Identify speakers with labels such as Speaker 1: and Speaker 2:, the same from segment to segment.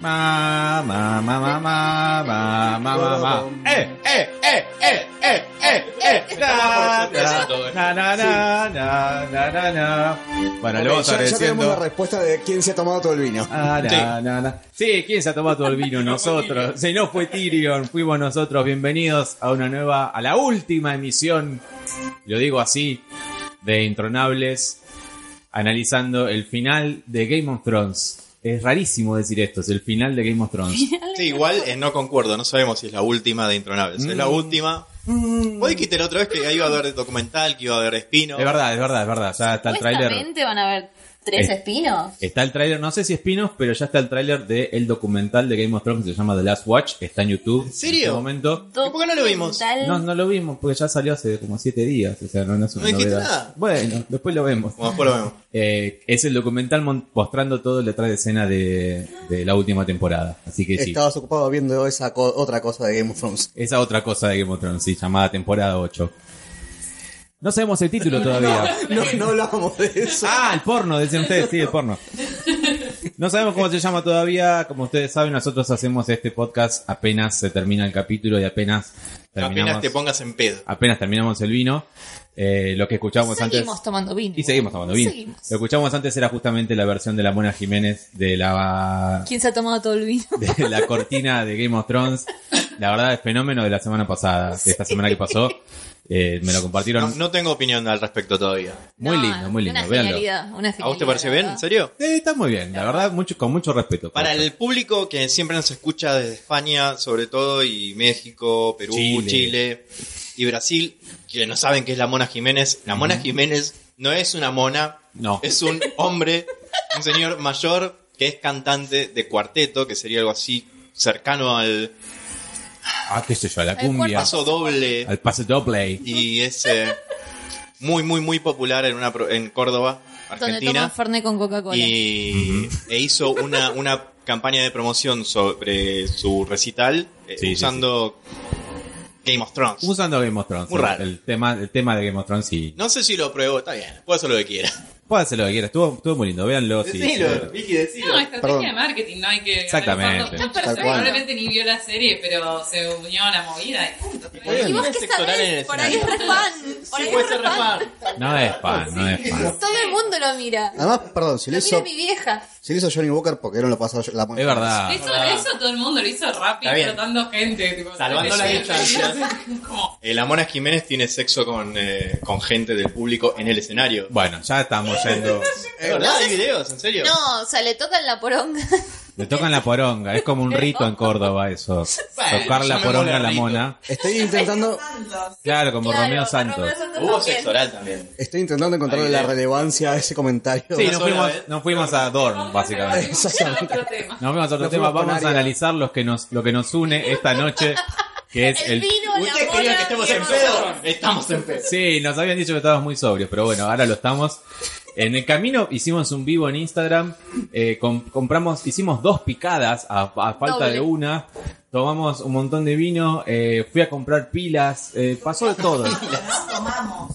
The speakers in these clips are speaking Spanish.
Speaker 1: Ma, ma, ma, ma, ma, ma, ma, ma, ma. Eh, eh, eh, eh, eh, eh, eh. Na, na, na, na, na, na, na, na. Bueno, le vamos
Speaker 2: ya, ya tenemos la
Speaker 1: agradeciendo.
Speaker 2: respuesta de quién se ha tomado todo el vino.
Speaker 1: Ah, na, na, na. Sí, ¿quién se ha tomado todo el vino? Nosotros. Si no fue Tyrion, fuimos nosotros. Bienvenidos a una nueva, a la última emisión, lo digo así, de Intronables, analizando el final de Game of Thrones. Es rarísimo decir esto, es el final de Game of Thrones.
Speaker 3: Sí, igual eh, no concuerdo, no sabemos si es la última de Intronables. Es la
Speaker 1: Mm.
Speaker 3: última. Vos dijiste la otra vez que ahí iba a haber documental, que iba a haber espino.
Speaker 1: Es verdad, es verdad, es verdad. Ya está el tráiler.
Speaker 4: Supuestamente van a haber tres
Speaker 1: Eh.
Speaker 4: espinos.
Speaker 1: Está el tráiler, no sé si espinos, pero ya está el tráiler del documental de Game of Thrones que se llama The Last Watch. Está en YouTube. ¿En
Speaker 3: serio?
Speaker 1: este momento.
Speaker 3: ¿Y por qué no lo vimos?
Speaker 4: Documental.
Speaker 1: No, no lo vimos porque ya salió hace como siete días. O sea, no, no es una
Speaker 3: No dijiste
Speaker 1: novedad.
Speaker 3: nada.
Speaker 1: Bueno, después lo vemos.
Speaker 3: Bueno, después lo vemos.
Speaker 1: Eh, es el documental mon- mostrando todo el detrás de escena de, de la última temporada. Así que sí.
Speaker 5: Estabas ocupado viendo esa co- otra cosa de Game of Thrones.
Speaker 1: Esa otra cosa de Game of Thrones, sí, llamada temporada 8. No sabemos el título todavía.
Speaker 5: No, no hablábamos de eso.
Speaker 1: Ah, el porno, dicen ustedes, sí, el porno. No sabemos cómo se llama todavía, como ustedes saben, nosotros hacemos este podcast apenas se termina el capítulo y apenas terminamos, Ah,
Speaker 3: Apenas te pongas en pedo.
Speaker 1: apenas terminamos el vino. Eh, lo que escuchamos antes...
Speaker 4: Seguimos tomando vino.
Speaker 1: Y seguimos tomando vino.
Speaker 4: Seguimos.
Speaker 1: Lo que escuchamos antes era justamente la versión de la Mona Jiménez de la,
Speaker 4: ¿Quién se ha tomado todo el vino?
Speaker 1: de la cortina de Game of Thrones. La verdad, es fenómeno de la semana pasada, de esta semana que pasó. Eh, me lo compartieron.
Speaker 3: No, no tengo opinión al respecto todavía.
Speaker 1: Muy
Speaker 4: No,
Speaker 1: lindo, muy lindo.
Speaker 4: Una
Speaker 1: véanlo.
Speaker 4: genialidad, una
Speaker 3: ¿A vos te
Speaker 4: genialidad,
Speaker 3: pareció
Speaker 4: la
Speaker 3: bien? ¿En
Speaker 4: verdad.
Speaker 3: serio?
Speaker 1: Eh, está muy bien, la verdad, mucho, con mucho respeto.
Speaker 3: Para el público que siempre nos escucha desde España, sobre todo, y México, Perú,
Speaker 1: Chile.
Speaker 3: Chile, y Brasil, que no saben qué es la Mona Jiménez. La Mona Jiménez no es una mona,
Speaker 1: No.
Speaker 3: es un hombre, un señor mayor que es cantante de cuarteto, que sería algo así cercano al
Speaker 1: Ah, qué sé yo, a la
Speaker 4: Al
Speaker 1: cumbia,
Speaker 4: cuarto-
Speaker 3: paso doble
Speaker 1: al pase doble.
Speaker 3: y es eh, muy, muy, muy popular en, una, pro- en Córdoba,
Speaker 4: Donde
Speaker 3: Argentina.
Speaker 4: toman Fernet con Coca-Cola.
Speaker 3: y e hizo una, una campaña de promoción sobre su recital eh,
Speaker 1: Sí, sí,
Speaker 3: usando Game of Thrones.
Speaker 1: Usando Game of Thrones.
Speaker 3: Muy raro.
Speaker 1: El, tema, el tema de Game of Thrones, sí.
Speaker 3: No sé si lo pruebo, está bien, puedo hacer lo que quiera.
Speaker 1: Puede hacer lo que quiera, estuvo, estuvo muy lindo, véanlo. sí.
Speaker 3: Decilo, Vicky, decilo.
Speaker 6: No, estrategia
Speaker 5: Perdón.
Speaker 6: de marketing, no hay que.
Speaker 1: Exactamente.
Speaker 6: analizarlo. Esta
Speaker 5: Tal
Speaker 6: persona
Speaker 5: cual.
Speaker 6: probablemente ni vio la serie, pero se unió a la movida y punto.
Speaker 3: Puede
Speaker 4: ¿Y vos
Speaker 3: ser
Speaker 4: qué
Speaker 3: sexual en
Speaker 4: sabés?
Speaker 3: el
Speaker 4: Por ahí es
Speaker 3: escenario.
Speaker 4: re fan. Por
Speaker 3: Sí,
Speaker 4: ahí
Speaker 3: puede
Speaker 4: es
Speaker 3: ser
Speaker 4: re fan.
Speaker 3: refan.
Speaker 1: No es fan, no es fan.
Speaker 4: Todo el mundo lo mira.
Speaker 5: Además, perdón, si lo
Speaker 4: Lo mira
Speaker 5: hizo,
Speaker 4: mi vieja.
Speaker 5: si lo hizo Johnny Walker, ¿por qué no lo pasó la Mona
Speaker 1: Es verdad.
Speaker 6: Eso, eso todo el mundo lo hizo
Speaker 3: Está
Speaker 6: rápido,
Speaker 3: bien.
Speaker 6: explotando gente. Tipo,
Speaker 3: Salvando las distancias.
Speaker 6: Como,
Speaker 3: Eh, la Mona Jiménez tiene sexo con, eh, con gente del público en el escenario.
Speaker 1: Bueno, ya estamos yendo.
Speaker 3: ¿Es Eh, verdad? ¿Hay videos? ¿En serio?
Speaker 4: No, o sea, le tocan la poronga.
Speaker 1: Le tocan la poronga, es como un rito en Córdoba eso.
Speaker 3: Bueno,
Speaker 1: Tocar la
Speaker 3: llamémosle
Speaker 1: poronga a la
Speaker 3: rito.
Speaker 1: mona.
Speaker 5: Estoy intentando,
Speaker 1: Claro, como
Speaker 4: Claro,
Speaker 1: Romeo
Speaker 4: con
Speaker 1: Santos.
Speaker 4: Romeo Santos
Speaker 3: Hubo
Speaker 4: también.
Speaker 3: sexo oral también.
Speaker 5: estoy intentando encontrarle
Speaker 3: Ahí,
Speaker 5: la
Speaker 3: ahí.
Speaker 5: relevancia a ese comentario.
Speaker 1: Sí,
Speaker 3: Una
Speaker 1: nos
Speaker 3: sola
Speaker 1: fuimos,
Speaker 3: vez.
Speaker 1: nos fuimos a Dorn, básicamente.
Speaker 5: Exactamente.
Speaker 6: Otro tema.
Speaker 1: Nos vemos a otro
Speaker 5: Nos
Speaker 1: tema.
Speaker 5: fuimos con
Speaker 1: Vamos a
Speaker 5: Aria.
Speaker 1: analizar los que nos, lo que nos une esta noche, que es
Speaker 4: El
Speaker 1: el.
Speaker 4: vino, la
Speaker 3: ¿Ustedes
Speaker 4: mona
Speaker 3: querían que estemos
Speaker 4: y
Speaker 3: en
Speaker 4: el-
Speaker 3: pedo? Estamos en pedo.
Speaker 1: Sí, nos habían dicho que estábamos muy sobrios, pero bueno, ahora lo estamos. En el camino hicimos un vivo en Instagram, eh, com- compramos, hicimos dos picadas a, a falta
Speaker 4: Doble.
Speaker 1: de una, tomamos un montón de vino, eh, fui a comprar pilas, eh, pasó de todo.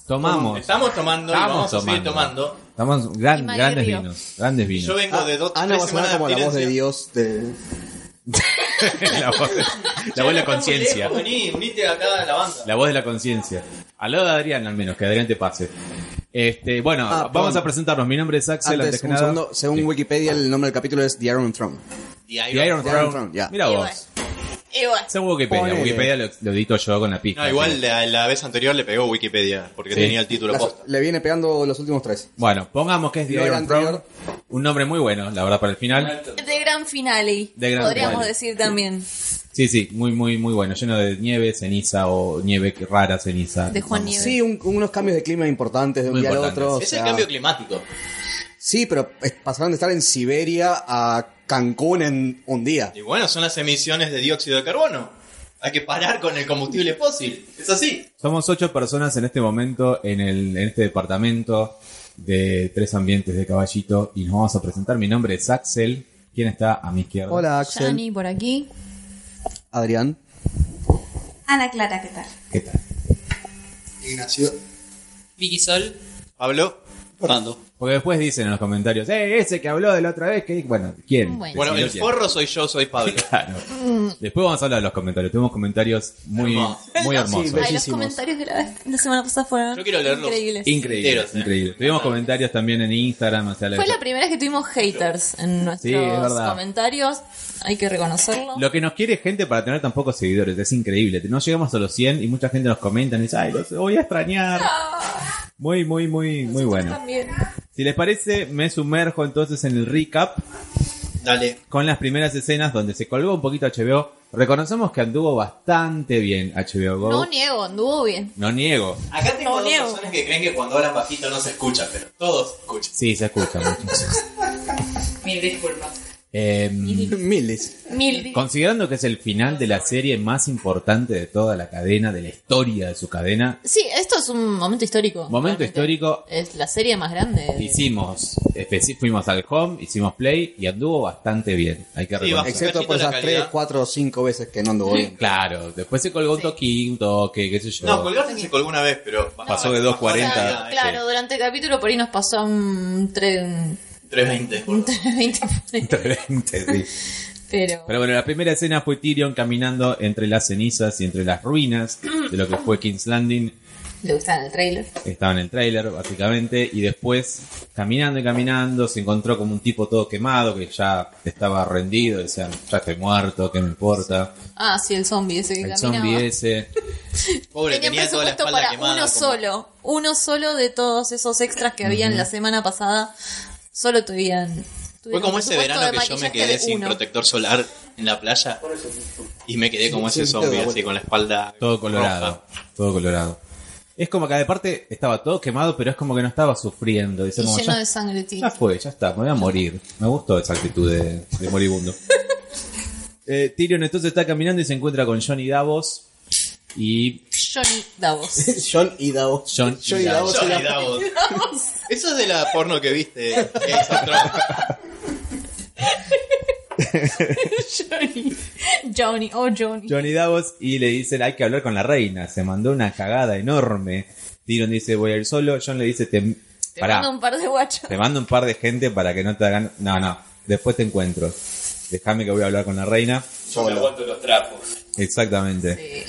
Speaker 1: Tomamos.
Speaker 3: Estamos tomando y vamos a seguir tomando.
Speaker 1: Estamos gran-
Speaker 4: Y Mario
Speaker 1: grandes
Speaker 4: Río.
Speaker 1: vinos, grandes
Speaker 3: Yo
Speaker 1: vinos.
Speaker 3: vengo Ah, de dos,
Speaker 5: Ah, Ana
Speaker 3: tres
Speaker 5: va a sonar
Speaker 3: semanas
Speaker 5: como la voz de Dios
Speaker 3: abstinencia.
Speaker 5: de...
Speaker 1: la voz, la voz de la conciencia.
Speaker 3: Vení, unite acá a la banda.
Speaker 1: La voz de la conciencia. Al lado de Adrián, al menos, que Adrián te pase. Este, bueno,
Speaker 5: Ah,
Speaker 1: vamos
Speaker 5: perdón.
Speaker 1: a presentarnos. Mi nombre es Axel, antes,
Speaker 5: Antes,
Speaker 1: que
Speaker 5: un
Speaker 1: nada.
Speaker 5: segundo, según
Speaker 1: Sí.
Speaker 5: Wikipedia el nombre del capítulo es The Iron Throne.
Speaker 3: The
Speaker 1: The Iron
Speaker 5: The
Speaker 1: Throne.
Speaker 5: Iron Throne, ya.
Speaker 1: Mira
Speaker 4: Y
Speaker 1: vos.
Speaker 4: bueno. Y bueno.
Speaker 1: Según Wikipedia.
Speaker 5: Ponele.
Speaker 1: Wikipedia lo, lo edito yo con la pista.
Speaker 3: No,
Speaker 1: así
Speaker 3: igual
Speaker 1: que-
Speaker 3: la, la vez anterior le pegó Wikipedia porque
Speaker 1: Sí.
Speaker 3: tenía el título
Speaker 5: Las-
Speaker 3: posta.
Speaker 5: le viene pegando los últimos tres.
Speaker 1: Bueno, pongamos que es The
Speaker 5: Lo del
Speaker 1: Iron Throne.
Speaker 5: anterior.
Speaker 1: Un nombre muy bueno, la verdad, para el final.
Speaker 4: De gran finale.
Speaker 1: De gran
Speaker 4: podríamos
Speaker 1: finale.
Speaker 4: decir también.
Speaker 1: Sí, sí, muy, muy, muy bueno. Lleno de nieve, ceniza o nieve que- rara ceniza.
Speaker 4: De Juan Nieves.
Speaker 5: Sí, un- unos cambios de clima importantes de un
Speaker 1: Muy
Speaker 5: día al
Speaker 1: importantes.
Speaker 5: otro. o
Speaker 3: Es
Speaker 5: sea,
Speaker 3: el cambio climático.
Speaker 5: Sí, pero es- pasaron de estar en Siberia a Cancún en un día.
Speaker 3: Y bueno, son las emisiones de dióxido de carbono. Hay que parar con el combustible fósil. Es así.
Speaker 1: Somos ocho personas en este momento en, el, en este departamento de tres ambientes de caballito y nos vamos a presentar. Mi nombre es Axel. ¿Quién está a mi izquierda?
Speaker 5: Hola Axel,
Speaker 4: Shani por aquí.
Speaker 5: Adrián.
Speaker 7: Ana Clara, ¿qué tal?
Speaker 1: ¿Qué tal?
Speaker 3: Ignacio.
Speaker 6: Vicky Sol.
Speaker 3: Habló.
Speaker 8: Fernando.
Speaker 1: Porque después dicen en los comentarios, eh, ese que habló de la otra vez, que bueno, ¿quién?
Speaker 4: Bueno.
Speaker 3: Bueno,
Speaker 1: Decidió
Speaker 3: el
Speaker 1: quién.
Speaker 3: forro soy yo, soy Pablo.
Speaker 1: Claro. Después vamos a hablar de los comentarios. Tuvimos comentarios muy,
Speaker 3: Hermoso.
Speaker 1: muy hermosos.
Speaker 4: Ay, los comentarios de la, vez- la semana pasada fueron
Speaker 3: Yo quiero leerlos.
Speaker 4: increíbles.
Speaker 1: Increíble,
Speaker 3: Enteros, eh.
Speaker 1: increíble. Tuvimos comentarios también en Instagram. O sea,
Speaker 4: Fue
Speaker 1: lo-
Speaker 4: la primera vez que tuvimos haters
Speaker 1: Sí,
Speaker 4: en
Speaker 1: es
Speaker 4: nuestros
Speaker 1: verdad.
Speaker 4: comentarios. Hay que reconocerlo.
Speaker 1: Lo que nos quiere gente para tener tan pocos seguidores, es increíble. No llegamos a los 100 y mucha gente nos comenta y dice, ay, los voy a extrañar. Muy, muy, muy, muy bueno.
Speaker 4: También.
Speaker 1: Si les parece, me sumerjo entonces en el recap
Speaker 3: Dale.
Speaker 1: con las primeras escenas donde se colgó un poquito HBO. Reconocemos que anduvo bastante bien HBO Go.
Speaker 4: No niego, anduvo bien.
Speaker 1: No niego.
Speaker 3: Acá tengo
Speaker 4: No,
Speaker 3: dos
Speaker 4: Diego.
Speaker 3: personas que creen que cuando hablan bajito no se escucha, pero todos escuchan.
Speaker 1: Sí, se escucha mucho.
Speaker 6: Mil disculpas.
Speaker 1: Em,
Speaker 5: Miles.
Speaker 4: Mil.
Speaker 1: Considerando que es el final de la serie más importante de toda la cadena, de la historia de su cadena,
Speaker 4: Sí, esto es un momento histórico.
Speaker 1: momento
Speaker 4: realmente.
Speaker 1: histórico,
Speaker 4: Es la serie más grande. de-
Speaker 1: hicimos, especi- fuimos al home, hicimos play y anduvo bastante bien. Hay que
Speaker 3: Sí,
Speaker 1: reconocer.
Speaker 5: Excepto por
Speaker 3: Bajito la
Speaker 5: esas
Speaker 3: calidad.
Speaker 5: 3, 4 o 5 veces que no anduvo bien.
Speaker 1: Claro, después se colgó un toquín, un toque, qué sé yo.
Speaker 3: No, colgaste se colgó una vez, pero Ah,
Speaker 1: Pasó de 2.40.
Speaker 3: Bajó
Speaker 4: Claro,
Speaker 3: la-
Speaker 4: claro, durante el capítulo por ahí nos pasó un tren.
Speaker 3: 320.
Speaker 4: Un tren 20 por ahí.
Speaker 1: Realmente, sí.
Speaker 4: Pero.
Speaker 1: Pero bueno, la primera escena fue Tyrion caminando entre las cenizas y entre las ruinas de lo que fue King's Landing.
Speaker 4: Le gustaba el trailer.
Speaker 1: Estaba en el tráiler, básicamente, y después, caminando y caminando, se encontró como un tipo todo quemado, que ya estaba rendido, decía, ya estoy muerto, ¿qué me importa?
Speaker 4: Ah, sí, el zombie ese que
Speaker 1: El
Speaker 4: caminaba.
Speaker 1: zombie ese.
Speaker 3: Pobre,
Speaker 4: Tenía
Speaker 3: tenía, toda
Speaker 4: presupuesto
Speaker 3: la espalda
Speaker 4: para
Speaker 3: quemada.
Speaker 4: uno
Speaker 3: como-
Speaker 4: solo. Uno solo de todos esos extras que habían la semana pasada. Solo tuvieron.
Speaker 3: Fue
Speaker 4: tuvieron
Speaker 3: como ese
Speaker 4: presupuesto
Speaker 3: verano
Speaker 4: de
Speaker 3: que yo me
Speaker 4: maquillaje de
Speaker 3: quedé sin
Speaker 4: uno.
Speaker 3: protector solar en la playa y me quedé como
Speaker 5: Sí,
Speaker 3: ese
Speaker 5: sí,
Speaker 3: zombie,
Speaker 5: todo
Speaker 3: así
Speaker 5: bueno.
Speaker 3: con la espalda
Speaker 1: Todo colorado.
Speaker 3: roja.
Speaker 1: Todo colorado. Es como que de parte estaba todo quemado, pero es como que no estaba sufriendo. Dice,
Speaker 4: Y
Speaker 1: como,
Speaker 4: lleno
Speaker 1: ya,
Speaker 4: de sangre, tío.
Speaker 1: ya fue, ya está, me voy a morir. Me gustó esa actitud de, de moribundo. Eh, Tyrion entonces está caminando y se encuentra con Johnny Davos. Y
Speaker 4: Johnny Davos.
Speaker 5: John y Davos.
Speaker 1: John y
Speaker 5: John y Davos.
Speaker 3: Yo le daba- Eso es de la porno que viste. eh, que hizo Trump.
Speaker 4: Johnny. Johnny, oh Johnny.
Speaker 1: Johnny Davos y le dicen hay que hablar con la reina. Se mandó una cagada enorme. Tyrion dice voy a ir solo. John le dice te,
Speaker 4: Te
Speaker 1: pará,
Speaker 4: mando un par de guachos.
Speaker 1: te mando un par de gente para que no te hagan... No, no, después te encuentro. Déjame que voy a hablar con la reina.
Speaker 8: Yo me aguanto los trapos.
Speaker 1: Exactamente.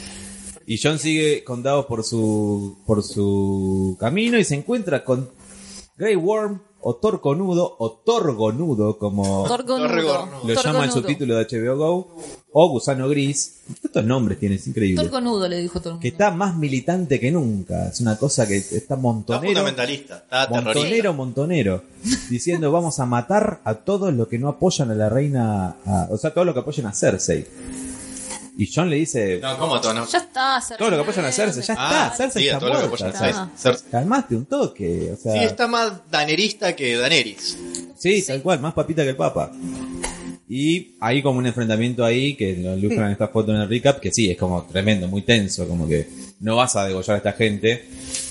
Speaker 1: Y John sigue con Davos por su, por su camino y se encuentra con Grey Worm o Torconudo o Torgonudo como...
Speaker 4: Torgonudo.
Speaker 1: lo llama el
Speaker 4: Torgonudo.
Speaker 1: subtítulo de HBO Go o Gusano Gris. ¿Cuántos nombres tienes? Increíble.
Speaker 4: Torgonudo le dijo todo el mundo.
Speaker 1: que está más militante que nunca. Es una cosa que está
Speaker 3: Está
Speaker 1: montonero.
Speaker 3: fundamentalista, está terrorista.
Speaker 1: Montonero, montonero. Diciendo vamos a matar a todos los que no apoyan a la reina. a- o sea, todos los que apoyan a Cersei. Y John le dice.
Speaker 3: No, ¿cómo tú no?
Speaker 4: Ya está, Cersei.
Speaker 1: Todo lo que apoyan a hacerse, ya
Speaker 3: Ah,
Speaker 1: está, Cersei
Speaker 3: sí,
Speaker 1: está
Speaker 3: a todo lo que
Speaker 1: muerta.
Speaker 3: apoyan a
Speaker 4: Ah.
Speaker 3: Cersei. Cersei.
Speaker 1: Calmaste un toque. O sea,
Speaker 3: Sí, está más danerista que daneris.
Speaker 1: Sí, tal cual, más papita que el papa. Y hay como un enfrentamiento ahí que lo ilustran en esta foto en el recap, que sí, es como tremendo, muy tenso, como que no vas a degollar a esta gente.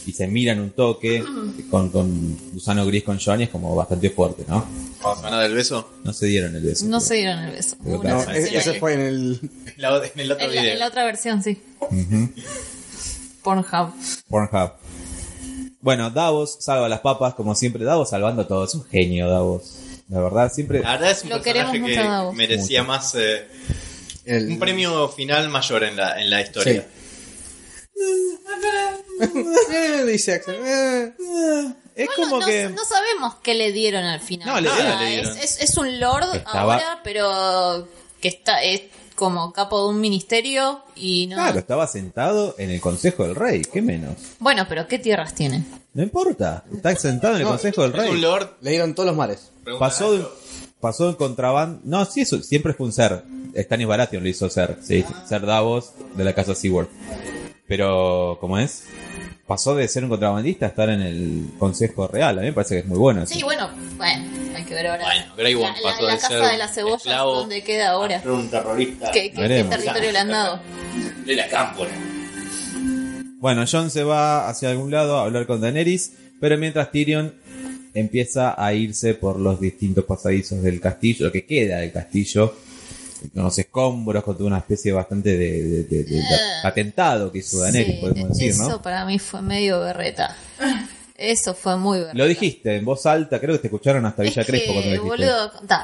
Speaker 1: Y se miran un toque con, con Gusano Gris con Johnny, es como bastante fuerte, ¿no?
Speaker 8: Ah.
Speaker 3: Semana del beso.
Speaker 1: No se dieron el beso.
Speaker 4: No
Speaker 1: pero-
Speaker 4: se dieron el beso.
Speaker 1: Pero
Speaker 4: Hubo
Speaker 1: claro.
Speaker 4: una
Speaker 5: No,
Speaker 4: excepción
Speaker 5: e- ese
Speaker 4: ahí.
Speaker 5: fue en el.
Speaker 3: La- en el otro
Speaker 4: En la,
Speaker 3: video.
Speaker 4: en la otra versión, sí.
Speaker 1: Ujú.
Speaker 4: Pornhub.
Speaker 1: Pornhub. Bueno, Davos salva a las papas, como siempre. Davos salvando a todos. Es un genio, Davos. La verdad, siempre.
Speaker 3: La verdad es un
Speaker 4: Lo queremos
Speaker 3: personaje
Speaker 4: mucho a
Speaker 3: que
Speaker 4: Davos.
Speaker 3: merecía más eh,
Speaker 5: el-
Speaker 3: un premio final mayor en la, en la historia.
Speaker 5: Eh, Dice Axel. eh.
Speaker 1: Es
Speaker 4: Bueno,
Speaker 1: como
Speaker 4: no,
Speaker 1: que.
Speaker 4: no sabemos qué le dieron al final.
Speaker 3: No, le
Speaker 4: O sea,
Speaker 3: dieron, le dieron.
Speaker 4: Es, es- es un lord
Speaker 1: Estaba-
Speaker 4: ahora, pero que está es como capo de un ministerio y no.
Speaker 1: Claro, estaba sentado en el consejo del rey, qué menos.
Speaker 4: Bueno, pero ¿qué tierras tiene?
Speaker 1: No importa, está sentado en el
Speaker 5: No,
Speaker 1: consejo del
Speaker 3: Es un
Speaker 1: rey.
Speaker 3: lord.
Speaker 5: Le dieron todos los mares.
Speaker 1: Pasó de, pasó en contrabando. No, sí, eso siempre fue un ser. Stanis Baratheon lo hizo ser, sí,
Speaker 3: Ah.
Speaker 1: ser Davos de la casa Seward. Pero, ¿cómo es? Pasó de ser un contrabandista a estar en el consejo real. A mí me parece que es muy bueno. eso.
Speaker 4: Sí, bueno, bueno, hay que ver ahora.
Speaker 3: Bueno, Grey
Speaker 4: la,
Speaker 3: Worm
Speaker 4: la-
Speaker 3: pasó
Speaker 4: la
Speaker 3: de
Speaker 4: casa
Speaker 3: ser
Speaker 4: de las cebollas,
Speaker 3: esclavo
Speaker 4: ¿dónde queda ahora?
Speaker 8: Un terrorista
Speaker 4: ¿Qué, qué- qué
Speaker 1: Veremos.
Speaker 4: territorio le han dado?
Speaker 8: de la cámpora.
Speaker 1: Bueno, John se va hacia algún lado a hablar con Daenerys, pero mientras Tyrion empieza a irse por los distintos pasadizos del castillo, lo que queda del castillo, con los escombros, con toda una especie bastante de, de- de- de- de atentado que hizo Daenerys,
Speaker 4: Ah. Sí,
Speaker 1: podemos decir,
Speaker 4: eso
Speaker 1: ¿no?
Speaker 4: para mí fue medio berreta. Eso fue muy verdad.
Speaker 1: Lo dijiste en voz alta, creo que te escucharon hasta Villa
Speaker 4: Es que,
Speaker 1: Crespo cuando lo dijiste.
Speaker 4: boludo, ta,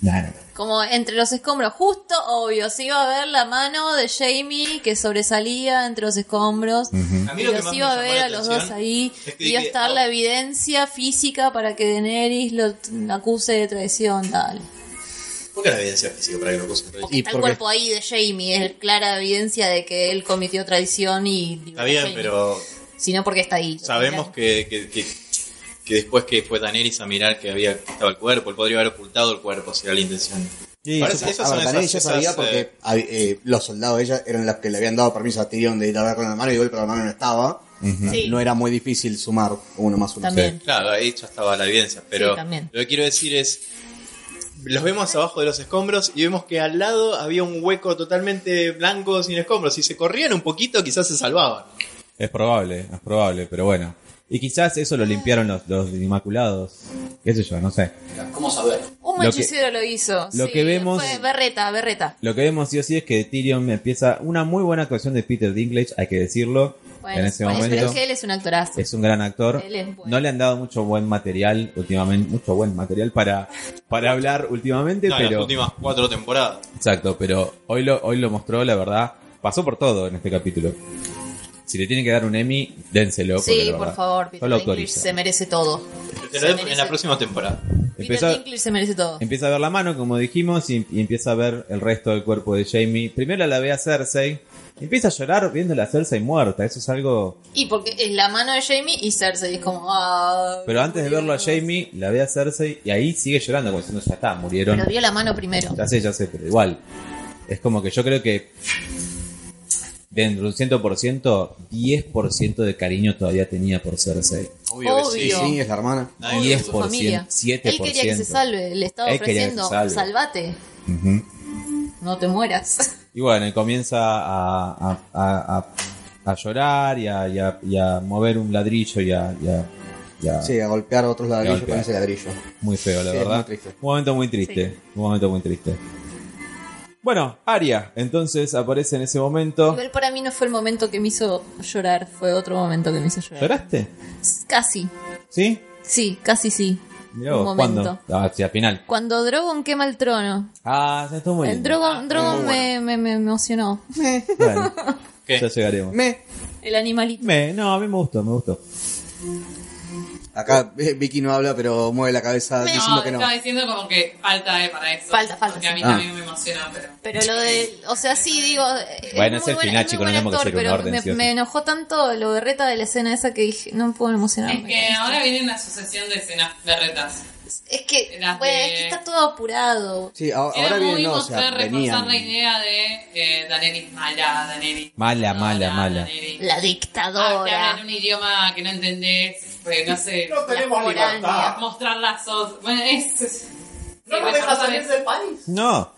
Speaker 1: Nah, no.
Speaker 4: como entre los escombros, justo obvio, se iba a ver la mano de Jamie que sobresalía entre los escombros.
Speaker 3: A mí
Speaker 4: Y
Speaker 3: lo que
Speaker 4: los
Speaker 3: más me
Speaker 4: iba a
Speaker 3: llamó
Speaker 4: ver
Speaker 3: la
Speaker 4: a los
Speaker 3: atención
Speaker 4: dos ahí.
Speaker 3: es que
Speaker 4: iba a
Speaker 3: dije,
Speaker 4: estar
Speaker 3: ah,
Speaker 4: la evidencia física para que Daenerys lo t- acuse de traición. Dale.
Speaker 3: ¿Por qué la evidencia física para que lo cosas?
Speaker 4: Porque
Speaker 5: Y
Speaker 4: está el
Speaker 5: porque-
Speaker 4: cuerpo ahí de Jamie. Es clara evidencia de que él cometió traición y.
Speaker 3: Está bien, pero
Speaker 4: Sino porque está ahí.
Speaker 3: sabemos que, que, que, que después que fue Daenerys a mirar que había que estaba el cuerpo, él podría haber ocultado el cuerpo si era la intención.
Speaker 5: Sí,
Speaker 3: Parece-
Speaker 5: supo-
Speaker 3: esas
Speaker 5: a
Speaker 3: son
Speaker 5: ver,
Speaker 3: esas-
Speaker 5: Daenerys ya
Speaker 3: esas,
Speaker 5: sabía
Speaker 3: eh,
Speaker 5: porque ah, eh, los soldados de ella eran los que le habían dado permiso a Tyrion de ir a ver con la mano y de golpe la mano no estaba.
Speaker 4: Sí.
Speaker 5: No era muy difícil sumar uno más uno.
Speaker 4: También.
Speaker 3: Claro, ahí ya estaba la evidencia, pero
Speaker 4: Sí, también.
Speaker 3: lo que quiero decir es, los vemos abajo de los escombros y vemos que al lado había un hueco totalmente blanco sin escombros. Si se corrían un poquito quizás se salvaban.
Speaker 1: Es probable, es probable, pero bueno. Y quizás eso
Speaker 4: Ah.
Speaker 1: lo limpiaron los, los Inmaculados. Qué sé yo, no sé.
Speaker 9: ¿Cómo saber?
Speaker 4: Un
Speaker 1: Lo que-
Speaker 4: hechicero lo hizo.
Speaker 1: lo
Speaker 4: sí,
Speaker 1: que vemos-
Speaker 4: fue berreta, berreta.
Speaker 1: Lo que vemos sí o sí es que Tyrion empieza una muy buena actuación de Peter Dinklage, hay que decirlo.
Speaker 4: Bueno,
Speaker 1: en ese
Speaker 4: bueno,
Speaker 1: momento
Speaker 4: Pues, pero es que él es un actorazo.
Speaker 1: es un gran actor.
Speaker 4: Él es bueno.
Speaker 1: No le han dado mucho buen material últimamente, mucho buen material para, para hablar últimamente,
Speaker 3: No, en las
Speaker 1: pero
Speaker 3: últimas cuatro temporadas.
Speaker 1: exacto, pero hoy lo hoy lo mostró, la verdad, pasó por todo en este capítulo. Si le tienen que dar un Emmy, dénselo. porque
Speaker 4: Sí,
Speaker 1: la
Speaker 4: por
Speaker 1: verdad,
Speaker 4: favor,
Speaker 1: yo
Speaker 4: Peter
Speaker 1: lo
Speaker 4: Dinklage
Speaker 1: autorizo.
Speaker 4: se merece todo. Se
Speaker 3: Te lo dejo
Speaker 4: merece-
Speaker 3: en la próxima temporada.
Speaker 1: Empezó-
Speaker 4: Peter Dinklage se merece todo.
Speaker 1: Empieza a ver la mano, como dijimos, y, y empieza a ver el resto del cuerpo de Jamie. Primero la ve a Cersei. y Empieza a llorar viéndola a Cersei muerta. Eso es algo.
Speaker 4: Y porque es la mano de Jamie y Cersei es como. "Ah,
Speaker 1: Pero antes de verlo a
Speaker 4: murieron".
Speaker 1: Jamie, la ve a Cersei y ahí sigue llorando, como diciendo, ya está, murieron.
Speaker 4: Pero vio la mano primero.
Speaker 1: Ya sé, ya sé, pero igual. Es como que yo creo que. Dentro de un 100%, 10% de cariño todavía tenía por Cersei.
Speaker 4: Obvio que
Speaker 5: Sí, sí, es la hermana.
Speaker 3: Nadie
Speaker 4: Obvio,
Speaker 3: lo
Speaker 1: 10%,
Speaker 4: su familia.
Speaker 1: 7%.
Speaker 4: Él quería que se salve, le estaba
Speaker 1: Él quería que se
Speaker 4: ofreciendo,
Speaker 1: salve.
Speaker 4: salvate,
Speaker 1: Ujú.
Speaker 4: no te mueras.
Speaker 1: Y bueno, y comienza a, a- a- a- a llorar y a, y a- y a mover un ladrillo y a... y a- y a-
Speaker 5: Sí, a golpear a otros ladrillos
Speaker 1: golpear.
Speaker 5: con ese ladrillo.
Speaker 1: Muy feo, la
Speaker 5: Sí, es
Speaker 1: verdad.
Speaker 5: muy triste.
Speaker 1: Un momento muy triste. Un momento muy triste. Bueno, Aria, entonces aparece en ese momento.
Speaker 4: Igual para mí no fue el momento que me hizo llorar, fue otro momento que me hizo llorar.
Speaker 1: ¿Lloraste?
Speaker 4: Casi,
Speaker 1: ¿Sí?
Speaker 4: sí, casi sí.
Speaker 1: Mirá
Speaker 4: Un
Speaker 1: vos,
Speaker 4: momento.
Speaker 1: ¿cuándo? Ah, sí, al final.
Speaker 4: Cuando Drogon quema el trono,
Speaker 1: Ah, ya estuvo muy
Speaker 4: el
Speaker 1: lindo.
Speaker 4: Drogon, Drogon me, me- me emocionó.
Speaker 1: Bueno,
Speaker 3: ¿Qué?
Speaker 1: ya llegaremos.
Speaker 5: Me.
Speaker 4: El animalito.
Speaker 1: Me- no, a mí me gustó, me gustó.
Speaker 5: Acá eh, Vicky no habla, pero mueve la cabeza
Speaker 4: Me-
Speaker 5: diciendo que no.
Speaker 6: Estaba diciendo como que falta eh, para eso.
Speaker 4: Falta, falta,
Speaker 6: Porque a mí
Speaker 5: sí. Ah,
Speaker 6: también me emociona, pero.
Speaker 4: Pero lo de. O sea, sí, digo.
Speaker 1: Bueno, es
Speaker 4: muy
Speaker 1: el
Speaker 4: buen-
Speaker 1: final,
Speaker 4: muy
Speaker 1: chicos,
Speaker 4: buen
Speaker 1: no tenemos que
Speaker 4: actor,
Speaker 1: hacer una
Speaker 4: pero
Speaker 1: orden,
Speaker 4: Me,
Speaker 1: sí o sí.
Speaker 4: me enojó tanto lo berreta de la escena esa que dije, no puedo
Speaker 6: Es
Speaker 4: emocionarme.
Speaker 6: que ahora viene una sucesión de escenas de retas.
Speaker 4: Es que,
Speaker 6: Las
Speaker 4: bueno,
Speaker 6: de-
Speaker 4: es que está todo apurado.
Speaker 5: Sí, ahora,
Speaker 6: Era
Speaker 5: ahora viene,
Speaker 6: muy
Speaker 5: no, o
Speaker 6: mostrar,
Speaker 5: sea,
Speaker 6: reforzar
Speaker 5: venían.
Speaker 6: la idea de eh, Daenerys mala, Daenerys.
Speaker 1: Mala,
Speaker 6: no,
Speaker 1: mala,
Speaker 6: la
Speaker 1: mala.
Speaker 6: Daenerys-
Speaker 4: La
Speaker 6: Ah, que hablan
Speaker 4: dictadora.
Speaker 6: un idioma que no entendés, pues, no sé.
Speaker 9: No tenemos
Speaker 4: La
Speaker 9: libertad.
Speaker 6: Mostrar lazos. Bueno, es.
Speaker 9: No nos
Speaker 6: Sí, bueno,
Speaker 9: dejas
Speaker 6: no
Speaker 9: salir
Speaker 6: sabes.
Speaker 9: del país.
Speaker 1: No.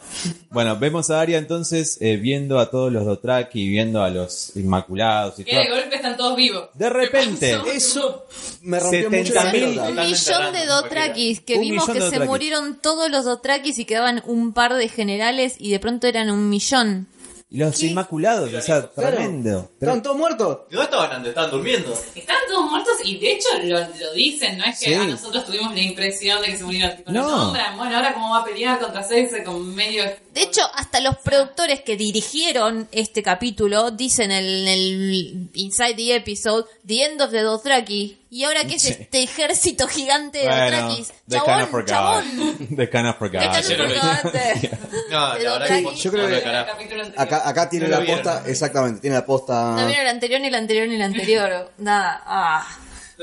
Speaker 1: Bueno, vemos a Aria entonces eh, viendo a todos los Dothraki, viendo a los Inmaculados y
Speaker 6: Que de
Speaker 1: todo.
Speaker 6: golpe están todos vivos.
Speaker 1: De repente,
Speaker 6: Eso.
Speaker 5: Me rompió mucho la
Speaker 1: 70.000.
Speaker 5: pelota.
Speaker 4: Un
Speaker 9: Totalmente
Speaker 4: millón de
Speaker 9: random,
Speaker 4: Dothrakis que
Speaker 1: Un millón
Speaker 4: vimos que
Speaker 1: de
Speaker 4: se
Speaker 1: Dothrakis.
Speaker 4: murieron todos los Dothrakis y quedaban un par de generales y de pronto eran un millón.
Speaker 1: los Inmaculados, o sea,
Speaker 5: Claro.
Speaker 1: tremendo.
Speaker 5: Estaban todos muertos.
Speaker 3: ¿De dónde estaban antes? ¿Estaban durmiendo?
Speaker 6: Están todos muertos y de hecho lo, lo dicen, no es que
Speaker 1: Sí.
Speaker 6: a nosotros tuvimos la impresión de que se murieron. Tipo,
Speaker 1: No.
Speaker 6: no. nombran, bueno, ahora cómo va a pelear contra Cersei con medio...
Speaker 4: De hecho, hasta los productores que dirigieron este capítulo dicen en el, Inside the Episode, The End of the Dothraki. ¿Y ahora qué es
Speaker 1: Sí.
Speaker 4: este ejército gigante de Dothrakis?
Speaker 1: they kinda
Speaker 4: Chabón,
Speaker 1: forgot.
Speaker 4: chabón.
Speaker 1: They kinda
Speaker 4: ¿Qué
Speaker 1: forgot.
Speaker 4: tan
Speaker 3: sí, lo vi.
Speaker 4: importante?
Speaker 3: No,
Speaker 4: Pero
Speaker 3: la verdad
Speaker 4: Draghi-
Speaker 3: que...
Speaker 5: Yo creo
Speaker 3: no,
Speaker 5: que-
Speaker 3: carajo.
Speaker 6: capítulo anterior.
Speaker 5: Acá, acá tiene
Speaker 3: No lo
Speaker 5: la
Speaker 3: vieron.
Speaker 5: posta, exactamente, tiene la posta.
Speaker 4: No vieron el anterior, ni el anterior, ni el anterior. Nada. Ah.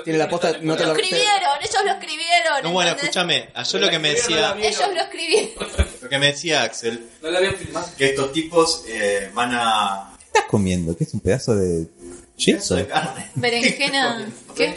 Speaker 5: Tiene la posta, no te
Speaker 4: Lo
Speaker 5: lo
Speaker 4: escribieron, ellos lo escribieron.
Speaker 3: No, bueno,
Speaker 4: ¿entendés?
Speaker 3: escúchame. Ayer lo que me decía,
Speaker 4: Ellos lo escribieron.
Speaker 3: lo que me decía Axel,
Speaker 9: No la habían filmado.
Speaker 3: que estos tipos eh, van a...
Speaker 1: ¿Qué estás comiendo? ¿Qué es un pedazo de
Speaker 3: Eso
Speaker 1: chorizo?
Speaker 3: de carne.
Speaker 4: Berenjena. ¿Qué?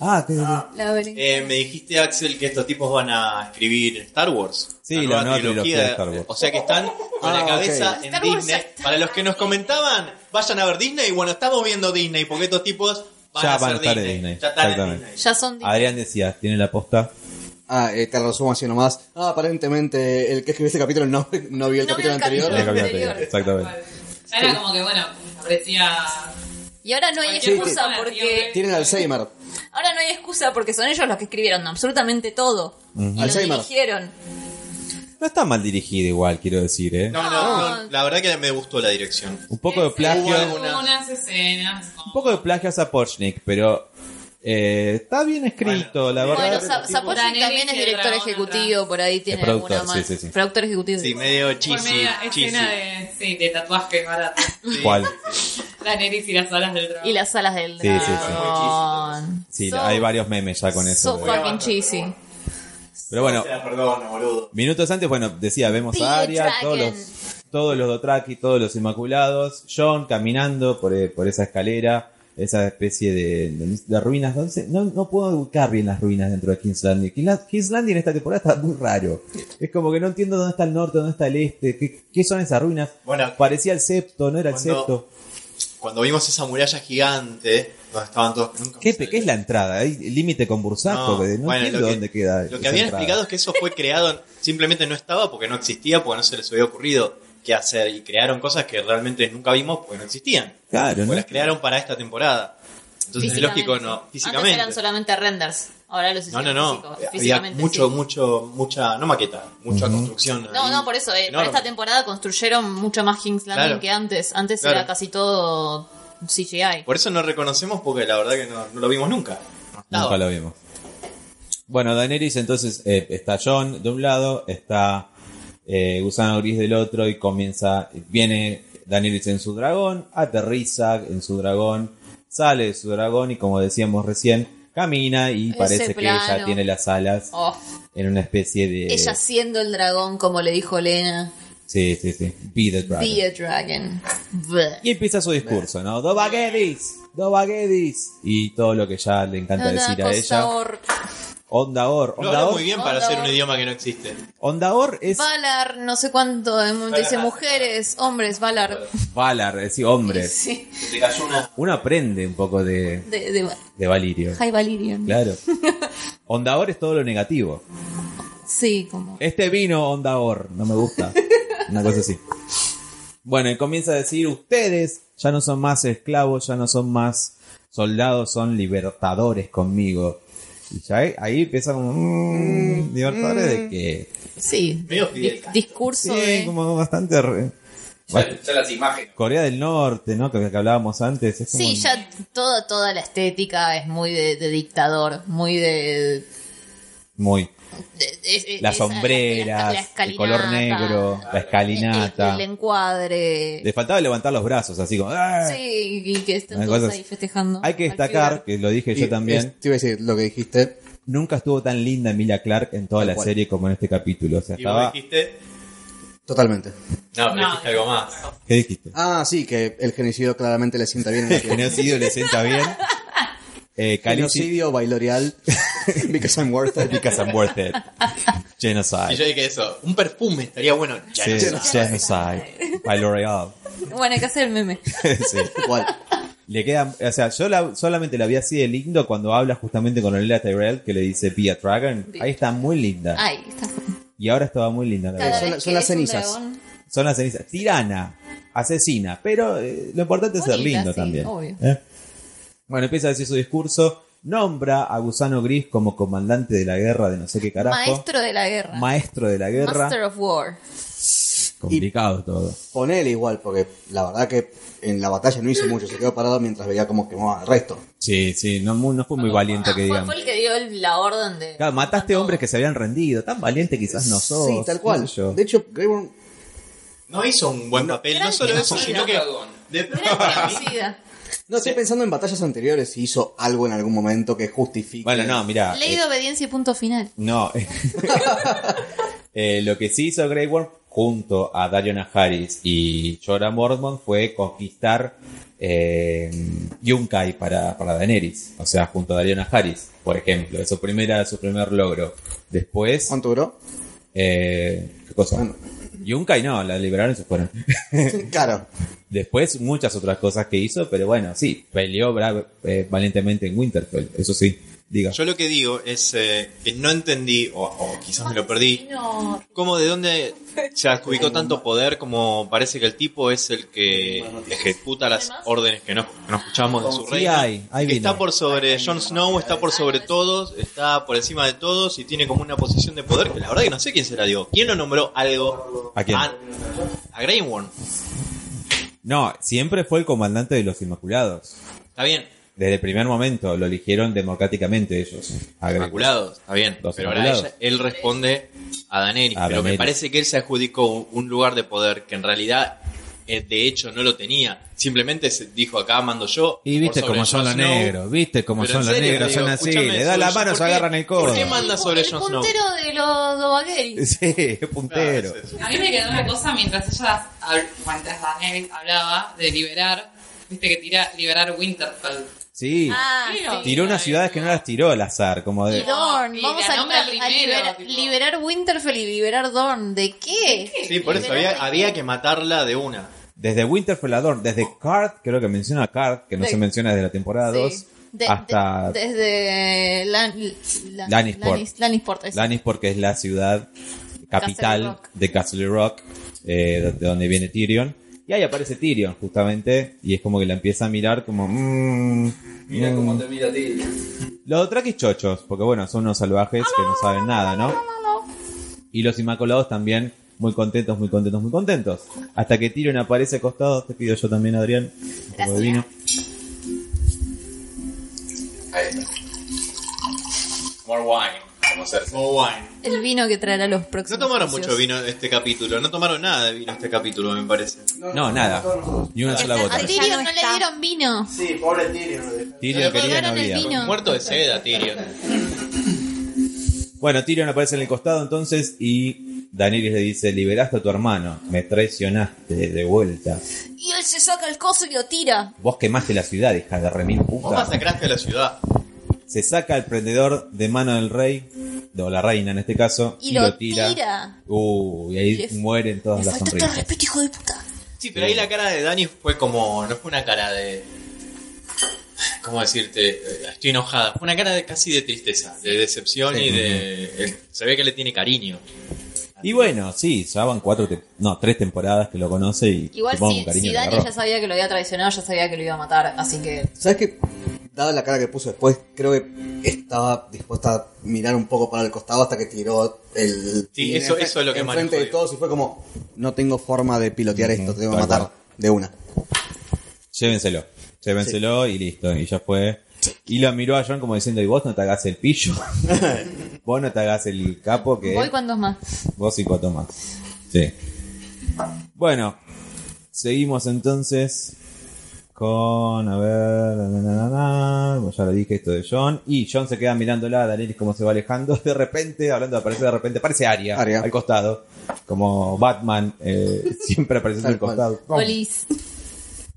Speaker 1: Ah, qué-
Speaker 4: La berenjena.
Speaker 3: Eh, me dijiste, Axel, que estos tipos van a escribir Star Wars.
Speaker 1: Sí, la nueva trilogía de Star Wars.
Speaker 3: O sea que están con la
Speaker 5: Ah,
Speaker 3: cabeza
Speaker 4: ok.
Speaker 3: en
Speaker 4: Star Wars
Speaker 3: Disney.
Speaker 4: está-
Speaker 3: Para los que nos comentaban, vayan a ver Disney. Y bueno, estamos viendo Disney porque estos tipos van
Speaker 1: Ya
Speaker 3: a, ser
Speaker 1: van a estar en
Speaker 3: Disney.
Speaker 1: Disney,
Speaker 3: Ya están en
Speaker 1: exactamente.
Speaker 3: Disney.
Speaker 4: Ya son di-
Speaker 1: Adrián decía, tiene la posta.
Speaker 5: Ah, eh, te resumo así nomás. Ah, aparentemente el que escribió este capítulo no, no vio el
Speaker 4: No
Speaker 5: capítulo
Speaker 4: vio el
Speaker 5: anterior.
Speaker 1: Tiene la cabeza
Speaker 4: anterior.
Speaker 1: anterior, Exactamente.
Speaker 6: Ya era como que, bueno, parecía...
Speaker 4: Y ahora no hay
Speaker 6: Cualquier
Speaker 4: excusa
Speaker 6: persona,
Speaker 4: porque
Speaker 5: Tienen Alzheimer.
Speaker 4: hay excusa porque son ellos los que escribieron absolutamente todo. Y lo
Speaker 5: Alzheimer.
Speaker 4: dirigieron.
Speaker 1: No está mal dirigido igual, quiero decir, ¿eh?
Speaker 3: No, no, no, la verdad que me gustó la dirección.
Speaker 1: Un poco de
Speaker 6: Sí,
Speaker 1: plagio.
Speaker 6: hubo unas escenas. con-
Speaker 1: Un poco de plagio a Sapochnik, pero eh, está bien escrito, la verdad.
Speaker 4: Bueno, Sa- Sapochnik
Speaker 6: Daenerys
Speaker 4: también es
Speaker 6: y
Speaker 4: director
Speaker 6: Dragón
Speaker 4: ejecutivo, por ahí tiene
Speaker 1: productor,
Speaker 4: alguna más.
Speaker 1: sí, sí, sí.
Speaker 4: Productor ejecutivo.
Speaker 3: Sí, medio
Speaker 6: Por
Speaker 3: cheesy.
Speaker 6: media escena
Speaker 3: cheesy.
Speaker 6: de, sí, de tatuajes baratos.
Speaker 3: Sí.
Speaker 1: ¿Cuál?
Speaker 6: La nariz y las alas del dragón.
Speaker 4: y las alas del
Speaker 1: Sí, sí,
Speaker 4: dragón.
Speaker 1: sí. Sí, hay varios memes ya con eso.
Speaker 4: So fucking cheesy.
Speaker 1: Pero bueno,
Speaker 3: Te la perdono, boludo.
Speaker 1: minutos antes, bueno, decía, vemos a
Speaker 4: Pío
Speaker 1: Arya, todos
Speaker 4: Draken.
Speaker 1: los, todos los Dothraki, todos los Inmaculados, John caminando por, eh, por esa escalera, esa especie de, de- de ruinas. No, sé, no, no puedo ubicar bien las ruinas dentro de King's Landing. King's King's Landing en esta temporada está muy raro. Es como que no entiendo dónde está el norte, dónde está el este, qué, qué son esas ruinas.
Speaker 3: Bueno,
Speaker 1: Parecía el septo, no era el
Speaker 3: Cuando-
Speaker 1: septo.
Speaker 3: Cuando vimos esa muralla gigante, donde estaban todos. nunca me
Speaker 1: ¿Qué,
Speaker 3: sale.
Speaker 1: pe- qué es la entrada? ¿Hay límite con Bursaco? No, no
Speaker 3: bueno,
Speaker 1: entiendo
Speaker 3: lo que-
Speaker 1: dónde queda.
Speaker 3: Lo que
Speaker 1: esa
Speaker 3: habían
Speaker 1: entrada.
Speaker 3: explicado es que eso fue creado, simplemente no estaba porque no existía, porque no se les había ocurrido qué hacer. Y crearon cosas que realmente nunca vimos porque no existían.
Speaker 1: Claro,
Speaker 3: Porque
Speaker 1: ¿no?
Speaker 3: las crearon para esta temporada. Entonces es
Speaker 4: Físicamente,
Speaker 3: lógico,
Speaker 4: sí.
Speaker 3: no.
Speaker 4: Antes eran
Speaker 3: Físicamente.
Speaker 4: solamente renders. Ahora los
Speaker 3: No, no,
Speaker 4: hicieron
Speaker 3: no.
Speaker 4: físicos,
Speaker 3: Había
Speaker 4: físicamente,
Speaker 3: mucho,
Speaker 4: sí.
Speaker 3: mucho, mucha, no maqueta, mucha construcción.
Speaker 4: No,
Speaker 3: ahí.
Speaker 4: no, por eso. eh, para
Speaker 3: Enorme.
Speaker 4: esta temporada construyeron mucho más King's Landing
Speaker 3: Claro.
Speaker 4: que antes. Antes
Speaker 3: Claro.
Speaker 4: era casi todo
Speaker 1: Eh.
Speaker 4: CGI.
Speaker 3: Por eso no reconocemos porque la verdad que no, no lo vimos nunca. No estaba.
Speaker 1: Nunca lo vimos. Bueno, Daenerys entonces eh, está John de un lado, está eh, Gusano Gris del otro y comienza, viene Daenerys en su dragón, aterriza en su dragón, sale de su dragón y como decíamos recién, camina y
Speaker 4: Ese
Speaker 1: parece que ella
Speaker 4: plano.
Speaker 1: tiene las alas
Speaker 4: Oh,
Speaker 1: en una especie de...
Speaker 4: ella siendo el dragón, como le dijo Lena.
Speaker 1: Sí, sí, sí. Be the dragon.
Speaker 4: Be a dragon. Bleh.
Speaker 1: Y empieza su discurso, ¿no? Dobaguedis, Dobaguedis. Y todo lo que ya le encanta
Speaker 4: Una
Speaker 1: decir a
Speaker 4: cosa
Speaker 1: ella.
Speaker 4: hor-
Speaker 1: Ondaor,
Speaker 3: Lo habla
Speaker 1: Ondaor.
Speaker 3: muy bien para
Speaker 4: Onda
Speaker 3: hacer
Speaker 4: or.
Speaker 3: un idioma que no existe.
Speaker 1: Ondaor es
Speaker 4: Valar, no sé cuánto. eh, Dice mujeres, hombres, Valar.
Speaker 1: Valar, es decir, hombres.
Speaker 4: Sí,
Speaker 10: Se te cayó una.
Speaker 1: Uno aprende un poco de,
Speaker 4: de, de-
Speaker 1: de Valirio.
Speaker 4: High Valyrian.
Speaker 1: Claro. Ondaor es todo lo negativo.
Speaker 4: Sí, como.
Speaker 1: Este vino Ondaor, no me gusta. Una cosa así. Bueno, y comienza a decir, ustedes ya no son más esclavos, ya no son más soldados, son libertadores conmigo. Y ya ahí, ahí empieza como, "Mm, libertadores de qué.
Speaker 4: Sí.
Speaker 3: Medio
Speaker 4: di-
Speaker 3: Fidel Castro.
Speaker 4: discurso
Speaker 1: Sí,
Speaker 4: de.
Speaker 1: como bastante... re- Bueno,
Speaker 10: Ya, ya las imágenes.
Speaker 1: Corea del Norte, ¿no? Que, que hablábamos antes. es como-
Speaker 4: Sí, ya toda, toda la estética es muy de, de dictador, muy de.
Speaker 1: Muy.
Speaker 4: de- es- es-
Speaker 1: las
Speaker 4: Eh, esa-
Speaker 1: sombreras, el color
Speaker 4: escalinata,
Speaker 1: negro, la
Speaker 4: el-
Speaker 1: escalinata.
Speaker 4: El, encuadre.
Speaker 1: Le faltaba levantar los brazos, así como. ¡ah!
Speaker 4: sí, y que están
Speaker 1: Una
Speaker 4: todos
Speaker 1: cosa
Speaker 4: ahí
Speaker 1: así.
Speaker 4: festejando.
Speaker 1: Hay que
Speaker 4: al
Speaker 1: destacar,
Speaker 4: Führer.
Speaker 1: que lo dije
Speaker 5: Y
Speaker 1: yo también,
Speaker 5: es- te iba a decir lo que dijiste.
Speaker 1: nunca estuvo tan linda Emilia Clark en toda
Speaker 5: Tal
Speaker 1: la
Speaker 5: cual.
Speaker 1: serie como en este capítulo. O sea,
Speaker 3: Y vos
Speaker 1: estaba.
Speaker 3: dijiste.
Speaker 5: Totalmente.
Speaker 3: No, pero
Speaker 6: No,
Speaker 3: dijiste algo más.
Speaker 1: ¿Qué dijiste?
Speaker 5: Ah, sí, que el genocidio claramente le sienta bien. en la piel.
Speaker 1: Genocidio le sienta bien. Eh, Khaleesi-
Speaker 5: genocidio bailorial. Because I'm worth it.
Speaker 1: Because I'm worth it.
Speaker 3: Y yo
Speaker 1: Genocide.
Speaker 3: dije eso. Un perfume estaría bueno. Ya
Speaker 1: Sí,
Speaker 3: no sé.
Speaker 1: genocide. By L'Oreal.
Speaker 4: Bueno, hay que hacer el meme.
Speaker 1: Sí.
Speaker 5: Igual.
Speaker 1: Le queda, o sea, yo la- solamente la vi así de lindo cuando habla justamente con Olena Tyrell que le dice Be a Dragon.
Speaker 4: Be-
Speaker 1: Ahí está muy linda.
Speaker 4: Ay, está.
Speaker 1: Y ahora estaba muy linda la
Speaker 4: cada
Speaker 1: verdad.
Speaker 5: son-
Speaker 4: vez
Speaker 5: son
Speaker 4: que
Speaker 5: las
Speaker 4: es un
Speaker 5: cenizas.
Speaker 4: dragón-
Speaker 1: Son las cenizas. Tirana, asesina, pero eh, lo importante es ser
Speaker 4: Bonita,
Speaker 1: lindo
Speaker 4: sí,
Speaker 1: también.
Speaker 4: obvio.
Speaker 1: ¿eh? Bueno, empieza a decir su discurso, nombra a Gusano Gris como comandante de la guerra de no sé qué carajo.
Speaker 4: Maestro de la guerra.
Speaker 1: Maestro de la guerra.
Speaker 4: Master of War.
Speaker 1: Complicado todo.
Speaker 5: Ponele igual, porque la verdad que en la batalla no hizo mucho. Se quedó parado mientras veía cómo quemaba al resto.
Speaker 1: Sí, sí, no, mu- no fue muy valiente que
Speaker 4: Ah, Fue,
Speaker 1: digamos.
Speaker 4: fue el que dio el- la orden de.
Speaker 1: Claro, mataste hombres que se habían rendido. Tan valiente quizás no sos.
Speaker 5: sí, tal
Speaker 1: qué
Speaker 5: cual.
Speaker 1: sé yo.
Speaker 5: De hecho, Grey Worm
Speaker 3: No hizo un buen papel,
Speaker 4: gran
Speaker 3: no solo eso,
Speaker 4: genocida.
Speaker 3: sino que. de-
Speaker 4: Gran genocida.
Speaker 5: No, estoy pensando en batallas anteriores si hizo algo en algún momento que justifique.
Speaker 1: Bueno, no, mira.
Speaker 4: Ley de obediencia y punto final.
Speaker 1: No. Eh, lo que sí hizo Grey Worm junto a Darion Harris y Jorah Mormont fue conquistar eh, Yunkai para, para Daenerys. O sea, junto a Darion Harris, por ejemplo. Es su, primera, su primer logro. Después...
Speaker 5: ¿Cuánto duró?
Speaker 1: eh, ¿Qué cosa?
Speaker 5: Bueno.
Speaker 1: Yunkai no, la liberaron y se fueron.
Speaker 5: claro.
Speaker 1: Después muchas otras cosas que hizo, pero bueno, sí, peleó bra- eh, valientemente en Winterfell, eso sí, diga.
Speaker 3: Yo lo que digo es eh, que no entendí, o, o quizás me lo perdí,
Speaker 4: Señor.
Speaker 3: cómo de dónde se adjudicó tanto poder como parece que el tipo es el que ejecuta las órdenes que no, que no escuchamos de su
Speaker 1: Sí
Speaker 3: rey.
Speaker 1: hay, ahí
Speaker 3: que
Speaker 1: vino.
Speaker 3: está por sobre Jon Snow, está por sobre todos, está por encima de todos y tiene como una posición de poder que la verdad que no sé quién se la dio. ¿Quién lo nombró algo?
Speaker 1: ¿A quién?
Speaker 3: A, a Grey Worm.
Speaker 1: No, siempre fue el comandante de los Inmaculados.
Speaker 3: Está bien.
Speaker 1: Desde el primer momento lo eligieron democráticamente ellos. a Grey.
Speaker 3: Inmaculados, está bien.
Speaker 1: Los
Speaker 3: pero ahora
Speaker 1: Inmaculados.
Speaker 3: ella- él responde a Daenerys.
Speaker 1: A
Speaker 3: pero me
Speaker 1: Daenerys.
Speaker 3: parece que él se adjudicó un- un lugar de poder que en realidad, eh, de hecho, no lo tenía. Simplemente se dijo acá mando yo.
Speaker 1: Y viste
Speaker 3: por sobre
Speaker 1: cómo son
Speaker 3: Jon
Speaker 1: los
Speaker 3: Snow. Ah,
Speaker 1: negros, viste cómo
Speaker 3: Pero
Speaker 1: son
Speaker 3: en
Speaker 1: los
Speaker 3: serio,
Speaker 1: negros,
Speaker 3: digo,
Speaker 1: son así,
Speaker 3: escúchame,
Speaker 1: le da la
Speaker 3: sobre-
Speaker 1: mano,
Speaker 3: ¿por
Speaker 1: se
Speaker 3: qué-
Speaker 1: agarran el codo.
Speaker 3: ¿Por qué manda sobre
Speaker 4: El
Speaker 3: Jon Snow?
Speaker 4: puntero de los
Speaker 1: Eh,
Speaker 4: Dovagueri.
Speaker 1: Sí, puntero.
Speaker 3: Ah, es eso.
Speaker 6: A mí me quedó una cosa mientras ellas, hab- mientras Daenerys hablaba de liberar, viste que tira liberar Winterfell.
Speaker 1: Sí.
Speaker 4: Ah,
Speaker 6: Pero-
Speaker 4: sí.
Speaker 1: Tiró unas ciudades que no las tiró al azar, como
Speaker 4: Y
Speaker 1: de...
Speaker 4: Dorn,
Speaker 6: Sí,
Speaker 4: vamos
Speaker 6: la
Speaker 4: a,
Speaker 6: nombra
Speaker 4: a
Speaker 6: primero,
Speaker 4: liberar,
Speaker 6: tipo.
Speaker 4: liberar Winterfell y liberar Dorn. ¿De qué?
Speaker 3: Sí, por eso había, había que matarla de una.
Speaker 1: Desde Winterfell a Dorne, desde Card, creo que menciona a Card, que no
Speaker 4: Sí.
Speaker 1: se menciona desde la temporada 2,
Speaker 4: Sí. De-
Speaker 1: hasta
Speaker 4: de- desde Lan- la-
Speaker 1: Lannisport.
Speaker 4: Lannis- Lannisport, es.
Speaker 1: Lannis porque es la ciudad capital
Speaker 4: Castle Rock.
Speaker 1: de Castle Rock, eh, de donde viene Tyrion. Y ahí aparece Tyrion, justamente, y es como que la empieza a mirar como... "Mm,
Speaker 11: Mira
Speaker 1: mm".
Speaker 11: cómo te mira a ti.
Speaker 1: Los Dothrakis chochos, porque bueno, son unos salvajes que no saben nada, ¿no? Y los Inmaculados también, muy contentos, muy contentos, muy contentos. Hasta que Tyrion aparece acostado, te pido yo también, Adrián, un poco de vino.
Speaker 11: Ahí está. More wine. Como Cersei.
Speaker 3: Como wine.
Speaker 4: El vino que traerá los próximos.
Speaker 3: No tomaron
Speaker 4: juicios.
Speaker 3: mucho vino este capítulo, no tomaron nada de vino este capítulo, me parece.
Speaker 1: No, nada, ni una sola
Speaker 4: A
Speaker 1: gota.
Speaker 12: Ya
Speaker 4: Tyrion Ah,
Speaker 12: no
Speaker 4: no le
Speaker 12: está.
Speaker 4: dieron vino.
Speaker 13: Sí, pobre Tyrion. lo dejaron.
Speaker 1: Tyrion quería
Speaker 3: Le
Speaker 1: no
Speaker 4: colgaron el
Speaker 1: había.
Speaker 4: vino. No.
Speaker 3: Muerto de seda, Tyrion.
Speaker 1: Bueno, Tyrion aparece en el costado entonces y Daenerys le dice, liberaste a tu hermano, me traicionaste de vuelta.
Speaker 4: Y él se saca el coso y lo tira.
Speaker 1: Vos quemaste la ciudad, hija de remil
Speaker 3: Vos
Speaker 1: puta.
Speaker 3: masacraste a la ciudad.
Speaker 1: Se saca el prendedor de mano del rey, o la reina en este caso,
Speaker 4: Y lo tira.
Speaker 1: Uh, y ahí
Speaker 4: Le-
Speaker 1: mueren
Speaker 4: Le
Speaker 1: todas las
Speaker 4: faltaste el
Speaker 1: sonrisas.
Speaker 4: respeto, hijo de puta.
Speaker 3: Sí, pero ahí la cara de Dani fue como. No fue una cara de. ¿Cómo decirte? Eh, Estoy enojada. Fue una cara de, casi de tristeza, de decepción y de. eh, Se ve que le tiene cariño.
Speaker 1: Y bueno, sí, ya van cuatro, te- no, tres temporadas que lo conoce y
Speaker 4: Igual
Speaker 1: supongo
Speaker 4: si,
Speaker 1: con cariño
Speaker 4: si
Speaker 1: le
Speaker 4: Dani
Speaker 1: agarró.
Speaker 4: ya sabía que lo había traicionado, ya sabía que lo iba a matar. Así que.
Speaker 5: ¿Sabes qué? Dada la cara que puso después, creo que estaba dispuesta a mirar un poco para el costado hasta que tiró el.
Speaker 3: Sí,
Speaker 5: pin
Speaker 3: eso-
Speaker 5: enfe-
Speaker 3: eso es lo que
Speaker 5: Enfrente
Speaker 3: manejó,
Speaker 5: de todos y fue como: No tengo forma de pilotear esto, te voy
Speaker 1: tal
Speaker 5: a matar
Speaker 1: cual.
Speaker 5: de una.
Speaker 1: Llévenselo, llévenselo y listo, y ya fue. Y lo miró a John como diciendo, y vos no te hagas el pillo, vos no te hagas el capo que...
Speaker 4: Voy cuantos más.
Speaker 1: Vos y cuatro más. Sí. Bueno, seguimos entonces con, a ver, na, na, na, na, na. Bueno, ya lo dije esto de John. Y John se queda mirándola a Daenerys como se va alejando. De repente, hablando, aparece de repente, aparece Aria,
Speaker 5: Arya.
Speaker 1: al costado. Como Batman, eh, siempre apareciendo
Speaker 5: Tal
Speaker 1: al
Speaker 5: cual.
Speaker 1: costado.
Speaker 4: Polis.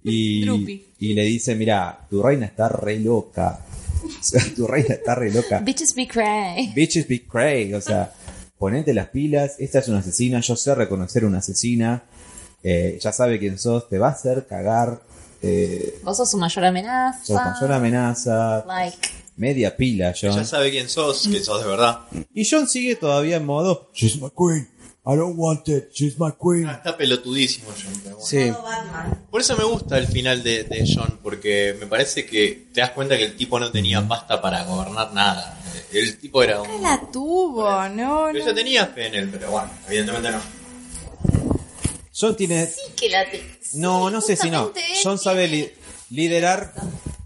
Speaker 1: Y,
Speaker 4: Drupi.
Speaker 1: y le dice, mira, tu reina está re loca. O sea, tu reina está re loca.
Speaker 4: Bitches be cry.
Speaker 1: Bitches be crazy, o sea, ponete las pilas, esta es una asesina, yo sé reconocer una asesina, eh, ya sabe quién sos, te va a hacer cagar, eh,
Speaker 4: Vos sos su mayor amenaza.
Speaker 1: sos mayor amenaza,
Speaker 4: Like.
Speaker 1: media pila, John.
Speaker 3: Ya sabe quién sos, quién sos de verdad.
Speaker 1: Y John sigue todavía en modo, she's my queen, I don't want it, she's my queen.
Speaker 3: Ah, Está pelotudísimo, John. pero bueno.
Speaker 5: Sí.
Speaker 3: Por eso me gusta el final de, de John, porque me parece que te das cuenta que el tipo no tenía pasta para gobernar nada. El tipo era un...
Speaker 12: La tuvo, no,
Speaker 3: Pero
Speaker 12: no.
Speaker 3: yo tenía fe en él, pero bueno, evidentemente no.
Speaker 1: John tiene,
Speaker 4: Sí, que la te-
Speaker 1: no, no sé si no,
Speaker 4: justamente él
Speaker 1: John sabe li- liderar,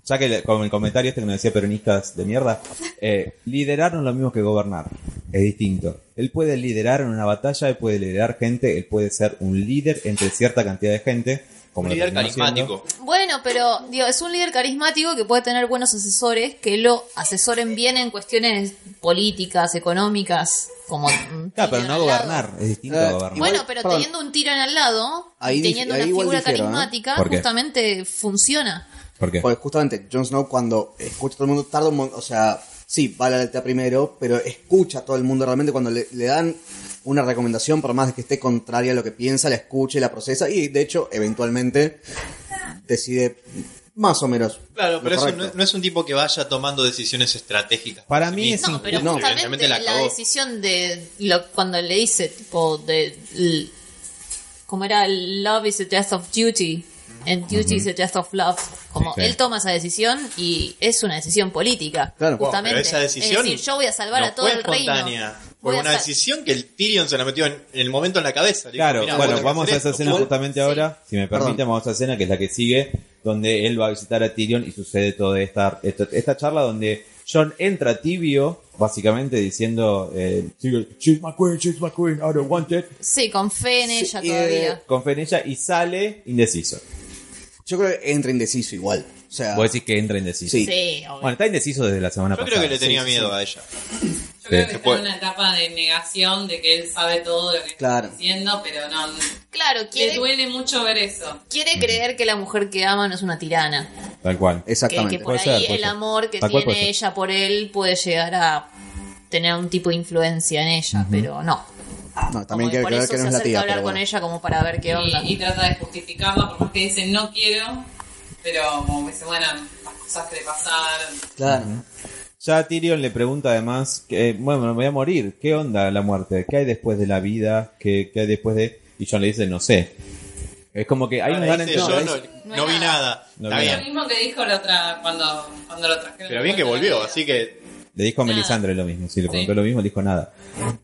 Speaker 1: ya que le- con el comentario este que me decía peronistas de mierda, eh, liderar no es lo mismo que gobernar, es distinto. Él puede liderar en una batalla, él puede liderar gente, él puede ser un líder entre cierta cantidad de gente, como
Speaker 3: Un
Speaker 1: lo
Speaker 3: líder
Speaker 1: terminó siendo.
Speaker 3: carismático.
Speaker 4: Bueno, pero digo, es un líder carismático que puede tener buenos asesores que lo asesoren bien en cuestiones políticas, económicas, como. un
Speaker 1: Claro, pero
Speaker 4: Tyrion
Speaker 1: no
Speaker 4: al lado.
Speaker 1: gobernar, es distinto
Speaker 5: Eh,
Speaker 1: a gobernar.
Speaker 4: Bueno,
Speaker 5: Igual-
Speaker 4: pero
Speaker 5: perdón.
Speaker 4: teniendo un Tyrion al lado,
Speaker 5: Ahí
Speaker 4: y teniendo
Speaker 5: dif- ahí
Speaker 4: una
Speaker 5: igual ¿eh?
Speaker 4: figura
Speaker 5: difiero, ¿no?
Speaker 4: carismática,
Speaker 1: ¿Por qué?
Speaker 4: justamente funciona.
Speaker 1: ¿Por qué?
Speaker 5: Porque justamente Jon Snow cuando escucha a todo el mundo tarda un montón, o sea, sí, va a la alta primero, pero escucha a todo el mundo realmente cuando le, le dan una recomendación, por más de que esté contraria a lo que piensa, la escuche, la procesa y de hecho, eventualmente, decide más o menos.
Speaker 3: Claro,
Speaker 5: lo
Speaker 3: pero eso
Speaker 5: correcto.
Speaker 3: no, no es un tipo que vaya tomando decisiones estratégicas. por
Speaker 1: Para
Speaker 3: sí
Speaker 1: mí
Speaker 3: mismo.
Speaker 1: es
Speaker 4: No, pero
Speaker 5: no,
Speaker 4: justamente
Speaker 3: evidentemente
Speaker 4: la,
Speaker 3: la acabó.
Speaker 4: decisión de lo- cuando le dice, tipo, de. l- ¿Cómo era? Love is the death of duty. And duty is the death of love. Como
Speaker 1: Sí.
Speaker 4: él toma esa decisión y es una decisión política.
Speaker 5: Claro. Wow,
Speaker 4: justamente.
Speaker 3: Pero esa decisión.
Speaker 4: es decir, yo voy a salvar
Speaker 3: no
Speaker 4: a todo
Speaker 3: fue
Speaker 4: el reino.
Speaker 3: espontánea. Fue
Speaker 4: Voy a
Speaker 3: una
Speaker 4: sal-
Speaker 3: decisión que el Tyrion se la metió en, en el momento en la cabeza. Le dijo,
Speaker 1: Claro,
Speaker 3: "Mirá, vos
Speaker 1: bueno,
Speaker 3: tenés que
Speaker 1: vamos
Speaker 3: hacer
Speaker 1: a esa
Speaker 3: esto".
Speaker 1: escena justamente ahora, si me
Speaker 5: Perdón.
Speaker 1: permiten, vamos a esa escena que es la que sigue, donde él va a visitar a Tyrion y sucede toda esta, esto- esta charla donde John entra tibio, básicamente diciendo, eh, Tyrion, she's my queen, she's my queen, I don't want it,
Speaker 4: Sí, con fe en ella
Speaker 5: Sí,
Speaker 4: todavía.
Speaker 5: eh,
Speaker 1: con fe en ella y sale indeciso.
Speaker 5: Yo creo que entra indeciso igual. O sea,
Speaker 1: Vos decís que entra indeciso.
Speaker 5: Sí.
Speaker 4: sí, obvio.
Speaker 1: Bueno, está indeciso desde la semana
Speaker 3: Yo creo
Speaker 1: pasada.
Speaker 3: que le tenía
Speaker 5: sí,
Speaker 3: miedo
Speaker 5: sí.
Speaker 3: a ella.
Speaker 6: Yo creo que
Speaker 1: se
Speaker 6: está
Speaker 1: puede.
Speaker 6: en una etapa de negación de que él sabe todo lo que
Speaker 5: Claro.
Speaker 6: está diciendo, pero no.
Speaker 4: claro,
Speaker 6: Le
Speaker 4: quiere,
Speaker 6: duele mucho ver eso.
Speaker 4: quiere creer que la mujer que ama no es una tirana.
Speaker 1: Tal cual.
Speaker 4: que,
Speaker 5: exactamente.
Speaker 4: que por
Speaker 1: Puede
Speaker 4: ahí
Speaker 1: ser, puede
Speaker 4: el
Speaker 1: ser.
Speaker 4: amor que
Speaker 1: Tal cual puede
Speaker 4: tiene ella por él puede llegar a tener un tipo de influencia en ella, pero no.
Speaker 5: No, también
Speaker 4: Ah, Como
Speaker 5: quiere
Speaker 4: por
Speaker 5: creer
Speaker 4: eso
Speaker 5: que no
Speaker 4: se
Speaker 5: es
Speaker 4: acerca
Speaker 5: la
Speaker 4: a
Speaker 5: tía.
Speaker 4: hablar
Speaker 5: Pero
Speaker 4: con
Speaker 5: bueno.
Speaker 4: ella como para ver qué onda.
Speaker 6: Y, y trata de justificarla por más que dice no quiero, pero como que dice, bueno, las cosas que le pasaron.
Speaker 5: Claro.
Speaker 1: Ya Tyrion le pregunta además, que, eh, bueno, me voy a morir, ¿qué onda la muerte? ¿Qué hay después de la vida? ¿Qué, qué hay después de...? Y John le dice, no sé. Es como que hay
Speaker 3: Ah,
Speaker 1: un gran
Speaker 3: dice,
Speaker 1: entendimiento.
Speaker 3: yo no,
Speaker 4: no
Speaker 3: no
Speaker 4: hay
Speaker 3: vi nada.
Speaker 1: No
Speaker 3: Está
Speaker 1: vi
Speaker 6: Es
Speaker 1: nada.
Speaker 6: lo
Speaker 3: bien.
Speaker 6: mismo que dijo la otra cuando, cuando lo trajeron.
Speaker 3: Pero bien que volvió, así que
Speaker 1: Le dijo a
Speaker 6: Nada.
Speaker 1: Melisandre lo mismo, si le preguntó
Speaker 6: Sí.
Speaker 1: lo mismo, le dijo nada.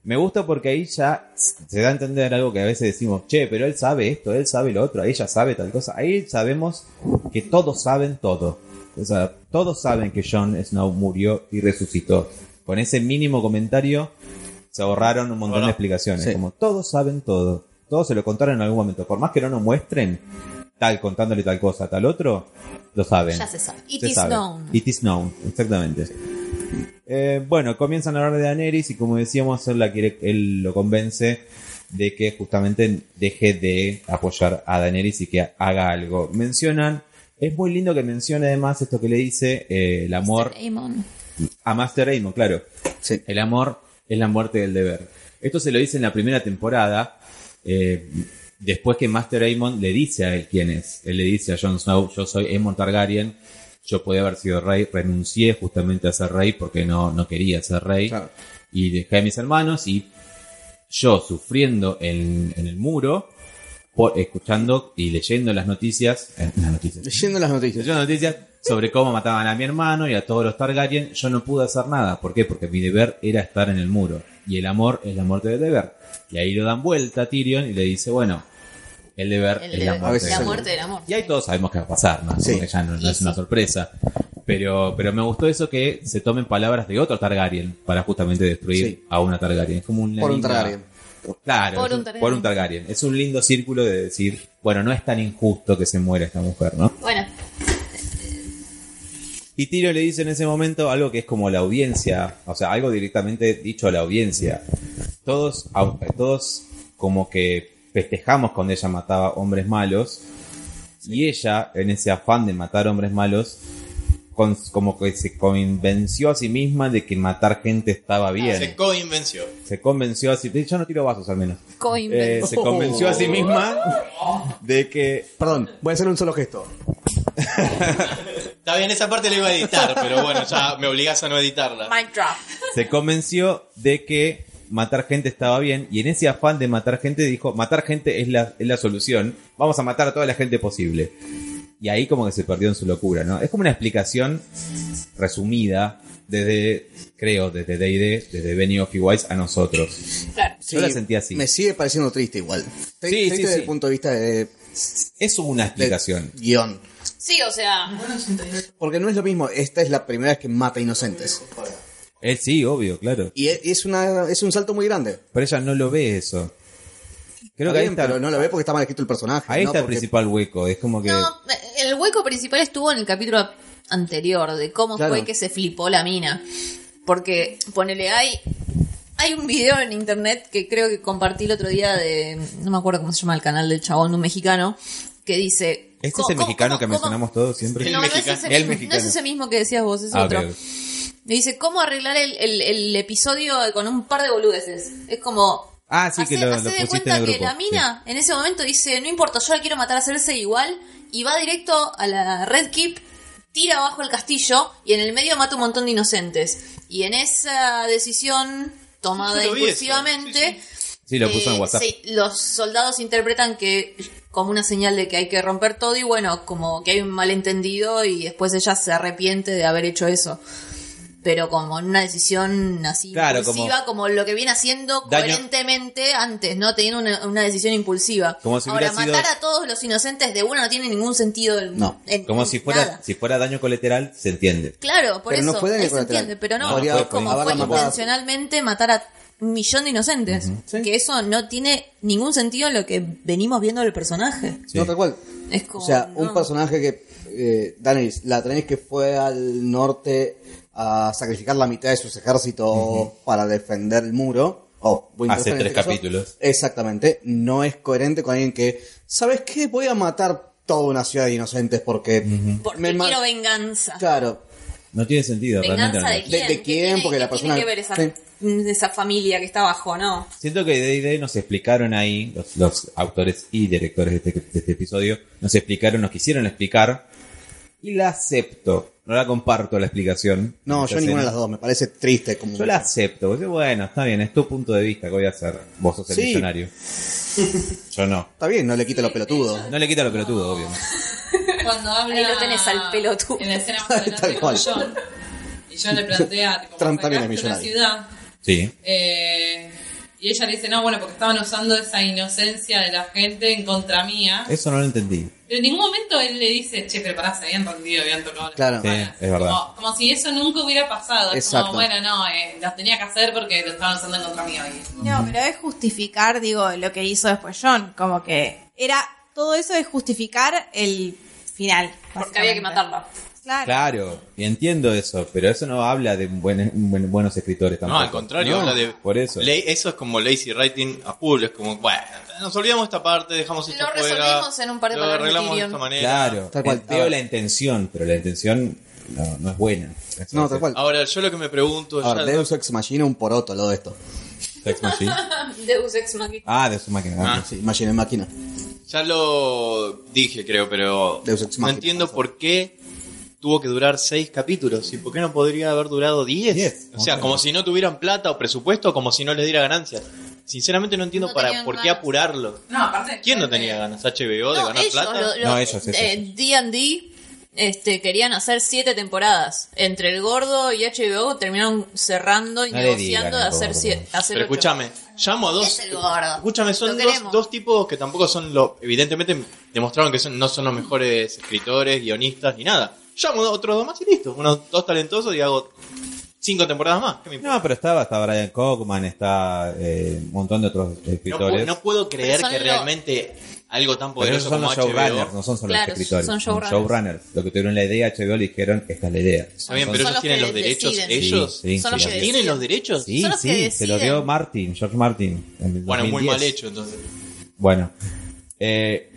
Speaker 1: Me gusta porque ahí ya se da a entender algo que a veces decimos, che, pero él sabe esto, él sabe lo otro, ella sabe tal cosa. Ahí sabemos que todos saben todo. O sea, todos saben que Jon Snow murió y resucitó. Con ese mínimo comentario se ahorraron un montón
Speaker 3: Bueno.
Speaker 1: de explicaciones.
Speaker 5: Sí.
Speaker 1: Como todos saben todo. Todos se lo contaron en algún momento. Por más que no nos muestren tal contándole tal cosa, tal otro, lo saben.
Speaker 4: Ya se sabe. It
Speaker 1: Se
Speaker 4: is
Speaker 1: sabe.
Speaker 4: known.
Speaker 1: It is known, exactamente. Eh, bueno, comienzan a hablar de Daenerys y como decíamos, él, la quiere, él lo convence de que justamente deje de apoyar a Daenerys y que haga algo. Mencionan, es muy lindo que mencione además esto que le dice eh, el amor
Speaker 4: Damon.
Speaker 1: a Master Aemon, claro.
Speaker 5: Sí.
Speaker 1: El amor es la muerte del deber. Esto se lo dice en la primera temporada, eh, después que Master Aemon le dice a él quién es. Él le dice a Jon Snow, yo soy Aemon Targaryen, yo podía haber sido rey, renuncié justamente a ser rey porque no, no quería ser rey.
Speaker 5: Claro.
Speaker 1: Y dejé a mis hermanos y yo sufriendo en, en el muro, por, escuchando y leyendo las noticias, eh, las noticias,
Speaker 5: Leyendo las noticias.
Speaker 1: yo noticias sobre cómo mataban a mi hermano y a todos los Targaryen, yo no pude hacer nada. ¿Por qué? Porque mi deber era estar en el muro. Y el amor es la muerte del deber. Y ahí lo dan vuelta a Tyrion y le dice, bueno, el deber
Speaker 4: El
Speaker 1: es
Speaker 4: de-
Speaker 1: la
Speaker 4: la,
Speaker 1: muerte
Speaker 5: veces
Speaker 1: del deber.
Speaker 4: muerte del amor.
Speaker 1: Y ahí todos sabemos qué va a pasar, ¿no?
Speaker 5: Sí.
Speaker 1: Porque ya no, no
Speaker 4: Y
Speaker 1: es una
Speaker 4: sí.
Speaker 1: sorpresa. Pero, pero me gustó eso que se tomen palabras de otro Targaryen para justamente destruir
Speaker 5: Sí.
Speaker 1: a una Targaryen. Es como una
Speaker 5: Por un
Speaker 1: linda-
Speaker 5: Targaryen.
Speaker 1: Claro,
Speaker 4: Por
Speaker 1: es
Speaker 4: un
Speaker 1: un-
Speaker 4: Targaryen.
Speaker 1: por un Targaryen. Es un lindo círculo de decir, bueno, no es tan injusto que se muera esta mujer, ¿no?
Speaker 4: Bueno,
Speaker 1: Y Tiro le dice en ese momento algo que es como la audiencia, o sea, algo directamente dicho a la audiencia. Todos, au- eh, todos como que festejamos cuando ella mataba hombres malos. Y ella, en ese afán de matar hombres malos, con- como que se convenció a sí misma de que matar gente estaba
Speaker 3: se
Speaker 1: bien.
Speaker 3: coinvenció.
Speaker 1: Se convenció a sí Yo no tiro vasos al menos. Eh,
Speaker 4: coinvención.
Speaker 1: se convenció a sí misma de que
Speaker 5: Perdón, voy a hacer un solo gesto.
Speaker 3: Está bien, esa parte la iba a editar, pero bueno, ya me obligás a no editarla.
Speaker 4: Mic drop.
Speaker 1: se convenció de que matar gente estaba bien y en ese afán de matar gente dijo, matar gente es la, es la solución, vamos a matar a toda la gente posible. Y ahí como que se perdió en su locura, ¿no? Es como una explicación resumida desde, creo, desde D&D, desde Benioff y Wise a nosotros.
Speaker 4: Claro.
Speaker 1: Yo la sentí así.
Speaker 5: Me sigue pareciendo triste igual. Tr-
Speaker 1: Sí,
Speaker 5: triste
Speaker 1: sí,
Speaker 5: desde
Speaker 1: sí.
Speaker 5: el punto de vista de, de
Speaker 1: Es una explicación.
Speaker 5: guión.
Speaker 4: Sí, o sea,
Speaker 5: Porque no es lo mismo, esta es la primera vez que mata inocentes.
Speaker 1: Eh, sí, obvio, claro.
Speaker 5: Y e- es, una, es un salto muy grande.
Speaker 1: Pero ella no lo ve eso. Creo
Speaker 5: Está
Speaker 1: que ahí
Speaker 5: bien,
Speaker 1: está,
Speaker 5: pero no lo ve porque está mal escrito el personaje.
Speaker 1: ahí
Speaker 5: ¿no?
Speaker 1: está el
Speaker 5: Porque-
Speaker 1: principal hueco. Es como que...
Speaker 4: no, el hueco principal estuvo en el capítulo anterior, de cómo
Speaker 5: Claro.
Speaker 4: fue que se flipó la mina. Porque, ponele, hay, hay un video en internet que creo que compartí el otro día de, no me acuerdo cómo se llama el canal del chabón, de un mexicano, que dice...
Speaker 1: ¿Este
Speaker 4: ¿cómo-
Speaker 1: es el
Speaker 4: cómo-
Speaker 1: mexicano
Speaker 4: cómo-
Speaker 1: que
Speaker 4: cómo-
Speaker 1: mencionamos todos siempre?
Speaker 4: No, no es ese
Speaker 1: El
Speaker 4: mismo, no es
Speaker 1: mexicano.
Speaker 4: ese mismo que decías vos, es
Speaker 1: Ah,
Speaker 4: otro.
Speaker 1: ok.
Speaker 4: Me dice, ¿cómo arreglar el, el- el episodio con un par de boludeces? Es como,
Speaker 1: Ah, sí, que
Speaker 4: Hacé-
Speaker 1: lo, lo
Speaker 4: hacé de
Speaker 1: pusiste
Speaker 4: cuenta
Speaker 1: en el grupo.
Speaker 4: que la mina en ese momento dice, no importa, yo la quiero matar a Cersei igual, y va directo a la Red Keep, tira abajo el castillo, y en el medio mata un montón de inocentes. Y en esa decisión tomada
Speaker 3: Yo lo vi eso,
Speaker 4: impulsivamente,
Speaker 1: Sí, Sí, lo puso
Speaker 4: eh,
Speaker 1: en WhatsApp.
Speaker 4: sí, los soldados interpretan que como una señal de que hay que romper todo y bueno, como que hay un malentendido y después ella se arrepiente de haber hecho eso. Pero como en una decisión así
Speaker 1: Claro,
Speaker 4: impulsiva, como... lo que viene haciendo
Speaker 1: Daño-
Speaker 4: coherentemente antes, ¿no? Teniendo una, una decisión impulsiva.
Speaker 1: Como si
Speaker 4: Ahora,
Speaker 1: hubiera sido-
Speaker 4: matar a todos los inocentes de una no tiene ningún sentido. en-
Speaker 5: No,
Speaker 4: en-
Speaker 1: Como si fuera,
Speaker 4: nada.
Speaker 1: si fuera daño colateral, se entiende.
Speaker 4: Claro, por
Speaker 5: Pero no
Speaker 4: eso.
Speaker 5: fue daño
Speaker 4: ahí se
Speaker 5: colateral.
Speaker 4: entiende, pero no,
Speaker 5: No,
Speaker 1: podría
Speaker 4: fue
Speaker 1: haber
Speaker 4: como
Speaker 5: haberla
Speaker 4: fue
Speaker 5: matado.
Speaker 4: intencionalmente matar a un millón de inocentes. Que eso no tiene ningún sentido en lo que venimos viendo del personaje.
Speaker 1: Sí.
Speaker 5: No, tal cual.
Speaker 4: Es
Speaker 5: O
Speaker 4: como,
Speaker 5: sea,
Speaker 4: no.
Speaker 5: un personaje que. Eh, Daenerys, la Daenerys que fue al norte a sacrificar la mitad de sus ejércitos para defender el muro. Oh, o Winterfell
Speaker 1: Hace
Speaker 5: en este
Speaker 1: tres capítulos.
Speaker 5: Exactamente. No es coherente con alguien que. ¿Sabes qué? Voy a matar toda una ciudad de inocentes porque.
Speaker 4: Porque
Speaker 5: me ma-
Speaker 4: quiero venganza.
Speaker 5: Claro.
Speaker 1: No tiene sentido, realmente.
Speaker 4: ¿Venganza
Speaker 1: no.
Speaker 4: de quién?
Speaker 5: ¿De- de
Speaker 4: ¿Qué
Speaker 5: quién?
Speaker 4: tiene-
Speaker 5: Porque
Speaker 4: qué
Speaker 5: la persona-
Speaker 4: tiene que ver esa,
Speaker 5: Sí.
Speaker 4: de esa familia que está abajo, ¿no?
Speaker 1: Siento que D&D nos explicaron ahí, los, los autores y directores de este, de este episodio, nos explicaron, nos quisieron explicar, y la acepto. No la comparto la explicación.
Speaker 5: No,
Speaker 1: Esta
Speaker 5: yo ninguna de
Speaker 1: escena.
Speaker 5: las dos. Me parece triste. como
Speaker 1: Yo la acepto, porque bueno, está bien, es tu punto de vista que voy a hacer. Vos sos el
Speaker 5: Sí.
Speaker 1: millonario. Yo no.
Speaker 5: Está bien, no le quita lo pelotudo.
Speaker 1: No le quita lo pelotudo, obvio. ¿no?
Speaker 6: Cuando habla.
Speaker 4: Ahí lo tenés al pelo tú.
Speaker 6: En la escena más adelante
Speaker 5: Tal
Speaker 6: con
Speaker 5: cual.
Speaker 6: John. Y John le plantea, tipo,
Speaker 5: Trump también es
Speaker 6: sacaste una
Speaker 5: millonario.
Speaker 6: ciudad.
Speaker 1: Sí.
Speaker 6: eh, y ella le dice, no, bueno, porque estaban usando esa inocencia de la gente en contra mía.
Speaker 1: Eso no lo entendí.
Speaker 6: Pero en ningún momento él le dice, che, pero pará, se habían rendido, habían tocado las
Speaker 5: Claro.
Speaker 6: campanas".
Speaker 1: Sí, es verdad.
Speaker 6: Como, como si eso nunca hubiera pasado. Es
Speaker 5: Exacto.
Speaker 6: Como, bueno, no, eh, las tenía que hacer porque lo estaban usando en contra mío. Y-
Speaker 12: No, pero es justificar, digo, lo que hizo después John. Como que era todo eso de justificar el final.
Speaker 4: Porque había que matarla.
Speaker 12: Claro.
Speaker 1: Claro, y entiendo eso, pero eso no habla de buen- buen- buenos escritores
Speaker 3: No,
Speaker 1: tampoco.
Speaker 3: al contrario,
Speaker 1: No,
Speaker 3: habla de.
Speaker 1: Por eso.
Speaker 3: Ley- eso es como lazy writing a full, es como, bueno, nos olvidamos esta parte, dejamos esto
Speaker 4: Lo
Speaker 3: fuera.
Speaker 4: resolvimos en un par de
Speaker 3: lo
Speaker 4: palabras de
Speaker 3: arreglamos de
Speaker 4: Tyrion.
Speaker 3: esta manera.
Speaker 1: Claro,
Speaker 5: Tal cual.
Speaker 1: veo la intención, pero la intención no, no es buena.
Speaker 5: No, tal
Speaker 1: Ah,
Speaker 5: cual.
Speaker 3: Ahora, yo lo que me pregunto
Speaker 1: pues
Speaker 5: A ver,
Speaker 3: ya-
Speaker 5: Deus Ex Machina, un poroto lo de esto.
Speaker 1: Sex Machine.
Speaker 4: Deus Ex Machina.
Speaker 1: Ah, de su máquina.
Speaker 3: Ah.
Speaker 5: Sí, Machina en máquina.
Speaker 3: Ya lo dije, creo, pero
Speaker 5: Deus Ex
Speaker 3: no
Speaker 5: Machina,
Speaker 3: entiendo
Speaker 5: pasa.
Speaker 3: por qué tuvo que durar seis capítulos y por qué no podría haber durado diez.
Speaker 1: Diez,
Speaker 3: o sea,
Speaker 1: ok.
Speaker 3: como si no tuvieran plata o presupuesto, como si no les diera ganancias. Sinceramente no entiendo
Speaker 4: No
Speaker 3: para
Speaker 4: tenían
Speaker 3: por qué
Speaker 4: ganas.
Speaker 3: apurarlo.
Speaker 6: No, aparte.
Speaker 3: ¿Quién no tenía ganas? ¿HBO de
Speaker 4: No,
Speaker 3: ganar
Speaker 4: ellos,
Speaker 3: plata?
Speaker 4: lo- lo-
Speaker 1: No, ellos, ellos,
Speaker 4: eh, D&D este, querían hacer siete temporadas. Entre el gordo y HBO terminaron cerrando y
Speaker 1: No le
Speaker 4: negociando
Speaker 1: digan
Speaker 4: de
Speaker 1: al
Speaker 4: hacer
Speaker 1: gordo.
Speaker 4: siete. hacer
Speaker 3: Pero
Speaker 4: ocho.
Speaker 3: escúchame, llamo a dos.
Speaker 4: Es el gordo.
Speaker 3: Escúchame, son
Speaker 4: Lo
Speaker 3: dos,
Speaker 4: queremos.
Speaker 3: dos tipos que tampoco son lo. Evidentemente demostraron que son, no son los mejores escritores, guionistas, ni nada. Llamo a otros dos más y listo. Unos dos talentosos y hago cinco temporadas más. ¿Qué me importa?
Speaker 1: No, pero estaba, está Brian Cockman, está eh, un montón de otros
Speaker 3: No, puedo,
Speaker 1: escritores.
Speaker 3: no puedo creer
Speaker 4: son
Speaker 3: que
Speaker 4: lo-
Speaker 3: realmente algo tan
Speaker 1: pero esos
Speaker 3: poderoso
Speaker 1: son
Speaker 3: como
Speaker 1: los
Speaker 3: HBO.
Speaker 1: showrunners, no son solo
Speaker 4: Claro,
Speaker 1: los escritores.
Speaker 4: son
Speaker 1: Son
Speaker 4: showrunners.
Speaker 1: showrunners. Lo que tuvieron la idea, HBO le dijeron, esta es la idea.
Speaker 3: Está
Speaker 1: Entonces-
Speaker 3: bien, pero
Speaker 4: Son
Speaker 3: ellos
Speaker 4: los
Speaker 3: tienen
Speaker 4: que
Speaker 3: los derechos
Speaker 4: deciden.
Speaker 3: ellos.
Speaker 1: Sí, sí,
Speaker 4: Son los
Speaker 1: sí,
Speaker 4: que
Speaker 1: sí.
Speaker 3: ¿Tienen los derechos?
Speaker 1: Sí,
Speaker 4: Son los
Speaker 1: sí,
Speaker 4: que
Speaker 1: se lo
Speaker 4: deciden.
Speaker 1: dio Martin, George Martin. en el
Speaker 3: Bueno, muy
Speaker 1: 2010.
Speaker 3: mal hecho entonces.
Speaker 1: Bueno. Eh,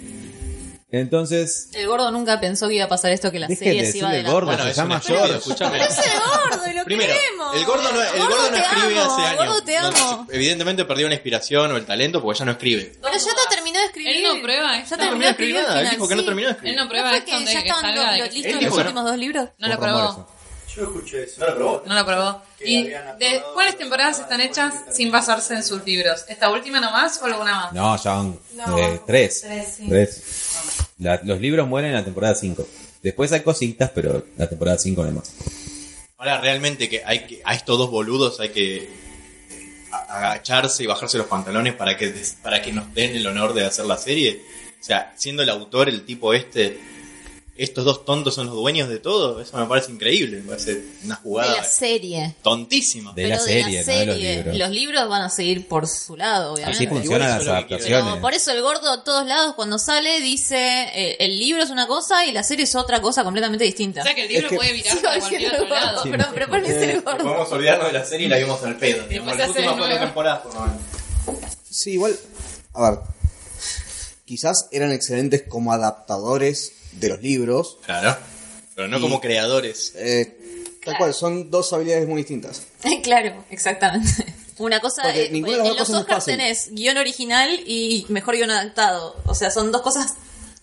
Speaker 1: entonces,
Speaker 4: El gordo nunca pensó que iba a pasar esto, que la
Speaker 1: Dejen
Speaker 4: serie
Speaker 1: de
Speaker 4: se iba
Speaker 1: decirle
Speaker 4: adelante.
Speaker 1: gordo.
Speaker 3: Bueno,
Speaker 1: se
Speaker 3: es
Speaker 1: llama
Speaker 3: un estúpido,
Speaker 1: George.
Speaker 3: escúchame.
Speaker 12: Es el gordo, y lo
Speaker 3: Primero,
Speaker 12: queremos.
Speaker 3: el gordo no, el gordo no
Speaker 12: te
Speaker 3: escribe
Speaker 12: amo,
Speaker 3: hace años.
Speaker 4: gordo te
Speaker 3: No,
Speaker 4: amo.
Speaker 3: evidentemente perdió la inspiración o el talento porque ya no escribe.
Speaker 4: Pero ya te terminó de escribir.
Speaker 6: Él no prueba
Speaker 4: Ya
Speaker 6: esto.
Speaker 4: terminó de escribir
Speaker 3: nada,
Speaker 4: el
Speaker 3: él
Speaker 4: final,
Speaker 3: dijo que no
Speaker 4: sí.
Speaker 3: terminó de
Speaker 6: Él
Speaker 3: escribir.
Speaker 6: no
Speaker 4: ¿No
Speaker 6: prueba
Speaker 4: fue
Speaker 6: esto
Speaker 4: que
Speaker 6: antes
Speaker 4: ya
Speaker 6: de que
Speaker 4: estaban
Speaker 6: salga.
Speaker 4: los,
Speaker 6: de
Speaker 4: los
Speaker 6: que-
Speaker 4: listos
Speaker 3: Él
Speaker 4: los
Speaker 3: dijo que no.
Speaker 4: últimos dos libros?
Speaker 6: No lo
Speaker 1: por rumores.
Speaker 6: probó. No lo probó. ¿Y de cuáles temporadas están hechas sin basarse en sus libros? ¿Esta última nomás o alguna más?
Speaker 1: No, ya van
Speaker 12: No,
Speaker 1: eh, tres.
Speaker 12: tres, sí.
Speaker 1: Tres. La- los libros mueren en la temporada 5. Después hay cositas, pero la temporada 5 no hay más.
Speaker 3: Ahora realmente que hay que a estos dos boludos hay que a- agacharse y bajarse los pantalones para que para que nos den el honor de hacer la serie. O sea, siendo el autor el tipo este, estos dos tontos son los dueños de todo. Eso me parece increíble, me parece una
Speaker 4: De
Speaker 3: jugada
Speaker 4: la serie.
Speaker 3: tontísima.
Speaker 1: De la
Speaker 4: Pero
Speaker 1: serie, no de los
Speaker 4: serie.
Speaker 1: libros.
Speaker 4: Los libros van a seguir por su lado, obviamente.
Speaker 1: Así funcionan
Speaker 3: Igual
Speaker 1: las
Speaker 3: eso es lo que
Speaker 1: adaptaciones.
Speaker 4: Pero por eso el gordo a todos lados cuando sale dice eh, el libro es una cosa y la serie es otra cosa completamente distinta.
Speaker 6: O sea que el libro
Speaker 5: Es que-
Speaker 6: puede virar
Speaker 4: Sigo
Speaker 6: para
Speaker 4: diciendo
Speaker 6: cualquier
Speaker 4: el
Speaker 6: otro
Speaker 4: gordo,
Speaker 6: lado.
Speaker 4: pero, pero parece el gordo.
Speaker 3: Podemos olvidarnos de la serie y la vimos al pedo.
Speaker 6: Después se hace de nuevo.
Speaker 3: temporada, por lo menos.
Speaker 5: Sí, igual. A ver. Quizás eran excelentes como adaptadores de los libros.
Speaker 3: Claro. Pero no
Speaker 5: Y-
Speaker 3: como creadores.
Speaker 5: Eh, Tal cual, son dos habilidades muy distintas.
Speaker 4: claro, exactamente. Una cosa,
Speaker 5: Porque
Speaker 4: eh,
Speaker 5: ninguna de
Speaker 4: en
Speaker 5: las
Speaker 4: los
Speaker 5: dos cosas es
Speaker 4: Oscars
Speaker 5: fácil.
Speaker 4: tenés guión original y mejor guión adaptado. O sea, son dos cosas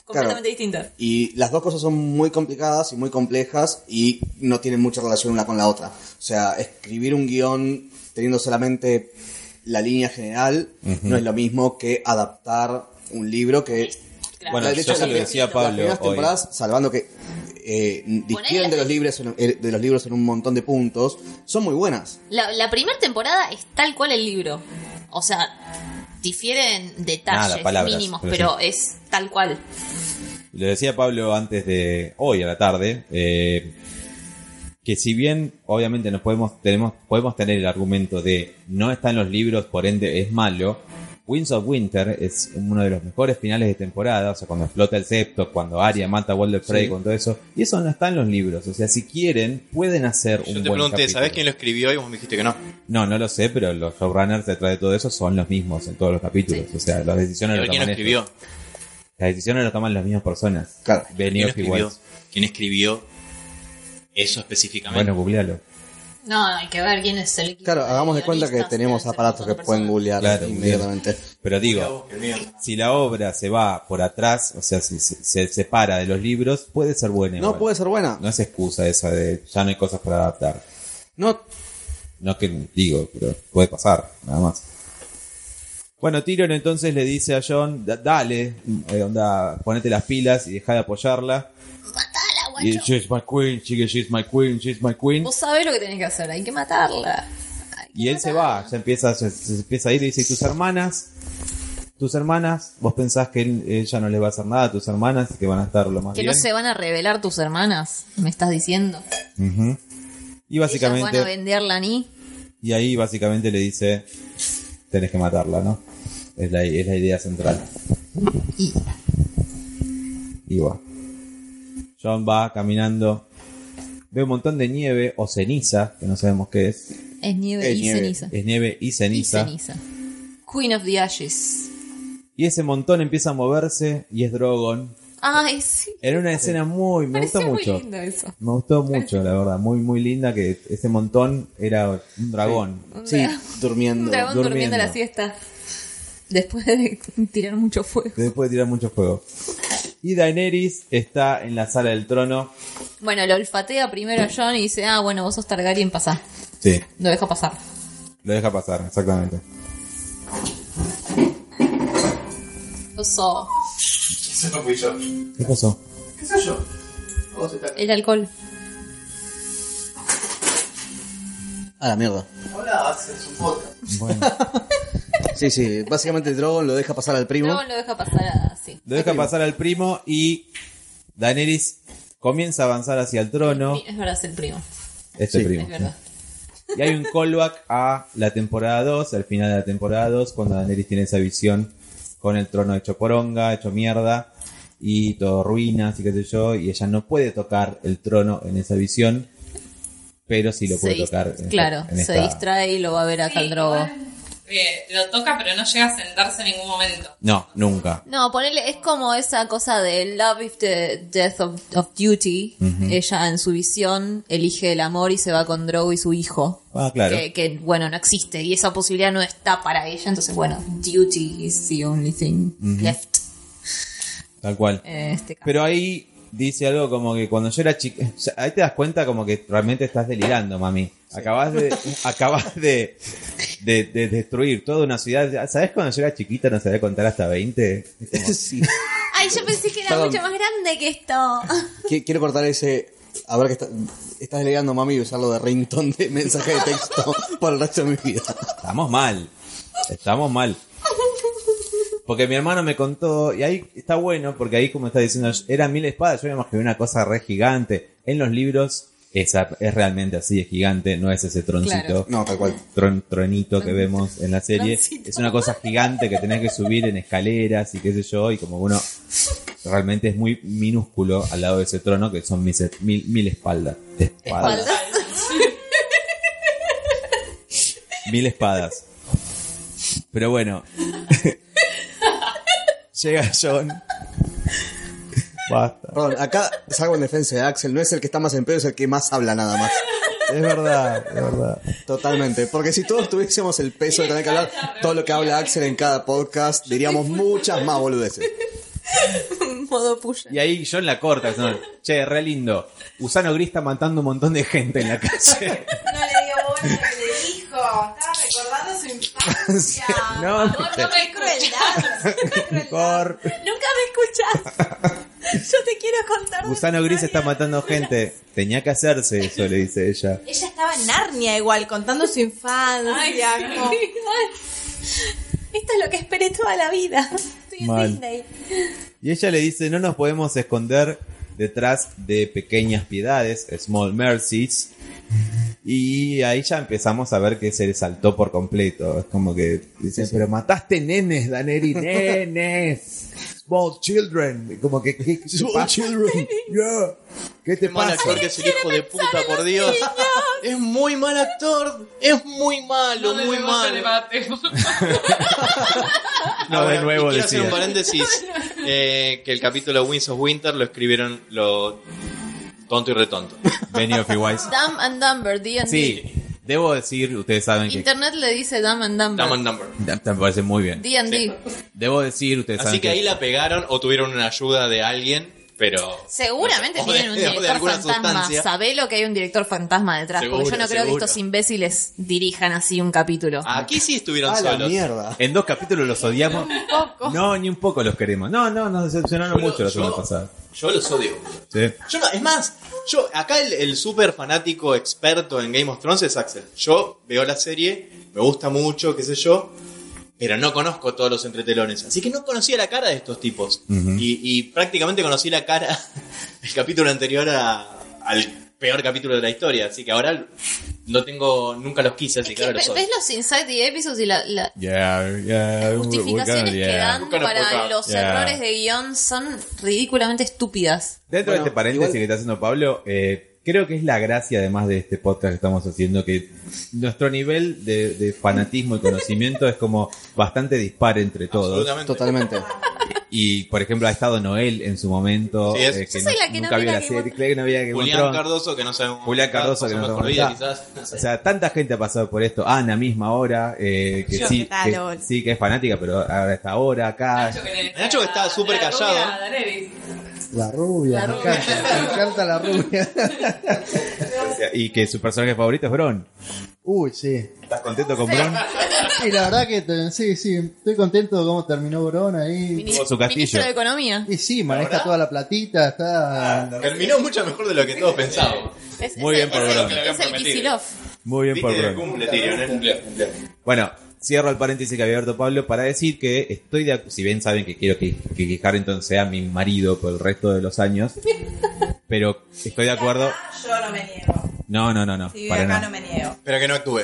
Speaker 4: completamente distintas.
Speaker 5: Y las dos cosas son muy complicadas y muy complejas y no tienen mucha relación una con la otra. O sea, escribir un guión teniendo solamente la línea general no es lo mismo que adaptar un libro que...
Speaker 1: Bueno,
Speaker 5: Eh, de
Speaker 1: yo
Speaker 5: hecho,
Speaker 1: se
Speaker 5: las
Speaker 1: lo
Speaker 5: prim-
Speaker 1: decía a
Speaker 5: las
Speaker 1: Pablo
Speaker 5: primeras
Speaker 1: hoy.
Speaker 5: temporadas, salvando que eh, difieren de los, libros en- eh, de los libros en un montón de puntos, son muy buenas.
Speaker 4: La, la primera temporada es tal cual el libro. O sea, difieren detalles
Speaker 1: Nada, palabras,
Speaker 4: mínimos,
Speaker 1: pero
Speaker 4: pero es tal cual.
Speaker 1: Lo decía Pablo antes de hoy a la tarde, eh, que si bien obviamente nos podemos, tenemos, podemos tener el argumento de no está en los libros, por ende es malo, Winds of Winter es uno de los mejores finales de temporada, o sea, cuando explota el septo, cuando Arya mata a Walder Frey, con todo eso, y eso no está en los libros, o sea, si quieren, pueden hacer un
Speaker 3: Yo te
Speaker 1: buen
Speaker 3: pregunté, ¿sabés
Speaker 1: capítulo.
Speaker 3: quién lo escribió? Y vos me dijiste que no.
Speaker 1: No, no lo sé, pero los showrunners detrás de todo eso son los mismos en todos los capítulos, o sea, las decisiones las
Speaker 3: A ver quién
Speaker 1: toman
Speaker 3: lo escribió.
Speaker 1: ellos. Las decisiones las toman las mismas personas.
Speaker 5: Claro.
Speaker 3: ¿Quién lo
Speaker 1: Benioff y
Speaker 3: escribió?
Speaker 1: Weiss.
Speaker 3: ¿Quién escribió eso específicamente?
Speaker 1: Bueno, googlealo.
Speaker 4: No, hay que ver quién es el
Speaker 5: Claro, hagamos de cuenta que
Speaker 4: guionista,
Speaker 5: tenemos
Speaker 4: deben ser
Speaker 5: aparatos
Speaker 4: un
Speaker 5: que
Speaker 4: montón de
Speaker 5: pueden
Speaker 4: personas.
Speaker 5: googlear
Speaker 1: Claro,
Speaker 5: inmediatamente.
Speaker 1: Pero digo, si la obra se va por atrás, o sea, si se, se separa de los libros, puede ser buena.
Speaker 5: No
Speaker 1: igual.
Speaker 5: puede ser buena.
Speaker 1: No es excusa esa de ya no hay cosas para adaptar.
Speaker 5: No,
Speaker 1: No que digo, pero puede pasar, nada más. Bueno, Tyrion entonces le dice a John, "Da- dale, eh, onda, ponete las pilas y deja de apoyarla.
Speaker 4: Matala, Ah, guacho.
Speaker 1: Y she's my queen, chica, she's my queen, she's my queen.
Speaker 4: Vos sabés lo que tenés que hacer, hay que matarla. Hay que
Speaker 1: Y él se
Speaker 4: matarla.
Speaker 1: va, ya empieza, se, se empieza a ir y dice, "¿Y tus hermanas, tus hermanas, vos pensás que él- ella no le va a hacer nada a tus hermanas y que van a estar lo más
Speaker 4: Que
Speaker 1: bien.
Speaker 4: no se van a revelar tus hermanas, me estás diciendo.
Speaker 1: Ujú. Y
Speaker 4: Ellas van a
Speaker 1: básicamente,
Speaker 4: venderla a mí.
Speaker 1: y ahí básicamente le dice, tenés que matarla, ¿no? Es la, es la idea central.
Speaker 4: Y
Speaker 1: Y va. John va caminando, ve un montón de nieve o ceniza, que no sabemos qué es.
Speaker 4: es nieve
Speaker 5: Es
Speaker 4: y
Speaker 5: nieve.
Speaker 4: ceniza.
Speaker 1: Es nieve y
Speaker 4: Y
Speaker 1: ceniza.
Speaker 4: ceniza. Queen of the Ashes.
Speaker 1: Y ese montón empieza a moverse y es Drogon.
Speaker 4: Ay, sí.
Speaker 1: Era una escena muy, me
Speaker 4: Parecía
Speaker 1: gustó
Speaker 4: muy
Speaker 1: mucho.
Speaker 4: lindo eso.
Speaker 1: Me gustó mucho, la verdad, muy muy linda que ese montón era un dragón.
Speaker 5: sí,
Speaker 4: Un
Speaker 5: durmiendo.
Speaker 1: durmiendo.
Speaker 4: dragón durmiendo la siesta. Después de tirar mucho fuego.
Speaker 1: Después de tirar mucho fuego. Y Daenerys está en la sala del trono.
Speaker 4: Bueno, lo olfatea primero a John y dice, ah, bueno, vos sos Targaryen, pasá.
Speaker 1: Sí,
Speaker 4: Lo deja pasar.
Speaker 1: lo deja pasar, exactamente.
Speaker 4: Oso,
Speaker 14: Eso no fui yo.
Speaker 1: ¿Qué pasó?
Speaker 14: ¿Qué sé yo? Vos estás...
Speaker 4: el alcohol.
Speaker 5: A la mierda.
Speaker 14: Hola, haces un podcast.
Speaker 1: Bueno,
Speaker 5: Sí, sí, básicamente Drogon lo deja pasar al primo.
Speaker 4: Luego lo deja pasar así.
Speaker 1: lo deja pasar al primo y Daenerys comienza a avanzar hacia el trono.
Speaker 4: Es verdad, es el primo.
Speaker 1: Este
Speaker 5: Sí.
Speaker 1: primo.
Speaker 4: Es verdad.
Speaker 1: Y hay un callback a la temporada 2, al final de la temporada 2, cuando Daenerys tiene esa visión con el trono hecho poronga, hecho mierda, y todo ruinas y qué sé yo, y ella no puede tocar el trono en esa visión, pero sí lo puede
Speaker 4: Se dis-
Speaker 1: tocar. en esta-
Speaker 4: claro,
Speaker 1: en
Speaker 4: se
Speaker 1: esta-
Speaker 4: distrae y lo va a ver a Caldrogo.
Speaker 6: Eh, lo toca, pero no llega a sentarse en ningún momento.
Speaker 1: No, nunca.
Speaker 4: No, ponele, es como esa cosa de Love is the Death of, of Duty. Ella en su visión elige el amor y se va con Drogo y su hijo.
Speaker 1: Ah, claro.
Speaker 4: Que, que, bueno, no existe y esa posibilidad no está para ella. Entonces, bueno, duty is the only thing left.
Speaker 1: Tal cual.
Speaker 4: en este caso.
Speaker 1: Pero ahí dice algo como que cuando yo era chica, o sea, ahí te das cuenta como que realmente estás delirando, mami. Acabas de, acabas de, de, de destruir toda una ciudad. ¿Sabes cuando yo era chiquita no sabía contar hasta 20? Es como-
Speaker 5: Sí.
Speaker 4: Ay, yo pensé que era
Speaker 5: Perdón.
Speaker 4: mucho más grande que esto.
Speaker 5: Qui- Quiero cortar ese. A ver que está- estás delegando mami y usarlo de ringtone de mensaje de texto por el resto de mi vida.
Speaker 1: Estamos mal. Estamos mal. Porque mi hermano me contó, y ahí está bueno, porque ahí como está diciendo, eran mil espadas, yo me imaginé una cosa re gigante. En los libros es, a- es realmente así, es gigante, no es ese troncito,
Speaker 5: No, tal cual.
Speaker 1: tron- tronito que vemos en la serie.
Speaker 4: Troncito.
Speaker 1: Es una cosa gigante que tenés que subir en escaleras y qué sé yo, y como uno realmente es muy minúsculo al lado de ese trono, que son mis- mil, mil espaldas. espadas. Mil espadas. Pero bueno. Llega John. Basta.
Speaker 5: Perdón, acá salgo en defensa de Axel. No es el que está más en pedo, es el que más habla nada más. Es verdad, es verdad. Totalmente. Porque si todos tuviésemos el peso de tener que hablar todo lo que habla Axel en cada podcast, diríamos muchas más boludeces.
Speaker 4: Modo puya.
Speaker 1: Y ahí John la corta. ¿no? Che, re lindo. Usano Gris está matando un montón de gente en la calle.
Speaker 12: No le dio bola a lo que le dijo. Estaba recordando su infancia.
Speaker 1: No,
Speaker 12: Por favor, no me crueldad. qué crueldad.
Speaker 1: Mejor.
Speaker 4: Nunca me escuchas. Yo te quiero contar.
Speaker 1: Gusano Gris está matando gente. Tenía que hacerse eso, le dice ella.
Speaker 12: Ella estaba en Narnia igual, contando su infancia. como,
Speaker 4: Esto es lo que esperé toda la vida.
Speaker 12: Estoy en
Speaker 1: Mal.
Speaker 12: Disney.
Speaker 1: Y ella le dice, no nos podemos esconder detrás de pequeñas piedades, small mercies. Y ahí ya empezamos a ver que se le saltó por completo. Es como que dice, pero mataste nenes, Daneri, nenes. Small children. Y Como que, ¿qué, qué te pasa? Yeah. ¿Qué te
Speaker 3: Qué mal
Speaker 1: pasa?
Speaker 3: actor que es el hijo de puta, por Dios. Es muy mal actor. Es muy malo, muy
Speaker 6: debemos a
Speaker 3: malo.
Speaker 6: debate.
Speaker 1: No, de
Speaker 3: Ahora,
Speaker 1: nuevo
Speaker 3: y Quiero hacer un
Speaker 1: decía.
Speaker 3: paréntesis. eh, que el capítulo Winds of Winter lo escribieron lo tonto y retonto.
Speaker 1: Benioff y Weiss.
Speaker 4: Dumb and Dumber, D&D.
Speaker 1: Sí, debo decir, ustedes saben que...
Speaker 4: Internet le dice Dumb and Dumber.
Speaker 3: Dumb and Dumber.
Speaker 1: Me parece muy bien.
Speaker 4: D&D.
Speaker 1: Debo decir, ustedes
Speaker 3: Así
Speaker 1: saben
Speaker 3: que ahí la pegaron o tuvieron una ayuda de alguien, pero...
Speaker 4: Seguramente
Speaker 3: O de-
Speaker 4: tienen un
Speaker 3: o de
Speaker 4: director
Speaker 3: alguna
Speaker 4: fantasma.
Speaker 3: sustancia.
Speaker 4: Sabelo que hay un director fantasma detrás. porque yo
Speaker 3: Seguro,
Speaker 4: no creo que
Speaker 3: seguro. Ah,
Speaker 4: estos imbéciles dirijan así un capítulo.
Speaker 3: Aquí sí estuvieron
Speaker 5: A la
Speaker 3: solos.
Speaker 5: mierda.
Speaker 1: En dos capítulos los odiamos. No, ni un poco los queremos. No, no, nos decepcionaron
Speaker 3: Yo-
Speaker 1: mucho la semana
Speaker 3: yo-
Speaker 1: pasada.
Speaker 3: Yo los odio.
Speaker 1: Sí.
Speaker 3: Yo no, es más, yo, acá el, el super fanático experto en Game of Thrones es Axel. Yo veo la serie, me gusta mucho, qué sé yo, pero no conozco todos los entretelones. Así que no conocía la cara de estos tipos. y, y prácticamente conocí la cara el capítulo anterior a- al peor capítulo de la historia. Así que ahora no tengo, nunca los quise,
Speaker 4: Es
Speaker 3: así que
Speaker 4: que
Speaker 3: ahora los
Speaker 4: ve-
Speaker 3: odio.
Speaker 4: ves los inside the episodes y la, la-
Speaker 1: Yeah, yeah,
Speaker 4: justificaciones que dan
Speaker 3: Buscan
Speaker 4: para
Speaker 3: aportar.
Speaker 4: los
Speaker 1: Yeah.
Speaker 4: errores de guión son ridículamente estúpidas.
Speaker 1: Dentro
Speaker 5: Bueno,
Speaker 1: de este paréntesis
Speaker 5: igual-
Speaker 1: que está haciendo Pablo, eh, creo que es la gracia además de este podcast que estamos haciendo, que nuestro nivel de, de fanatismo y conocimiento es como bastante dispar entre todos.
Speaker 3: Absolutamente.
Speaker 5: Totalmente.
Speaker 1: Y por ejemplo ha estado Noel en su momento,
Speaker 3: Sí, es-
Speaker 1: eh, que
Speaker 4: Yo soy
Speaker 1: nu-
Speaker 4: la que no
Speaker 1: nunca vio
Speaker 4: mira
Speaker 1: la
Speaker 4: Game
Speaker 1: serie,
Speaker 4: of-
Speaker 1: Clay que no había que
Speaker 3: Julián Cardoso, que no sabemos.
Speaker 1: Julián Cardoso, que no
Speaker 3: pasó
Speaker 1: sabemos
Speaker 3: más por vida,
Speaker 1: nada.
Speaker 3: quizás. No sé.
Speaker 1: O sea, tanta gente ha pasado por esto. Ana misma ahora, eh, que,
Speaker 12: Yo,
Speaker 1: sí,
Speaker 12: ¿qué tal,
Speaker 1: que
Speaker 12: Lol?
Speaker 1: sí que es fanática, pero ahora está ahora acá.
Speaker 3: Nacho que estaba súper callado.
Speaker 5: La rubia, me encanta, me encanta la rubia.
Speaker 1: O sea, Y que su personaje favorito es Bron.
Speaker 15: Uy, sí.
Speaker 1: ¿Estás contento con Bron?
Speaker 15: Sí, la verdad que te- sí, sí. Estoy contento de cómo terminó Bron ahí.
Speaker 4: Ministro,
Speaker 1: su castillo.
Speaker 4: ministro de Economía.
Speaker 15: Y sí, maneja toda la platita, está.
Speaker 3: Terminó mucho mejor de lo que todos pensábamos.
Speaker 4: Es,
Speaker 1: Muy
Speaker 4: es
Speaker 1: bien por
Speaker 4: el- es
Speaker 1: Bron.
Speaker 4: el- Es el Kicillof.
Speaker 1: Muy bien por
Speaker 3: Viste,
Speaker 1: Bron.
Speaker 3: Cumple, Tyrion, ¿eh? Cumple, cumple.
Speaker 1: Bueno, cierro el paréntesis que había abierto Pablo para decir que estoy de acu- si bien saben que quiero que, que, que Harrington sea mi marido por el resto de los años, pero estoy de acuerdo.
Speaker 12: Ah, Yo no me niego.
Speaker 1: No, no, no, no,
Speaker 12: Si vive
Speaker 1: para
Speaker 12: acá
Speaker 1: nada.
Speaker 12: no me niego.
Speaker 3: Pero que no actúe.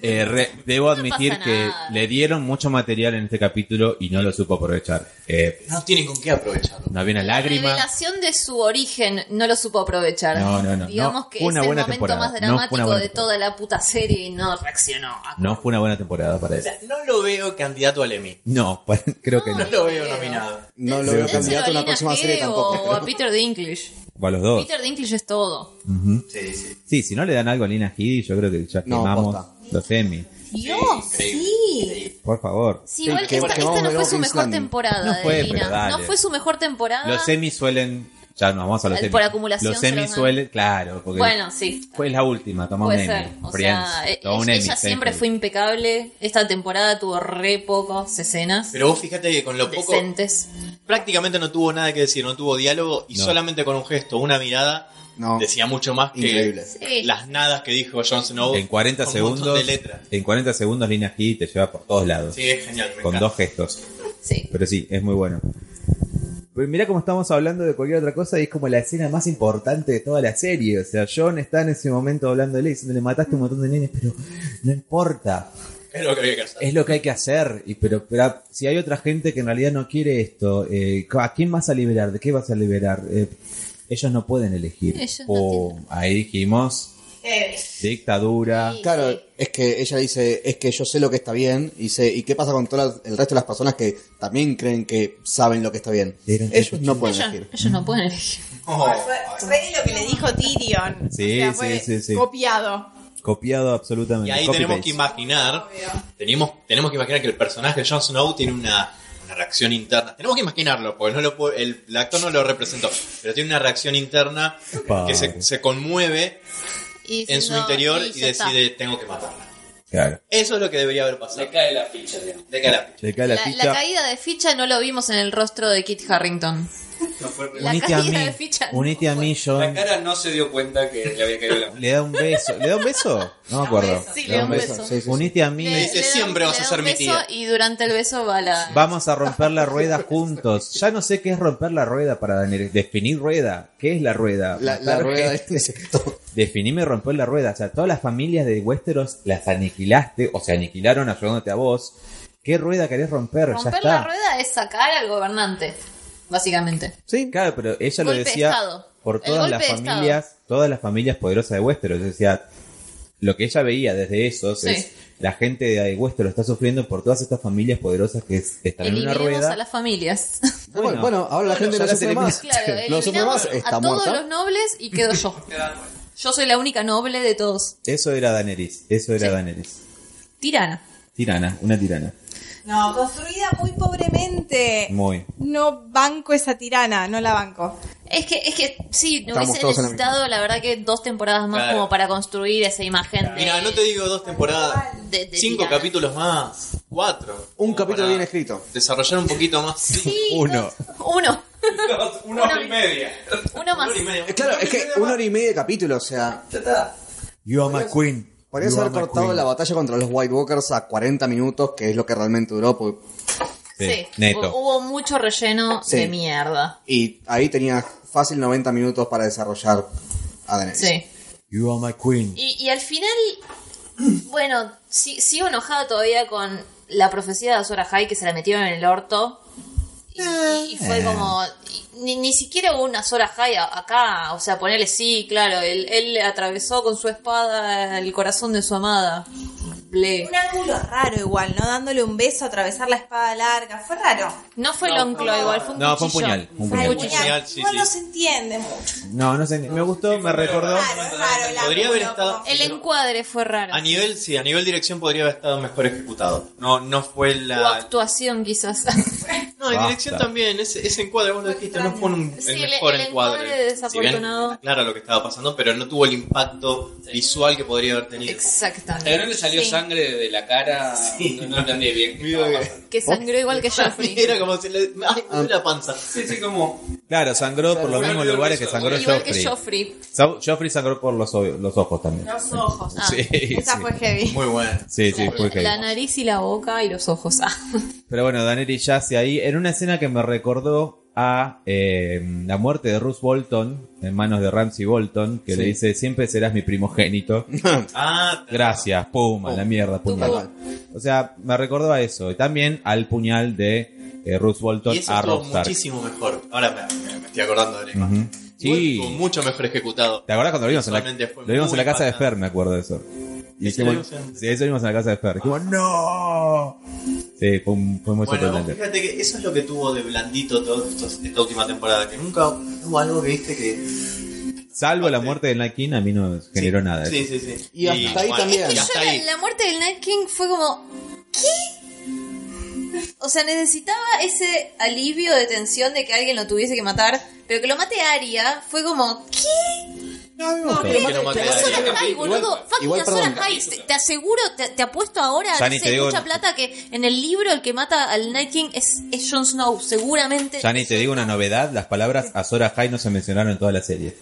Speaker 1: Eh, re- debo
Speaker 4: No
Speaker 1: admitir
Speaker 4: pasa
Speaker 1: que
Speaker 4: nada.
Speaker 1: le dieron mucho material en este capítulo y no lo supo aprovechar. Eh,
Speaker 3: No tienen con qué aprovecharlo.
Speaker 1: no había una
Speaker 4: La
Speaker 1: lágrima.
Speaker 4: revelación de su origen no lo supo aprovechar.
Speaker 1: No, no, no,
Speaker 4: Digamos
Speaker 1: no.
Speaker 4: que
Speaker 1: Fue una
Speaker 4: es el
Speaker 1: buena
Speaker 4: momento
Speaker 1: temporada.
Speaker 4: más
Speaker 1: No,
Speaker 4: dramático
Speaker 1: fue una buena
Speaker 4: de
Speaker 1: temporada.
Speaker 4: toda la puta serie y no reaccionó.
Speaker 1: No fue una buena temporada para eso.
Speaker 3: No lo veo candidato al Emmy.
Speaker 1: No, pa- creo que
Speaker 3: No
Speaker 1: no.
Speaker 3: lo veo nominado.
Speaker 5: No lo veo
Speaker 1: Denzel
Speaker 5: candidato a
Speaker 4: Denselo
Speaker 5: una
Speaker 4: Lina
Speaker 5: próxima
Speaker 4: G
Speaker 5: serie
Speaker 4: o,
Speaker 5: tampoco.
Speaker 4: a Peter Dinklage.
Speaker 1: Va los dos.
Speaker 4: Peter Dinklage es todo.
Speaker 1: Ujú.
Speaker 3: Sí, sí.
Speaker 1: Sí, si no le dan algo a Lina Headey, yo creo que ya
Speaker 5: No,
Speaker 1: quemamos
Speaker 5: posta.
Speaker 1: los Emmy.
Speaker 4: Oh,
Speaker 12: Dios, sí.
Speaker 1: Por favor.
Speaker 4: Sí, igual
Speaker 5: que-
Speaker 4: esta,
Speaker 5: que
Speaker 4: esta
Speaker 5: vamos
Speaker 4: no
Speaker 5: a ver
Speaker 4: fue su
Speaker 5: Oaken's
Speaker 4: mejor
Speaker 5: Landing.
Speaker 4: temporada
Speaker 1: No
Speaker 4: de
Speaker 1: fue,
Speaker 4: Lina.
Speaker 1: pero dale.
Speaker 4: No fue su mejor temporada.
Speaker 1: Los Emmy suelen... Ya nos vamos a los
Speaker 4: Ah. Por
Speaker 1: Emmy.
Speaker 4: acumulación
Speaker 1: Los
Speaker 4: se
Speaker 1: Emmy
Speaker 4: los dan.
Speaker 1: suelen... Claro, porque
Speaker 4: Bueno, sí.
Speaker 1: fue la última. Toma un
Speaker 4: Puede
Speaker 1: Emmy.
Speaker 4: ser. O
Speaker 1: Friends,
Speaker 4: sea, e-
Speaker 1: toma un
Speaker 4: ella,
Speaker 1: Emmy,
Speaker 4: siempre
Speaker 1: Seinfeld.
Speaker 4: fue impecable. Esta temporada tuvo re pocas escenas
Speaker 3: Pero vos fíjate que con lo poco.
Speaker 4: decentes.
Speaker 3: Prácticamente no tuvo nada que decir, no tuvo diálogo y
Speaker 1: No.
Speaker 3: solamente con un gesto, una mirada,
Speaker 5: No,
Speaker 3: decía mucho más que
Speaker 5: increíble.
Speaker 4: Sí.
Speaker 3: las nadas que dijo Jon Snow.
Speaker 1: En 40
Speaker 3: con un montón
Speaker 1: segundos...
Speaker 3: de letras.
Speaker 1: En 40 segundos Lina Headey te lleva por todos lados.
Speaker 3: Sí, es genial. Me
Speaker 1: con
Speaker 3: encanta.
Speaker 1: dos gestos.
Speaker 4: Sí.
Speaker 1: Pero sí, es muy bueno. Pero mirá cómo estamos hablando de cualquier otra cosa y es como la escena más importante de toda la serie. O sea, John está en ese momento hablándole, diciéndole, mataste un montón de nenes, pero no importa.
Speaker 3: Es lo que había que hacer.
Speaker 1: Es lo que hay que hacer. Y pero, pero si hay otra gente que en realidad no quiere esto, eh, ¿a quién vas a liberar? ¿De qué vas a liberar? Eh, ellos no pueden elegir.
Speaker 4: Ellos no
Speaker 1: Pum. Ahí dijimos,
Speaker 12: Eh,
Speaker 1: Dictadura.
Speaker 5: Claro, es que ella dice, es que yo sé lo que está bien, y dice, ¿y qué pasa con todo la- el resto de las personas que también creen que saben lo que está bien?
Speaker 16: Dieron
Speaker 5: Ellos
Speaker 16: chuchu.
Speaker 5: no pueden
Speaker 4: Ellos,
Speaker 5: elegir.
Speaker 4: ellos no pueden elegir.
Speaker 3: Oh,
Speaker 12: Fue re lo que le dijo Tyrion.
Speaker 16: Sí,
Speaker 12: O sea,
Speaker 16: sí,
Speaker 12: fue
Speaker 16: sí, sí.
Speaker 12: Copiado.
Speaker 16: Copiado absolutamente.
Speaker 3: Y ahí
Speaker 16: Copy
Speaker 3: tenemos
Speaker 16: paste.
Speaker 3: que imaginar, tenemos, tenemos que imaginar que el personaje de Jon Snow tiene una, una reacción interna. Tenemos que imaginarlo, porque no lo puede- el, el actor no lo representó, pero tiene una reacción interna
Speaker 16: Pa.
Speaker 3: que se, se conmueve
Speaker 4: Y
Speaker 3: en su
Speaker 4: diciendo,
Speaker 3: interior
Speaker 4: "Sí,
Speaker 3: y
Speaker 4: ya está".
Speaker 3: decide, tengo que matarla.
Speaker 16: Claro.
Speaker 3: Eso es lo que debería haber pasado.
Speaker 17: cae la ficha, digamos.
Speaker 3: De cara.
Speaker 16: Le cae la,
Speaker 4: La, la
Speaker 16: ficha.
Speaker 4: caída de ficha no lo vimos en el rostro de Kit Harrington. La
Speaker 1: Unite a
Speaker 4: caída de
Speaker 1: mí.
Speaker 4: ficha no
Speaker 1: Unite a mí,
Speaker 17: La
Speaker 1: John.
Speaker 17: cara no se dio cuenta que le había caído la
Speaker 1: Le da un beso. ¿Le da un beso? No me acuerdo.
Speaker 4: Sí, le da un beso.
Speaker 5: Sí, sí, sí.
Speaker 1: Unite a mí.
Speaker 4: Le-
Speaker 3: dice,
Speaker 4: le da-
Speaker 3: "Siempre
Speaker 4: le
Speaker 3: vas a
Speaker 4: da
Speaker 3: ser
Speaker 4: un
Speaker 3: mi
Speaker 4: beso
Speaker 3: tía".
Speaker 4: Y durante el beso va la.
Speaker 1: Vamos a romper la rueda juntos. Ya no sé qué es romper la rueda para Daenerys. definir rueda. ¿Qué es la rueda?
Speaker 5: La, la
Speaker 1: Matar
Speaker 5: rueda de
Speaker 1: gente.
Speaker 5: este sector.
Speaker 1: Definime romper la rueda. O sea, todas las familias de Westeros las aniquilaste o se aniquilaron ayudándote a vos. ¿Qué rueda querés romper? ya
Speaker 4: Romper
Speaker 1: está.
Speaker 4: la rueda es sacar al gobernante, básicamente.
Speaker 1: Sí, claro, pero ella lo
Speaker 4: Golpe de
Speaker 1: decía
Speaker 4: estado.
Speaker 1: por
Speaker 4: El
Speaker 1: todas
Speaker 4: golpe
Speaker 1: las
Speaker 4: de estado.
Speaker 1: familias, todas las familias poderosas de Westeros. Decía, lo que ella veía desde esos
Speaker 4: Sí.
Speaker 1: es la gente de Westeros está sufriendo por todas estas familias poderosas que es- están en una
Speaker 4: Eliminemos
Speaker 1: rueda.
Speaker 4: a las familias.
Speaker 5: Bueno, bueno, ahora la gente
Speaker 1: ya
Speaker 5: no
Speaker 1: la
Speaker 5: sufre
Speaker 1: tenemos.
Speaker 5: más.
Speaker 4: Claro,
Speaker 5: no sufre
Speaker 4: eliminamos
Speaker 5: más,
Speaker 4: a
Speaker 5: está
Speaker 4: todos los
Speaker 5: muerta.
Speaker 4: nobles y quedo yo. Yo soy la única noble de todos.
Speaker 1: Eso era Daenerys, eso era
Speaker 4: Sí.
Speaker 1: Daenerys.
Speaker 4: Tirana.
Speaker 1: Tirana, una tirana.
Speaker 12: No, construida muy pobremente.
Speaker 1: Muy.
Speaker 12: No banco esa tirana, no la banco.
Speaker 4: Es que, es que sí, no
Speaker 5: Estamos
Speaker 4: hubiese
Speaker 5: todos en la
Speaker 4: necesitado, la, verdad, que dos temporadas más
Speaker 3: Claro.
Speaker 4: como para construir esa imagen. de-
Speaker 3: Mira, no te digo dos temporadas,
Speaker 4: De- de
Speaker 3: cinco
Speaker 4: tirana.
Speaker 3: capítulos más, cuatro.
Speaker 5: Un
Speaker 3: Como
Speaker 5: capítulo
Speaker 3: para
Speaker 5: bien escrito.
Speaker 3: Desarrollar un poquito más.
Speaker 4: Sí,
Speaker 1: Uno.
Speaker 4: dos- uno.
Speaker 17: ficha. Una hora y media.
Speaker 4: Uno más.
Speaker 3: Una hora y media.
Speaker 5: Eh, Claro, es que una hora y media de capítulo, o sea,
Speaker 17: Ya está.
Speaker 16: You are my queen.
Speaker 5: podrías
Speaker 16: You are
Speaker 5: haber
Speaker 16: my
Speaker 5: cortado
Speaker 16: queen.
Speaker 5: la batalla contra los White Walkers a 40 minutos, que es lo que realmente duró, pues, porque
Speaker 1: Sí,
Speaker 4: Sí,
Speaker 1: neto.
Speaker 4: Hubo, hubo mucho relleno
Speaker 5: Sí.
Speaker 4: de mierda.
Speaker 5: Y ahí tenía fácil 90 minutos para desarrollar a Daenerys.
Speaker 4: Sí.
Speaker 16: You are my queen.
Speaker 4: Y, y al final, bueno, sí, sigo enojada todavía con la profecía de Azor Ahai que se la metieron en el orto. Y, y- y fue como. y Ni, ni siquiera hubo una Azor Ahai a- acá. O sea, ponerle sí, claro. Él, él atravesó con su espada el corazón de su amada. Ble.
Speaker 12: Un ángulo raro igual, ¿no? Dándole un beso, atravesar la espada larga. Fue raro.
Speaker 4: No fue el onclo, igual fue un
Speaker 1: No, fue un
Speaker 4: cuchillo.
Speaker 1: puñal. un
Speaker 12: Fue
Speaker 1: puñal.
Speaker 12: el
Speaker 3: puñal,
Speaker 12: puñal.
Speaker 3: sí,
Speaker 12: Igual
Speaker 3: sí.
Speaker 12: no se entiende mucho.
Speaker 1: No, no sé, me gustó, me recordó.
Speaker 12: Raro, es raro el
Speaker 3: Podría
Speaker 12: ángulo,
Speaker 3: haber estado-
Speaker 12: como-
Speaker 4: El encuadre fue raro.
Speaker 3: A nivel, sí, a nivel dirección podría haber estado mejor ejecutado. No, no fue
Speaker 4: O
Speaker 3: la.
Speaker 4: actuación, quizás.
Speaker 3: No, en
Speaker 1: Basta.
Speaker 3: dirección también, ese, ese encuadre, vos lo dijiste, no fue un,
Speaker 4: Sí,
Speaker 3: el
Speaker 4: el-
Speaker 3: mejor
Speaker 4: el
Speaker 3: encuadre.
Speaker 4: encuadre desafortunado.
Speaker 3: Si bien, claro lo que estaba pasando, pero no tuvo el impacto visual que podría haber tenido.
Speaker 17: Hasta que no
Speaker 4: Exactamente.
Speaker 17: le salió
Speaker 4: Sí.
Speaker 17: sangre de la cara, no, no entendí bien. qué estaba pasando.
Speaker 4: Que sangró igual que Joffrey.
Speaker 3: Era como si le. ¡Ay, me duele la panza!
Speaker 17: Sí, sí, como.
Speaker 1: Claro, sangró por los
Speaker 17: Claro,
Speaker 1: mismos
Speaker 17: claro,
Speaker 1: lugares que
Speaker 17: eso.
Speaker 1: sangró
Speaker 4: Igual
Speaker 1: Joffrey.
Speaker 4: que Joffrey.
Speaker 1: Sa- Joffrey sangró por los, o- los ojos también.
Speaker 12: Los ojos.
Speaker 4: Ah.
Speaker 1: Sí,
Speaker 12: Esa
Speaker 1: sí.
Speaker 12: fue heavy.
Speaker 3: Muy bueno.
Speaker 1: Sí, sí, fue heavy.
Speaker 4: La nariz y la boca y los ojos. Ah.
Speaker 1: Pero bueno, Daenerys yace ahí en una escena que me recordó a eh, la muerte de Ruth Bolton en manos de Ramsey Bolton, que le dice, siempre serás mi primogénito.
Speaker 3: Ah,
Speaker 1: Gracias, pum, a la mierda, puñal. O sea, me recordó a eso. Y también al puñal de eh, Ruth Bolton
Speaker 3: y eso
Speaker 1: a
Speaker 3: estuvo
Speaker 1: Rob Stark.
Speaker 3: muchísimo mejor. Ahora me, me- me estoy acordando del encuadre.
Speaker 1: Ujú. Sí.
Speaker 3: Estuvo mucho mejor ejecutado.
Speaker 1: ¿Te acuerdas cuando lo vimos en la,
Speaker 3: Visualmente fue
Speaker 1: lo vimos en la
Speaker 3: muy
Speaker 1: casa de
Speaker 3: impactante.
Speaker 1: Fer? Me acuerdo de eso. Y
Speaker 3: Eso
Speaker 1: dijimos-
Speaker 3: lo vimos en-
Speaker 1: sí, eso lo vimos en la casa de Fer. Dijimos, ¡No! Sí, fue, un- fue muy
Speaker 3: Bueno,
Speaker 1: sorprendente.
Speaker 3: fíjate que eso es lo que tuvo de blandito todo esto- esta última temporada, que nunca hubo algo que viste que...
Speaker 1: Salvo la muerte de Nike, a mí no generó
Speaker 3: sí,
Speaker 1: nada.
Speaker 3: Sí, sí, sí.
Speaker 5: Y hasta ahí también.
Speaker 3: Y
Speaker 4: Yo
Speaker 3: hasta
Speaker 4: la-
Speaker 3: ahí.
Speaker 4: la muerte del Night King fue como. ¿Qué? O sea, necesitaba ese alivio de tensión de que alguien lo tuviese que matar, pero que lo mate Aria fue como. ¿Qué?
Speaker 1: No,
Speaker 3: pero- Que lo mate
Speaker 4: Pero Azor
Speaker 3: Aria.
Speaker 4: Ahai,
Speaker 5: Igual-
Speaker 4: boludo. Fucking
Speaker 5: igual,
Speaker 4: Azor
Speaker 5: perdón.
Speaker 4: Ahai. Te, te aseguro, te, te apuesto ahora,
Speaker 1: Ya ni
Speaker 4: dice
Speaker 1: te digo-
Speaker 4: mucha plata, que en el libro el que mata al Night King es, es Jon Snow, seguramente.
Speaker 1: Ya ni te digo una novedad, las palabras Azor Ahai no se mencionaron en toda la serie.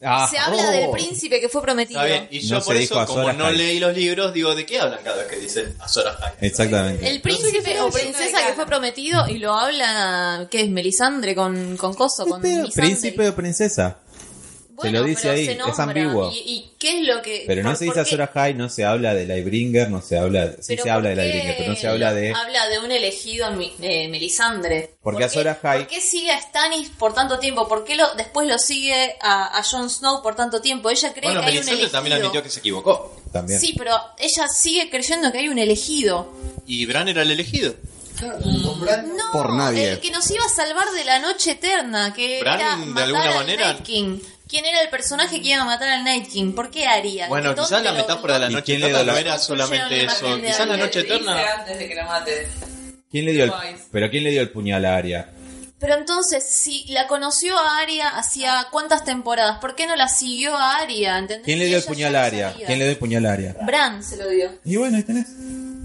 Speaker 1: Ah,
Speaker 4: Se habla
Speaker 5: oh.
Speaker 4: del príncipe que fue prometido.
Speaker 3: Está bien, y yo
Speaker 1: No se
Speaker 3: por
Speaker 1: dijo
Speaker 3: eso,
Speaker 1: Azor
Speaker 3: como no
Speaker 1: Ahai.
Speaker 3: leí los libros, digo, ¿de qué hablan cada vez que dicen Azor Ahai?
Speaker 1: exactamente. Este
Speaker 4: El príncipe o princesa que fue prometido y lo habla, ¿qué es? Melisandre con, con Coso, con
Speaker 1: Pero,
Speaker 4: Melisandre.
Speaker 1: ¿Príncipe o princesa? Este se lo dice
Speaker 4: pero
Speaker 1: ahí,
Speaker 4: se
Speaker 1: es
Speaker 4: nombra.
Speaker 1: ambiguo.
Speaker 4: ¿Y, y qué es lo que.?
Speaker 1: Pero no
Speaker 4: por-
Speaker 1: se
Speaker 4: Ah, por
Speaker 1: dice
Speaker 4: qué-
Speaker 1: Azora High, no se habla de Lightbringer, no se habla, sí
Speaker 4: pero
Speaker 1: se habla de
Speaker 4: por qué Ah,
Speaker 1: Lightbringer, pero no se habla de...
Speaker 4: Habla de un elegido mi- eh, Melisandre.
Speaker 1: Porque Azora High...
Speaker 4: ¿Por qué sigue a Stannis por tanto tiempo? ¿Por qué lo, después lo sigue a, a Jon Snow por tanto tiempo? Ella cree
Speaker 3: Bueno,
Speaker 4: que hay un
Speaker 3: Melisandre
Speaker 4: elegido.
Speaker 3: también admitió que se equivocó.
Speaker 1: También.
Speaker 4: Sí, pero ella sigue creyendo que hay un elegido.
Speaker 3: Y Bran era el elegido.
Speaker 4: No,
Speaker 5: Por nadie.
Speaker 4: El que nos iba a salvar de la noche eterna, que
Speaker 3: Bran,
Speaker 4: era
Speaker 3: de
Speaker 4: matar
Speaker 3: alguna
Speaker 4: al
Speaker 3: manera-
Speaker 4: Night King. ¿Quién era el personaje que iba a matar al Night King? ¿Por qué haría?
Speaker 3: Bueno,
Speaker 4: ¿Dónde
Speaker 3: quizás la
Speaker 4: lo-
Speaker 3: metáfora de la
Speaker 1: ¿Y
Speaker 3: noche
Speaker 1: quién le
Speaker 3: eterna
Speaker 1: dio
Speaker 3: no
Speaker 1: la-
Speaker 3: era solamente
Speaker 4: Construyeron la
Speaker 3: eso.
Speaker 4: imagen de
Speaker 3: Quizás la
Speaker 4: alguien.
Speaker 3: noche
Speaker 6: Dice
Speaker 3: eterna.
Speaker 6: antes de que la mate.
Speaker 1: ¿Quién le dio el,
Speaker 6: Twice.
Speaker 1: pero quién le dio el puñal a Aria?
Speaker 4: Pero entonces, si la conoció a Aria hacía cuántas temporadas, ¿por qué no la siguió a Aria? ¿Entendés?
Speaker 1: ¿Quién le dio el
Speaker 4: Ella ya
Speaker 1: puñal
Speaker 4: lo
Speaker 1: a Aria?
Speaker 4: sabía.
Speaker 1: ¿Quién le dio el puñal a Aria?
Speaker 4: Bran se lo dio.
Speaker 1: Y bueno, ahí tenés.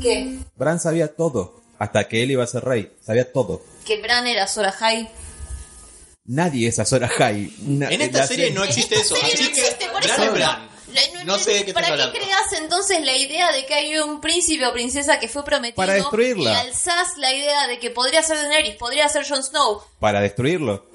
Speaker 4: ¿Qué?
Speaker 1: Bran sabía todo, hasta que él iba a ser rey, sabía todo.
Speaker 4: Que Bran era Sora High.
Speaker 1: Nadie es Azora High. Na-
Speaker 3: En esta
Speaker 1: la
Speaker 3: serie no existe eso.
Speaker 4: serie
Speaker 3: Así
Speaker 4: no
Speaker 3: que
Speaker 4: existe, por
Speaker 3: Bran
Speaker 4: eso
Speaker 3: es
Speaker 4: no.
Speaker 3: Bran.
Speaker 4: La-
Speaker 3: No sé de qué
Speaker 4: ¿Para
Speaker 3: estás
Speaker 4: qué
Speaker 3: hablando.
Speaker 4: creas entonces la idea de que hay un príncipe o princesa que fue prometido?
Speaker 1: Para destruirla.
Speaker 4: Y alzás la idea de que podría ser Daenerys, podría ser Jon Snow.
Speaker 1: Para destruirlo.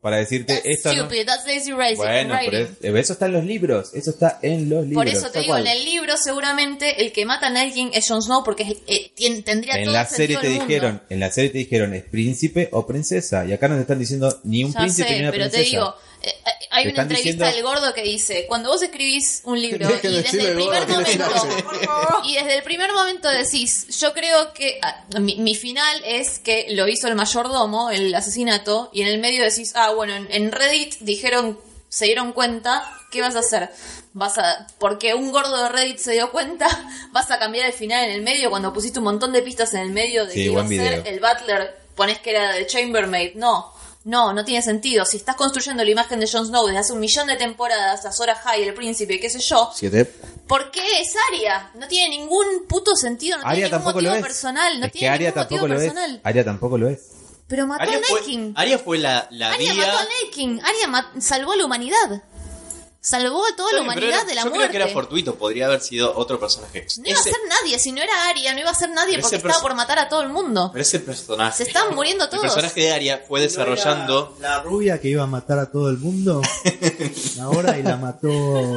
Speaker 1: Para decirte
Speaker 4: That's
Speaker 1: esto no-
Speaker 4: stupid, that's lazy writing.
Speaker 1: Bueno, pero
Speaker 4: writing.
Speaker 1: es- eso está en los libros. Eso está en los libros.
Speaker 4: Por eso te
Speaker 1: tal
Speaker 4: digo,
Speaker 1: cual.
Speaker 4: en el libro seguramente el que mata a Night King es Jon Snow porque es- eh, tien- tendría
Speaker 1: En
Speaker 4: todo
Speaker 1: la
Speaker 4: el
Speaker 1: serie
Speaker 4: sentido
Speaker 1: te
Speaker 4: del mundo.
Speaker 1: dijeron, en la serie te dijeron, es príncipe o princesa. Y acá no te están diciendo ni un
Speaker 4: Ya
Speaker 1: príncipe
Speaker 4: sé,
Speaker 1: ni una
Speaker 4: pero
Speaker 1: princesa.
Speaker 4: te digo, eh, eh, hay
Speaker 1: Te
Speaker 4: una
Speaker 1: están diciendo-
Speaker 4: entrevista del gordo que dice, cuando vos escribís un libro
Speaker 5: Dejen
Speaker 4: y
Speaker 5: de
Speaker 4: desde el
Speaker 5: decirle
Speaker 4: primer
Speaker 5: gordo, tiene
Speaker 4: momento, y desde el primer momento decís, yo creo que ah, mi, mi final es que lo hizo el mayordomo, el asesinato, y en el medio decís, ah, bueno, en, en Reddit dijeron, se dieron cuenta, ¿qué vas a hacer? Vas a, porque un gordo de Reddit se dio cuenta, vas a cambiar el final en el medio cuando pusiste un montón de pistas en el medio de
Speaker 1: Sí,
Speaker 4: que iba
Speaker 1: buen
Speaker 4: a ser
Speaker 1: video.
Speaker 4: el butler, pones que era de Chambermaid, no. No, no tiene sentido. Si estás construyendo la imagen de Jon Snow desde hace un millón de temporadas, Azora High, el príncipe, qué sé yo,
Speaker 5: Siete.
Speaker 4: ¿Por qué es Aria? No tiene ningún puto sentido, no
Speaker 1: Aria
Speaker 4: tiene ningún
Speaker 1: tampoco
Speaker 4: motivo
Speaker 1: lo es.
Speaker 4: personal, no
Speaker 1: es que
Speaker 4: tiene
Speaker 1: Aria
Speaker 4: ningún motivo
Speaker 1: tampoco lo es.
Speaker 4: personal.
Speaker 1: Aria tampoco lo es.
Speaker 4: Pero mató
Speaker 3: Aria
Speaker 4: a
Speaker 3: fue,
Speaker 4: Night King.
Speaker 3: Aria fue la, la
Speaker 4: Aria
Speaker 3: día.
Speaker 4: mató a Night King. Aria ma- salvó a la humanidad. Salvó a toda la
Speaker 3: Sí, pero
Speaker 4: humanidad
Speaker 3: era-
Speaker 4: de la
Speaker 3: yo
Speaker 4: muerte.
Speaker 3: creo que era fortuito, podría haber sido otro personaje.
Speaker 4: no iba
Speaker 3: Ese-
Speaker 4: a ser nadie, si no era Aria, no iba a ser nadie
Speaker 3: Pero
Speaker 4: porque
Speaker 3: ese
Speaker 4: estaba
Speaker 3: perso-
Speaker 4: por matar a todo el mundo.
Speaker 3: pero ese personaje.
Speaker 4: Se están muriendo todos.
Speaker 3: El personaje de Aria fue desarrollando.
Speaker 15: La rubia que iba a matar a todo el mundo. Ahora y la mató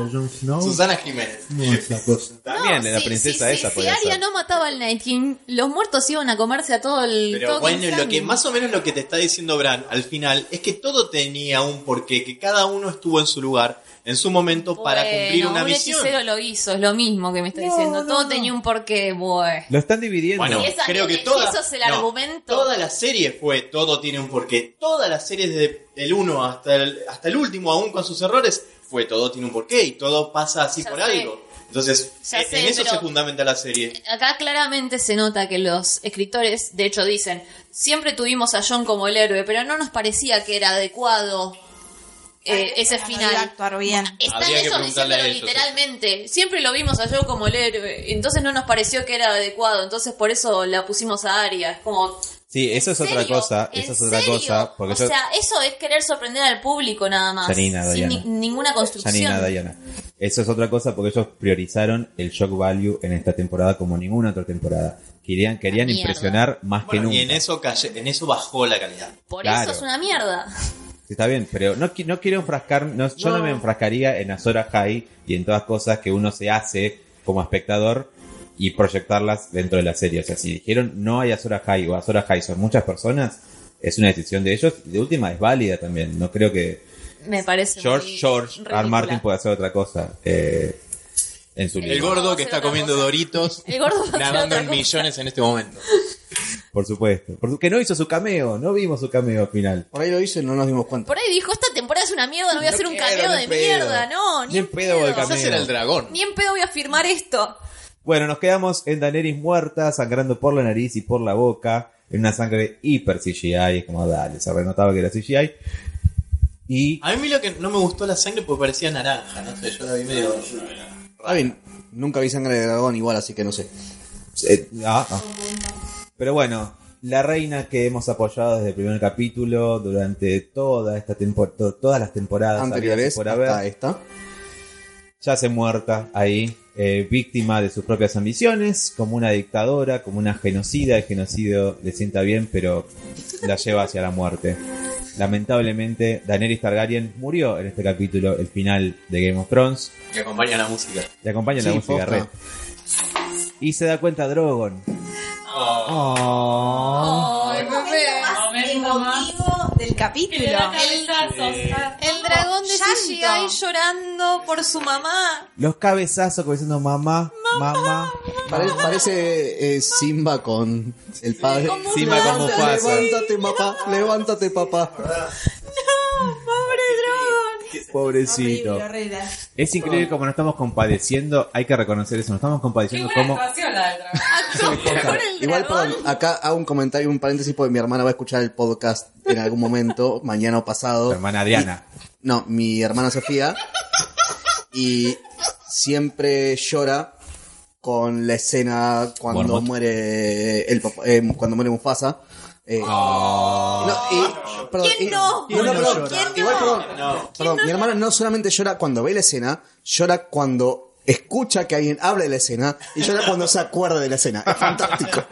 Speaker 15: Jon Snow.
Speaker 3: Susana Jiménez.
Speaker 15: Mucha cosa.
Speaker 1: También
Speaker 4: No,
Speaker 1: la
Speaker 4: sí,
Speaker 1: princesa
Speaker 4: sí, sí,
Speaker 1: esa
Speaker 4: Si
Speaker 1: podía
Speaker 4: Aria
Speaker 1: ser.
Speaker 4: no mataba al Night King, los muertos iban a comerse a todo el.
Speaker 3: Pero
Speaker 4: todo
Speaker 3: bueno, lo
Speaker 4: King's
Speaker 3: que
Speaker 4: Landing.
Speaker 3: más o menos lo que te está diciendo Bran al final es que todo tenía un porqué, que cada uno estuvo en su lugar, en su momento, para
Speaker 4: Bueno,
Speaker 3: cumplir una
Speaker 4: un
Speaker 3: misión.
Speaker 4: hechicero lo hizo, es lo mismo que me está diciendo. todo tenía un porqué, bueno.
Speaker 1: Lo están dividiendo.
Speaker 3: Bueno,
Speaker 4: Y esa-
Speaker 3: creo que
Speaker 4: eso
Speaker 3: toda,
Speaker 4: es el argumento.
Speaker 3: Toda la serie fue, todo tiene un porqué. Todas las series desde el 1 hasta el, hasta el último, aún con sus errores, fue todo tiene un porqué y todo pasa así
Speaker 4: Ya
Speaker 3: por
Speaker 4: sé.
Speaker 3: algo. Entonces, e,
Speaker 4: Ya
Speaker 3: en,
Speaker 4: sé,
Speaker 3: en eso
Speaker 4: pero- eh,
Speaker 3: se fundamenta la serie.
Speaker 4: Acá claramente se nota que los escritores, de hecho, dicen, siempre tuvimos a John como el héroe, pero no nos parecía que era adecuado eh, ese
Speaker 12: Para
Speaker 4: final.
Speaker 12: actuar bien.
Speaker 4: Están
Speaker 3: Habría que
Speaker 4: ellos
Speaker 3: preguntarle
Speaker 4: diciéndolo
Speaker 3: a ellos,
Speaker 4: literalmente. Siempre lo vimos a John como el héroe, entonces no nos pareció que era adecuado, entonces por eso la pusimos a Aria. Es como,
Speaker 1: sí, eso
Speaker 4: ¿en
Speaker 1: es otra
Speaker 4: serio?
Speaker 1: cosa.
Speaker 4: ¿En
Speaker 1: Eso es otra
Speaker 4: serio?
Speaker 1: cosa. Porque
Speaker 4: o
Speaker 1: yo-
Speaker 4: sea, eso es querer sorprender al público nada más.
Speaker 1: Janina,
Speaker 4: sin ni-
Speaker 1: Diana.
Speaker 4: ninguna construcción.
Speaker 1: Janina, Diana. Eso es otra cosa porque ellos priorizaron el shock value en esta temporada como ninguna otra temporada. Querían, querían
Speaker 4: Mierda.
Speaker 1: impresionar más que
Speaker 3: Bueno,
Speaker 1: nunca.
Speaker 3: y en e- eso, calle- en eso bajó la calidad.
Speaker 4: Por
Speaker 1: Claro.
Speaker 4: eso es una mierda.
Speaker 1: Sí, está bien, pero no, qui- no quiero enfrascar, no- yo no. me enfrascaría en Azora High y en todas cosas que uno se hace como espectador y proyectarlas dentro de la serie. O sea, si dijeron no hay Azora High o Azora High son muchas personas, es una decisión de ellos y de última es válida también. No creo que
Speaker 4: Me parece
Speaker 1: George,
Speaker 4: muy
Speaker 1: George, R.
Speaker 4: ridícula.
Speaker 1: Martin pueda hacer otra cosa eh, en su
Speaker 3: El
Speaker 1: libro.
Speaker 3: gordo que está comiendo doritos,
Speaker 4: El gordo va a hacer
Speaker 3: nadando
Speaker 4: otra
Speaker 3: en
Speaker 4: cosa.
Speaker 3: millones en este momento.
Speaker 1: Por supuesto. Por su- que no hizo su cameo, no vimos su cameo al final.
Speaker 5: Por ahí lo hice y no nos dimos cuenta.
Speaker 4: Por ahí dijo, esta temporada es una mierda, no voy a hacer un
Speaker 1: quiero,
Speaker 4: cameo
Speaker 1: ni
Speaker 4: de
Speaker 1: en pedo.
Speaker 4: mierda, no, ni, en pedo.
Speaker 1: voy al cameo.
Speaker 3: Quizás era el dragón.
Speaker 4: Ni en pedo voy a firmar esto.
Speaker 1: Bueno, nos quedamos en Daenerys muerta, sangrando por la nariz y por la boca, en una sangre hiper CGI, es como dale, se renotaba que era CGI. Y
Speaker 3: A mí lo que no me gustó la sangre porque parecía naranja, no sé, yo la vi medio...
Speaker 5: Ah, bien. Nunca vi sangre de dragón igual, así que no sé.
Speaker 1: eh, ah, ah. Pero bueno, la reina que hemos apoyado desde el primer capítulo, durante toda esta temporada, todas las temporadas habidas y
Speaker 5: Anteriores
Speaker 1: Ah, por haber,
Speaker 5: hasta esta.
Speaker 1: ya se muerta ahí, eh, víctima de sus propias ambiciones, como una dictadora, como una genocida. El genocidio le sienta bien, pero la lleva hacia la muerte. Lamentablemente, Daenerys Targaryen murió en este capítulo, el final de Game of Thrones.
Speaker 3: Que acompaña la música.
Speaker 1: Le acompaña la
Speaker 5: Sí,
Speaker 1: música
Speaker 5: posta.
Speaker 1: red. Y se da cuenta Drogon.
Speaker 4: Oh.
Speaker 6: Ay, bebé. Momento más.
Speaker 12: motivo
Speaker 6: Que
Speaker 12: del
Speaker 6: le da
Speaker 12: capítulo.
Speaker 6: cabezazos. Ah,
Speaker 4: El dragón de
Speaker 12: Llanto.
Speaker 4: CGI llorando por su mamá.
Speaker 1: Los cabezazos como diciendo mamá, mamá.
Speaker 5: Pare- parece eh, Simba con el padre.
Speaker 4: como
Speaker 18: Simba con
Speaker 5: Levántate,
Speaker 18: Mufasa.
Speaker 5: Levántate, papá. Levántate, papá.
Speaker 1: Pobrecito.
Speaker 12: Horrible, horrible.
Speaker 1: Es increíble como nos estamos compadeciendo. Hay que reconocer eso. Nos estamos
Speaker 6: Qué
Speaker 1: compadeciendo
Speaker 6: buena
Speaker 1: como.
Speaker 6: actuación la del dragón.
Speaker 4: Ah, Con el
Speaker 5: Igual,
Speaker 4: dragón.
Speaker 5: perdón, acá hago un comentario, un paréntesis, porque mi hermana va a escuchar el podcast en algún momento, mañana o pasado.
Speaker 1: Tu hermana Adriana.
Speaker 5: Y- no, mi hermana Sofía. Y siempre llora con la escena cuando
Speaker 1: Mormont.
Speaker 5: muere el papá- eh, cuando muere Mufasa. Eh,
Speaker 1: Ah.
Speaker 5: no, y- perdón,
Speaker 4: ¿Quién
Speaker 5: y-
Speaker 4: no?
Speaker 5: no, no,
Speaker 4: ¿Quién
Speaker 5: perdón,
Speaker 4: no? ¿Quién no?
Speaker 5: Igual, perdón, perdón, mi hermana no solamente llora cuando ve la escena, llora cuando escucha que alguien habla de la escena y llora cuando se acuerda de la escena. Es fantástico.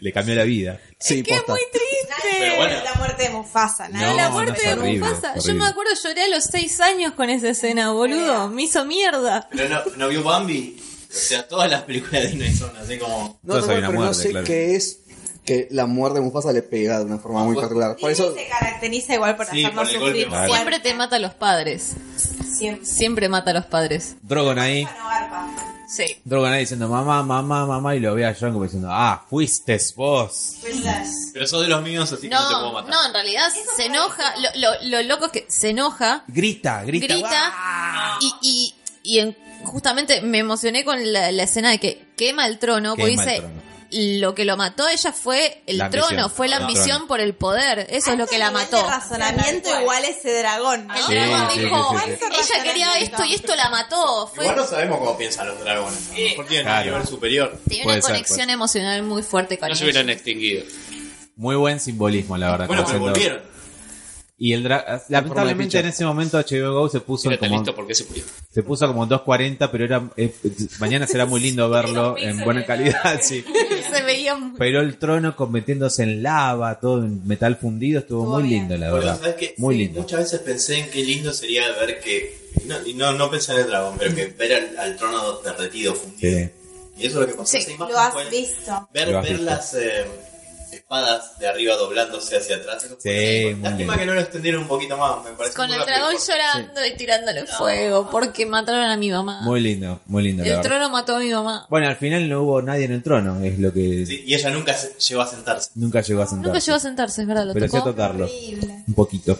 Speaker 1: Le cambió la vida.
Speaker 5: Sí,
Speaker 4: ¡Qué
Speaker 5: posta.
Speaker 4: muy
Speaker 12: Nadie
Speaker 4: triste!
Speaker 12: vio la muerte de Mufasa. Nadie
Speaker 1: No,
Speaker 4: la
Speaker 12: la
Speaker 4: muerte
Speaker 1: no, es
Speaker 4: de
Speaker 1: horrible,
Speaker 4: Mufasa.
Speaker 1: es
Speaker 4: Yo me
Speaker 1: horrible.
Speaker 4: acuerdo lloré a los seis años con esa escena, boludo. Me hizo mierda.
Speaker 3: Pero no, no vio Bambi. O sea, todas las películas de Disney son así como.
Speaker 5: No,
Speaker 1: Todos
Speaker 5: no,
Speaker 1: hay una
Speaker 5: no, pero no
Speaker 1: muerte,
Speaker 5: sé
Speaker 1: claro.
Speaker 5: qué es que la muerte de Mufasa le pega de una forma
Speaker 1: Ah,
Speaker 5: muy particular. Por eso,
Speaker 12: se caracteriza igual por
Speaker 3: Sí,
Speaker 12: hacernos
Speaker 3: por el golpe
Speaker 12: sufrir.
Speaker 3: más.
Speaker 4: Siempre te mata a los padres.
Speaker 12: Siempre.
Speaker 4: Siempre mata a los padres.
Speaker 1: Drogon ahí.
Speaker 12: No garpa.
Speaker 4: Sí.
Speaker 1: Drogon ahí diciendo mamá, mamá, mamá. Y lo ve a John como diciendo, ah, fuiste vos.
Speaker 12: Pues las-
Speaker 3: Pero sos de los míos, así que no te puedo
Speaker 4: No,
Speaker 3: matar.
Speaker 4: no, en realidad se enoja. Lo, lo- lo loco es que se enoja,
Speaker 1: Grita, grita. "Guau".
Speaker 4: grita y, y, y en- justamente me emocioné con la, la escena de que quema el trono.
Speaker 1: Quema
Speaker 4: porque
Speaker 1: el
Speaker 4: dice,
Speaker 1: trono.
Speaker 4: lo que lo mató a ella fue el
Speaker 1: La ambición.
Speaker 4: trono, fue la
Speaker 1: El
Speaker 4: ambición
Speaker 1: trono.
Speaker 4: por el poder. Eso es lo que la
Speaker 12: Alto
Speaker 4: mató.
Speaker 12: nivel de razonamiento igual ese dragón. ¿no?
Speaker 4: El
Speaker 1: Sí,
Speaker 4: dragón
Speaker 1: sí,
Speaker 4: dijo,
Speaker 1: sí, sí, sí.
Speaker 4: ella quería esto y esto la mató. Fue, este,
Speaker 3: Igual no sabemos cómo piensan los dragones. ¿no? Porque tienen
Speaker 1: Claro.
Speaker 3: un nivel superior.
Speaker 4: tenía una
Speaker 1: Puede ser, pues.
Speaker 4: conexión
Speaker 1: puede ser.
Speaker 4: emocional muy fuerte con
Speaker 16: No se
Speaker 4: ella.
Speaker 16: hubieran extinguido.
Speaker 1: Muy buen simbolismo, la verdad.
Speaker 3: Bueno, pero
Speaker 1: Concepto.
Speaker 3: volvieron.
Speaker 1: Y el dra- lamentablemente en ese momento HBO Go se puso
Speaker 16: Era tan
Speaker 1: como
Speaker 16: listo porque se murió.
Speaker 1: se puso como 240, pero era eh, mañana será muy lindo verlo en buena calidad, sí.
Speaker 4: Se veía muy-
Speaker 1: Pero el trono convirtiéndose en lava, todo en metal fundido, estuvo
Speaker 12: Estuvo
Speaker 1: muy
Speaker 12: bien.
Speaker 1: lindo, la
Speaker 3: Bueno,
Speaker 1: verdad.
Speaker 3: ¿sabes qué?
Speaker 1: Muy
Speaker 3: Sí,
Speaker 1: lindo.
Speaker 3: Muchas veces pensé en qué lindo sería ver que. No, y no, no pensé en el dragón, pero que ver al, al trono derretido, fundido.
Speaker 1: Sí.
Speaker 3: Y eso es lo que pasó.
Speaker 4: Sí,
Speaker 3: Esa imagen
Speaker 12: Lo has
Speaker 3: fue-
Speaker 12: visto.
Speaker 3: Ver,
Speaker 1: Lo has
Speaker 3: ver
Speaker 1: visto.
Speaker 3: las eh, espadas de arriba doblándose hacia atrás. Eso fue
Speaker 1: Sí,
Speaker 3: lindo.
Speaker 1: muy
Speaker 3: Lástima
Speaker 1: lindo.
Speaker 3: que no lo extendieron un poquito más, me parece.
Speaker 4: Con
Speaker 3: muy
Speaker 4: el
Speaker 3: rápido.
Speaker 4: dragón
Speaker 1: pues.
Speaker 4: llorando y tirándole fuego porque mataron a mi mamá.
Speaker 1: Muy lindo, muy lindo, la
Speaker 4: el
Speaker 1: verdad.
Speaker 4: trono mató a mi mamá.
Speaker 1: Bueno, al final no hubo nadie en el trono, es lo que
Speaker 3: Sí, y ella nunca se- llegó a sentarse.
Speaker 1: nunca llegó a sentar.
Speaker 4: Nunca llegó a sentarse, es verdad, lo
Speaker 1: pero sí a
Speaker 4: tocó.
Speaker 1: tocarlo.
Speaker 12: Horrible.
Speaker 1: un poquito.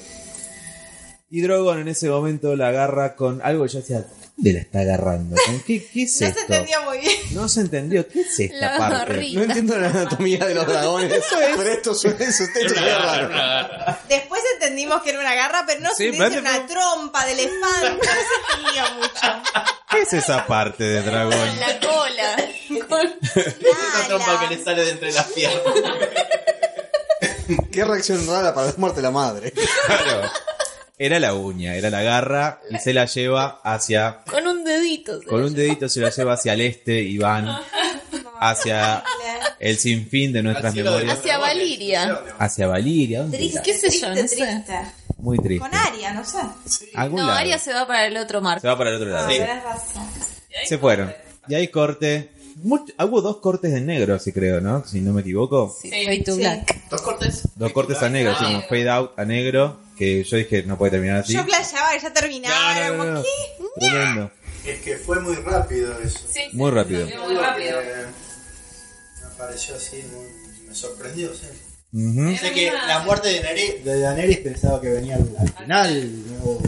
Speaker 1: Y Drogon en ese momento la agarra con algo que yo decía, ¿dónde la está agarrando? ¿Con qué, qué es
Speaker 12: No
Speaker 1: esto?
Speaker 12: se entendía muy bien.
Speaker 1: No se entendió, ¿qué es esta
Speaker 4: La
Speaker 1: parte?
Speaker 4: barriga.
Speaker 5: no entiendo la anatomía de los dragones, pero esto suena en su techo
Speaker 16: Era una
Speaker 5: raro.
Speaker 16: garra.
Speaker 12: Después entendimos que era una garra, pero no
Speaker 1: Sí,
Speaker 12: se entendía
Speaker 1: pero-
Speaker 12: una trompa de elefante. No se entendía mucho.
Speaker 1: ¿Qué es esa parte de Dragón?
Speaker 4: La cola.
Speaker 3: Esa trompa que le sale de entre las piernas.
Speaker 5: Qué reacción rara para la muerte de la madre.
Speaker 1: Claro. Era la uña, era la garra y se la lleva hacia...
Speaker 4: Con un dedito.
Speaker 1: Con un dedito se la lleva hacia el este y van Ah, hacia el sinfín de nuestras
Speaker 3: Hacia lo de-
Speaker 1: memorias.
Speaker 4: Hacia Valiria.
Speaker 1: Hacia Valiria. ¿dónde
Speaker 12: Triste,
Speaker 1: está?
Speaker 4: ¿Qué sé yo?
Speaker 12: triste,
Speaker 4: No sé.
Speaker 12: triste.
Speaker 1: Muy triste.
Speaker 12: Con Aria, no sé.
Speaker 1: Algún
Speaker 4: No,
Speaker 1: lado.
Speaker 4: Aria se va para el otro mar.
Speaker 1: Se va para el otro lado.
Speaker 12: Sí.
Speaker 1: sí. Se fueron. Y hay corte. Much- hubo dos cortes de negro, si creo, ¿no? Si no me equivoco.
Speaker 4: Sí, Fade to
Speaker 12: Sí.
Speaker 4: Black.
Speaker 3: Dos cortes.
Speaker 1: Dos cortes a negro, así como fade out a negro. Que yo dije, no puede terminar así.
Speaker 12: Yo playaba que ya terminaba.
Speaker 1: No, no,
Speaker 12: era
Speaker 1: no,
Speaker 12: como,
Speaker 1: no.
Speaker 12: ¿qué?
Speaker 1: Tremendo.
Speaker 7: Es que fue muy rápido eso.
Speaker 1: Muy rápido.
Speaker 6: Fue Muy rápido.
Speaker 7: Eh, Me pareció así, muy- me sorprendió. sí.
Speaker 1: Ujú.
Speaker 3: Dice que la muerte de Neri.
Speaker 15: De Daenerys pensaba que venía al, al final. o-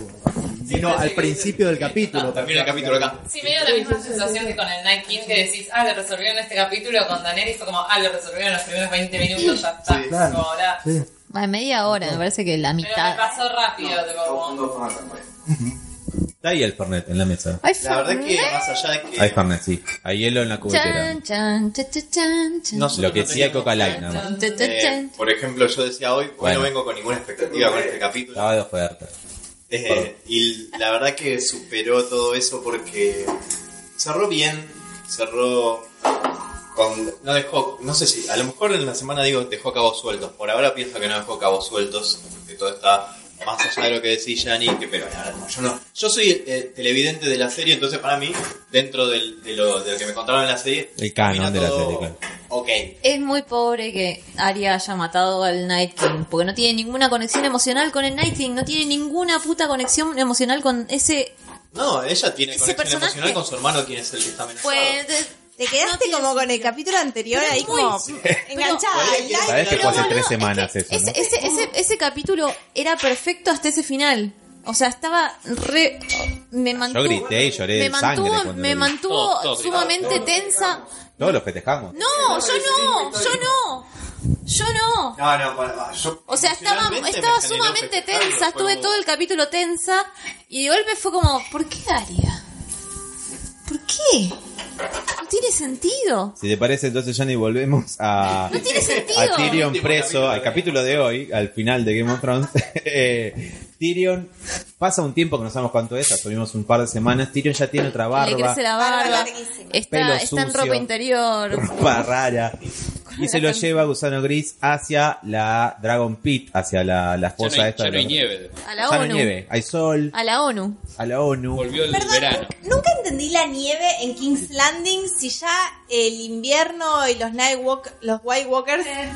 Speaker 3: Sí,
Speaker 15: no,
Speaker 3: pensé
Speaker 15: al
Speaker 3: que-
Speaker 15: principio del capítulo.
Speaker 3: También el capítulo acá.
Speaker 6: Sí, me dio la misma sensación que con el Night King que decís, ah, lo resolvieron en este capítulo con Daenerys fue como, ah, lo resolvieron en los primeros 20 minutos, ya está,
Speaker 15: Ah, claro.
Speaker 6: como ahora.
Speaker 15: Sí.
Speaker 4: A media hora, me parece que la
Speaker 6: Pero me
Speaker 4: mitad.
Speaker 6: pasó rápido, tipo, como,
Speaker 7: Segundo formato, pues.
Speaker 1: Está ahí el Fernet en la mesa.
Speaker 4: Ay,
Speaker 3: La verdad que
Speaker 4: Fernet.
Speaker 3: más allá de que.
Speaker 1: Hay Fernet, sí. Hay hielo en la cubetera.
Speaker 4: Chan, chan, cha, cha, chan, chan.
Speaker 3: Nosotros
Speaker 1: Lo que
Speaker 3: no
Speaker 1: sí hay
Speaker 3: teníamos-
Speaker 1: Coca Light, nada más.
Speaker 4: Chan, chan,
Speaker 3: Eh,
Speaker 4: chan.
Speaker 3: por ejemplo, yo decía hoy, hoy
Speaker 1: Bueno.
Speaker 3: no vengo con ninguna expectativa con este capítulo.
Speaker 1: Estaba de oferta.
Speaker 3: Eh, y la verdad que superó todo eso porque cerró bien, cerró con... No dejó, no sé si, a lo mejor en la semana digo dejó cabos sueltos, por ahora pienso que no dejó cabos sueltos, que todo está más allá de lo que decís, Yanni, que, pero la verdad, como yo no. Yo soy el, el televidente de la serie, entonces para mí, dentro del- de, lo, de lo que me contaron en la serie,
Speaker 1: El canon
Speaker 3: termina
Speaker 1: de la
Speaker 3: todo
Speaker 1: serie, claro.
Speaker 3: Ok.
Speaker 4: Es muy pobre que Arya haya matado al Night King, porque no tiene ninguna conexión emocional con el Night King, no tiene ninguna puta conexión emocional con ese...
Speaker 3: No, ella tiene
Speaker 4: Ese
Speaker 3: conexión
Speaker 4: personaje-
Speaker 3: emocional con su hermano, quien es el que está amenazado.
Speaker 4: Pues...
Speaker 12: Te quedaste como con el capítulo anterior ahí como enganchada.
Speaker 4: Pero-
Speaker 12: al live.
Speaker 1: Sabés que
Speaker 4: Pero
Speaker 1: fue hace
Speaker 4: boludo,
Speaker 1: tres semanas eso,
Speaker 4: Ese,
Speaker 1: ¿no?
Speaker 4: ese, ese, ese capítulo era perfecto hasta ese final. O sea, estaba re... Me mantuvo,
Speaker 1: grité y lloré
Speaker 4: me
Speaker 1: de sangre
Speaker 4: mantuvo,
Speaker 1: cuando
Speaker 4: me
Speaker 1: lo vi.
Speaker 4: mantuvo
Speaker 3: Todos- todos
Speaker 4: sumamente
Speaker 3: gritaron,
Speaker 4: tensa.
Speaker 1: Todos los festejamos.
Speaker 4: No, yo no, yo no, yo no.
Speaker 7: No, no, bueno, va, yo.
Speaker 4: O sea, estaba,
Speaker 3: Emocionalmente me
Speaker 4: estaba
Speaker 3: generó
Speaker 4: sumamente
Speaker 3: espectáculo,
Speaker 4: tensa,
Speaker 3: fue
Speaker 4: estuve
Speaker 3: como-
Speaker 4: todo el capítulo tensa y de golpe fue como, ¿por qué Aria? ¿Por qué? No tiene sentido.
Speaker 1: Si te parece, entonces Johnny volvemos a,
Speaker 4: No tiene sentido.
Speaker 1: a Tyrion
Speaker 3: Último
Speaker 1: preso,
Speaker 3: capítulo.
Speaker 1: al capítulo de hoy, al final de Game of Thrones. Eh, Tyrion pasa un tiempo que no sabemos cuánto es, asumimos un par de semanas. Tyrion ya tiene otra
Speaker 4: Le
Speaker 1: barba,
Speaker 4: crece la
Speaker 12: Barba
Speaker 4: barba,
Speaker 12: larguísima.
Speaker 4: está,
Speaker 1: Pelo
Speaker 4: está en
Speaker 1: sucio.
Speaker 4: ropa interior.
Speaker 1: ropa rara. Y se lo lleva Gusano Gris hacia la Dragon Pit, hacia la, la
Speaker 16: Ya
Speaker 1: esposa
Speaker 16: no hay,
Speaker 1: esta. de
Speaker 16: ya no hay
Speaker 1: los-
Speaker 16: nieve.
Speaker 1: Ya
Speaker 4: A la
Speaker 1: no hay
Speaker 4: ONU.
Speaker 1: nieve, hay sol,
Speaker 4: A la ONU.
Speaker 1: a la ONU.
Speaker 16: Volvió el
Speaker 12: Perdón,
Speaker 16: verano.
Speaker 12: nu- nunca entendí la nieve en King's Landing si ya el invierno y los Night Walk- los White Walkers
Speaker 4: Eh.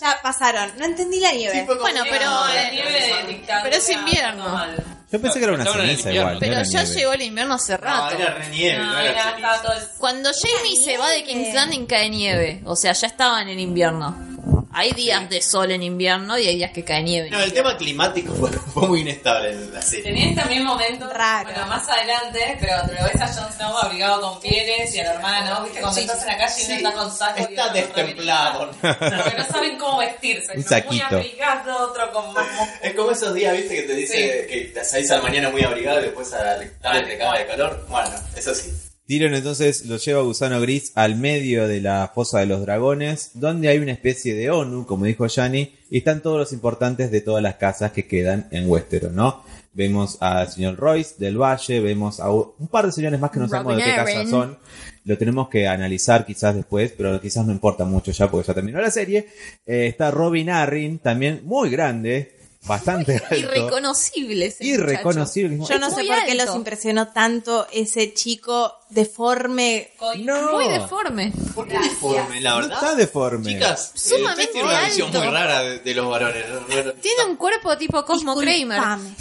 Speaker 12: ya pasaron. No entendí la nieve.
Speaker 3: eh,
Speaker 4: Bueno, pero, eh,
Speaker 6: la "Ah, nieve de dictadura
Speaker 4: pero es invierno.
Speaker 6: normal.
Speaker 1: Yo pensé que era una
Speaker 16: Estaban en el
Speaker 1: ceniza
Speaker 16: invierno.
Speaker 1: igual. no
Speaker 4: pero
Speaker 1: era
Speaker 4: ya
Speaker 1: nieve.
Speaker 4: llegó el invierno hace
Speaker 7: No,
Speaker 4: rato.
Speaker 7: era re nieve, no,
Speaker 6: No,
Speaker 7: era
Speaker 6: era,
Speaker 7: ceniza.
Speaker 6: estaba todo el
Speaker 4: Cuando Jamie se va de King's Landing cae nieve, o sea, ya estaban en invierno. Hay días de sol en invierno y hay días que cae nieve.
Speaker 3: No, el tema climático fue, fue muy inestable en la serie.
Speaker 6: Tenías también momentos
Speaker 12: Raro.
Speaker 6: este Bueno, más adelante, pero te lo ves a Jon Snow abrigado con pieles y al hermano, ¿viste? Cuando estás en la calle y uno está con saco. y
Speaker 3: Está
Speaker 6: otro
Speaker 3: destemplado.
Speaker 6: remera. Porque no saben cómo vestirse.
Speaker 1: Un
Speaker 6: uno
Speaker 1: saquito.
Speaker 6: Muy abrigado, otro con más moscas.
Speaker 3: Es como esos días, viste, que te dice que te salís a la mañana muy abrigado y después a la tarde te caga de calor. Bueno, eso sí.
Speaker 1: Tyrion entonces lo lleva a Gusano Gris al medio de la fosa de los dragones, donde hay una especie de ONU, como dijo Yanni, y están todos los importantes de todas las casas que quedan en Westeros, ¿no? Vemos al señor Royce del Valle, vemos a u- un par de señores más que no sabemos de
Speaker 4: Robin
Speaker 1: qué casa
Speaker 4: Arryn.
Speaker 1: son. Lo tenemos que analizar quizás después, pero quizás no importa mucho ya porque ya terminó la serie. Eh, está Robin Arrin, también muy grande, bastante alto.
Speaker 4: Irreconocible. ese muchacho.
Speaker 1: Irreconocible.
Speaker 12: Yo no
Speaker 4: Es
Speaker 12: sé
Speaker 4: muy
Speaker 12: por qué
Speaker 4: alto.
Speaker 12: los impresionó tanto ese chico deforme.
Speaker 1: No.
Speaker 4: Muy deforme.
Speaker 3: ¿Por qué deforme, la
Speaker 1: No
Speaker 3: verdad?
Speaker 1: está deforme.
Speaker 3: Chicas, eh,
Speaker 4: Sumamente
Speaker 3: usted tiene una visión
Speaker 4: alto.
Speaker 3: muy rara de, de los varones. ¿no? Bueno,
Speaker 4: Tiene un cuerpo tipo Cosmo Kramer.
Speaker 12: Disculpame.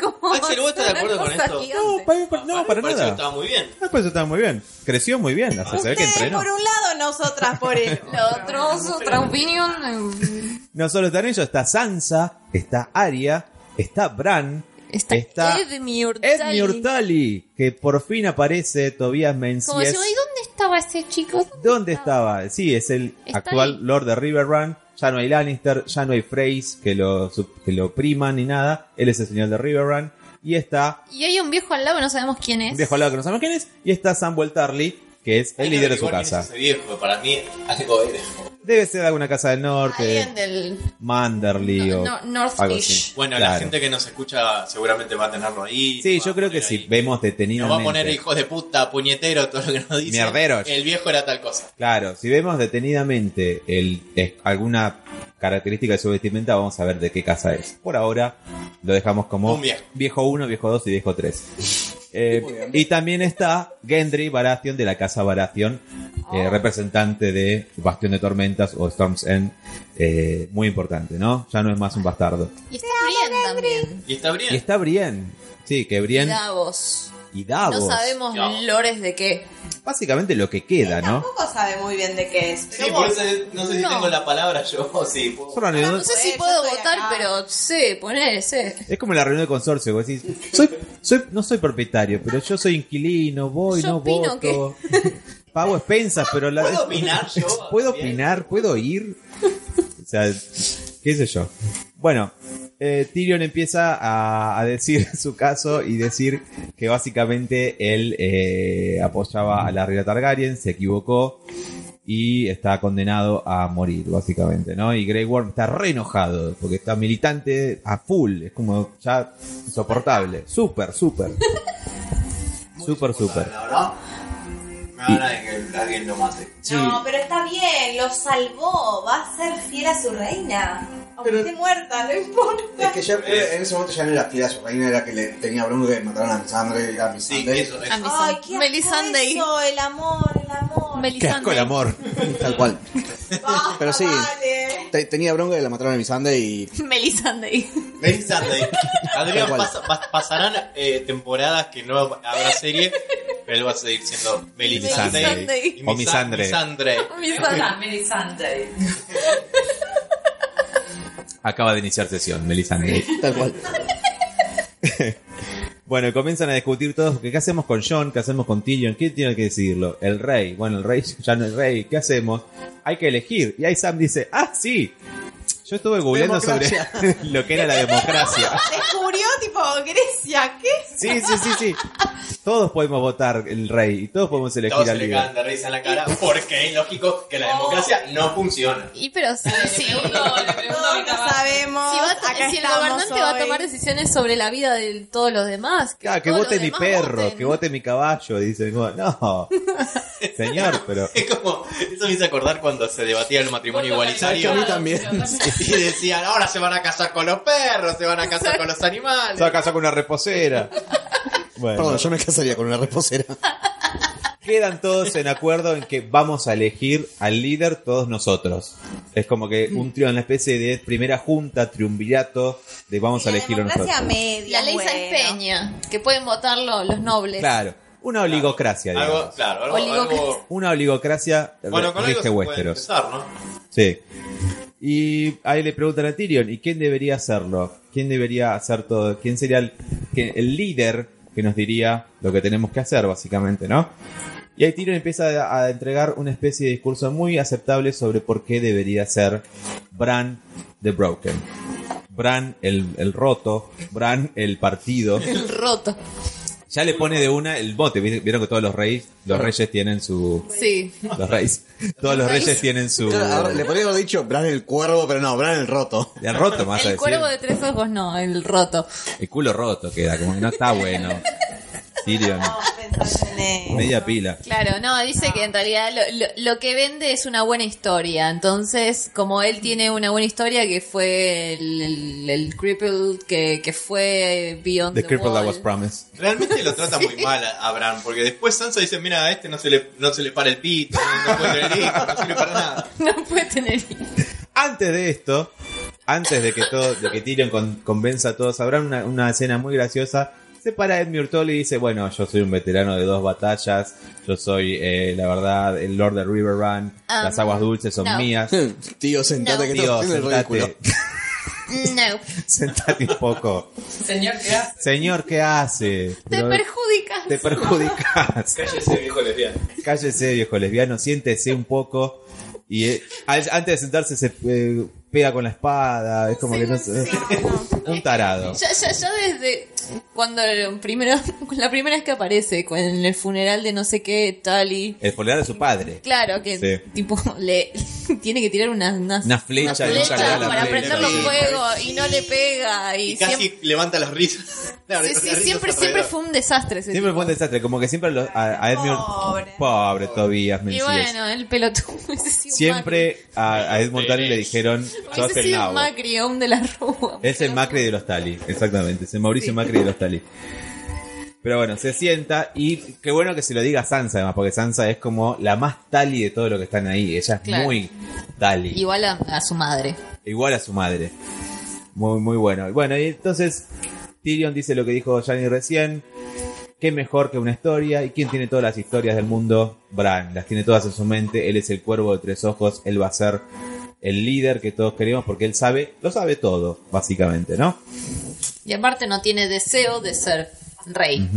Speaker 4: Como
Speaker 3: Axel, ¿vos estás de acuerdo
Speaker 4: una
Speaker 3: con
Speaker 4: cosa
Speaker 3: esto?
Speaker 4: gigante.
Speaker 1: No, para, para- no, para
Speaker 3: me pareció que
Speaker 1: nada.
Speaker 3: Estaba muy bien.
Speaker 1: Ah, pues está muy bien. Creció muy bien. O sea, se ve que
Speaker 12: Ustedes
Speaker 1: entrenó.
Speaker 12: por un lado, nosotras por el otro.
Speaker 4: Lo otro, su- otra opinión. eh,
Speaker 1: No solo están ellos, está Sansa, está Arya, está Bran,
Speaker 4: Está,
Speaker 1: Está
Speaker 4: Edmure Tully.
Speaker 1: Edmure Tully, que por fin aparece Tobias
Speaker 4: Como decimos, ¿y
Speaker 1: Menzies.
Speaker 4: dónde estaba ese chico?
Speaker 1: ¿Dónde estaba? Sí, es el
Speaker 4: Está
Speaker 1: actual
Speaker 4: ahí.
Speaker 1: Lord de Riverrun. Ya no hay Lannister, ya no hay Freys que lo, sub- que lo priman ni nada. Él es el señor de Riverrun. Y está,
Speaker 4: Y hay un viejo al lado, no sabemos quién es.
Speaker 1: un viejo al lado que no sabemos quién es, y está Samuel Tarly, que es el
Speaker 3: Hay que
Speaker 1: líder de su
Speaker 3: averiguar quién es
Speaker 1: casa.
Speaker 3: Ese viejo, para mí, algo era.
Speaker 1: Debe ser alguna casa del norte,
Speaker 4: Alguien del
Speaker 1: Manderly
Speaker 4: no,
Speaker 1: o
Speaker 4: no-
Speaker 1: algo
Speaker 4: Northish.
Speaker 1: así.
Speaker 3: Bueno, la
Speaker 1: Claro.
Speaker 3: gente que nos escucha seguramente va a tenerlo ahí.
Speaker 1: Sí,
Speaker 3: va
Speaker 1: yo
Speaker 3: a
Speaker 1: creo que
Speaker 3: poner
Speaker 1: si
Speaker 3: ahí.
Speaker 1: vemos
Speaker 3: Nos
Speaker 1: detenidamente.
Speaker 3: va a poner hijos de puta, puñetero, todo lo que nos dice.
Speaker 1: Mierderos.
Speaker 3: El viejo era tal cosa.
Speaker 1: Claro, si vemos detenidamente el, es- alguna característica de su vestimenta, vamos a ver de qué casa es. Por ahora, lo dejamos como
Speaker 3: Un viejo.
Speaker 1: 1, viejo 2 y viejo 3. y también está Gendry Baratheon de la casa Baratheon, eh,
Speaker 4: Ah.
Speaker 1: representante de Bastión de Tormentas o Storm's End, eh, muy importante, ¿no? Ya no es más un bastardo.
Speaker 4: Y está Brienne también.
Speaker 3: Y está
Speaker 1: Y
Speaker 3: bien.
Speaker 1: está Brienne, sí, que
Speaker 4: Y
Speaker 1: Brienne
Speaker 4: Davos.
Speaker 1: y Davos.
Speaker 4: No sabemos
Speaker 3: Davos.
Speaker 4: lores de qué.
Speaker 1: Básicamente lo que queda, ¿no?
Speaker 12: Tampoco sabe muy bien de qué es.
Speaker 3: Sí,
Speaker 12: pero
Speaker 3: por
Speaker 12: vos-
Speaker 3: eso no sé si
Speaker 4: No.
Speaker 3: tengo la palabra yo. Sí, puedo.
Speaker 1: Son reuniones-
Speaker 4: No sé si
Speaker 12: Eh, yo
Speaker 4: puedo
Speaker 12: estoy
Speaker 4: votar,
Speaker 12: acá.
Speaker 4: pero sé, poner, sé.
Speaker 1: Es como la reunión de consorcio, vos decís, soy, soy, no soy propietario, pero yo soy inquilino, voy,
Speaker 4: Yo
Speaker 1: no
Speaker 4: opino
Speaker 1: voto, pago expensas, pero la,
Speaker 3: ¿Puedo opinar yo?
Speaker 1: puedo
Speaker 3: Bien.
Speaker 1: opinar, puedo ir, o sea, qué sé yo. Bueno, eh, Tyrion empieza a, a decir su caso y decir que básicamente él eh, apoyaba a la reina Targaryen, se equivocó y está condenado a morir, básicamente, ¿no? Y Grey Worm está re enojado porque está militante a full, es como ya insoportable, súper, súper. Súper, súper.
Speaker 3: La verdad, Mm, me da ganas de que alguien lo mate.
Speaker 12: No, pero está bien, lo salvó, va a ser fiel a su reina. Aunque esté muerta, no importa.
Speaker 5: Es que ya, eh, en ese momento ya no era Kira, su reina era que le tenía bronca que mataron a Melisandre, a Melisandre.
Speaker 4: A mi
Speaker 12: Ay,
Speaker 4: san-
Speaker 12: qué
Speaker 4: Melisande.
Speaker 12: Melisande. Eso, el amor, el amor.
Speaker 1: Qué asco el
Speaker 4: Melisande.
Speaker 1: amor.
Speaker 5: Tal cual.
Speaker 12: Basta,
Speaker 5: Pero sí.
Speaker 12: vale.
Speaker 5: Te- tenía bronca que la mataron a Melisandre y...
Speaker 4: Melisande.
Speaker 3: Lady Sunday. Adrián,
Speaker 5: Tal cual.
Speaker 3: pasa- pas- pasarán eh, temporadas que no habrá serie, pero él va a seguir siendo Melisandre.
Speaker 4: Melisandre.
Speaker 3: y
Speaker 1: O
Speaker 3: Misa-
Speaker 1: Misandre.
Speaker 3: Misandre.
Speaker 6: Hola, Melisandre.
Speaker 1: Acaba de iniciar sesión, Melisandre.
Speaker 5: Tal cual.
Speaker 1: Bueno, y comienzan a discutir todos, ¿qué hacemos con John? ¿Qué hacemos con Tyrion? ¿Quién tiene que decidirlo? El rey. Bueno, el rey ya no es rey. ¿Qué hacemos? Hay que elegir. Y ahí Sam dice, ah, sí. Yo estuve googleando sobre
Speaker 5: Democracia.
Speaker 1: lo que era la democracia.
Speaker 12: Descubrió tipo Grecia, ¿qué?
Speaker 1: Sí, sí, sí, sí. Todos podemos votar el rey y todos podemos elegir
Speaker 3: Todos se
Speaker 1: al
Speaker 3: le
Speaker 1: líder.
Speaker 3: cagan de risa en la cara porque es lógico que la democracia no funciona.
Speaker 4: Y pero sí, sí.
Speaker 6: Le pregunto, le pregunto
Speaker 12: Todos lo
Speaker 6: ahorita más.
Speaker 12: sabemos.
Speaker 4: Si, va a-
Speaker 12: acá
Speaker 4: si el
Speaker 12: estamos
Speaker 4: gobernante va a
Speaker 12: hoy.
Speaker 4: tomar decisiones sobre la vida de todos los demás. Que,
Speaker 1: Ah, que
Speaker 4: todos
Speaker 1: vote
Speaker 4: los
Speaker 1: mi
Speaker 4: demás
Speaker 1: perro,
Speaker 4: voten.
Speaker 1: que vote mi caballo, dice. como, No, señor, pero
Speaker 3: Es como, eso me hice acordar cuando se debatía el matrimonio igualitario.
Speaker 5: A mí también.
Speaker 3: Y decían, ahora se van a casar con los perros, se van a casar con los animales.
Speaker 1: se va a casar con una reposera. Bueno,
Speaker 5: Perdón, yo me casaría con una reposera.
Speaker 1: quedan todos en acuerdo en que vamos a elegir al líder todos nosotros. Es como que un trío, una especie de primera junta, triunvirato, de vamos a
Speaker 12: La
Speaker 1: elegirlo nosotros.
Speaker 12: democracia media.
Speaker 4: La ley Sáenz
Speaker 12: bueno.
Speaker 4: Peña, que pueden votarlo los nobles.
Speaker 1: Claro, una oligocracia, digamos.
Speaker 3: Algo, claro, algo,
Speaker 4: Oligocracia.
Speaker 3: algo-
Speaker 1: Una oligocracia
Speaker 3: Bueno, con algo
Speaker 1: rige
Speaker 3: se puede
Speaker 1: Westeros.
Speaker 3: empezar, ¿no?
Speaker 1: Sí. Y ahí le preguntan a Tyrion, ¿y quién debería hacerlo? ¿Quién debería hacer todo? ¿Quién sería el, que- el líder que nos diría lo que tenemos que hacer, básicamente, no? Y ahí Tyrion empieza a, a entregar una especie de discurso muy aceptable sobre por qué debería ser Bran the Broken. Bran el, el roto, Bran el partido.
Speaker 4: El roto.
Speaker 1: Ya le pone de una el bote. ¿viste? Vieron que todos los reyes, los reyes tienen su...
Speaker 4: Sí.
Speaker 1: Los reyes. Todos los reyes tienen su...
Speaker 5: Claro, Le podría haber dicho Bran el cuervo, pero no, Bran el roto.
Speaker 1: El roto, más a
Speaker 4: El
Speaker 1: decir.
Speaker 4: cuervo de tres ojos no, el roto.
Speaker 1: El culo roto queda, como que no está bueno. Tyrion,
Speaker 12: No, pensás en él.
Speaker 1: media pila.
Speaker 4: Claro, no, dice que en realidad lo, lo- lo que vende es una buena historia. Entonces, como él tiene una buena historia que fue el, el, el cripple que, que fue Beyond the,
Speaker 1: The cripple that
Speaker 4: Wall.
Speaker 1: was promised.
Speaker 3: Realmente lo trata muy mal a a Bran, porque después Sansa dice, mira, a este no se le, no se le para el pito, no, no puede tener hijos, no sirve para nada.
Speaker 4: No puede tener
Speaker 1: Antes de esto, antes de que todo, de que Tyrion con- convenza a todos, habrá una, una escena muy graciosa. Se para Edmure Tully y dice, bueno, yo soy un veterano de dos batallas, yo soy, eh, la verdad, el Lord de River Run, las aguas dulces son
Speaker 4: no.
Speaker 1: mías.
Speaker 5: Tío, sentate
Speaker 4: No.
Speaker 5: que estás
Speaker 1: Tío,
Speaker 5: haciendo el ridículo.
Speaker 1: sentate,
Speaker 4: No.
Speaker 1: sentate un poco.
Speaker 6: Señor, ¿qué hace?
Speaker 1: Señor, ¿qué hace?
Speaker 4: Te
Speaker 1: Pero
Speaker 4: perjudicas.
Speaker 1: te perjudicas.
Speaker 16: Cállese, viejo lesbiano.
Speaker 1: Cállese, viejo lesbiano, siéntese un poco. Y eh, al- antes de sentarse se eh, pega con la espada, es como que no se- Un tarado.
Speaker 4: Ya, ya, ya desde cuando primero, la primera vez que aparece, con- en el funeral de no sé qué, Tali.
Speaker 1: El funeral de su padre.
Speaker 4: Claro que
Speaker 1: Sí.
Speaker 4: tipo le tiene que tirar unas, unas
Speaker 1: Una flecha,
Speaker 5: Una
Speaker 1: nunca
Speaker 4: flechas
Speaker 1: le da la
Speaker 4: para
Speaker 1: flecha.
Speaker 4: prenderlo
Speaker 3: Sí.
Speaker 4: fuego y no le pega y,
Speaker 3: Y casi
Speaker 4: siempre,
Speaker 3: levanta las risas. Las
Speaker 4: sí,
Speaker 3: risas
Speaker 4: sí, siempre,
Speaker 3: alrededor.
Speaker 4: siempre fue un desastre ese
Speaker 1: Siempre
Speaker 4: tipo.
Speaker 1: fue un desastre, como que siempre lo- a, a Edmure-
Speaker 12: Pobre.
Speaker 1: Pobre Tobías,
Speaker 4: Y
Speaker 1: Menzies.
Speaker 4: bueno, el pelotudo hubiese sido
Speaker 1: Siempre a, a Edmure Tully le dijeron,
Speaker 4: Macri.
Speaker 1: sos
Speaker 4: Hubiese
Speaker 1: el
Speaker 4: sido
Speaker 1: nabo.
Speaker 4: Macri, aún de la rúa.
Speaker 1: Es el Macri de los Tali, exactamente. Es el Mauricio Macri de los Tali. Pero bueno, se sienta y qué bueno que se lo diga a Sansa además, porque Sansa es como la más Tali de todos los que están ahí. Ella es
Speaker 4: Claro.
Speaker 1: muy Tali. Igual.
Speaker 4: Igual a, a su madre.
Speaker 1: a su madre. Muy, muy bueno. Y Bueno, y entonces Tyrion dice lo que dijo Gianni recién. Qué mejor que una historia. ¿Y quién tiene todas las historias del mundo? Bran. Las tiene todas en su mente. Él es el cuervo de tres ojos. Él va a ser el líder que todos queremos porque él sabe, lo sabe todo, básicamente, ¿no?
Speaker 4: Y aparte no tiene deseo de ser rey.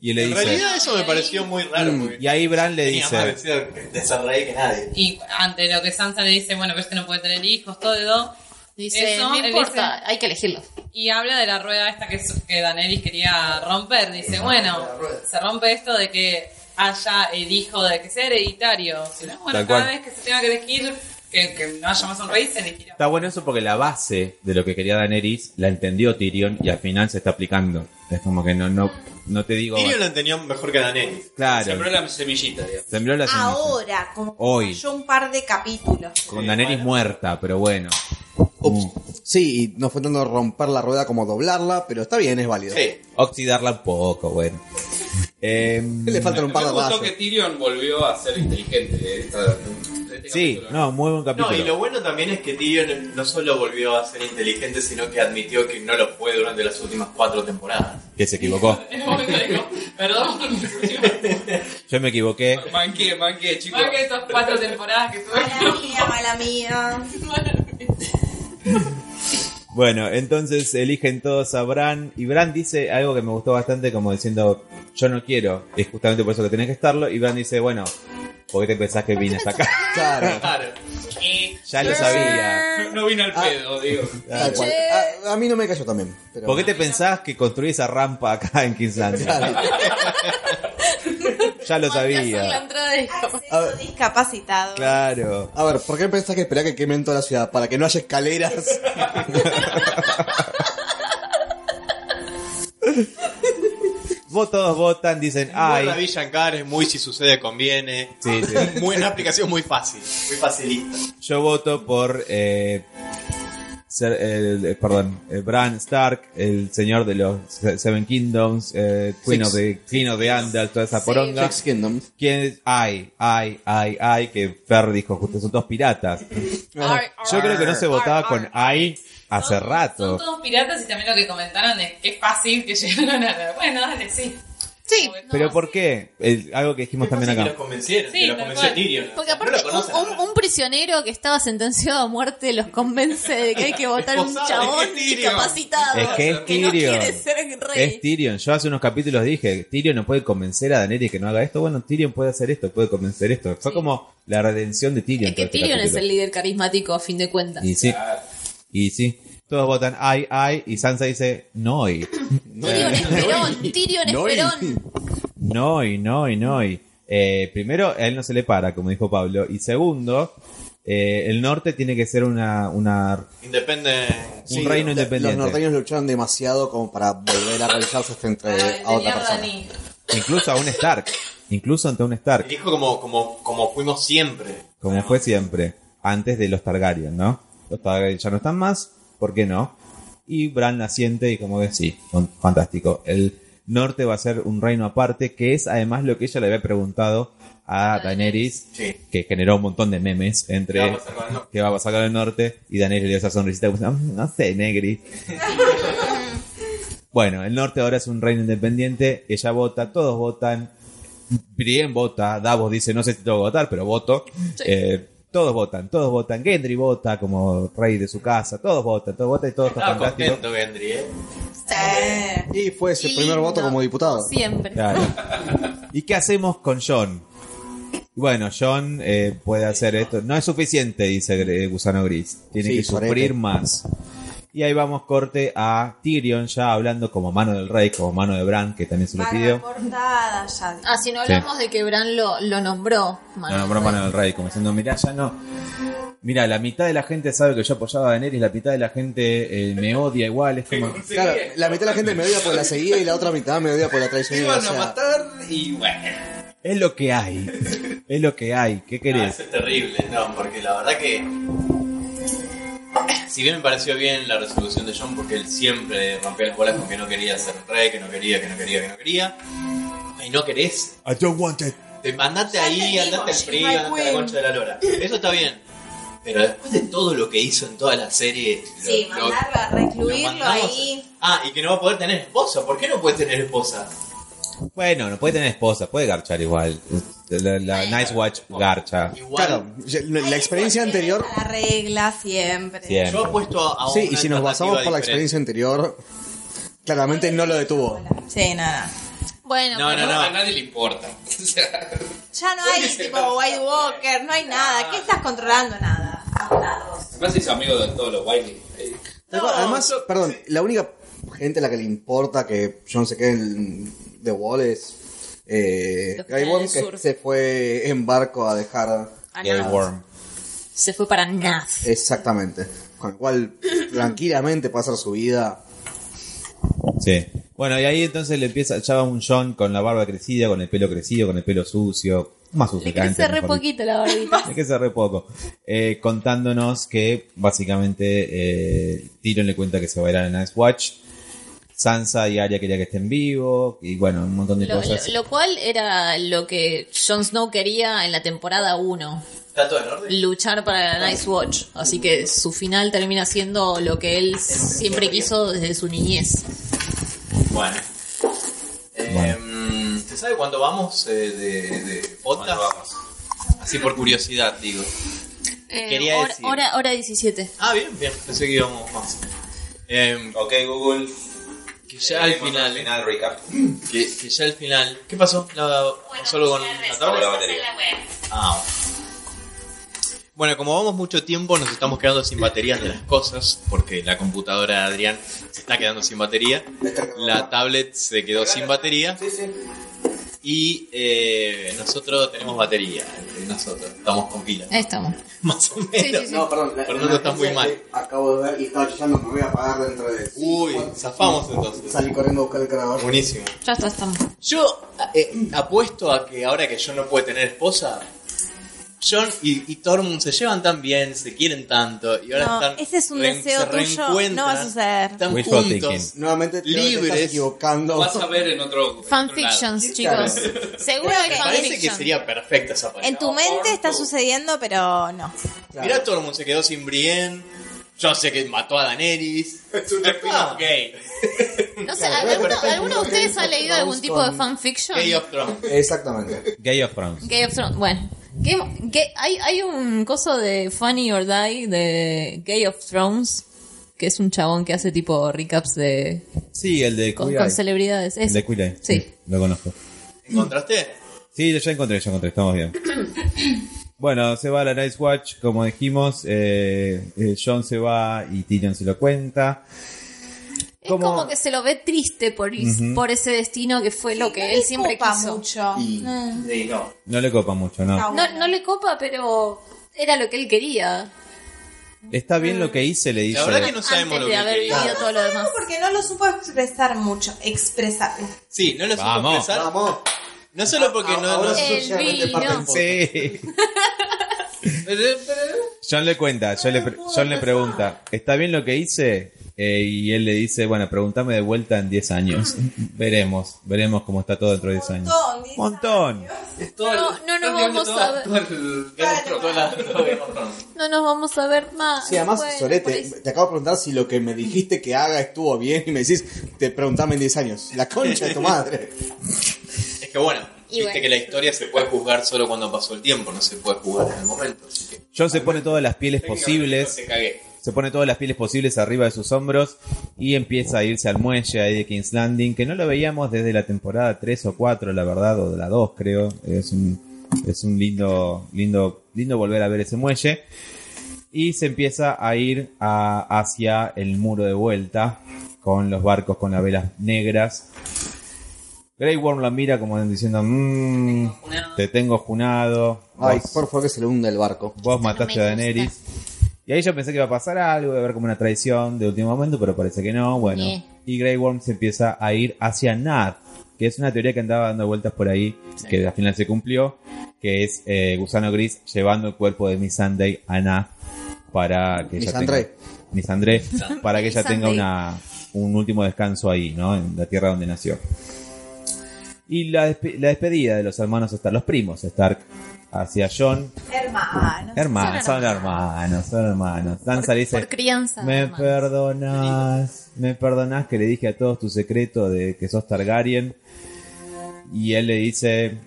Speaker 1: Y él le
Speaker 3: En
Speaker 1: dice.
Speaker 3: realidad eso me pareció muy raro.
Speaker 16: Mm.
Speaker 3: porque
Speaker 1: Y ahí Bran le
Speaker 3: Tenía más
Speaker 1: dice.
Speaker 3: deseo de ser rey que nadie.
Speaker 6: Y ante lo que Sansa le dice, bueno, pero este no puede tener hijos, todo.
Speaker 4: Dice,
Speaker 6: Eso,
Speaker 4: no
Speaker 6: él
Speaker 4: importa,
Speaker 6: dice-
Speaker 4: hay que elegirlo.
Speaker 6: Y habla de la rueda esta que, su- que Daenerys quería romper. Dice, bueno, se rompe esto de que haya el hijo de que sea hereditario. Si no, bueno,
Speaker 1: Tal
Speaker 6: cada
Speaker 1: cual.
Speaker 6: vez que se tenga que elegir, que, que no haya más un rey, se elegirá.
Speaker 1: Está bueno eso porque la base de lo que quería Daenerys la entendió Tyrion y al final se está aplicando. Es como que no, no, no te digo.
Speaker 3: Tyrion lo entendió mejor que Daenerys.
Speaker 16: Sembró
Speaker 1: Claro.
Speaker 16: la semillita, digamos.
Speaker 1: Sembró la
Speaker 12: Ah,
Speaker 1: semilla.
Speaker 12: Ahora, como
Speaker 1: Hoy.
Speaker 12: yo un par de capítulos.
Speaker 1: Con Daenerys muerta, pero bueno.
Speaker 5: Ups. Sí, y no fue tanto romper la rueda como doblarla, pero está bien, es válido.
Speaker 16: Sí.
Speaker 1: Oxidarla un poco, bueno. Em,
Speaker 5: Le faltan un par
Speaker 16: Me
Speaker 5: de
Speaker 16: gustó
Speaker 5: rayos.
Speaker 4: eh.
Speaker 16: que Tyrion volvió a ser inteligente. de esta- de este
Speaker 1: sí,
Speaker 16: capítulo.
Speaker 1: no, muy buen
Speaker 3: No, y
Speaker 1: capítulo.
Speaker 3: lo bueno también es que Tyrion no solo volvió a ser inteligente, sino que admitió que no lo fue durante las últimas cuatro temporadas.
Speaker 1: Que se equivocó.
Speaker 6: Es como que me dijo, Perdón,
Speaker 1: Yo me equivoqué.
Speaker 16: Manqué, manqué, chicos.
Speaker 6: más que esas cuatro temporadas que
Speaker 12: Mala
Speaker 6: tuve.
Speaker 12: mía, mala mía.
Speaker 1: Bueno, entonces eligen todos a Bran. Y Bran dice algo que me gustó bastante, como diciendo, yo no quiero. Es justamente por eso que tenés que estarlo. Y Bran dice, bueno, ¿por qué te pensás que vine hasta acá?
Speaker 5: Claro.
Speaker 16: Claro.
Speaker 1: ya lo sabía.
Speaker 16: No vino
Speaker 1: Ah.
Speaker 16: al pedo, digo.
Speaker 5: Tal cual. A, a mí no me cayó también. Pero
Speaker 1: ¿Por qué te pensás que construí esa rampa acá en Kingsland?
Speaker 5: Claro.
Speaker 1: ya lo
Speaker 4: Hacer la
Speaker 1: sabía.
Speaker 4: entrada de-
Speaker 5: A
Speaker 12: Acceso
Speaker 5: ver.
Speaker 12: discapacitado.
Speaker 1: Claro.
Speaker 5: A ver, ¿por qué pensás que esperá que quemen toda la ciudad? Para que no haya escaleras.
Speaker 1: Vos todos votan, dicen,
Speaker 3: Ay. La
Speaker 1: ay.
Speaker 3: Villancar es muy si sucede conviene.
Speaker 1: Sí, sí.
Speaker 3: Muy, una aplicación muy fácil, muy facilista.
Speaker 1: Yo voto por. Eh, ser, el- eh, perdón, eh, Bran Stark, el señor de los Se- Seven Kingdoms, eh, Queen
Speaker 5: Six.
Speaker 1: of the, Queen of the Andal, toda esa
Speaker 4: Sí.
Speaker 1: poronga.
Speaker 5: Six Kingdoms.
Speaker 1: ¿Quién es? Ay, ay, ay, ay, que Fer dijo justo, son todos piratas.
Speaker 4: Ar, ar.
Speaker 1: Yo creo que no se votaba
Speaker 4: ar.
Speaker 1: con ay hace
Speaker 6: Son-
Speaker 1: rato.
Speaker 6: Son todos piratas y también lo que comentaron es que es fácil que llegaron a la. Bueno, dale, sí.
Speaker 12: Sí.
Speaker 6: Como que-
Speaker 1: Pero
Speaker 6: no,
Speaker 1: ¿por
Speaker 6: sí.
Speaker 1: qué? El- algo que dijimos también
Speaker 3: Así que
Speaker 1: acá.
Speaker 3: lo convencieron,
Speaker 6: Sí,
Speaker 3: que lo
Speaker 6: tal
Speaker 3: convenció
Speaker 6: cual.
Speaker 3: Tyrion.
Speaker 4: Porque
Speaker 3: No lo
Speaker 4: aparte,
Speaker 3: conocen,
Speaker 4: un, un- un prisionero que estaba sentenciado a muerte los convence de que hay que votar un
Speaker 3: Esposado,
Speaker 4: chabón
Speaker 3: es Tyrion.
Speaker 4: discapacitado.
Speaker 1: Es que es
Speaker 4: que no
Speaker 1: Tyrion.
Speaker 4: quiere ser
Speaker 1: Es
Speaker 4: rey.
Speaker 1: Tyrion. Yo hace unos capítulos dije, Tyrion no puede convencer a Daenerys que no haga esto. Bueno, Tyrion puede hacer esto, puede convencer esto. Fue
Speaker 4: Sí.
Speaker 1: como la redención de Tyrion.
Speaker 4: Es que
Speaker 1: todo este
Speaker 4: Tyrion es
Speaker 1: capítulo.
Speaker 4: el líder carismático a fin de cuentas.
Speaker 1: Y sí. Y sí. Todos votan ay, ay. Y Sansa dice no y
Speaker 4: Tyrion es Perón, Tyrion es Perón.
Speaker 1: No y no y no y. Eh, primero, a él no se le para, como dijo Pablo. Y segundo, eh, el norte tiene que ser una, una
Speaker 3: Independe.
Speaker 1: un reino
Speaker 5: los-
Speaker 1: independiente.
Speaker 5: Los norteños lucharon demasiado como para volver a realizarse hasta entre
Speaker 1: eh,
Speaker 6: Dale,
Speaker 5: a otra
Speaker 6: mierda,
Speaker 5: persona.
Speaker 6: ni-
Speaker 1: Incluso a un Stark. Incluso ante un Stark.
Speaker 3: Dijo como, como, como fuimos siempre.
Speaker 1: Como fue siempre. Antes de los Targaryen, ¿no? Los Targaryen ya no están más. ¿Por qué no? Y Bran naciente y como que sí. un- Fantástico. El norte va a ser un reino aparte, que es además lo que ella le había preguntado a Daenerys,
Speaker 3: Sí.
Speaker 1: que generó un montón de memes entre...
Speaker 3: Vamos a salvar, no.
Speaker 1: que va a pasar con el norte y Daniel le dio esa sonrisita como, "Mm, no sé, negri. bueno, el norte ahora es un reino independiente, ella vota, todos votan, Brien vota, Davos dice, no sé si tengo que votar, pero voto. Eh, todos votan, todos votan, Gendry vota como rey de su casa, todos votan, todos votan y todo está
Speaker 3: Estaba
Speaker 1: fantástico.
Speaker 3: contento, Gendry, ¿eh?
Speaker 12: Sí.
Speaker 5: Y fue ese
Speaker 4: Qué
Speaker 5: primer
Speaker 4: lindo.
Speaker 5: voto como diputado.
Speaker 4: Siempre.
Speaker 1: Claro. ¿Y qué hacemos con John? Bueno, John eh, puede hacer esto. No es suficiente, dice eh, Gusano Gris. Tiene
Speaker 5: Sí,
Speaker 1: que sufrir
Speaker 5: sorete.
Speaker 1: más. Y ahí vamos corte a Tyrion ya hablando como mano del rey, como mano de Bran, que también se lo
Speaker 12: Para
Speaker 1: pidió.
Speaker 12: portada, ya.
Speaker 4: Ah, si no hablamos de que Bran lo, lo nombró.
Speaker 1: No, nombró mano del rey, como diciendo, mirá, ya no. Mira, la mitad de la gente sabe que yo apoyaba a Daenerys, la mitad de la gente eh, me odia igual. Es como...
Speaker 5: Claro, la mitad de la gente me odia por la seguida y la otra mitad me odia por la
Speaker 16: Me
Speaker 5: traición.
Speaker 16: iban
Speaker 5: O sea,
Speaker 16: a matar y bueno.
Speaker 1: Es lo que hay. Es lo que hay. ¿Qué
Speaker 3: No,
Speaker 1: querés?
Speaker 3: Ah, eso es terrible, no, porque la verdad que. Si bien me pareció bien la resolución de John, porque él siempre rompía las bolas con que no quería ser rey, que no quería, que no quería, que no quería. Y no querés.
Speaker 1: I don't want it.
Speaker 3: Te mandate
Speaker 12: Ya te
Speaker 3: ahí,
Speaker 12: digo,
Speaker 3: andate al
Speaker 12: she's
Speaker 3: frío,
Speaker 12: my
Speaker 3: andate a la
Speaker 12: queen.
Speaker 3: concha de la lora. Eso está bien. Pero después de todo lo que hizo en toda la serie. lo-
Speaker 12: Sí,
Speaker 3: lo-
Speaker 12: mandarlo a
Speaker 3: lo
Speaker 12: recluirlo
Speaker 3: mandamos-
Speaker 12: ahí.
Speaker 3: Ah, y que no va a poder tener esposa. ¿Por qué no puede tener esposa?
Speaker 1: Bueno, no puede tener esposa, puede garchar igual. La, la Nice Watch garcha.
Speaker 3: Igual.
Speaker 5: claro, ya- la, la experiencia
Speaker 12: Ahí volvemos
Speaker 5: anterior.
Speaker 12: a La regla siempre.
Speaker 1: Siempre.
Speaker 3: Yo apuesto a, a
Speaker 5: Sí, y
Speaker 3: una
Speaker 5: si nos basamos por la
Speaker 3: alternativa
Speaker 5: experiencia anterior, claramente no lo detuvo.
Speaker 12: Sí, nada.
Speaker 4: Bueno,
Speaker 3: No,
Speaker 4: pero-
Speaker 3: no, no.
Speaker 16: A nadie le importa. O sea,
Speaker 12: Ya no hay tipo White Walker, no hay nada. ¿Qué estás controlando? Nada. Bastardos.
Speaker 16: además es amigo de todos los Wiley. Eh,
Speaker 5: Tal cual, Además, perdón, la única gente a la que le importa que John se quede en The Wall es eh,
Speaker 4: Los que
Speaker 5: Guy
Speaker 4: están
Speaker 5: Ward,
Speaker 4: en el
Speaker 5: que
Speaker 4: sur.
Speaker 5: se fue en barco a dejar.
Speaker 4: a
Speaker 1: Gay
Speaker 4: Naz.
Speaker 1: Worm.
Speaker 4: Se fue para Naz.
Speaker 5: Exactamente. Con lo cual, tranquilamente puede hacer su vida.
Speaker 1: Sí. Bueno, y ahí entonces le empieza, ya va un John con la barba crecida, con el pelo crecido, con el pelo sucio, más sucio
Speaker 4: Le
Speaker 1: que antes,
Speaker 4: crece re
Speaker 1: mejor dicho.
Speaker 4: poquito la barbita.
Speaker 1: Es que cerré poco. Eh, contándonos que básicamente eh, Tyrion le cuenta que se va a ir a la Night's Watch. Sansa y Arya quería que estén vivos. Y bueno, un montón de
Speaker 4: Lo,
Speaker 1: cosas.
Speaker 4: lo- lo cual era lo que Jon Snow quería en la temporada 1.
Speaker 3: ¿Está todo en orden?
Speaker 4: Luchar para la Night's Watch. Así que su final termina siendo lo que él siempre quiso desde su niñez.
Speaker 3: Bueno. Em, ¿Usted sabe cuándo vamos eh, de, de podcast? Así por curiosidad, digo.
Speaker 4: Eh,
Speaker 3: Quería
Speaker 4: hora,
Speaker 3: decir-
Speaker 4: hora, hora 17.
Speaker 3: Ah, bien, bien. Pensé que íbamos más. Em,
Speaker 1: ok, Google.
Speaker 3: que ya Eh, al final...
Speaker 1: recap.
Speaker 3: Que, que ya al final... ¿Qué pasó? La- ¿Solo con la tabla? Ah. Bueno, como vamos mucho tiempo, nos estamos quedando sin baterías de las cosas, porque la computadora de Adrián se está quedando sin batería, la tablet se quedó sin batería, y eh, nosotros tenemos batería, eh, nosotros estamos con pila,
Speaker 4: Ahí estamos.
Speaker 3: más o
Speaker 4: Sí,
Speaker 3: menos.
Speaker 4: sí, sí.
Speaker 5: No, perdón. la-
Speaker 3: Pero
Speaker 5: la
Speaker 3: no te estás
Speaker 5: noticia
Speaker 3: muy mal.
Speaker 5: que Acabo de ver y estaba chillando, me voy a apagar dentro de.
Speaker 3: Uy, zafamos entonces.
Speaker 5: Uh, Salí corriendo a buscar el cargador.
Speaker 3: Buenísimo.
Speaker 4: Ya está, estamos.
Speaker 3: Yo eh, apuesto a que ahora que yo no puedo tener esposa, John y, y Tormund se llevan tan bien, se quieren tanto y ahora
Speaker 12: No,
Speaker 3: están
Speaker 12: ese es un
Speaker 3: re-
Speaker 12: deseo
Speaker 3: se
Speaker 12: tuyo,
Speaker 3: reencuentran,
Speaker 12: no va a suceder.
Speaker 3: Están
Speaker 1: Wishful
Speaker 3: juntos.
Speaker 1: thinking.
Speaker 5: Nuevamente te te estás
Speaker 3: Libres.
Speaker 5: equivocando.
Speaker 16: Vas a ver en otro. en otro lado.
Speaker 4: Fanfictions,
Speaker 5: Claro.
Speaker 4: chicos. Seguro
Speaker 12: Creo
Speaker 4: hay
Speaker 12: que-
Speaker 3: Parece que
Speaker 4: fanfictions.
Speaker 3: sería perfecta esa pareja.
Speaker 12: En tu mente está sucediendo, pero no.
Speaker 5: Claro.
Speaker 3: Mirá, Tormund se quedó sin Brienne. Yo sé que mató a Daenerys. Es un spin-off gay.
Speaker 4: No sé,
Speaker 5: Claro,
Speaker 4: ¿alguno,
Speaker 5: perfecto.
Speaker 4: ¿alguno de ustedes ha leído algún tipo de fanfiction?
Speaker 3: Gay of Thrones.
Speaker 5: Exactamente.
Speaker 1: Gay of Thrones.
Speaker 4: Game of Thrones, bueno. Game- Ga- hay, hay un coso de Funny or Die de Game of Thrones, que es un chabón que hace tipo recaps de
Speaker 1: Sí, el de
Speaker 4: con,
Speaker 1: Queer
Speaker 4: con
Speaker 1: Eye.
Speaker 4: celebridades.
Speaker 1: El
Speaker 4: Es,
Speaker 1: de Queer Eye.
Speaker 4: Sí.
Speaker 1: Lo conozco.
Speaker 3: ¿Encontraste?
Speaker 1: Sí, ya encontré, ya encontré, estamos bien. Bueno, se va a la Nice Watch, como dijimos, eh, eh, John se va y Tyrion se lo cuenta.
Speaker 4: es como que se lo ve triste por, is- por ese destino que fue lo que él siempre
Speaker 12: Ocupa
Speaker 4: quiso.
Speaker 12: mucho. Eh.
Speaker 16: Sí, no.
Speaker 1: No le copa mucho, ¿no?
Speaker 12: No.
Speaker 4: No, no le copa, pero era lo que él quería.
Speaker 1: Está bien lo que hice, le dice.
Speaker 3: La verdad que no sabemos
Speaker 4: antes
Speaker 3: lo
Speaker 4: de
Speaker 3: que
Speaker 4: haber
Speaker 3: quería.
Speaker 4: vivido todo lo demás.
Speaker 12: No, porque no lo supo expresar mucho. Expresar.
Speaker 3: Sí, no lo supo
Speaker 1: Vamos.
Speaker 3: expresar.
Speaker 5: Vamos.
Speaker 3: No solo porque
Speaker 16: Ah,
Speaker 3: no...
Speaker 5: Ahora
Speaker 3: no-
Speaker 5: sos
Speaker 4: El
Speaker 5: realmente parte
Speaker 4: vino.
Speaker 5: del podcast.
Speaker 1: Sí. John le cuenta, John le, pre- John le pregunta, ¿está bien lo que hice? Eh, y él le dice, bueno, pregúntame de vuelta en 10 años. veremos, veremos cómo está todo dentro de 10 años.
Speaker 12: Montón, diez
Speaker 1: Montón.
Speaker 16: Es todo
Speaker 4: No,
Speaker 16: el-
Speaker 4: no nos
Speaker 16: estás mirando
Speaker 4: vamos
Speaker 16: todo-
Speaker 4: a ver.
Speaker 16: todo el- Game of Thrones, toda la- todo Game of Thrones.
Speaker 4: No nos vamos a ver más.
Speaker 5: Sí, además,
Speaker 4: Bueno, por
Speaker 5: Sorete,
Speaker 4: eso.
Speaker 5: te acabo de preguntar si lo que me dijiste que haga estuvo bien y me decís, te preguntame en 10 años. La concha de tu madre.
Speaker 3: Es que bueno,
Speaker 4: Y
Speaker 3: viste
Speaker 4: bueno.
Speaker 3: que la historia se puede juzgar solo cuando pasó el tiempo, no se puede juzgar en el momento. Así que,
Speaker 1: John se pone todas las pieles posibles.
Speaker 3: Te cagué.
Speaker 1: se pone todas las pieles posibles arriba de sus hombros y empieza a irse al muelle ahí de King's Landing, que no lo veíamos desde la temporada 3 o 4, la verdad, o de la 2 creo. Es un, es un lindo, lindo, lindo volver a ver ese muelle. Y se empieza a ir a- hacia el muro de vuelta, con los barcos con las velas negras. Grey Worm la mira como diciendo, "Mm, te tengo junado.
Speaker 5: Ay,
Speaker 1: vos-
Speaker 5: por favor que se le hunda el barco.
Speaker 1: Vos mataste a Daenerys. Y ahí yo pensé que iba a pasar algo, iba a haber como una traición de último momento, pero parece que no. Bueno,
Speaker 4: Ñe.
Speaker 1: y Grey Worm se empieza a ir hacia Nad, que es una teoría que andaba dando vueltas por ahí, que al final se cumplió, que es eh, Gusano Gris llevando el cuerpo de Miss Sunday a Nad para que ella
Speaker 5: Missandei.
Speaker 1: tenga- Missandei, para que ella tenga
Speaker 4: Missandei.
Speaker 1: una, un último descanso ahí, ¿no? En la tierra donde nació. Y la, despe- la despedida de los hermanos Stark, los primos Stark, hacia John, Ah,
Speaker 12: Hermanos.
Speaker 1: Hermanos, son hermanos, son hermanos. Sansa le
Speaker 4: Por
Speaker 1: dice,
Speaker 4: crianza.
Speaker 1: me
Speaker 4: hermano.
Speaker 1: perdonas, me perdonas que le dije a todos tu secreto de que sos Targaryen. Y él le dice,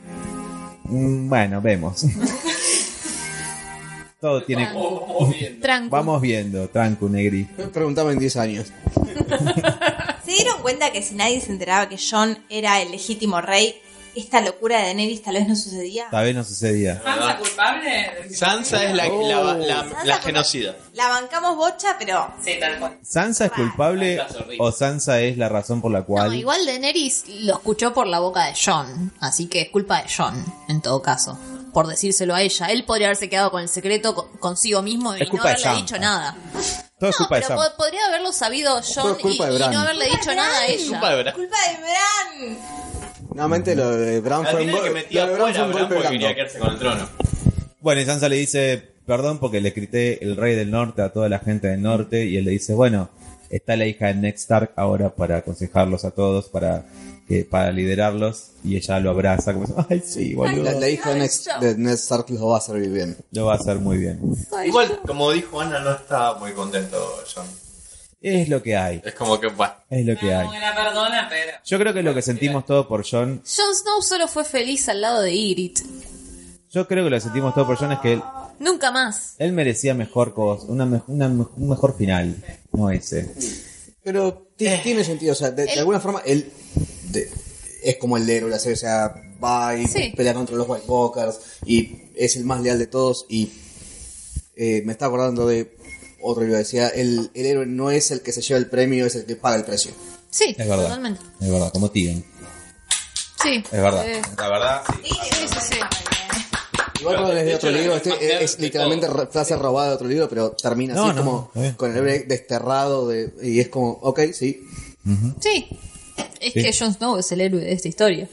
Speaker 1: "Mm, bueno, vemos. Todo tiene...
Speaker 4: Tranco.
Speaker 1: Vamos viendo, tranco, negri.
Speaker 5: Preguntame en 10 años.
Speaker 12: ¿Se dieron cuenta que si nadie se enteraba que John era el legítimo rey, esta locura de Daenerys tal vez no sucedía?
Speaker 1: Tal vez no sucedía.
Speaker 6: ¿Sansa culpable?
Speaker 3: Sansa es la, la, la- la-
Speaker 12: Sansa
Speaker 3: la
Speaker 12: culpable.
Speaker 3: genocida.
Speaker 12: La bancamos bocha, pero
Speaker 6: Sí, tal cual.
Speaker 1: ¿Sansa es culpable o Sansa es la razón por la
Speaker 4: No,
Speaker 1: cual...
Speaker 4: igual Daenerys lo escuchó por la boca de John, así que es culpa de John, en todo caso, por decírselo a ella. Él podría haberse quedado con el secreto co- consigo mismo y
Speaker 1: Es
Speaker 4: no
Speaker 1: culpa de
Speaker 4: haberle
Speaker 1: Jon.
Speaker 4: dicho nada.
Speaker 1: Todo es
Speaker 4: No,
Speaker 1: culpa de
Speaker 4: pero
Speaker 1: Sam.
Speaker 4: po- podría haberlo sabido
Speaker 5: Todo
Speaker 4: John
Speaker 5: es
Speaker 4: y,
Speaker 5: culpa de
Speaker 4: y
Speaker 5: Bran.
Speaker 4: no haberle dicho nada a
Speaker 3: Culpa
Speaker 4: ella.
Speaker 3: de Bran.
Speaker 12: ¡Culpa de Bran!
Speaker 5: Nuevamente lo de Bran
Speaker 3: La
Speaker 5: fue un
Speaker 3: tiene que
Speaker 5: gol-
Speaker 3: metía
Speaker 5: lo de Bran
Speaker 3: fuera,
Speaker 5: fue un
Speaker 3: Bran,
Speaker 5: golpe
Speaker 3: porque
Speaker 5: blando.
Speaker 3: quería quedarse con el trono.
Speaker 1: Bueno, y Sansa le dice, perdón porque le grité el rey del norte a toda la gente del norte y él le dice, bueno, está la hija de Ned Stark ahora para aconsejarlos a todos, para, que, para liderarlos y ella lo abraza como, ay sí, boludo,
Speaker 5: La, la hija de Ned- de Ned Stark lo va a servir bien.
Speaker 1: lo va a hacer muy bien.
Speaker 3: Igual, como dijo Ana, no está muy contento John.
Speaker 1: Es lo que hay,
Speaker 3: Es como que, bah,
Speaker 1: es lo que hay.
Speaker 6: Como que la perdona, pero.
Speaker 1: Yo creo que lo que sentimos todo por John,
Speaker 4: Jon Snow solo fue feliz al lado de Ygritte.
Speaker 1: yo creo que lo que sentimos todo por John es que él,
Speaker 4: Nunca más.
Speaker 1: él merecía mejor cosa, una, me- una me- un mejor final, como ese.
Speaker 5: Pero ti- tiene sentido, o sea, de, de
Speaker 4: Eh. El-
Speaker 5: alguna forma él de- es como el héroe de la serie, o sea, va y
Speaker 4: Sí.
Speaker 5: pelea contra los White Walkers y es el más leal de todos y eh, me está acordando de otro libro, decía, el, el héroe no es el que se lleva el premio, es el que paga el precio.
Speaker 4: Sí,
Speaker 1: Es verdad,
Speaker 4: totalmente.
Speaker 1: es verdad, como Tyrion,
Speaker 4: Sí.
Speaker 1: es verdad.
Speaker 4: Eh,
Speaker 1: La verdad,
Speaker 12: Sí,
Speaker 4: sí, sí, sí.
Speaker 5: Igual cuando
Speaker 3: de
Speaker 5: lees de
Speaker 3: hecho,
Speaker 5: otro
Speaker 3: la
Speaker 5: libro,
Speaker 3: verdad
Speaker 5: este
Speaker 3: es más
Speaker 5: es,
Speaker 3: leal de
Speaker 5: literalmente re- frase robada de otro libro, pero termina
Speaker 1: No,
Speaker 5: así
Speaker 1: no,
Speaker 5: como
Speaker 1: está bien.
Speaker 5: con el héroe desterrado de, y es como, ok, sí,
Speaker 4: Sí. Es
Speaker 1: Sí.
Speaker 4: que Jon Snow es el héroe de esta historia.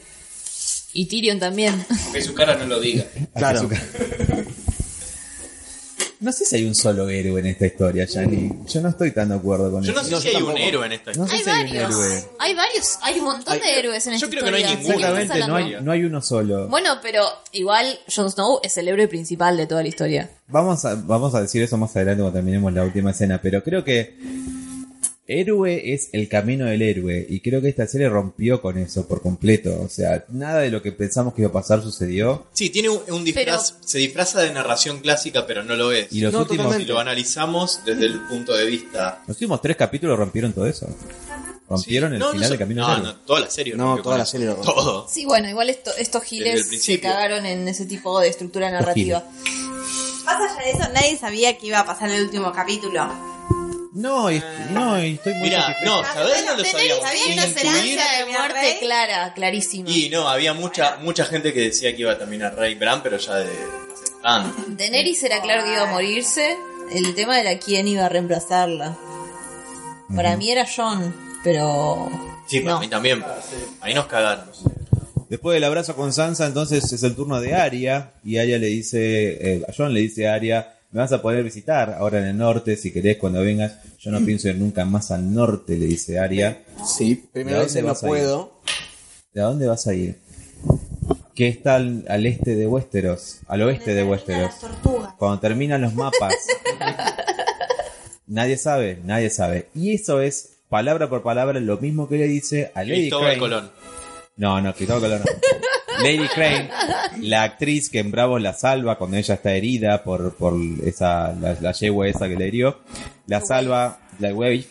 Speaker 4: Y Tyrion también.
Speaker 16: Que su cara no lo diga.
Speaker 5: claro.
Speaker 1: No sé si hay un solo héroe en esta historia, Yanni. Yo no estoy tan de acuerdo con
Speaker 3: Yo
Speaker 1: eso.
Speaker 3: no sé si hay un héroe en esta
Speaker 1: No
Speaker 3: historia.
Speaker 1: sé
Speaker 4: Hay
Speaker 1: si hay un
Speaker 4: varios.
Speaker 1: héroe.
Speaker 4: Hay varios. Hay un montón de héroes en
Speaker 3: yo
Speaker 4: esta
Speaker 3: creo que no hay
Speaker 4: historia.
Speaker 3: ninguno.
Speaker 4: ¿De qué estás
Speaker 1: Exactamente, no hay,
Speaker 4: hablando?
Speaker 1: no hay uno solo.
Speaker 4: Bueno, pero igual Jon Snow es el héroe principal de toda la historia.
Speaker 1: Vamos a, vamos a decir eso más adelante cuando terminemos la última escena, pero creo que héroe es el camino del héroe y creo que esta serie rompió con eso por completo. O sea, nada de lo que pensamos que iba a pasar sucedió
Speaker 3: Sí, tiene un, un disfraz, se disfraza de narración clásica, pero no lo es.
Speaker 1: y los,
Speaker 5: No,
Speaker 1: últimos,
Speaker 5: totalmente.
Speaker 3: Si lo analizamos desde el punto de vista...
Speaker 1: los últimos tres capítulos rompieron todo eso. Rompieron
Speaker 3: Sí.
Speaker 1: el
Speaker 3: No, no
Speaker 1: final
Speaker 3: so-
Speaker 1: del camino
Speaker 3: no,
Speaker 1: del héroe.
Speaker 3: No, toda la serie.
Speaker 5: No,
Speaker 3: rompió
Speaker 5: toda
Speaker 3: con
Speaker 5: la
Speaker 3: eso.
Speaker 5: serie lo rompió.
Speaker 3: Todo.
Speaker 4: Sí, bueno, igual esto- estos giles se
Speaker 3: principio.
Speaker 4: cagaron en ese tipo de estructura narrativa.
Speaker 12: Más allá de eso, nadie sabía que iba a pasar el último capítulo.
Speaker 1: No, y, no, y estoy muy
Speaker 3: Mirá,
Speaker 1: satisfecho.
Speaker 3: no, ¿sabés? No lo sabíamos.
Speaker 12: sabía
Speaker 3: Sin
Speaker 12: esta
Speaker 3: intuir-
Speaker 12: esperanza.
Speaker 4: de muerte clara, clarísima.
Speaker 3: Y no, había mucha mucha gente que decía que iba a terminar Rey Bran, pero ya de... hace tanto.
Speaker 4: Daenerys era claro que iba a morirse. El tema era quién iba a reemplazarla. Para mí era John, pero.
Speaker 3: Sí, para
Speaker 4: No.
Speaker 3: mí también. Ahí nos cagaron.
Speaker 1: Después del abrazo con Sansa, entonces es el turno de Arya y Arya le dice, eh, a John le dice a Arya, me vas a poder visitar ahora en el norte si querés cuando vengas. Yo no pienso ir nunca más al norte, le dice Arya.
Speaker 5: Sí, primero
Speaker 1: dónde
Speaker 5: dice no
Speaker 1: vas a ir?
Speaker 5: puedo.
Speaker 1: ¿De a dónde vas a ir? Que está al, al este de Westeros, al oeste de Westeros. Cuando terminan los mapas. nadie sabe, nadie sabe. Y eso es palabra por palabra lo mismo que le dice a Lady
Speaker 3: Cristóbal
Speaker 1: Crane.
Speaker 3: Colón.
Speaker 1: No, no, Cristóbal Colón no. Lady Crane, la actriz que en Bravos la salva cuando ella está herida por, por esa, la, la yegua esa que le hirió, la salva, la wey,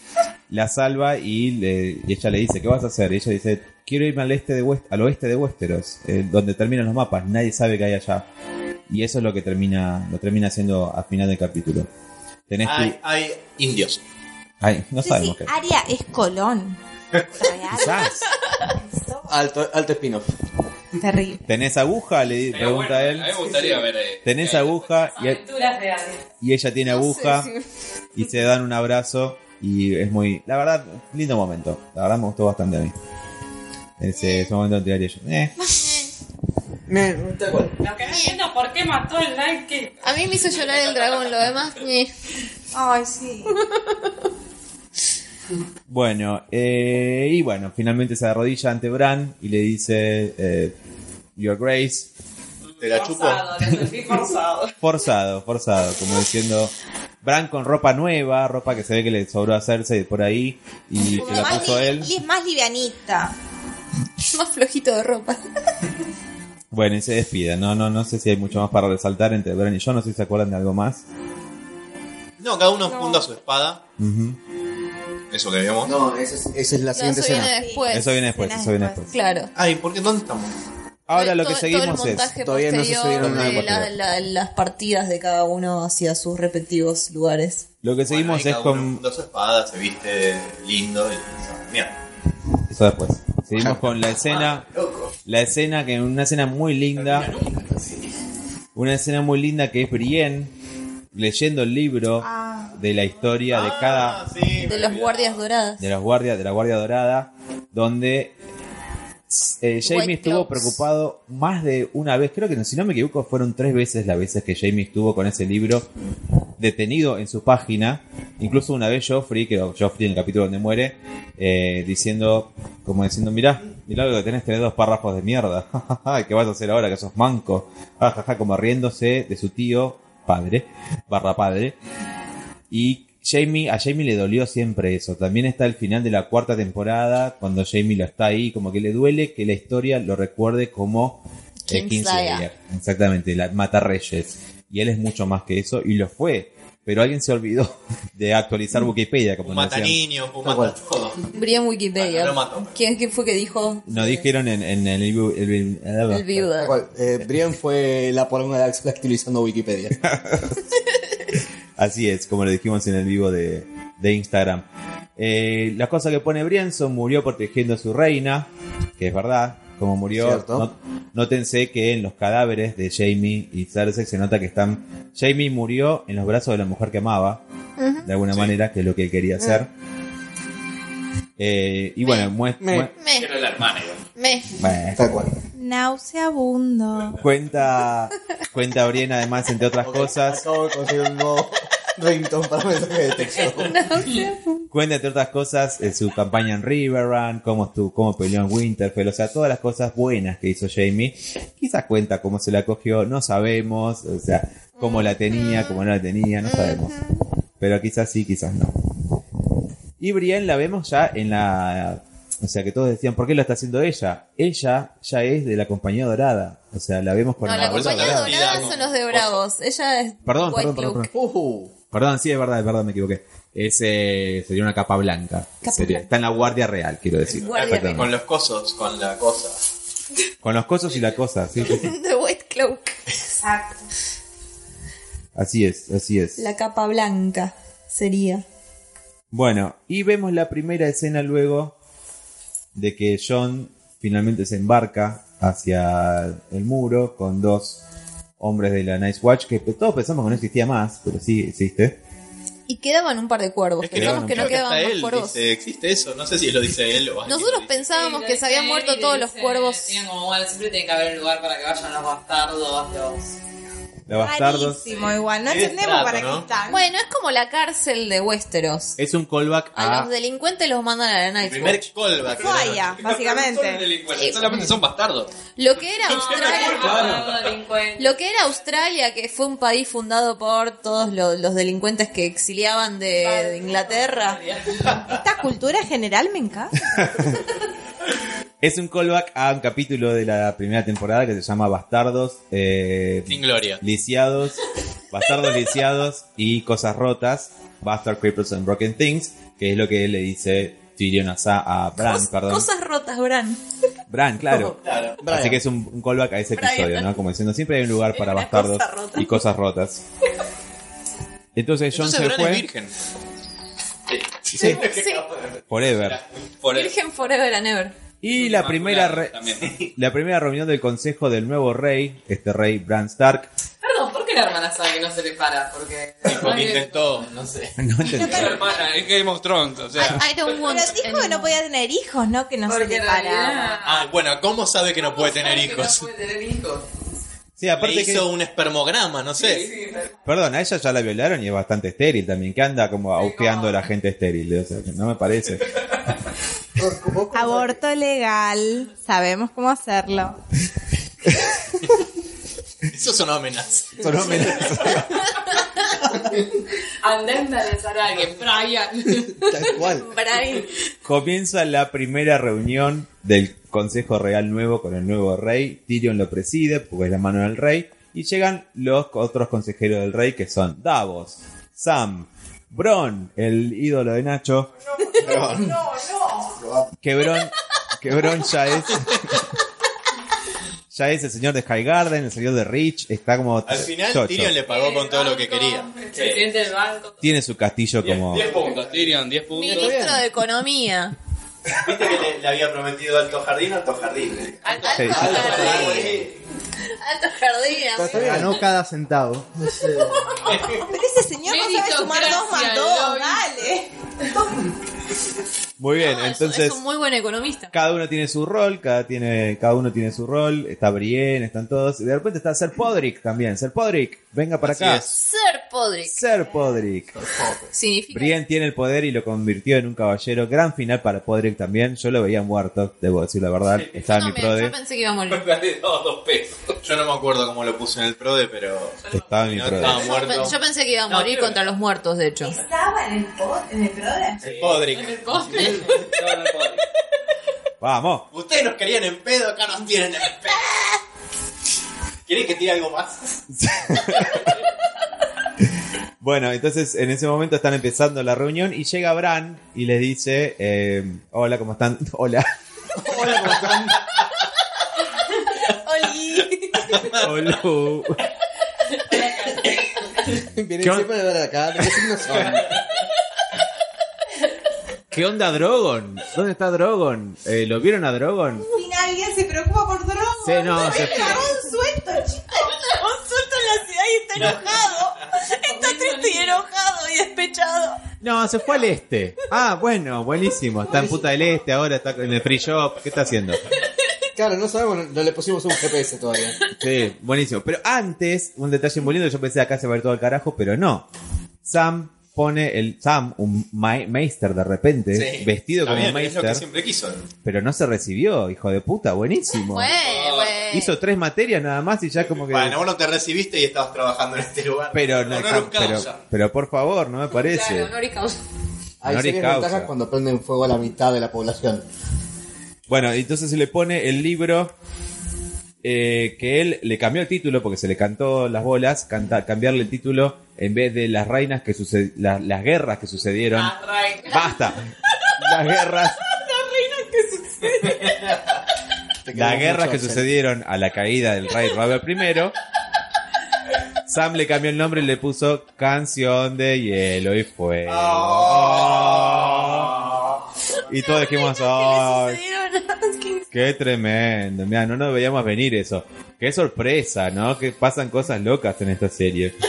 Speaker 1: la salva y, le- y ella le dice, ¿qué vas a hacer? Y ella dice, quiero irme al este de West- al oeste de Westeros, eh, donde terminan los mapas, nadie sabe que hay allá. Y eso es lo que termina, lo termina haciendo al final del capítulo. Tenés tu-
Speaker 3: Hay, hay indios.
Speaker 1: ay, no
Speaker 12: Sí,
Speaker 1: sabemos
Speaker 12: sí,
Speaker 1: qué.
Speaker 12: Aria es Colón. Real.
Speaker 1: Quizás.
Speaker 5: Alto, alto spin-off.
Speaker 12: Terrible.
Speaker 1: ¿Tenés aguja? Le di-
Speaker 16: Pero
Speaker 1: pregunta
Speaker 16: bueno,
Speaker 1: él.
Speaker 16: A mí me gustaría ver. eh,
Speaker 1: ¿Tenés
Speaker 16: ahí.
Speaker 1: aguja? Y él-
Speaker 6: Aventuras de Ari.
Speaker 1: y ella tiene aguja y se dan un abrazo y es muy la verdad lindo momento la verdad me gustó bastante a mí
Speaker 4: Eh.
Speaker 1: ese, ese momento entre Ariel y yo eh,
Speaker 6: Lo que no entiendo es por qué mató el Night King.
Speaker 4: A mí me hizo llorar el dragón, lo demás. eh. ñe.
Speaker 12: Ay, sí.
Speaker 1: bueno eh, y bueno finalmente se arrodilla ante Bran y le dice eh, Your Grace
Speaker 3: Te la chupo.
Speaker 6: Forzado, lo sentí forzado.
Speaker 1: forzado forzado como diciendo Bran con ropa nueva ropa que se ve que le sobró hacerse por ahí y que la
Speaker 12: Más
Speaker 1: puso
Speaker 12: li-
Speaker 1: él
Speaker 12: li- es más livianita.
Speaker 4: Más flojito de ropa.
Speaker 1: bueno y se despide no no no sé si hay mucho más para resaltar entre Bran y yo no sé si se acuerdan de algo más
Speaker 3: No, cada uno funda su espada.
Speaker 1: Ujú.
Speaker 3: Eso que vemos.
Speaker 5: No, esa es, esa es la
Speaker 4: No,
Speaker 5: siguiente
Speaker 4: eso
Speaker 5: escena.
Speaker 4: viene después.
Speaker 1: eso viene después,
Speaker 12: escenas
Speaker 1: eso viene
Speaker 12: después.
Speaker 1: después.
Speaker 4: Claro.
Speaker 3: Ay, ¿por qué? ¿Dónde estamos?
Speaker 1: Ahora lo
Speaker 4: Todo-
Speaker 1: que seguimos
Speaker 4: todo el
Speaker 1: es.
Speaker 4: montaje
Speaker 5: todavía no se
Speaker 4: posterior
Speaker 5: subieron
Speaker 1: nada
Speaker 4: de
Speaker 1: posterior.
Speaker 4: la- la- las partidas de cada uno hacia sus respectivos lugares.
Speaker 1: Lo que seguimos
Speaker 3: Bueno, ahí
Speaker 1: es
Speaker 3: cada uno
Speaker 1: con.
Speaker 3: funda su espada, se viste lindo y... Mira.
Speaker 1: Eso después. Seguimos con
Speaker 3: Ah.
Speaker 1: la escena. La escena que una escena muy linda. Una escena muy linda que es Brienne leyendo el libro de la historia de
Speaker 3: Ah,
Speaker 1: cada
Speaker 4: de los guardias doradas.
Speaker 1: de los guardias de la Guardia Dorada, donde eh, Jamie
Speaker 4: White
Speaker 1: estuvo
Speaker 4: Cloaks.
Speaker 1: preocupado más de una vez, creo que si no me equivoco fueron tres veces las veces que Jamie estuvo con ese libro detenido en su página, incluso una vez Joffrey, que Joffrey en el capítulo donde muere, eh, diciendo, como diciendo, mirá, mirá lo que tenés, tenés dos párrafos de mierda, ¿qué vas a hacer ahora que sos manco? Jajaja, como riéndose de su tío, padre, barra padre, y Jamie, a Jamie le dolió siempre eso. También está el final de la cuarta temporada, cuando Jamie lo está ahí, como que le duele que la historia lo recuerde como eh,
Speaker 4: King
Speaker 1: Kingslayer.
Speaker 4: Slayer.
Speaker 1: Exactamente, la mata reyes. Y él es mucho más que eso, y lo fue. Pero alguien se olvidó de actualizar Wikipedia, como
Speaker 3: Un
Speaker 1: nos
Speaker 3: mata
Speaker 1: decían.
Speaker 3: niños, un mata todo.
Speaker 4: Brian Wikipedia.
Speaker 3: Bueno, lo mato.
Speaker 4: ¿Quién, quién fue que dijo?
Speaker 1: Nos dijeron en, en el, el- el-
Speaker 4: El
Speaker 5: Tal
Speaker 4: viuda.
Speaker 5: cual, eh, Brian fue la poronga de Axel actualizando Wikipedia.
Speaker 1: Así es, como lo dijimos en el vivo de, de Instagram. Eh, la cosa que pone Brienson murió protegiendo a su reina, que es verdad. Como murió,
Speaker 5: Cierto.
Speaker 1: no, nótense que en los cadáveres de Jamie y Cersei se nota que están. Jamie murió en los brazos de la mujer que amaba, de alguna manera, que es lo que él quería hacer. Eh, y bueno, muest- mue-
Speaker 4: Me,
Speaker 16: Era la hermana.
Speaker 4: me.
Speaker 1: bueno,
Speaker 5: Tal cual.
Speaker 12: Nauseabundo.
Speaker 1: cuenta, cuenta Brienne además, entre otras cosas,
Speaker 5: Acabo de conseguir un nuevo ringtone para mensaje de texto.
Speaker 1: Cuenta, entre otras cosas, eh, su campaña en Riverrun, cómo, estuvo, cómo peleó en Winterfell, o sea, todas las cosas buenas que hizo Jamie. Quizás cuenta cómo se la cogió, no sabemos, o sea, cómo la tenía, cómo no la tenía, no sabemos. Pero quizás sí, quizás no. Y Brienne la vemos ya en la... O sea, que todos decían, ¿por qué lo está haciendo ella? Ella ya es de la Compañía Dorada. O sea, la vemos con
Speaker 4: No, la
Speaker 1: bolsa
Speaker 4: compañía
Speaker 1: dorada.
Speaker 4: dorada son los de Bravos. Ella es
Speaker 1: Perdón,
Speaker 4: White
Speaker 1: perdón, perdón,
Speaker 4: Cloak.
Speaker 1: perdón. Perdón, sí, es verdad, es verdad, me equivoqué. Es, eh, sería una capa blanca. Sería- Está en la Guardia Real, quiero decir.
Speaker 4: Guardia
Speaker 1: Perdón.
Speaker 3: Con los cosos, con la cosa.
Speaker 1: Con los cosos y la cosa, sí, sí, sí.
Speaker 4: The White Cloak.
Speaker 1: Así es, así es.
Speaker 4: La capa blanca sería.
Speaker 1: Bueno, y vemos la primera escena luego de que John finalmente se embarca hacia el muro con dos hombres de la Nice Watch, que todos pensamos que no existía más, pero sí existe.
Speaker 4: Y quedaban un par de cuervos.
Speaker 3: Es que
Speaker 4: Pensamos
Speaker 1: quedaban un
Speaker 4: que no
Speaker 3: Creo que hasta
Speaker 4: quedaban más
Speaker 3: él
Speaker 4: cuervos.
Speaker 3: dice, existe eso. No sé si lo dice él o alguien.
Speaker 4: Nosotros pensábamos que se habían muerto todos los cuervos.
Speaker 6: Tienen como, bueno, siempre tiene que haber un lugar para que vayan los bastardos. Los...
Speaker 1: Los bastardos.
Speaker 12: Rarísimo igual, no
Speaker 3: Qué
Speaker 12: entendemos
Speaker 3: destrato,
Speaker 12: para qué
Speaker 3: ¿no?
Speaker 12: están.
Speaker 4: Bueno, es como la cárcel de Westeros.
Speaker 1: Es un callback a...
Speaker 4: A los delincuentes los mandan a la
Speaker 3: Ah. El
Speaker 4: Nightwatch.
Speaker 3: primer callback. de la noche.
Speaker 12: Falla,
Speaker 16: Son
Speaker 12: básicamente.
Speaker 16: delincuentes,
Speaker 4: Sí.
Speaker 16: solamente son bastardos.
Speaker 4: Lo que era
Speaker 6: Claro,
Speaker 4: Australia.
Speaker 6: claro, delincuentes.
Speaker 4: Lo que era Australia, que fue un país fundado por todos los, los delincuentes que exiliaban de, de Inglaterra.
Speaker 12: Esta cultura general me encanta.
Speaker 1: Es un callback a un capítulo de la primera temporada que se llama Bastardos, eh,
Speaker 3: Sin gloria.
Speaker 1: lisiados, bastardos lisiados y cosas rotas, Bastard Cripples and Broken Things, que es lo que le dice Tyrion a, Sa- a Bran,
Speaker 4: Cos-
Speaker 1: perdón.
Speaker 4: Cosas rotas, Bran.
Speaker 1: Bran, claro.
Speaker 5: Brian.
Speaker 1: Así que es un, un callback a ese
Speaker 4: Brian.
Speaker 1: episodio, ¿no? Como diciendo, siempre hay un lugar para
Speaker 4: una
Speaker 1: bastardos
Speaker 4: cosa rota.
Speaker 1: y cosas rotas. Entonces John
Speaker 3: Entonces
Speaker 1: se
Speaker 3: Bran es
Speaker 1: fue
Speaker 3: virgen.
Speaker 4: Sí.
Speaker 1: forever.
Speaker 3: Por él.
Speaker 4: Virgen Forever and Ever.
Speaker 1: Y la primera, re-
Speaker 16: También.
Speaker 1: la primera reunión del consejo del nuevo rey, este rey Bran Stark,
Speaker 6: Perdón, ¿por qué la hermana sabe que no se le para? Porque.
Speaker 3: Tipo, que intentó, no sé.
Speaker 1: no entendí.
Speaker 16: Es la hermana, es Game of Thrones, o sea.
Speaker 4: I, I don't want
Speaker 12: Pero dijo que no podía tener hijos, ¿no? Que no se
Speaker 6: Porque
Speaker 12: le
Speaker 6: en
Speaker 12: para.
Speaker 6: realidad-
Speaker 3: Ah, bueno, ¿cómo sabe que no puede tener
Speaker 6: Sabe que
Speaker 3: hijos?
Speaker 6: No puede tener hijos.
Speaker 1: Sí,
Speaker 3: Le
Speaker 1: aparte que...
Speaker 3: hizo un espermograma, no sé.
Speaker 1: Perdón, a ella ya la violaron y es bastante estéril también, que anda como aupeando a la gente estéril, o sea, que no me parece.
Speaker 12: Aborto legal. Sabemos cómo hacerlo.
Speaker 3: Eso son amenazas.
Speaker 1: Son amenazas.
Speaker 6: Andá a embarazar a alguien, Brian.
Speaker 5: Tal cual.
Speaker 4: Brian.
Speaker 1: Comienza la primera reunión del Consejo Real Nuevo con el nuevo rey, Tyrion lo preside, porque es la mano del rey, y llegan los otros consejeros del rey que son Davos, Sam, Bron, el ídolo de Nacho. Que Bron, que Bron ya es... Ya es el señor de High Garden, el señor de Rich, está como...
Speaker 3: Al final,
Speaker 1: chocho.
Speaker 3: Tyrion le pagó con todo lo que quería.
Speaker 6: El presidente del banco.
Speaker 1: tiene su castillo
Speaker 16: 10
Speaker 1: como...
Speaker 16: puntos, Tyrion, 10 puntos.
Speaker 4: Ministro de Economía.
Speaker 16: Viste que le, había prometido alto jardín, alto jardín.
Speaker 4: Al-
Speaker 1: Sí.
Speaker 4: Alto Jardín. Alto jardín,
Speaker 5: Está
Speaker 4: amigo.
Speaker 5: bien.
Speaker 15: Ganó cada centavo. No sé.
Speaker 12: Pero ese señor no sabe sumar dos más
Speaker 6: Meritocracia,
Speaker 12: dos,
Speaker 6: Lois.
Speaker 12: dale.
Speaker 1: Muy bien,
Speaker 4: No, es-
Speaker 1: entonces
Speaker 4: Es un muy buen economista.
Speaker 1: cada uno tiene su rol, cada, tiene, cada uno tiene su rol, está Brienne, están todos. Y de repente está Ser Podrick también. Ser Podrick, venga para
Speaker 3: Así
Speaker 1: acá.
Speaker 3: es.
Speaker 4: Ser Podrick.
Speaker 1: Ser Podrick.
Speaker 4: Significa.
Speaker 1: Brienne tiene el poder y lo convirtió en un caballero. Gran final para Podrick también. Yo lo veía muerto, debo decir la verdad. Estaba en
Speaker 4: No,
Speaker 1: mi
Speaker 4: me-
Speaker 1: prode.
Speaker 4: yo pensé que iba a morir.
Speaker 16: Dale dos, dos pesos.
Speaker 3: Yo no me acuerdo cómo lo puse en el PRODE, pero.
Speaker 1: Estaba en mi
Speaker 3: No
Speaker 1: prode.
Speaker 3: estaba
Speaker 4: Yo
Speaker 3: muerto.
Speaker 4: pe- Yo pensé que iba a
Speaker 3: No,
Speaker 4: morir
Speaker 3: creo
Speaker 4: contra los muertos, de hecho.
Speaker 12: ¿Estaba en el pod, en el programa?
Speaker 3: El Podrick.
Speaker 6: El postre.
Speaker 16: No, no podría.
Speaker 1: Vamos.
Speaker 3: Ustedes nos querían en pedo, acá nos tienen en pedo. ¿Quieren que tire algo más?
Speaker 1: Bueno, entonces en ese momento están empezando la reunión y llega Bran y les dice, eh, hola, ¿cómo están? Hola.
Speaker 3: Hola, ¿cómo están?
Speaker 12: Oli.
Speaker 1: Hola.
Speaker 5: Vienen
Speaker 18: ¿Qué on-
Speaker 5: siempre de ver acá. ¿De qué signo son?
Speaker 18: ¿Qué onda Drogon? ¿Dónde está Drogon? Eh, ¿Lo vieron a Drogon?
Speaker 12: Al final alguien se preocupa por Drogon.
Speaker 18: Sí, no, se-
Speaker 12: Este varón suelto, chico. Un suelto en la ciudad y está enojado. Está triste y enojado y despechado.
Speaker 18: No, se fue al este. Ah, bueno, buenísimo. Está en Puta del Este ahora, está en el free shop. ¿Qué está haciendo?
Speaker 5: Claro, no sabemos, no le pusimos un GPS todavía.
Speaker 1: Sí, buenísimo. Pero antes, un detalle muy lindo, yo pensé acá se va a ir todo al carajo, pero no. Sam pone el Sam, un ma- meister de repente,
Speaker 3: Sí.
Speaker 1: vestido
Speaker 3: Está
Speaker 1: como
Speaker 3: bien,
Speaker 1: un
Speaker 3: Es lo que
Speaker 1: meister,
Speaker 3: siempre quiso.
Speaker 1: pero no se recibió, hijo de puta, buenísimo.
Speaker 4: Güey,
Speaker 3: Ah.
Speaker 4: güey.
Speaker 1: Hizo tres materias nada más y ya como que...
Speaker 3: Bueno, vos no te recibiste y estabas trabajando en este lugar.
Speaker 1: pero, no,
Speaker 3: Honorum
Speaker 1: pero,
Speaker 3: causa.
Speaker 1: pero por favor, no me parece.
Speaker 4: Claro, honoris causa.
Speaker 5: Hay
Speaker 1: Honoris
Speaker 5: serias
Speaker 1: causa.
Speaker 5: ventajas cuando prenden fuego a la mitad de la población.
Speaker 1: Bueno, entonces se le pone el libro eh, que él le cambió el título porque se le cantó las bolas, canta- cambiarle el título en vez de las reinas que suced- la- las guerras que sucedieron.
Speaker 6: Ah,
Speaker 4: Ah.
Speaker 1: Basta. Las guerras,
Speaker 5: Te
Speaker 1: las
Speaker 5: queremos
Speaker 1: guerras
Speaker 5: mucho,
Speaker 1: que
Speaker 5: Axel.
Speaker 1: sucedieron a la caída del rey Robert I. Sam le cambió el nombre y le puso Canción de Hielo y Fuego. Y todos dijimos,
Speaker 4: Oh. ¿Qué
Speaker 1: ¡ay!
Speaker 4: le sucedieron a los Kings?
Speaker 1: Qué tremendo, mira, no nos veíamos venir eso. Qué sorpresa, ¿no? Que pasan cosas locas en esta serie.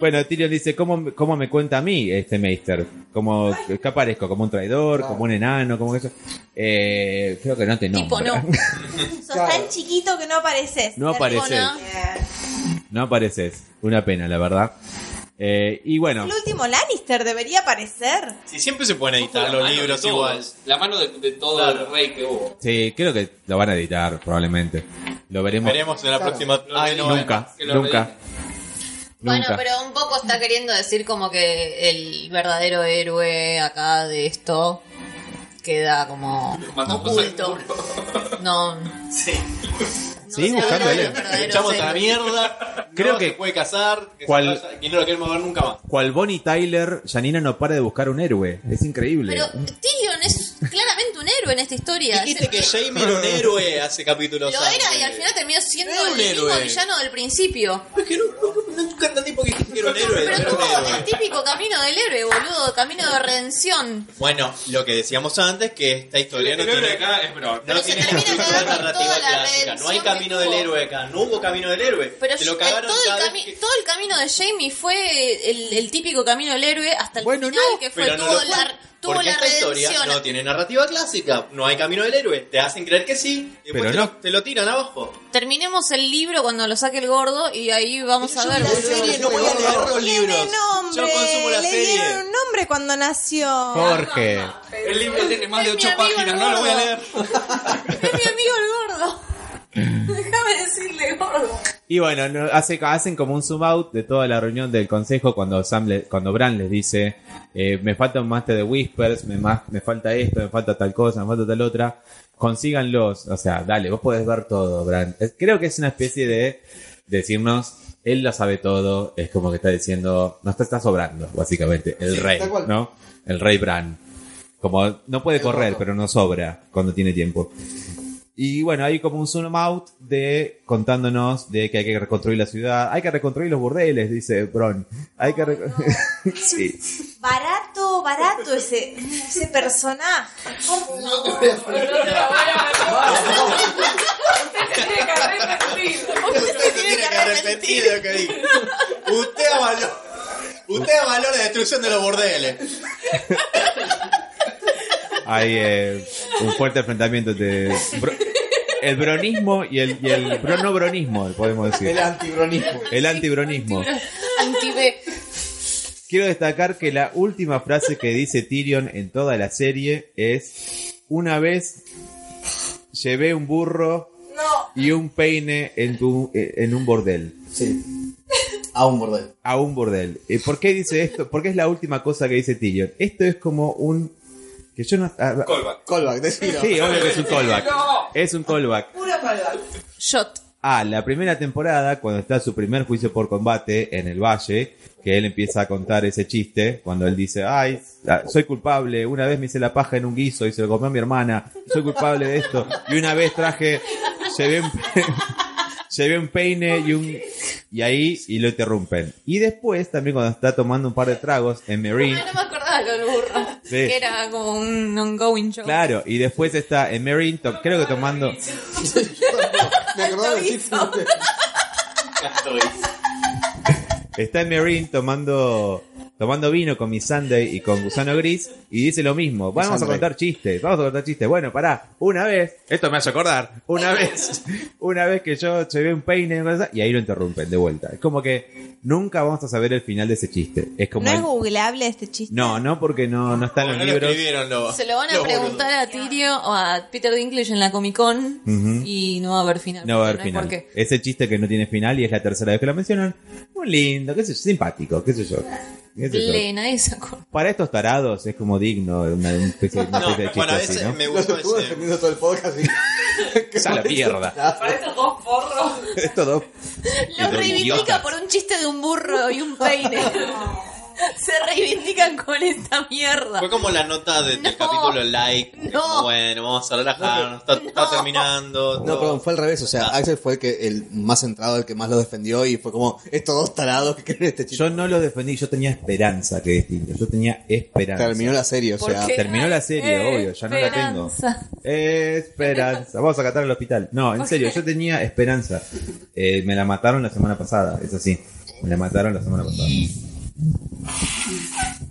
Speaker 1: Bueno, Tyrion dice, ¿cómo, ¿cómo me cuenta a mí este Meister? ¿Cómo que aparezco? ¿Como un traidor? ¿Como un enano? ¿Como que eso? Eh, creo que no te
Speaker 4: Tipo,
Speaker 1: nombra.
Speaker 4: no.
Speaker 12: Sos tan chiquito que no apareces.
Speaker 1: No apareces,
Speaker 4: Tipo, no.
Speaker 12: Eh,
Speaker 1: no apareces. Una pena, la verdad. Eh, y bueno,
Speaker 12: El último Lannister debería aparecer.
Speaker 3: Si siempre se pueden editar
Speaker 16: La
Speaker 3: los
Speaker 16: mano de
Speaker 3: libros
Speaker 16: todos,
Speaker 3: igual.
Speaker 16: La mano de, de todo el rey que hubo.
Speaker 1: sí, creo que lo van a editar probablemente. Lo veremos
Speaker 3: Veremos en la
Speaker 5: Claro.
Speaker 3: próxima.
Speaker 16: Ay, no,
Speaker 1: nunca,
Speaker 16: que lo
Speaker 1: nunca.
Speaker 4: Bueno,
Speaker 1: Nunca.
Speaker 4: pero un poco está queriendo decir como que el verdadero héroe acá de esto queda como
Speaker 16: Mandó cosas
Speaker 4: oculto. No. Sí.
Speaker 1: Seguí buscando, Ale.
Speaker 3: Le echamos a la mierda.
Speaker 1: Creo
Speaker 3: Creo que
Speaker 1: que-
Speaker 3: se puede casar. Que, se
Speaker 1: cual-
Speaker 3: casa, que no lo queremos ver nunca más.
Speaker 1: Cual Bonnie Tyler, Janina no para de buscar un héroe. Es increíble.
Speaker 4: Pero Tyrion es claramente un héroe en esta historia.
Speaker 3: Dijiste
Speaker 4: Se-
Speaker 3: que Jamie era un héroe hace capítulos
Speaker 4: Lo
Speaker 3: antes.
Speaker 4: era y al final terminó siendo
Speaker 3: Era un
Speaker 4: el mismo
Speaker 3: héroe.
Speaker 4: villano del principio.
Speaker 3: Es que no, no, no nunca entendí por qué dijiste que era un héroe.
Speaker 4: Pero
Speaker 3: era un
Speaker 4: tuvo
Speaker 3: héroe.
Speaker 4: el típico camino del héroe, boludo. Camino de redención.
Speaker 3: Bueno, lo que decíamos antes, que esta historia
Speaker 16: El
Speaker 3: no
Speaker 16: héroe de
Speaker 3: tiene...
Speaker 16: acá es Bron.
Speaker 4: Pero
Speaker 3: No
Speaker 4: se
Speaker 3: tiene
Speaker 4: termina
Speaker 3: una
Speaker 4: cagando en
Speaker 3: narrativa
Speaker 4: toda la
Speaker 3: clásica. No hay
Speaker 4: redención
Speaker 3: camino
Speaker 4: que
Speaker 3: del
Speaker 4: tuvo.
Speaker 3: héroe acá. No hubo camino del héroe.
Speaker 4: Pero
Speaker 3: Te
Speaker 4: yo- eh,
Speaker 3: lo cagaron
Speaker 4: todo, el
Speaker 3: cada vez
Speaker 4: cami-
Speaker 3: que-
Speaker 4: todo el camino de Jamie fue el, el típico camino del héroe hasta el
Speaker 1: Bueno,
Speaker 4: final
Speaker 1: no,
Speaker 4: que fue
Speaker 3: Pero
Speaker 4: tuvo
Speaker 3: no lo fue,
Speaker 4: la, tuvo
Speaker 3: porque
Speaker 4: la
Speaker 3: esta historia
Speaker 4: redención.
Speaker 3: no tiene narrativa clásica. No hay camino del héroe. Te hacen creer que sí. y después
Speaker 1: Pero
Speaker 3: te,
Speaker 1: no.
Speaker 3: lo, te lo tiran abajo.
Speaker 4: Terminemos el libro cuando lo saque el gordo y ahí vamos a ver.
Speaker 3: La
Speaker 4: boludo.
Speaker 3: serie no voy a leer los
Speaker 12: Tiene
Speaker 3: libros.
Speaker 12: nombre.
Speaker 3: Yo consumo la
Speaker 12: Le
Speaker 3: serie.
Speaker 12: dieron un nombre cuando nació.
Speaker 1: Jorge.
Speaker 16: El libro tiene más de
Speaker 4: Es mi
Speaker 16: 8
Speaker 4: amigo el
Speaker 16: páginas, no lo voy a
Speaker 4: gordo.
Speaker 16: leer.
Speaker 4: Es mi amigo el gordo. Déjame decirle gordo.
Speaker 1: Y bueno, no- hace, hacen como un zoom out de toda la reunión del consejo cuando Sam le- cuando Bran les dice, eh, me falta un máster de Whispers, me, ma- me falta esto, me falta tal cosa, me falta tal otra. Consíganlos. O sea, dale, vos podés ver todo, Bran. Es- creo que es una especie de decirnos, él lo sabe todo, es como que está diciendo, no está, está sobrando, básicamente, el
Speaker 5: Sí,
Speaker 1: rey,
Speaker 5: tal cual.
Speaker 1: ¿no? El rey Bran. Como no puede
Speaker 5: El
Speaker 1: correr,
Speaker 5: roto.
Speaker 1: pero no sobra cuando tiene tiempo. Y bueno, hay como un zoom out de contándonos de que hay que reconstruir la ciudad, hay que reconstruir los burdeles, dice Bron. Hay que re- sí.
Speaker 12: Barato. estuvo barato ese, ese personaje.
Speaker 7: No te voy a frenar.
Speaker 3: Usted se tiene que arrepentir de lo que dijo. Usted avaló. Usted avaló la destrucción de los bordeles.
Speaker 1: Hay eh, un fuerte enfrentamiento entre bro- el bronismo y el, y el bro- no bronismo, podemos decir.
Speaker 5: El antibronismo.
Speaker 1: El antibronismo.
Speaker 4: Anti-B.
Speaker 1: Quiero destacar que la última frase que dice Tyrion en toda la serie es: Una vez llevé un burro
Speaker 12: No.
Speaker 1: y un peine en, tu, eh, en un bordel.
Speaker 5: Sí. A un bordel.
Speaker 1: a un bordel. Eh, ¿Por qué dice esto? Porque es la última cosa que dice Tyrion. Esto es como un... Que yo no... ah,
Speaker 16: Callback.
Speaker 5: Callback, decilo.
Speaker 1: sí, obvio que es un callback.
Speaker 16: No.
Speaker 1: Es un callback.
Speaker 12: Puro colgado.
Speaker 4: Shot.
Speaker 1: Ah, la primera temporada, cuando está su primer juicio por combate en el valle, que él empieza a contar ese chiste, cuando él dice, ay, ah, soy culpable, una vez me hice la paja en un guiso y se lo comió mi hermana, soy culpable de esto, y una vez traje, llevé un, pe- llevé un peine y un... Y ahí, y lo interrumpen. Y después, también cuando está tomando un par de tragos en Marine,
Speaker 4: Ah, no me acordaba lo del burro.
Speaker 1: Sí.
Speaker 4: Que era como un ongoing show.
Speaker 1: claro, y después está en Marine, to- creo que tomando...
Speaker 5: Me acordaba del chiste.
Speaker 1: Está en Marine tomando tomando vino con mi Sunday y con Gusano Gris y dice lo mismo. Vamos a
Speaker 5: Sunday.
Speaker 1: contar chistes, vamos a contar chistes. Bueno, pará, una vez, esto me hace acordar, una vez, una vez que yo llevé un peine y ahí lo interrumpen de vuelta. Es como que nunca vamos a saber el final de ese chiste. Es como
Speaker 12: ¿No es
Speaker 1: el-
Speaker 12: googleable este chiste?
Speaker 1: no, no, porque no, no está en los
Speaker 3: No lo
Speaker 1: libros.
Speaker 3: escribieron los.
Speaker 4: Se lo van a
Speaker 3: los
Speaker 4: preguntar a Tirio o a Peter Dinklage en la Comic Con y no va a haber final.
Speaker 1: No va a haber
Speaker 4: porque
Speaker 1: final.
Speaker 4: hay por qué.
Speaker 1: Ese chiste que no tiene final y es la tercera vez que lo mencionan. Muy lindo, qué sé yo, simpático, qué sé yo. Qué sé yo.
Speaker 4: Plena esa cosa.
Speaker 1: Para estos tarados es como digno una, una especie, una
Speaker 3: No,
Speaker 1: especie de chiste
Speaker 3: bueno,
Speaker 1: así,
Speaker 3: ese
Speaker 1: ¿no?
Speaker 3: me
Speaker 5: Los
Speaker 3: gustó
Speaker 5: estuvo
Speaker 3: ese.
Speaker 5: defendiendo todo el podcast.
Speaker 1: Esa la mierda.
Speaker 6: Para estos dos forros.
Speaker 1: Estos dos.
Speaker 4: Lo
Speaker 1: Los
Speaker 4: reivindica
Speaker 1: idiotas.
Speaker 4: por un chiste de un burro y un peine. Se reivindican con esta mierda.
Speaker 3: Fue como la nota de- del
Speaker 4: No.
Speaker 3: capítulo like.
Speaker 4: No.
Speaker 3: como, Bueno, vamos a relajarnos, está, está terminando.
Speaker 5: No,
Speaker 3: todo.
Speaker 5: perdón, fue al revés. O sea, Axel fue el que el más centrado, el que más lo defendió y fue como estos dos tarados que creen este chiste.
Speaker 1: Yo no lo defendí, yo tenía esperanza que distinto. Yo tenía esperanza.
Speaker 5: Terminó la serie, o
Speaker 4: ¿Por
Speaker 5: sea.
Speaker 4: qué?
Speaker 1: Terminó la serie, obvio, ya no la tengo.
Speaker 4: Esperanza.
Speaker 1: Esperanza. Vamos a catar al hospital. No, en serio, yo tenía esperanza. Eh, me la mataron la semana pasada, es así. Me la mataron la semana pasada.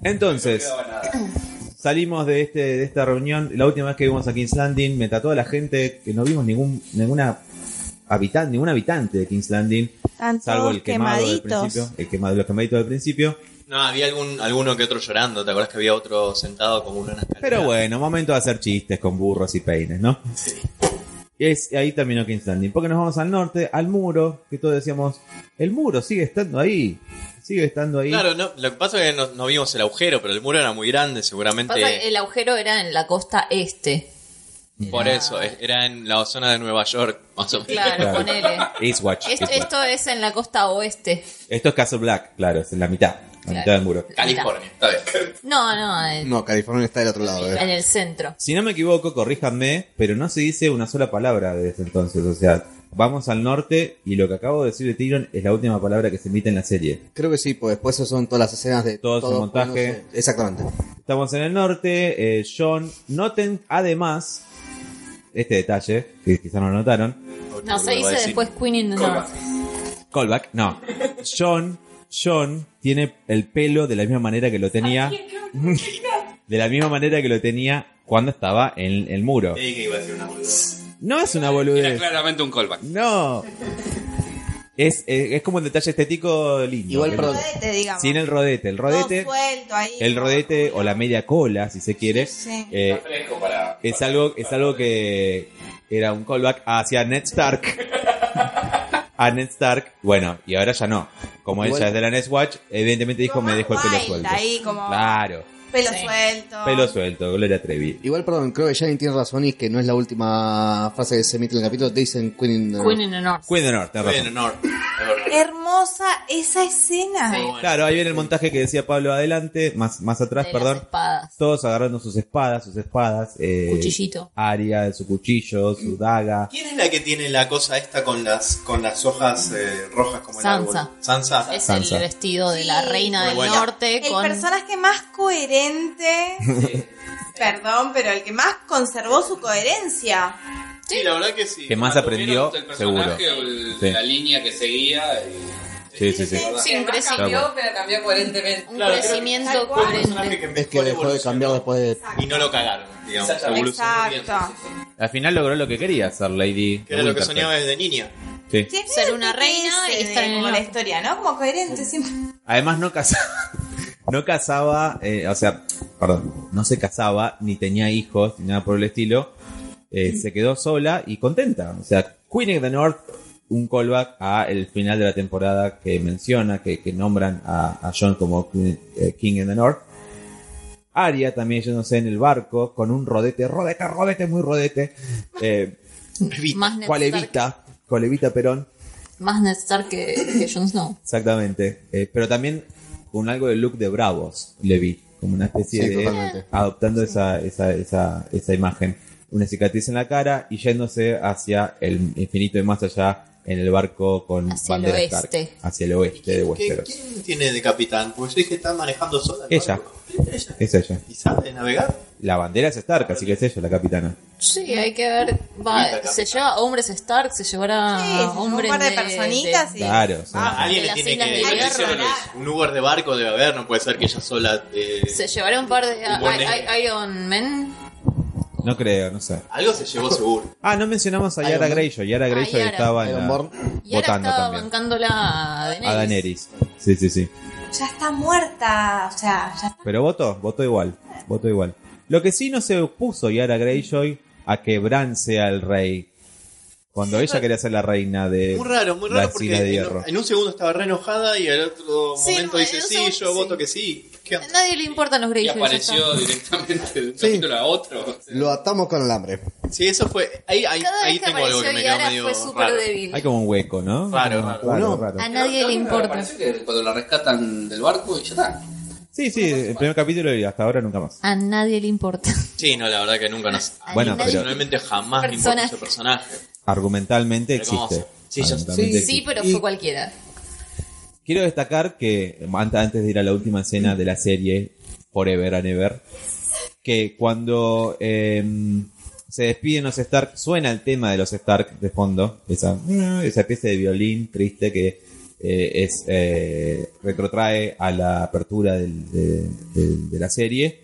Speaker 1: Entonces, salimos de este de esta reunión. La última vez que vimos a King's Landing, me trató a la gente que no vimos ningún ninguna habitante, ningún habitante de King's Landing,
Speaker 12: Están
Speaker 1: salvo
Speaker 12: todos
Speaker 1: el quemado del
Speaker 12: quemaditos.
Speaker 1: principio, el quemado, los quemaditos del principio.
Speaker 3: No, había algún, alguno que otro llorando. ¿Te acuerdas que había otro sentado como una escalera?
Speaker 1: Pero bueno, momento de hacer chistes con burros y peines, ¿no? Sí. Es, ahí terminó King's Landing. Porque nos vamos al norte, al muro, que todos decíamos, el muro sigue estando ahí, sigue estando ahí.
Speaker 3: Claro, no, lo que pasa es que no, no vimos el agujero, pero el muro era muy grande, seguramente.
Speaker 4: Pasa que el agujero era en la costa este.
Speaker 3: Por eso, es- era en la zona de Nueva York, más o menos.
Speaker 4: Claro,
Speaker 1: Claro.
Speaker 4: ponele.
Speaker 1: Eastwatch.
Speaker 4: Esto,
Speaker 1: Eastwatch.
Speaker 4: esto es en la costa oeste.
Speaker 1: Esto es Castle Black, claro, es en la mitad, la
Speaker 4: Claro.
Speaker 1: mitad del muro.
Speaker 3: California, está bien.
Speaker 4: No, no, en,
Speaker 5: No, California está del otro lado.
Speaker 4: en
Speaker 5: eh.
Speaker 4: el centro.
Speaker 1: Si no me equivoco, corríjanme, pero no se dice una sola palabra desde entonces. O sea, vamos al norte y lo que acabo de decir de Tyrion es la última palabra que se emite en la serie.
Speaker 5: Creo que sí, pues después son todas las escenas de
Speaker 1: Todo su montaje.
Speaker 5: poniéndose- Exactamente.
Speaker 1: Estamos en el norte, eh, John. Noten además este detalle, que quizás no lo notaron.
Speaker 4: No, se
Speaker 3: Lo voy a
Speaker 4: dice
Speaker 3: decir.
Speaker 4: después Queen in the North.
Speaker 1: Callback, no. John, John tiene el pelo de la misma manera que lo tenía. De la misma manera que lo tenía cuando estaba en el muro.
Speaker 3: Dije que iba a decir una boludez.
Speaker 1: No es una
Speaker 16: Era
Speaker 1: boludez.
Speaker 16: claramente un callback.
Speaker 1: No. Es, es, es como un detalle estético lindo.
Speaker 5: Igual,
Speaker 1: Que-
Speaker 5: perdón.
Speaker 12: Rodete, este, digamos.
Speaker 1: Sin el rodete. El rodete.
Speaker 12: Todo suelto ahí.
Speaker 1: el rodete o la media cola, si se quiere,
Speaker 12: Sí.
Speaker 1: eh, es algo, es algo que era un callback hacia Ned Stark. A Ned Stark, bueno, y ahora ya no. Como ella
Speaker 5: Igual-
Speaker 1: es de la Nest Watch, evidentemente dijo,
Speaker 12: Como
Speaker 1: me dejo el pelo
Speaker 12: wild,
Speaker 1: suelto.
Speaker 12: Ahí como
Speaker 1: Claro,
Speaker 12: pelo
Speaker 4: Sí.
Speaker 12: suelto.
Speaker 1: pelo suelto, Gloria Trevi.
Speaker 5: Igual, perdón, creo que Janet tiene razón y que no es la última frase que se emite en el capítulo. Dicen Queen in the-
Speaker 4: Queen in the North.
Speaker 1: Queen de Norte,
Speaker 3: Bien, honor. Es verdad.
Speaker 4: Eh.
Speaker 12: hermosa esa escena.
Speaker 6: Sí.
Speaker 1: Claro, ahí viene el montaje que decía Pablo adelante, más, más atrás,
Speaker 4: de
Speaker 1: perdón.
Speaker 4: las espadas.
Speaker 1: Todos agarrando sus espadas, sus espadas. Eh,
Speaker 4: Cuchillito.
Speaker 1: Aria, su cuchillo, su daga.
Speaker 3: ¿Quién es la que tiene la cosa esta con las con las hojas eh, rojas como
Speaker 4: Sansa.
Speaker 3: el árbol? Sansa.
Speaker 4: Es
Speaker 1: Sansa.
Speaker 4: el vestido de la
Speaker 12: Sí.
Speaker 4: reina
Speaker 3: Muy
Speaker 4: del
Speaker 3: buena.
Speaker 4: norte
Speaker 12: El
Speaker 4: con
Speaker 12: personaje más coherente. Perdón, pero el que más conservó su coherencia.
Speaker 3: Sí, la verdad que sí.
Speaker 1: Que más aprendió,
Speaker 3: el
Speaker 1: seguro.
Speaker 3: personaje o el-
Speaker 1: Sí.
Speaker 3: La línea que seguía. y-
Speaker 1: Sí, sí, sí.
Speaker 4: Sí, un
Speaker 6: Además
Speaker 4: creci-
Speaker 6: cambió, pero cambió coherentemente.
Speaker 4: un
Speaker 3: Claro, creo que
Speaker 4: crecimiento
Speaker 12: tal cual.
Speaker 4: coherente.
Speaker 3: que
Speaker 5: Es que dejó de cambiar después de
Speaker 3: Y no lo cagaron, digamos.
Speaker 19: Exactamente.
Speaker 3: evolucionó bien.
Speaker 12: Exacto.
Speaker 1: Al final logró lo que quería ser Lady.
Speaker 3: Que era lo que
Speaker 1: Winterfell.
Speaker 3: soñaba desde niña.
Speaker 1: Sí.
Speaker 12: Sí,
Speaker 4: Ser una
Speaker 12: creo que
Speaker 4: reina
Speaker 12: ese
Speaker 4: y
Speaker 12: de
Speaker 4: estar en el
Speaker 12: como la
Speaker 4: norte.
Speaker 12: historia, ¿no? Como coherente siempre.
Speaker 1: Además no casaba, no casaba, eh, o sea, perdón, no se casaba, ni tenía hijos, ni nada por el estilo. Eh, se quedó sola y contenta. O sea, Queen of the North, un callback a el final de la temporada que menciona, que, que nombran a, a John como Queen- eh, King in the North. Aria también yéndose en el barco con un rodete, rodete, rodete, muy rodete. Eh,
Speaker 4: Más Ned
Speaker 1: cual
Speaker 4: Stark-
Speaker 1: Evita, cual Evita Perón.
Speaker 4: Más Ned Stark que, que Jon Snow.
Speaker 1: Exactamente. Eh, pero también con algo del look de Bravos, le vi. Como una especie
Speaker 5: Sí,
Speaker 1: de.
Speaker 5: totalmente.
Speaker 1: Adoptando esa, esa, esa, esa imagen. Una cicatriz en la cara y yéndose hacia el infinito y más allá en el barco con
Speaker 4: Hacia el
Speaker 1: bandera
Speaker 4: oeste.
Speaker 1: Stark. Hacia el oeste de
Speaker 3: ¿Quién- qué-
Speaker 1: Westeros.
Speaker 3: ¿Quién tiene de capitán? Pues yo dije, está manejando sola. el
Speaker 1: Ella.
Speaker 3: barco. Ella.
Speaker 1: Es ella.
Speaker 3: ¿Y sabe navegar?
Speaker 1: La bandera es Stark, así que es ella la capitana.
Speaker 4: Sí, hay que ver. Va, se lleva a hombres Stark, se llevará
Speaker 12: Sí, se llevó
Speaker 4: a hombres
Speaker 12: un par de personitas y-
Speaker 1: Claro. o sea,
Speaker 3: Ah, alguien
Speaker 4: Ah, de
Speaker 3: le
Speaker 4: las
Speaker 3: tiene
Speaker 4: Islas
Speaker 3: que.
Speaker 4: del
Speaker 3: le
Speaker 4: Hierro,
Speaker 3: hicieron
Speaker 12: ¿verdad?
Speaker 3: Un Uber de barco debe haber, no puede ser que ella sola. eh,
Speaker 4: Se llevará un par de a-
Speaker 3: Humor
Speaker 4: a-
Speaker 3: negro.
Speaker 4: a- Iron Men. Ah.
Speaker 1: no creo, no sé.
Speaker 3: Algo se llevó seguro.
Speaker 1: Ah, no mencionamos a
Speaker 5: Iron
Speaker 1: Yara
Speaker 5: Man.
Speaker 1: Greyjoy. Yara
Speaker 4: Ah,
Speaker 1: Greyjoy
Speaker 4: Yara.
Speaker 1: estaba en la-
Speaker 5: Ironborn.
Speaker 4: Y ahora
Speaker 1: votando
Speaker 4: estaba
Speaker 1: también.
Speaker 4: bancándola a Daenerys.
Speaker 1: A Daenerys. Sí, sí, sí.
Speaker 12: Ya está muerta, o sea, ya está.
Speaker 1: Pero votó, votó igual, votó igual. Lo que sí no se opuso Yara Greyjoy a que Bran sea el rey. Cuando ella quería ser la reina de
Speaker 3: Muy raro, muy
Speaker 1: la
Speaker 3: raro porque
Speaker 1: Isla de
Speaker 3: en,
Speaker 1: Hierro.
Speaker 3: en un segundo estaba re enojada y al otro
Speaker 4: Sí,
Speaker 3: momento
Speaker 4: en
Speaker 3: dice
Speaker 4: un
Speaker 3: sí,
Speaker 4: segundo
Speaker 3: yo
Speaker 4: sí.
Speaker 3: voto que sí. ¿Qué
Speaker 4: A
Speaker 3: onda?
Speaker 4: nadie le importan los
Speaker 3: Y
Speaker 4: Greyjoy. ya
Speaker 3: apareció
Speaker 4: está.
Speaker 3: directamente de un
Speaker 5: Sí.
Speaker 3: capítulo a otro. o sea.
Speaker 5: Lo atamos con alambre.
Speaker 3: Sí, eso fue. Ahí, ahí,
Speaker 4: Cada
Speaker 3: ahí
Speaker 4: vez que
Speaker 3: tengo algo que
Speaker 4: apareció
Speaker 3: me quedó
Speaker 4: Yara
Speaker 3: medio.
Speaker 4: fue súper
Speaker 3: raro.
Speaker 4: débil.
Speaker 1: Hay como un hueco, ¿no?
Speaker 3: Raro,
Speaker 1: Como-
Speaker 3: raro.
Speaker 1: raro,
Speaker 5: No.
Speaker 1: raro.
Speaker 4: A nadie le importa.
Speaker 3: Parece que cuando la rescatan del barco y ya está.
Speaker 1: Sí, sí, el primer capítulo y hasta ahora nunca más.
Speaker 4: A nadie le importa.
Speaker 3: Sí, no, la verdad que nunca nos.
Speaker 4: A
Speaker 1: Bueno,
Speaker 4: nadie-
Speaker 1: pero-
Speaker 3: Personalmente jamás me importó ese personaje.
Speaker 1: Argumentalmente
Speaker 3: Pero ¿cómo
Speaker 1: existe.
Speaker 3: hace? Sí, ya-
Speaker 1: Argumentalmente
Speaker 4: Sí,
Speaker 1: existe.
Speaker 4: pero
Speaker 1: Y
Speaker 4: fue cualquiera.
Speaker 1: Quiero destacar que an- antes de ir a la última escena de la serie Forever and Ever, que cuando em, se despiden los Stark, suena el tema de los Stark de fondo, esa, esa pieza de violín triste que eh, es eh, retrotrae a la apertura del- de, de- de la serie.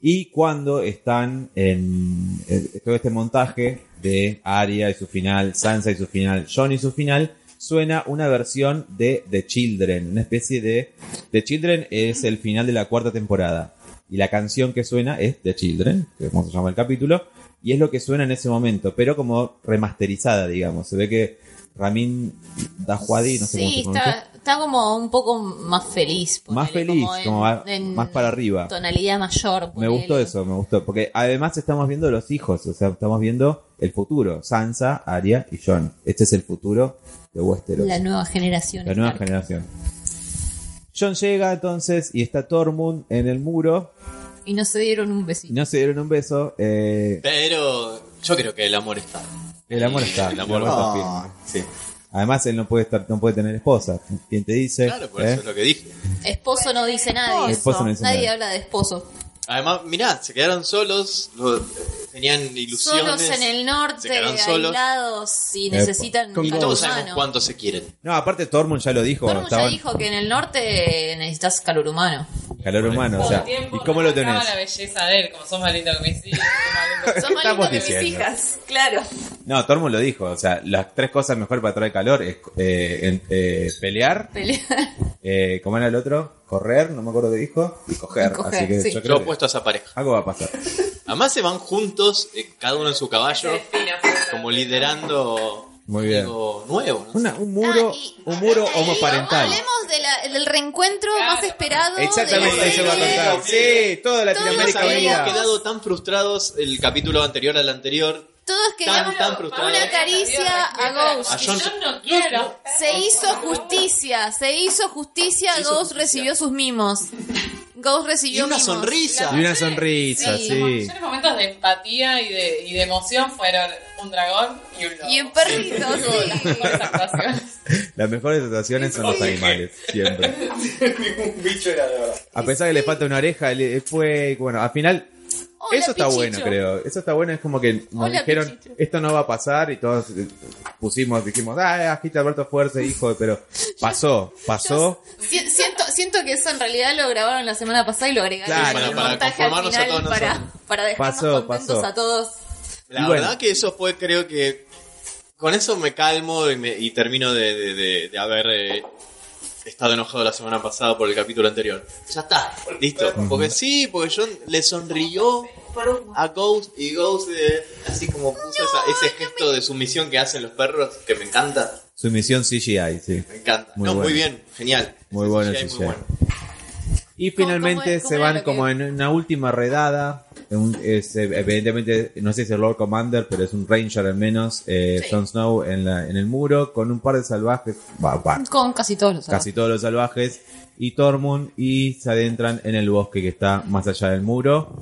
Speaker 1: Y cuando están en, eh, todo este montaje de Arya y su final, Sansa y su final, Jon y su final, suena una versión de The Children, una especie de... The Children es el final de la cuarta temporada. Y la canción que suena es The Children, que es como se llama el capítulo, y es lo que suena en ese momento, pero como remasterizada, digamos. Se ve que Ramin Dajwadi, no sé cómo se
Speaker 4: Sí,
Speaker 1: pronuncia.
Speaker 4: está, está como un poco más feliz.
Speaker 1: Más
Speaker 4: ponele,
Speaker 1: feliz,
Speaker 4: en-
Speaker 1: como a-
Speaker 4: en
Speaker 1: más para arriba.
Speaker 4: Tonalidad mayor.
Speaker 1: Me
Speaker 4: ponele.
Speaker 1: gustó eso, me gustó. Porque además estamos viendo los hijos, o sea, estamos viendo el futuro. Sansa, Arya y Jon. Este es el futuro de Westeros.
Speaker 4: La nueva generación.
Speaker 1: La nueva
Speaker 4: Stark.
Speaker 1: generación. Jon llega entonces y está Tormund en el muro.
Speaker 4: Y no se dieron un
Speaker 1: Y
Speaker 4: besito.
Speaker 1: no se dieron un beso. eh,
Speaker 3: Pero yo creo que el amor está.
Speaker 1: el amor está.
Speaker 3: El amor
Speaker 1: está
Speaker 5: Ah,
Speaker 1: firme. Además él no puede estar, no puede tener esposa. ¿Quién te dice?
Speaker 3: Claro, por
Speaker 1: ¿Eh?
Speaker 3: eso es lo que dije.
Speaker 4: Esposo no dice nadie.
Speaker 12: El
Speaker 1: esposo no dice
Speaker 4: nadie
Speaker 1: nada.
Speaker 4: habla de esposo.
Speaker 3: Además, mirá, se quedaron solos, lo- tenían ilusiones.
Speaker 4: Solos en el
Speaker 3: se
Speaker 4: norte,
Speaker 3: quedaron solos.
Speaker 4: aislados y
Speaker 1: Epa.
Speaker 4: necesitan
Speaker 5: Con
Speaker 3: Y
Speaker 4: calor
Speaker 3: todos sabemos
Speaker 4: humano.
Speaker 3: cuánto se quieren.
Speaker 1: No, aparte Tormund ya lo dijo.
Speaker 4: Tormund ya
Speaker 1: estaban-
Speaker 4: dijo que en el norte necesitas calor humano.
Speaker 1: Calor humano, o
Speaker 6: Todo
Speaker 1: sea.
Speaker 6: el tiempo
Speaker 1: ¿Y cómo lo
Speaker 6: destacaba
Speaker 1: tenés?
Speaker 6: la belleza de él, como sos más lindo que mis hijos. sos más lindo que-
Speaker 4: Son más
Speaker 1: estamos
Speaker 4: lindos que mis
Speaker 1: diciendo?
Speaker 4: hijas, claro.
Speaker 1: No, Tormund lo dijo, o sea, las tres cosas mejor para traer calor es eh, en- eh, pelear,
Speaker 4: Pelea.
Speaker 1: eh, ¿cómo era el otro? Correr, no me acuerdo qué dijo, y coger.
Speaker 4: Y coger,
Speaker 1: Así que
Speaker 4: sí.
Speaker 1: yo pues- creo
Speaker 3: Yo
Speaker 1: que
Speaker 3: opuesto a esa pareja.
Speaker 1: algo va a pasar.
Speaker 3: Además, se van juntos, eh, cada uno en su caballo,
Speaker 6: Celestina, puta.
Speaker 3: como liderando
Speaker 1: Muy bien.
Speaker 3: algo nuevo. ¿no?
Speaker 1: Una- un muro,
Speaker 4: Ah, y-
Speaker 1: un muro
Speaker 4: y
Speaker 1: homoparental.
Speaker 4: Hablemos de la- del reencuentro
Speaker 6: Claro.
Speaker 4: más esperado.
Speaker 1: Exactamente,
Speaker 4: de-
Speaker 1: eso va a contar. Sí, toda
Speaker 4: Todo
Speaker 3: Nos
Speaker 1: Latinoamérica
Speaker 4: lo que
Speaker 3: habíamos
Speaker 1: unida.
Speaker 4: queda.
Speaker 3: quedado tan frustrados el capítulo anterior al anterior
Speaker 4: Todos queríamos
Speaker 3: tan frustrado.
Speaker 4: una caricia a Ghost.
Speaker 3: A John-
Speaker 6: Yo no quiero.
Speaker 4: Se hizo justicia, se hizo justicia. Ghost recibió sus mimos. Ghost
Speaker 3: Y
Speaker 4: recibió
Speaker 3: una
Speaker 4: mimos.
Speaker 3: sonrisa.
Speaker 1: Y una sonrisa,
Speaker 4: Sí.
Speaker 1: sí.
Speaker 6: Yo los momentos de empatía y de, y de emoción fueron un dragón y un lobo.
Speaker 4: Y un perrito,
Speaker 6: Muy buenas,
Speaker 4: sí.
Speaker 6: mejores actuaciones.
Speaker 1: Las mejores actuaciones son los animales, siempre.
Speaker 16: Un bicho era de verdad.
Speaker 1: A pesar que le falta una oreja, le- fue, bueno, al final,
Speaker 4: Hola,
Speaker 1: eso está
Speaker 4: Pichicho.
Speaker 1: bueno, creo. Eso está bueno, es como que nos
Speaker 4: Hola,
Speaker 1: dijeron,
Speaker 4: Pichicho.
Speaker 1: esto no va a pasar, y todos eh, pusimos, dijimos, ah, agita Alberto Fuerza, hijo, pero pasó, pasó.
Speaker 4: Si- Siento, siento que eso en realidad lo grabaron la semana pasada y lo agregaron
Speaker 1: Claro,
Speaker 4: en el
Speaker 1: para- para
Speaker 4: montaje al
Speaker 3: conformarnos a
Speaker 4: final
Speaker 3: todos
Speaker 4: para,
Speaker 3: nosotros.
Speaker 4: para dejarnos
Speaker 1: Pasó,
Speaker 4: contentos
Speaker 1: pasó.
Speaker 4: a todos.
Speaker 3: La
Speaker 1: Y bueno.
Speaker 3: verdad que eso fue, creo que. Con eso me calmo y, me- y termino de, de- de- de haber eh, estado enojado la semana pasada por el capítulo anterior. Ya está, listo. Porque sí, porque John le sonrió a Ghost y Ghost eh, así como puso esa- ese gesto de sumisión que hacen los perros, que me encanta,
Speaker 1: Su misión CGI, sí.
Speaker 3: me encanta.
Speaker 1: Muy
Speaker 3: no, muy
Speaker 1: bueno.
Speaker 3: bien, genial.
Speaker 1: Muy bueno
Speaker 3: CGI,
Speaker 1: el
Speaker 3: muy
Speaker 1: CGI.
Speaker 3: bueno.
Speaker 1: Y
Speaker 4: ¿Cómo-
Speaker 1: finalmente
Speaker 4: cómo- cómo
Speaker 1: se
Speaker 4: era
Speaker 1: van
Speaker 4: lo que-
Speaker 1: como en una última redada. en un- es, eh, evidentemente, no sé si es Lord Commander, pero es un Ranger al menos. Eh,
Speaker 4: Sí.
Speaker 1: Jon Snow en, la- en el muro con un par de salvajes. Va, va,
Speaker 4: Con casi todos los
Speaker 1: casi todos los salvajes. Y Tormund y se adentran en el bosque que está más allá del muro.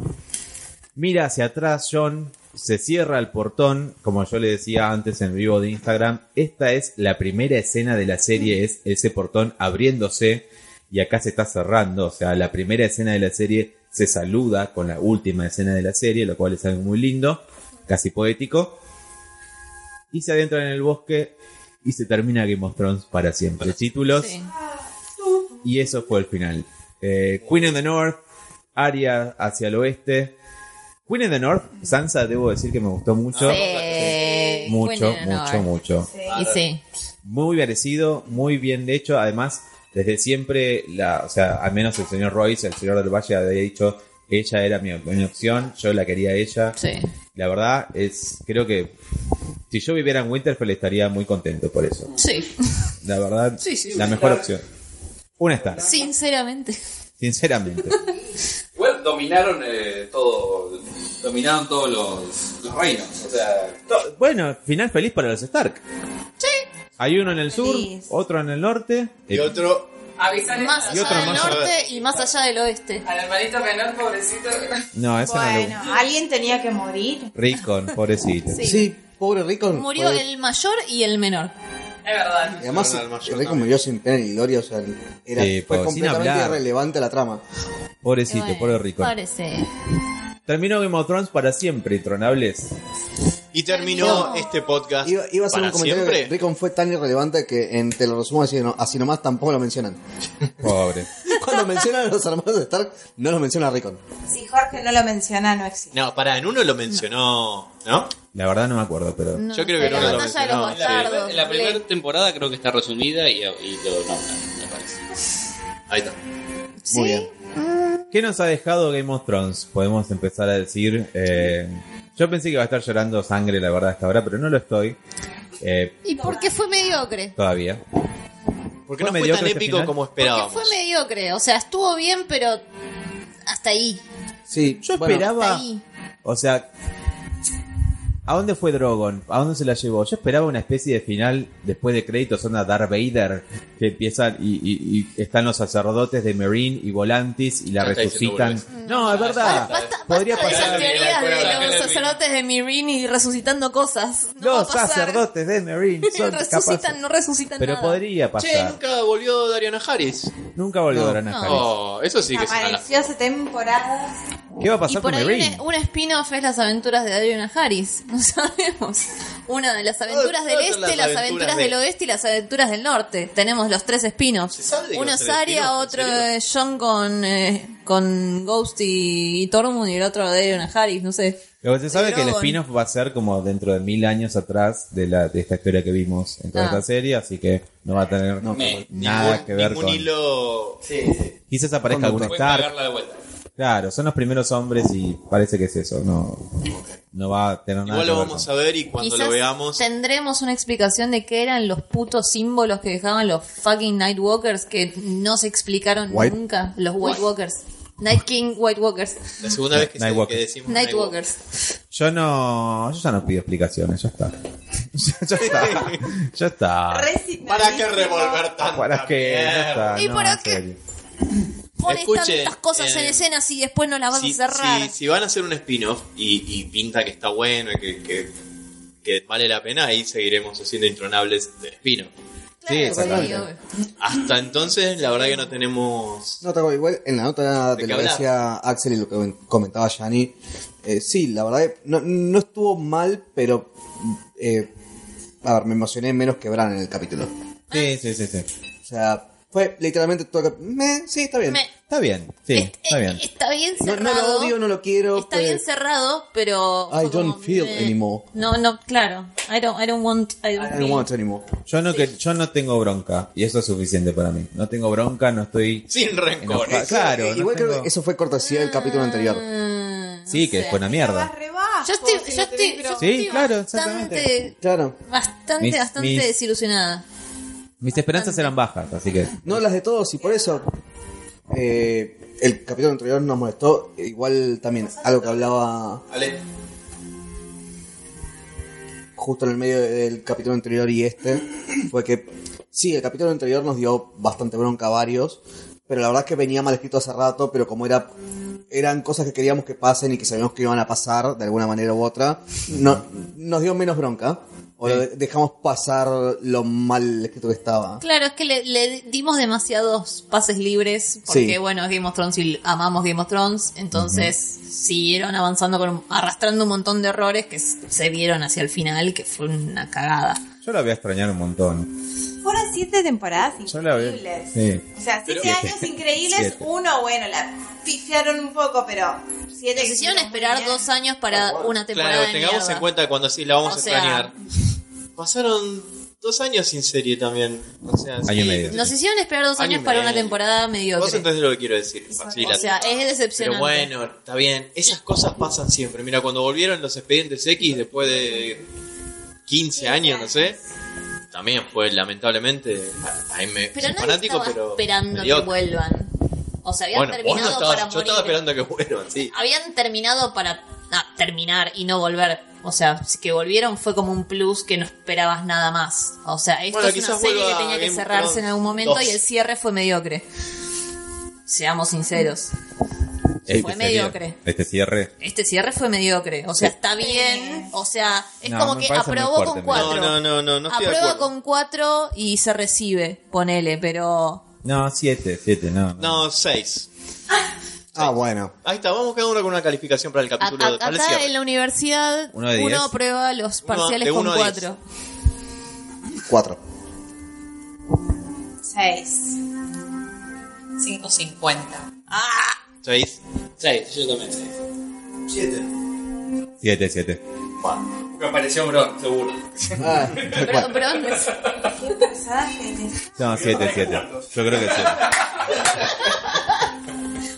Speaker 1: Mira hacia atrás John. Se cierra el portón, como yo le decía antes en vivo de Instagram. Esta es la primera escena de la serie, es ese portón abriéndose y acá se está cerrando. O sea, la primera escena de la serie se saluda con la última escena de la serie, lo cual es algo muy lindo, casi poético. Y se adentran en el bosque y se termina Game of Thrones para siempre. Títulos.
Speaker 4: Sí.
Speaker 1: Y eso fue el final. Eh, Queen of the North, Aria hacia el oeste. Queen of the North, Sansa, debo decir que me gustó mucho.
Speaker 4: Ah, Sí.
Speaker 1: Mucho,
Speaker 4: Buen honor.
Speaker 1: mucho, mucho.
Speaker 4: Y sí.
Speaker 1: Muy merecido, muy bien de hecho. Además, desde siempre, la, o sea, al menos el señor Royce, el señor del Valle, había dicho, ella era mi, mi opción, yo la quería a ella.
Speaker 4: Sí.
Speaker 1: La verdad, es creo que si yo viviera en Winterfell estaría muy contento por eso.
Speaker 4: Sí.
Speaker 1: La verdad,
Speaker 4: Sí, sí,
Speaker 1: la
Speaker 4: una
Speaker 1: mejor
Speaker 16: star.
Speaker 1: opción. Una star,
Speaker 4: Sinceramente.
Speaker 1: sinceramente.
Speaker 16: Igual dominaron eh, todo. Dominaron todos los, los reinos. O sea,
Speaker 1: To- Bueno, final feliz para los Stark. Sí. Hay uno en el sur,
Speaker 12: Feliz.
Speaker 1: otro en el norte.
Speaker 3: Y otro,
Speaker 6: Avisarle
Speaker 4: Más
Speaker 6: a-
Speaker 1: Y otro
Speaker 4: allá del
Speaker 1: más allá.
Speaker 4: norte y más allá del oeste.
Speaker 6: al hermanito menor, pobrecito.
Speaker 1: Eh, No, ese no
Speaker 12: Bueno, alguien tenía que morir.
Speaker 1: lo... Rickon, pobrecito.
Speaker 4: Sí.
Speaker 5: Sí, pobre Rickon.
Speaker 4: Murió
Speaker 5: Pobre-
Speaker 4: el mayor y el menor.
Speaker 6: Es verdad.
Speaker 5: Y además,
Speaker 3: Ronald Mayor
Speaker 5: Rickon murió sin pena ni gloria, o sea, era,
Speaker 1: Sí,
Speaker 5: fue
Speaker 1: pobre, sin
Speaker 5: completamente
Speaker 1: hablar.
Speaker 5: irrelevante a la trama.
Speaker 1: Pobrecito,
Speaker 4: Bueno,
Speaker 1: pobre Rickon.
Speaker 4: Parece.
Speaker 1: Terminó Game of Thrones para siempre, tronables.
Speaker 3: y terminó este podcast
Speaker 5: Iba, iba a hacer
Speaker 3: para
Speaker 5: un comentario
Speaker 3: siempre.
Speaker 5: que Rickon fue tan irrelevante que en, te lo resumo así, no- así nomás tampoco lo mencionan.
Speaker 1: Pobre.
Speaker 5: Cuando mencionan a los hermanos de Stark, no lo menciona a Rickon.
Speaker 12: Si Jorge no lo menciona, no existe.
Speaker 3: No, pará, en uno lo mencionó, ¿no?
Speaker 1: La verdad no me acuerdo, pero...
Speaker 4: No,
Speaker 3: Yo creo que
Speaker 4: la
Speaker 3: no
Speaker 4: batalla
Speaker 3: lo
Speaker 4: de
Speaker 3: mencionó,
Speaker 4: los
Speaker 3: sí.
Speaker 4: bastardos.
Speaker 16: en la primera
Speaker 4: Blake.
Speaker 16: temporada creo que está resumida y, y lo nombran, me parece.
Speaker 3: Ahí está.
Speaker 5: Muy bien.
Speaker 1: ¿Qué nos ha dejado Game of Thrones? Podemos empezar a decir... eh, Yo pensé que iba a estar llorando sangre, la verdad, hasta ahora, pero no lo estoy. Eh,
Speaker 4: ¿Y por qué fue mediocre?
Speaker 1: todavía.
Speaker 3: Porque
Speaker 1: Fue
Speaker 3: no fue
Speaker 1: mediocre
Speaker 3: tan
Speaker 1: este
Speaker 3: épico
Speaker 1: final.
Speaker 3: como
Speaker 4: Porque
Speaker 3: esperábamos.
Speaker 4: fue mediocre. O sea, estuvo bien, pero hasta ahí.
Speaker 5: Sí,
Speaker 1: Yo
Speaker 5: bueno,
Speaker 4: Hasta
Speaker 1: esperaba...
Speaker 4: ahí.
Speaker 1: O sea, ¿a dónde fue Drogon? ¿A dónde se la llevó? Yo esperaba una especie de final después de créditos, onda Darth Vader, que empiezan y, y- y están los sacerdotes de Meereen y Volantis y la
Speaker 3: Ya está diciendo
Speaker 1: resucitan. No, es verdad.
Speaker 4: Mm. Basta, basta
Speaker 1: Podría
Speaker 4: de esas
Speaker 1: pasar.
Speaker 4: teorías
Speaker 16: Recuerda
Speaker 4: de
Speaker 16: que
Speaker 4: los
Speaker 16: le-
Speaker 4: sacerdotes de Mirin y resucitando cosas. No va a
Speaker 1: los
Speaker 4: pasar.
Speaker 1: sacerdotes de Meereen son
Speaker 4: resucitan,
Speaker 1: capaces.
Speaker 4: no resucitan
Speaker 1: Pero
Speaker 4: nada.
Speaker 1: podría
Speaker 3: Che,
Speaker 1: pasar.
Speaker 3: nunca volvió Dariana Harris.
Speaker 1: nunca volverán
Speaker 4: No.
Speaker 1: a Jalis.
Speaker 3: Oh, eso sí que es una
Speaker 12: Apareció hace temporadas.
Speaker 1: ¿Qué va a
Speaker 4: Y
Speaker 1: pasar
Speaker 4: por
Speaker 1: con
Speaker 4: ahí
Speaker 1: Meereen?
Speaker 4: un, un spin-off es las aventuras de Adriana Harris. No sabemos. Una de las aventuras del
Speaker 3: Ah, todas
Speaker 4: este,
Speaker 3: las
Speaker 4: las,
Speaker 3: aventuras
Speaker 4: aventuras
Speaker 3: de-
Speaker 4: del oeste y las aventuras del norte. Tenemos los tres
Speaker 3: ¿Se
Speaker 4: spin-offs.
Speaker 3: sabe de los
Speaker 4: Uno es
Speaker 3: tres
Speaker 4: Arya,
Speaker 3: spin-offs,
Speaker 4: otro
Speaker 3: en serio?
Speaker 4: es John con, eh, con Ghost y, y Tormund y el otro de Adriana Harris. No sé.
Speaker 1: Lo que se sabe es que el
Speaker 4: Drogon.
Speaker 1: spin-off va a ser como dentro de mil años atrás de, la, de esta historia que vimos en toda
Speaker 4: Ah.
Speaker 1: esta serie, así que no va a tener
Speaker 16: Me-
Speaker 1: nada
Speaker 3: ningún,
Speaker 1: que ver
Speaker 3: ningún
Speaker 1: con...
Speaker 3: hilo.
Speaker 1: Quizás aparezca algún
Speaker 16: Pueden
Speaker 1: Stark.
Speaker 16: cagarla de vuelta.
Speaker 1: Claro, son los primeros hombres y parece que es eso. No, no va a tener nada
Speaker 3: Igual lo
Speaker 1: que ver
Speaker 3: vamos
Speaker 1: con-
Speaker 3: a ver y cuando
Speaker 4: Quizás
Speaker 3: lo veamos.
Speaker 4: tendremos una explicación de qué eran los putos símbolos que dejaban los fucking Nightwalkers que no se explicaron
Speaker 5: White-
Speaker 4: nunca. Los White Walkers. Night King, White Walkers.
Speaker 3: La segunda vez que, se-
Speaker 1: Nightwalker.
Speaker 3: que decimos
Speaker 4: Night
Speaker 3: Nightwalker.
Speaker 4: Walkers.
Speaker 1: Yo no. Yo ya no pido explicaciones, ya está. ya, ya está. Ya está. Ah,
Speaker 3: ¿Para qué revolver tanto?
Speaker 1: ¿Para qué? Ya está,
Speaker 4: ¿Y
Speaker 1: no,
Speaker 4: para
Speaker 1: en
Speaker 4: qué?
Speaker 1: serio.
Speaker 4: Pones
Speaker 3: Escuche,
Speaker 4: tantas cosas en
Speaker 3: eh,
Speaker 4: escena y después no las vas
Speaker 3: Si,
Speaker 4: a cerrar.
Speaker 3: si- si van a hacer un spin-off y, y pinta que está bueno y que, que- que vale la pena, ahí seguiremos haciendo intronables del spin-off.
Speaker 1: Sí, exactamente.
Speaker 4: obvio.
Speaker 3: Hasta entonces, la verdad que no tenemos...
Speaker 5: No, tal igual en la nota de
Speaker 3: ¿De qué
Speaker 5: lo que
Speaker 3: hablar?
Speaker 5: decía Axel y lo que comentaba Yanni, eh, sí, la verdad que no, no estuvo mal, pero eh, a ver, me emocioné menos que Bran en el capítulo.
Speaker 1: Sí, sí, sí, sí.
Speaker 5: O sea, fue literalmente todo cap- me, sí, está bien.
Speaker 4: Me-
Speaker 1: Está bien, sí,
Speaker 4: Est- eh,
Speaker 1: está bien.
Speaker 4: Está bien
Speaker 5: No,
Speaker 4: cerrado.
Speaker 5: no lo odio, no lo quiero. pues,
Speaker 4: Está
Speaker 5: pero-
Speaker 4: bien cerrado, pero.
Speaker 5: I
Speaker 4: fue como,
Speaker 5: don't feel
Speaker 4: eh,
Speaker 5: anymore.
Speaker 4: No, no, claro. I don't, I don't want. I don't
Speaker 5: I don't
Speaker 4: feel.
Speaker 5: want it anymore.
Speaker 1: Yo no, que, yo no tengo bronca, y eso es suficiente para mí. No tengo bronca, no estoy.
Speaker 3: Sin rencor.
Speaker 1: enojado. Claro, no
Speaker 5: Igual creo
Speaker 1: tengo-
Speaker 5: que eso fue cortesía del capítulo anterior.
Speaker 4: Mm,
Speaker 1: Sí,
Speaker 4: no
Speaker 1: que
Speaker 4: sé.
Speaker 1: fue una mierda.
Speaker 4: Yo estoy, yo estoy, yo
Speaker 1: Sí,
Speaker 4: estoy
Speaker 1: claro,
Speaker 4: bastante,
Speaker 1: exactamente.
Speaker 5: Claro.
Speaker 4: bastante,
Speaker 1: Mis-
Speaker 4: bastante
Speaker 1: mis-
Speaker 4: desilusionada.
Speaker 1: Mis esperanzas eran bajas, así que.
Speaker 5: No las de todos y por eso eh, el capítulo anterior nos molestó. Igual también algo que hablaba
Speaker 16: Ale.
Speaker 5: justo en el medio del capítulo anterior y este fue que sí, el capítulo anterior nos dio bastante bronca a varios, pero la verdad es que venía mal escrito hace rato, pero como era eran cosas que queríamos que pasen y que sabíamos que iban a pasar de alguna manera u otra, no, nos dio menos bronca. O lo de- dejamos pasar lo mal escrito que estaba.
Speaker 4: Claro, es que le, le dimos demasiados pases libres, porque
Speaker 5: Sí.
Speaker 4: bueno, es Game of Thrones y amamos Game of Thrones, entonces siguieron avanzando, con, arrastrando un montón de errores que s- se vieron hacia el final, que fue una cagada.
Speaker 1: Yo la voy a extrañar un montón.
Speaker 12: Fueron siete temporadas
Speaker 1: Yo la voy a.
Speaker 12: increíbles.
Speaker 1: Sí.
Speaker 12: O sea, siete
Speaker 1: Pero-
Speaker 12: años increíbles.
Speaker 1: Siete.
Speaker 12: Uno, bueno, la pifiaron un poco, pero siete.
Speaker 4: Nos
Speaker 12: que
Speaker 4: hicieron
Speaker 12: estuvieron muy
Speaker 4: esperar
Speaker 12: bien.
Speaker 4: dos años para una temporada
Speaker 3: Claro,
Speaker 4: de
Speaker 3: tengamos
Speaker 4: mierda.
Speaker 3: en cuenta que cuando sí la vamos
Speaker 4: O
Speaker 3: a
Speaker 4: sea-
Speaker 3: extrañar. Pasaron dos años sin serie también. O sea,
Speaker 1: Año
Speaker 3: sí,
Speaker 1: y medio.
Speaker 4: Nos hicieron esperar dos
Speaker 3: Año y
Speaker 4: años para una
Speaker 3: medio.
Speaker 4: temporada
Speaker 3: Vos
Speaker 4: mediocre.
Speaker 3: entendés lo que quiero decir. Así la-
Speaker 4: O sea, es
Speaker 3: Pero
Speaker 4: decepcionante.
Speaker 3: bueno, está bien. Esas cosas pasan siempre. Mira, cuando volvieron los expedientes X después de 15 años, no sé. También fue, lamentablemente, a- ahí me
Speaker 4: Pero
Speaker 3: soy
Speaker 4: nadie
Speaker 3: fanático,
Speaker 4: estaba
Speaker 3: pero.
Speaker 4: esperando que
Speaker 3: mediocre.
Speaker 4: vuelvan. O sea, habían
Speaker 3: Bueno, vos
Speaker 4: terminado
Speaker 3: no estabas-
Speaker 4: para
Speaker 3: yo
Speaker 4: morir.
Speaker 3: estaba esperando que vuelvan, sí.
Speaker 4: Habían terminado para ah, terminar y no volver. O sea, si que volvieron fue como un plus que no esperabas nada más. O sea, esto
Speaker 3: Bueno,
Speaker 4: es una
Speaker 3: quizás
Speaker 4: serie que
Speaker 3: vuelva
Speaker 4: tenía que
Speaker 3: Game of
Speaker 4: cerrarse en
Speaker 3: Thrones
Speaker 4: algún momento
Speaker 3: 2.
Speaker 4: y el cierre fue mediocre. Seamos sinceros. Fue mediocre.
Speaker 1: Este cierre.
Speaker 4: Este cierre fue mediocre. O sea, está bien. O sea, es
Speaker 1: No,
Speaker 4: como
Speaker 1: me
Speaker 4: que
Speaker 1: parece muy
Speaker 4: aprobó
Speaker 1: fuerte,
Speaker 4: con
Speaker 1: me
Speaker 4: cuatro.
Speaker 3: No, no, no, no, no estoy de
Speaker 4: Aprueba
Speaker 3: acuerdo.
Speaker 4: con cuatro y se recibe, ponele, pero...
Speaker 1: No, siete, siete, no.
Speaker 3: No, 6.
Speaker 5: Ah, bueno.
Speaker 3: Ahí está, vamos cada uno con una calificación para el
Speaker 4: A-
Speaker 3: capítulo
Speaker 4: a-
Speaker 3: de para el
Speaker 4: acá
Speaker 3: cierre.
Speaker 4: en la universidad
Speaker 1: Uno de
Speaker 4: uno
Speaker 1: diez.
Speaker 4: aprueba los
Speaker 3: Uno-
Speaker 4: parciales
Speaker 3: de
Speaker 4: con
Speaker 3: uno a diez.
Speaker 4: cuatro.
Speaker 5: Cuatro.
Speaker 12: Seis.
Speaker 6: 5.50.
Speaker 3: 6. 6, yo también 6.
Speaker 7: Siete.
Speaker 1: Siete, siete.
Speaker 16: Me pareció bro, seguro.
Speaker 5: Ah,
Speaker 4: Pero,
Speaker 5: cuatro.
Speaker 4: pero-
Speaker 12: Qué pesada gente.
Speaker 1: No, siete, siete. Yo creo que siete.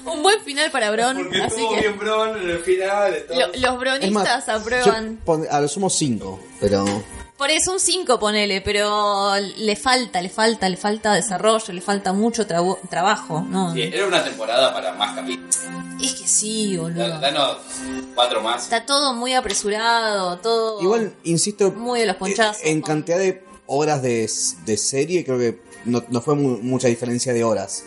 Speaker 4: un buen final para Bron,
Speaker 7: Porque
Speaker 4: así
Speaker 7: estuvo
Speaker 4: que
Speaker 7: bien Bron en el final.
Speaker 4: lo-
Speaker 7: entonces-
Speaker 4: los
Speaker 5: Es más,
Speaker 4: bronistas
Speaker 5: yo
Speaker 4: aprueban.
Speaker 5: pon- a lo sumo cinco, pero...
Speaker 4: Por eso un 5 ponele, pero le falta, le falta, le falta desarrollo, le falta mucho trabo- trabajo. No,
Speaker 16: Sí, eh. era una temporada para más capítulos.
Speaker 4: es que sí,
Speaker 16: Da-
Speaker 4: boludo.
Speaker 16: Danos cuatro más.
Speaker 4: Está todo muy apresurado, todo
Speaker 5: Igual, insisto,
Speaker 4: Oh.
Speaker 5: eh,
Speaker 4: muy de los ponchazos.
Speaker 5: en
Speaker 4: con-
Speaker 5: cantidad de horas de, de serie creo que no, no fue mu- mucha diferencia de horas.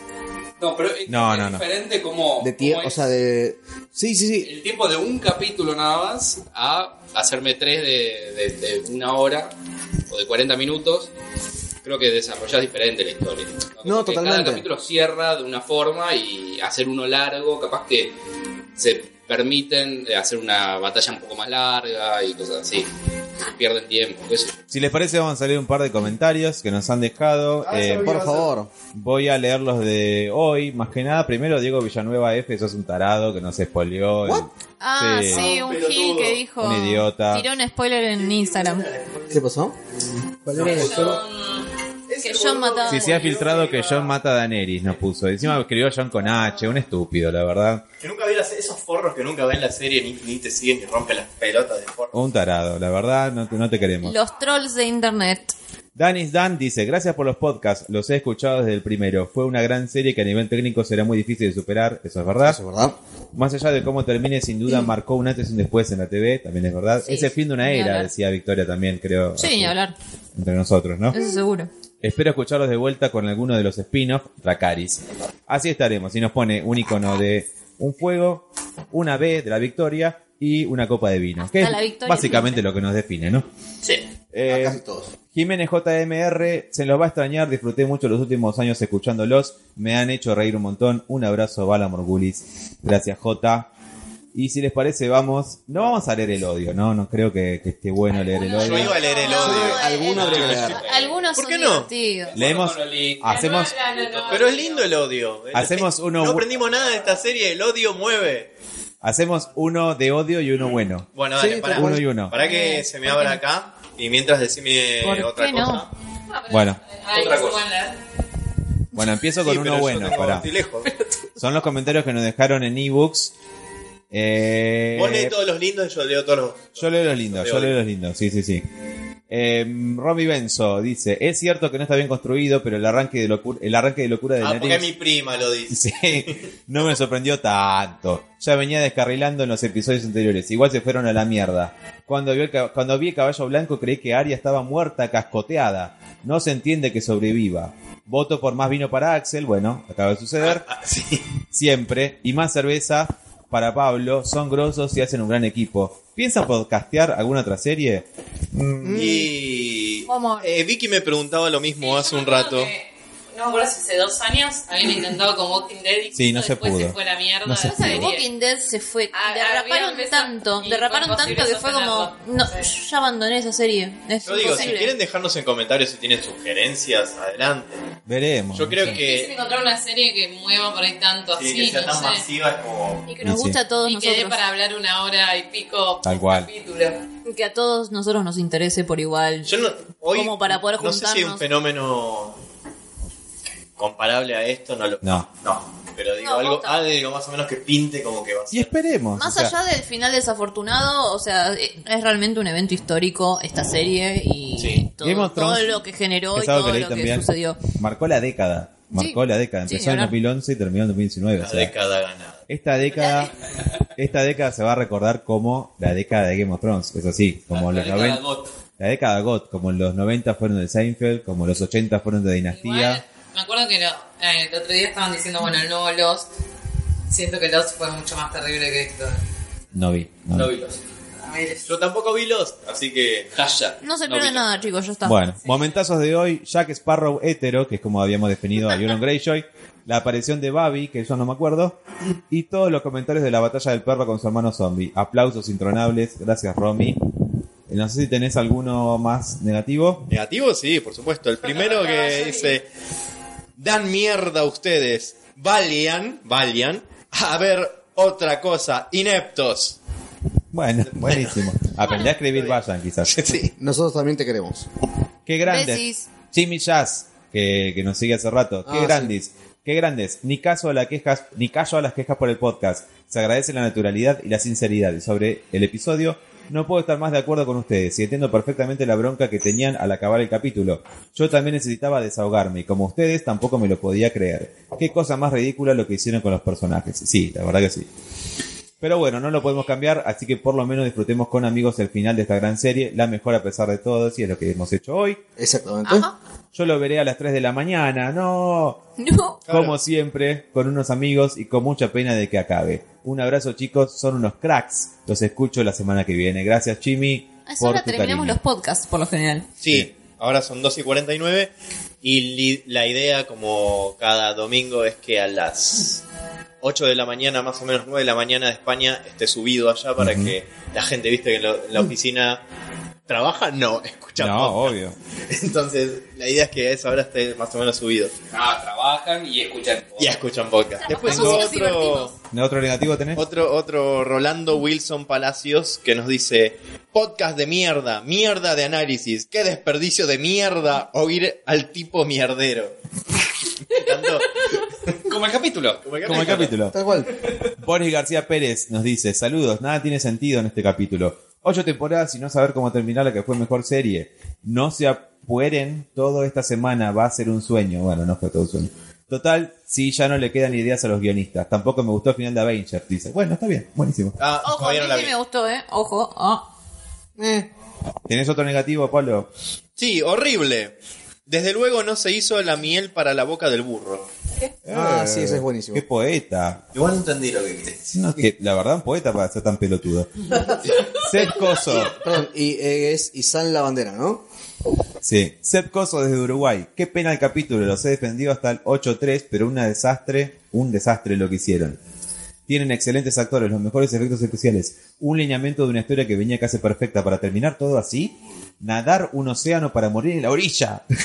Speaker 16: No, pero es,
Speaker 1: No,
Speaker 16: es
Speaker 1: no, no.
Speaker 16: diferente
Speaker 1: Oh,
Speaker 16: como.
Speaker 5: De tie-
Speaker 16: como
Speaker 5: o
Speaker 16: es
Speaker 5: sea, de... Sí, sí, sí.
Speaker 16: El tiempo de un capítulo nada más a hacerme tres de, de- de una hora o de 40 minutos. Creo que desarrollas diferente la historia.
Speaker 5: No,
Speaker 16: Como que
Speaker 5: totalmente.
Speaker 16: Cada capítulo cierra de una forma y hacer uno largo, capaz que se permiten eh, hacer una batalla un poco más larga y cosas así. Se pierden tiempo. qué sé yo.
Speaker 1: Si les parece, vamos a leer un par de comentarios que nos han dejado.
Speaker 7: Ah,
Speaker 1: Eh,
Speaker 7: sabía.
Speaker 5: Por favor.
Speaker 1: voy a leer los de hoy, más que nada. Primero, Diego Villanueva F, sos un tarado que no se spoileó.
Speaker 5: What?
Speaker 4: Ah,
Speaker 1: Sí.
Speaker 4: sí, un
Speaker 7: Pelotudo.
Speaker 4: Gil que dijo.
Speaker 1: Un idiota.
Speaker 4: Tiró un spoiler en Instagram.
Speaker 5: ¿Qué pasó?
Speaker 15: ¿Cuál era el otro?
Speaker 4: Que John mataba.
Speaker 1: Si se ha filtrado que John mata a Daenerys, nos puso. Encima escribió John con H, un estúpido, la verdad.
Speaker 3: Que nunca vi las- esos forros que nunca ven la serie ni, ni te siguen ni rompen las pelotas de forro.
Speaker 1: Un tarado, la verdad, no, te- no te queremos.
Speaker 4: Los trolls de internet.
Speaker 1: Danis Dan dice, gracias por los podcasts, los he escuchado desde el primero. Fue una gran serie que a nivel técnico será muy difícil de superar, eso es verdad.
Speaker 5: Eso es verdad.
Speaker 1: Más allá de cómo termine, sin duda marcó un antes y un después en la TV, también es verdad.
Speaker 4: Sí.
Speaker 1: Es el fin de una
Speaker 4: Ni
Speaker 1: era,
Speaker 4: hablar.
Speaker 1: decía Victoria también, creo.
Speaker 4: Sí,
Speaker 1: aquí,
Speaker 4: ni hablar.
Speaker 1: Entre nosotros, ¿no?
Speaker 4: Eso seguro.
Speaker 1: Espero escucharlos de vuelta con alguno de los spin-off Dracaris. Así estaremos. Y nos pone un icono de un fuego, una B de la victoria y una copa de vino. Que
Speaker 4: Hasta la
Speaker 1: es
Speaker 4: victoria
Speaker 1: básicamente lo que nos define, ¿no?
Speaker 3: Sí.
Speaker 1: Eh,
Speaker 5: Ah, casi todos.
Speaker 1: Jiménez JMR, se los va a extrañar, disfruté mucho los últimos años escuchándolos, me han hecho reír un montón, un abrazo, Bala Morgulis, gracias J. Y si les parece, vamos, no vamos a leer el odio, ¿no? No creo que, que esté bueno leer el
Speaker 3: Yo
Speaker 1: odio.
Speaker 3: iba a leer el
Speaker 4: No,
Speaker 3: odio.
Speaker 4: eh,
Speaker 5: Alguno
Speaker 4: no,
Speaker 5: habría que
Speaker 4: eh,
Speaker 5: leer.
Speaker 4: Algunos
Speaker 3: ¿Por qué
Speaker 4: son
Speaker 3: no?
Speaker 4: divertidos.
Speaker 1: Leemos,
Speaker 16: Con lo lindo.
Speaker 1: hacemos,
Speaker 3: Pero es lindo el odio.
Speaker 1: Hacemos uno-
Speaker 3: No aprendimos nada de esta serie, el odio mueve.
Speaker 1: hacemos uno de odio y uno bueno.
Speaker 3: Bueno, dale,
Speaker 5: Sí,
Speaker 3: para,
Speaker 5: tal
Speaker 1: Uno y uno.
Speaker 3: para que se me abra acá y mientras decime
Speaker 4: ¿Por
Speaker 3: otra
Speaker 4: qué
Speaker 3: cosa.
Speaker 4: no?
Speaker 1: Bueno,
Speaker 16: Otra
Speaker 6: Otra
Speaker 16: cosa.
Speaker 6: cosa.
Speaker 1: bueno, empiezo con
Speaker 3: Sí, pero
Speaker 1: uno
Speaker 3: yo
Speaker 1: bueno,
Speaker 3: tengo-
Speaker 1: pará.
Speaker 3: estoy lejos.
Speaker 1: Son los comentarios que nos dejaron en ebooks. Eh,
Speaker 3: Vos lees todos los lindos y yo leo todos los.
Speaker 1: Yo leo los lindos, yo leo los lindos, sí, sí, sí. Eh, Romy Benzo dice, es cierto que no está bien construido, pero el arranque de locura, el arranque de locura de
Speaker 3: Ah, porque
Speaker 1: Nariz-
Speaker 3: mi prima lo dice.
Speaker 1: Sí, no me sorprendió tanto. Ya venía descarrilando en los episodios anteriores. Igual se fueron a la mierda. Cuando, vio el ca- cuando vi el caballo blanco creí que Aria estaba muerta, cascoteada. No se entiende que sobreviva. Voto por más vino para Axel, bueno, acaba de suceder.
Speaker 3: Ah, sí.
Speaker 1: Siempre. Y más cerveza para Pablo. Son grosos y hacen un gran equipo. ¿Piensa podcastear alguna otra serie?
Speaker 3: Y.
Speaker 4: Vamos.
Speaker 3: eh, Vicky me preguntaba lo mismo hace un rato.
Speaker 6: No me acuerdo si hace dos años habían intentado con Walking Dead y
Speaker 1: Sí, no se
Speaker 6: justo después
Speaker 1: pudo.
Speaker 6: se fue la mierda.
Speaker 1: No se
Speaker 6: la
Speaker 4: Pasa que
Speaker 6: serie.
Speaker 4: Walking Dead se fue.
Speaker 6: Ah, había
Speaker 4: derraparon
Speaker 6: empezado
Speaker 4: tanto.
Speaker 6: y
Speaker 4: Derraparon
Speaker 6: fue imposible
Speaker 4: tanto que fue como.
Speaker 6: sostenerlo.
Speaker 4: No,
Speaker 6: Sí.
Speaker 4: yo ya abandoné esa serie. Es
Speaker 3: Yo digo, si
Speaker 4: imposible.
Speaker 3: quieren dejarnos en comentarios si tienen sugerencias, adelante.
Speaker 1: Veremos.
Speaker 3: Yo creo
Speaker 6: Es difícil
Speaker 3: que,
Speaker 6: encontrar una serie que mueva por ahí tanto
Speaker 3: sí,
Speaker 6: así,
Speaker 3: que sea
Speaker 6: no
Speaker 3: tan
Speaker 6: sé.
Speaker 3: masiva es como.
Speaker 4: Y que nos
Speaker 1: Sí, sí.
Speaker 4: gusta a todos
Speaker 6: Y quedé
Speaker 4: nosotros.
Speaker 6: para hablar una hora y pico
Speaker 1: Tal cual.
Speaker 6: capítulo.
Speaker 4: Y Que a todos nosotros nos interese por igual.
Speaker 3: Yo no, hoy
Speaker 4: Como para poder
Speaker 3: no sé si hay un
Speaker 4: juntarnos.
Speaker 3: fenómeno comparable a esto, no lo
Speaker 1: No.
Speaker 3: no, pero digo
Speaker 4: No,
Speaker 3: algo,
Speaker 4: posta.
Speaker 3: algo más o menos que pinte como que va a
Speaker 1: Y
Speaker 3: ser.
Speaker 1: esperemos.
Speaker 4: Más
Speaker 1: o sea,
Speaker 4: allá del final desafortunado, o sea, eh, es realmente un evento histórico esta serie y
Speaker 3: Sí.
Speaker 4: todo,
Speaker 1: Game of
Speaker 4: todo
Speaker 1: Thrones,
Speaker 4: lo que generó
Speaker 1: que
Speaker 4: y
Speaker 1: es algo que
Speaker 4: todo
Speaker 1: leí
Speaker 4: lo que
Speaker 1: también.
Speaker 4: sucedió.
Speaker 1: Marcó la década. Marcó
Speaker 4: Sí.
Speaker 1: la década.
Speaker 4: Sí,
Speaker 1: Empezó
Speaker 4: ni
Speaker 1: en
Speaker 4: hablar.
Speaker 1: 2011 y terminó en 2019.
Speaker 3: La
Speaker 1: o sea,
Speaker 3: década ganada.
Speaker 1: esta década, esta década se va a recordar como la década de Game of Thrones. Es así, como
Speaker 16: La
Speaker 1: los
Speaker 16: década
Speaker 1: 90,
Speaker 16: Got.
Speaker 1: la década GOT, como los 90 fueron de Seinfeld, como los 80 fueron de
Speaker 6: Igual,
Speaker 1: Dinastía.
Speaker 6: me acuerdo que lo- eh, el otro día estaban diciendo, bueno, el nuevo Lost. Siento que Lost fue mucho más terrible que esto.
Speaker 1: No vi. no
Speaker 16: No
Speaker 1: vi.
Speaker 16: vi los.
Speaker 6: A ver, es-
Speaker 3: Yo tampoco vi Lost, así que
Speaker 16: Calla.
Speaker 4: No se
Speaker 16: No
Speaker 4: pierde
Speaker 16: vi
Speaker 4: nada, chicos, ya está.
Speaker 1: Bueno, momentazos de hoy, Jack Sparrow hétero, que es como habíamos definido a Euron Greyjoy, la aparición de Babi, que yo no me acuerdo, y todos los comentarios de la batalla del perro con su hermano zombie. Aplausos intronables, gracias Romy. Eh, No sé si tenés alguno más negativo.
Speaker 3: negativo sí, por supuesto. El primero que dice dan mierda a ustedes, valian, valian a ver otra cosa, ineptos.
Speaker 1: Bueno, buenísimo. Aprendí a escribir vayan quizás.
Speaker 3: Sí.
Speaker 5: Nosotros también te queremos.
Speaker 1: Qué grandes.
Speaker 4: Besis.
Speaker 1: Jimmy Jazz, que, que nos sigue hace rato. Qué
Speaker 5: Ah,
Speaker 1: grandes. Qué grandes. Ni caso a las quejas, ni callo a las quejas por el podcast. Se agradece la naturalidad y la sinceridad. Y sobre el episodio, no puedo estar más de acuerdo con ustedes y entiendo perfectamente la bronca que tenían al acabar el capítulo. Yo también necesitaba desahogarme y como ustedes tampoco me lo podía creer. Qué cosa más ridícula lo que hicieron con los personajes. Sí, la verdad que sí. Pero bueno, no lo podemos cambiar, así que por lo menos disfrutemos con amigos el final de esta gran serie, la mejor a pesar de todo, y es lo que hemos hecho hoy.
Speaker 5: Exactamente.
Speaker 4: Ajá.
Speaker 1: Yo lo veré a las 3 de la mañana, no.
Speaker 4: No.
Speaker 1: Como siempre, con unos amigos y con mucha pena de que acabe. Un abrazo chicos, son unos cracks. Los escucho la semana que viene. Gracias Jimmy.
Speaker 4: A esa
Speaker 1: por
Speaker 4: hora
Speaker 1: tu
Speaker 4: terminamos
Speaker 1: cariño.
Speaker 4: los podcasts, por lo general.
Speaker 3: Sí, ahora son 2 y 49 y li- la idea como cada domingo es que a las 8 de la mañana, más o menos 9 de la mañana de España esté subido allá para que la gente, viste que lo- en la oficina trabaja, no, escucha
Speaker 1: No,
Speaker 3: podcast.
Speaker 1: obvio.
Speaker 3: Entonces la idea es que a esa hora esté más o menos subido
Speaker 16: Ah, trabajan y escuchan.
Speaker 3: y escuchan podcast. Después
Speaker 4: Trabajamos y nos
Speaker 3: otro,
Speaker 4: divertimos.
Speaker 1: ¿No otro negativo tenés?
Speaker 3: otro, otro Rolando Wilson Palacios que nos dice, podcast de mierda, mierda de análisis, qué desperdicio de mierda oír al tipo mierdero. Me encantó.
Speaker 16: Como el capítulo.
Speaker 3: Como
Speaker 1: Como el capítulo.
Speaker 5: Tal cual.
Speaker 1: Boris García Pérez nos dice, saludos, nada tiene sentido en este capítulo. Ocho temporadas y no saber cómo terminar la que fue mejor serie. No se, ha- pueren, todo esta semana va a ser un sueño. Bueno, no fue todo un sueño. Total, sí, ya no le quedan ideas a los guionistas. Tampoco me gustó el final de Avengers, dice. Bueno, está bien, buenísimo.
Speaker 3: Ah,
Speaker 4: Ojo, a
Speaker 3: todavía
Speaker 4: mí
Speaker 3: no la
Speaker 4: sí
Speaker 3: vi.
Speaker 4: me gustó, ¿eh? Ojo. ah. Eh.
Speaker 1: ¿Tenés otro negativo, Pablo?
Speaker 3: Sí, horrible. Desde luego no se hizo la miel para la boca del burro.
Speaker 5: Ah,
Speaker 1: Eh,
Speaker 5: sí, ese es buenísimo.
Speaker 1: Qué poeta.
Speaker 7: Igual no entendí lo que viste.
Speaker 1: No, que la verdad, un poeta para ser tan pelotudo. Seb Coso.
Speaker 5: Perdón, y eh, es Isan la bandera, ¿no?
Speaker 1: Sí. Seb Coso desde Uruguay. Qué pena el capítulo. Los he defendido hasta el 8-3, pero un desastre, un desastre lo que hicieron. Tienen excelentes actores, los mejores efectos especiales, un lineamiento de una historia que venía casi perfecta para terminar todo así, nadar un océano para morir en la orilla.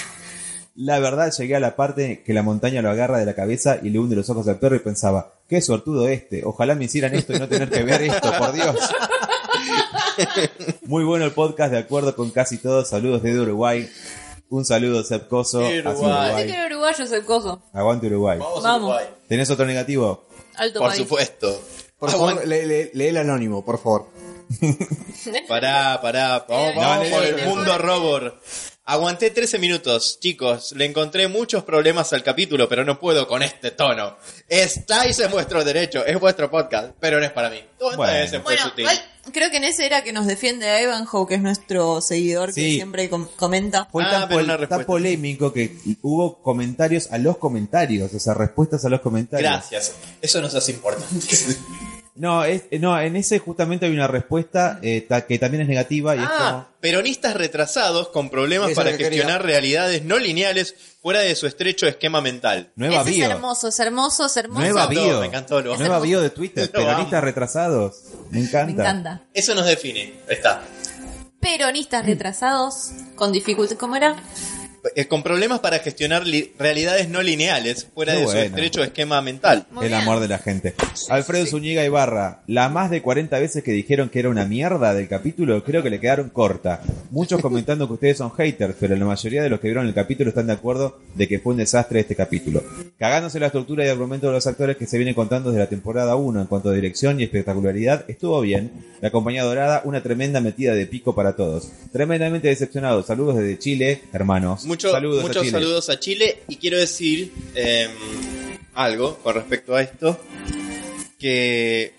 Speaker 1: La verdad, llegué a la parte que la montaña lo agarra de la cabeza y le hunde los ojos al perro y pensaba, qué sortudo este, ojalá me hicieran esto y no tener que ver esto, por Dios. Muy bueno el podcast, de acuerdo con casi todos. Saludos desde Uruguay. Un saludo, Seb Coso.
Speaker 3: Uruguay.
Speaker 1: Así
Speaker 4: Pensé que
Speaker 1: Uruguay.
Speaker 4: era uruguayo ese coso.
Speaker 1: Aguante Uruguay.
Speaker 7: Vamos, a
Speaker 4: Vamos.
Speaker 7: Uruguay.
Speaker 1: ¿Tenés otro negativo?
Speaker 4: Alto
Speaker 3: Por
Speaker 4: país.
Speaker 3: supuesto.
Speaker 1: Ah,
Speaker 3: Ah,
Speaker 5: Por favor, lee, lee- lee el anónimo, por favor.
Speaker 3: Pará, pará. Vamos,
Speaker 4: No,
Speaker 3: vamos
Speaker 4: no,
Speaker 3: por
Speaker 4: no,
Speaker 3: el
Speaker 4: no.
Speaker 3: mundo robot. Aguanté 13 minutos, chicos. Le encontré muchos problemas al capítulo, pero no puedo con este tono. Estáis en vuestro derecho, es vuestro podcast, pero no es para mí. Todo
Speaker 1: Bueno.
Speaker 3: ese fue
Speaker 4: Bueno,
Speaker 3: sutil.
Speaker 4: igual creo que en ese era que nos defiende a Ivanhoe, que es nuestro seguidor
Speaker 1: Sí.
Speaker 4: que siempre com- comenta.
Speaker 1: Fue
Speaker 3: Ah,
Speaker 1: tan,
Speaker 3: pero
Speaker 1: pol-
Speaker 3: una
Speaker 1: tan
Speaker 3: respuesta.
Speaker 1: polémico que hubo comentarios a los comentarios, o sea, respuestas a los comentarios.
Speaker 3: Gracias. Eso nos hace importantes.
Speaker 1: No, es- eh, no, en ese justamente hay una respuesta eh, ta- que también es negativa y es
Speaker 3: Ah,
Speaker 1: como-
Speaker 3: peronistas retrasados con problemas
Speaker 5: Eso
Speaker 3: para
Speaker 5: que quería.
Speaker 3: gestionar realidades no lineales fuera de su estrecho esquema mental.
Speaker 1: nueva
Speaker 4: ese
Speaker 1: bio.
Speaker 4: es hermoso, es hermoso, es hermoso.
Speaker 1: Nueva
Speaker 3: Me encantó,
Speaker 1: bio.
Speaker 3: me encantó, lo
Speaker 1: Nueva
Speaker 3: amo.
Speaker 1: bio de Twitter.
Speaker 3: Lo amo.
Speaker 1: Peronistas retrasados. Me
Speaker 4: Me
Speaker 1: encanta.
Speaker 4: encanta.
Speaker 3: Eso nos define. Ahí Está.
Speaker 4: Peronistas retrasados, con dificultades. ¿Cómo era?
Speaker 3: Eh, Con problemas para gestionar li- realidades no lineales fuera
Speaker 1: Qué
Speaker 3: de
Speaker 1: bueno.
Speaker 3: su estrecho esquema mental.
Speaker 4: Muy
Speaker 1: el
Speaker 4: bien.
Speaker 1: amor de la gente. Alfredo Zúñiga Ibarra, las más de 40 veces que dijeron que era una mierda del capítulo, creo que le quedaron corta. Muchos comentando que ustedes son haters, pero la mayoría de los que vieron el capítulo están de acuerdo de que fue un desastre este capítulo. Cagándose la estructura y argumento de los actores que se viene contando desde la temporada 1 en cuanto a dirección y espectacularidad, estuvo bien. La compañía dorada, una tremenda metida de pico para todos. Tremendamente decepcionado. Saludos desde Chile, hermanos.
Speaker 3: Mucho-
Speaker 1: saludos a
Speaker 3: muchos
Speaker 1: Chile.
Speaker 3: saludos a Chile y quiero decir eh, algo con respecto a esto que,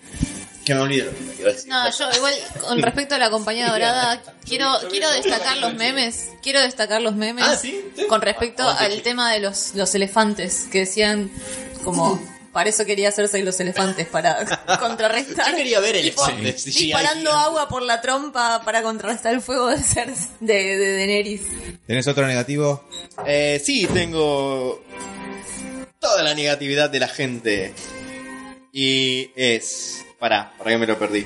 Speaker 3: que me olvidé. lo que iba a decir.
Speaker 4: No, yo igual con respecto a la compañía dorada, quiero quiero destacar los memes, quiero destacar los memes
Speaker 3: Ah, ¿sí? ¿Sí?
Speaker 4: con respecto
Speaker 3: Ah,
Speaker 4: al tema de los, los elefantes que decían como para eso quería hacerse los elefantes para contrarrestar.
Speaker 3: Yo quería ver
Speaker 4: Tipo,
Speaker 3: elefantes, sí,
Speaker 4: disparando
Speaker 3: hay-
Speaker 4: agua por la trompa para contrarrestar el fuego de Cersei- de, de Daenerys.
Speaker 1: ¿Tenés otro negativo?
Speaker 3: Eh, sí, tengo toda la negatividad de la gente. Y es... Pará, para que me lo perdí.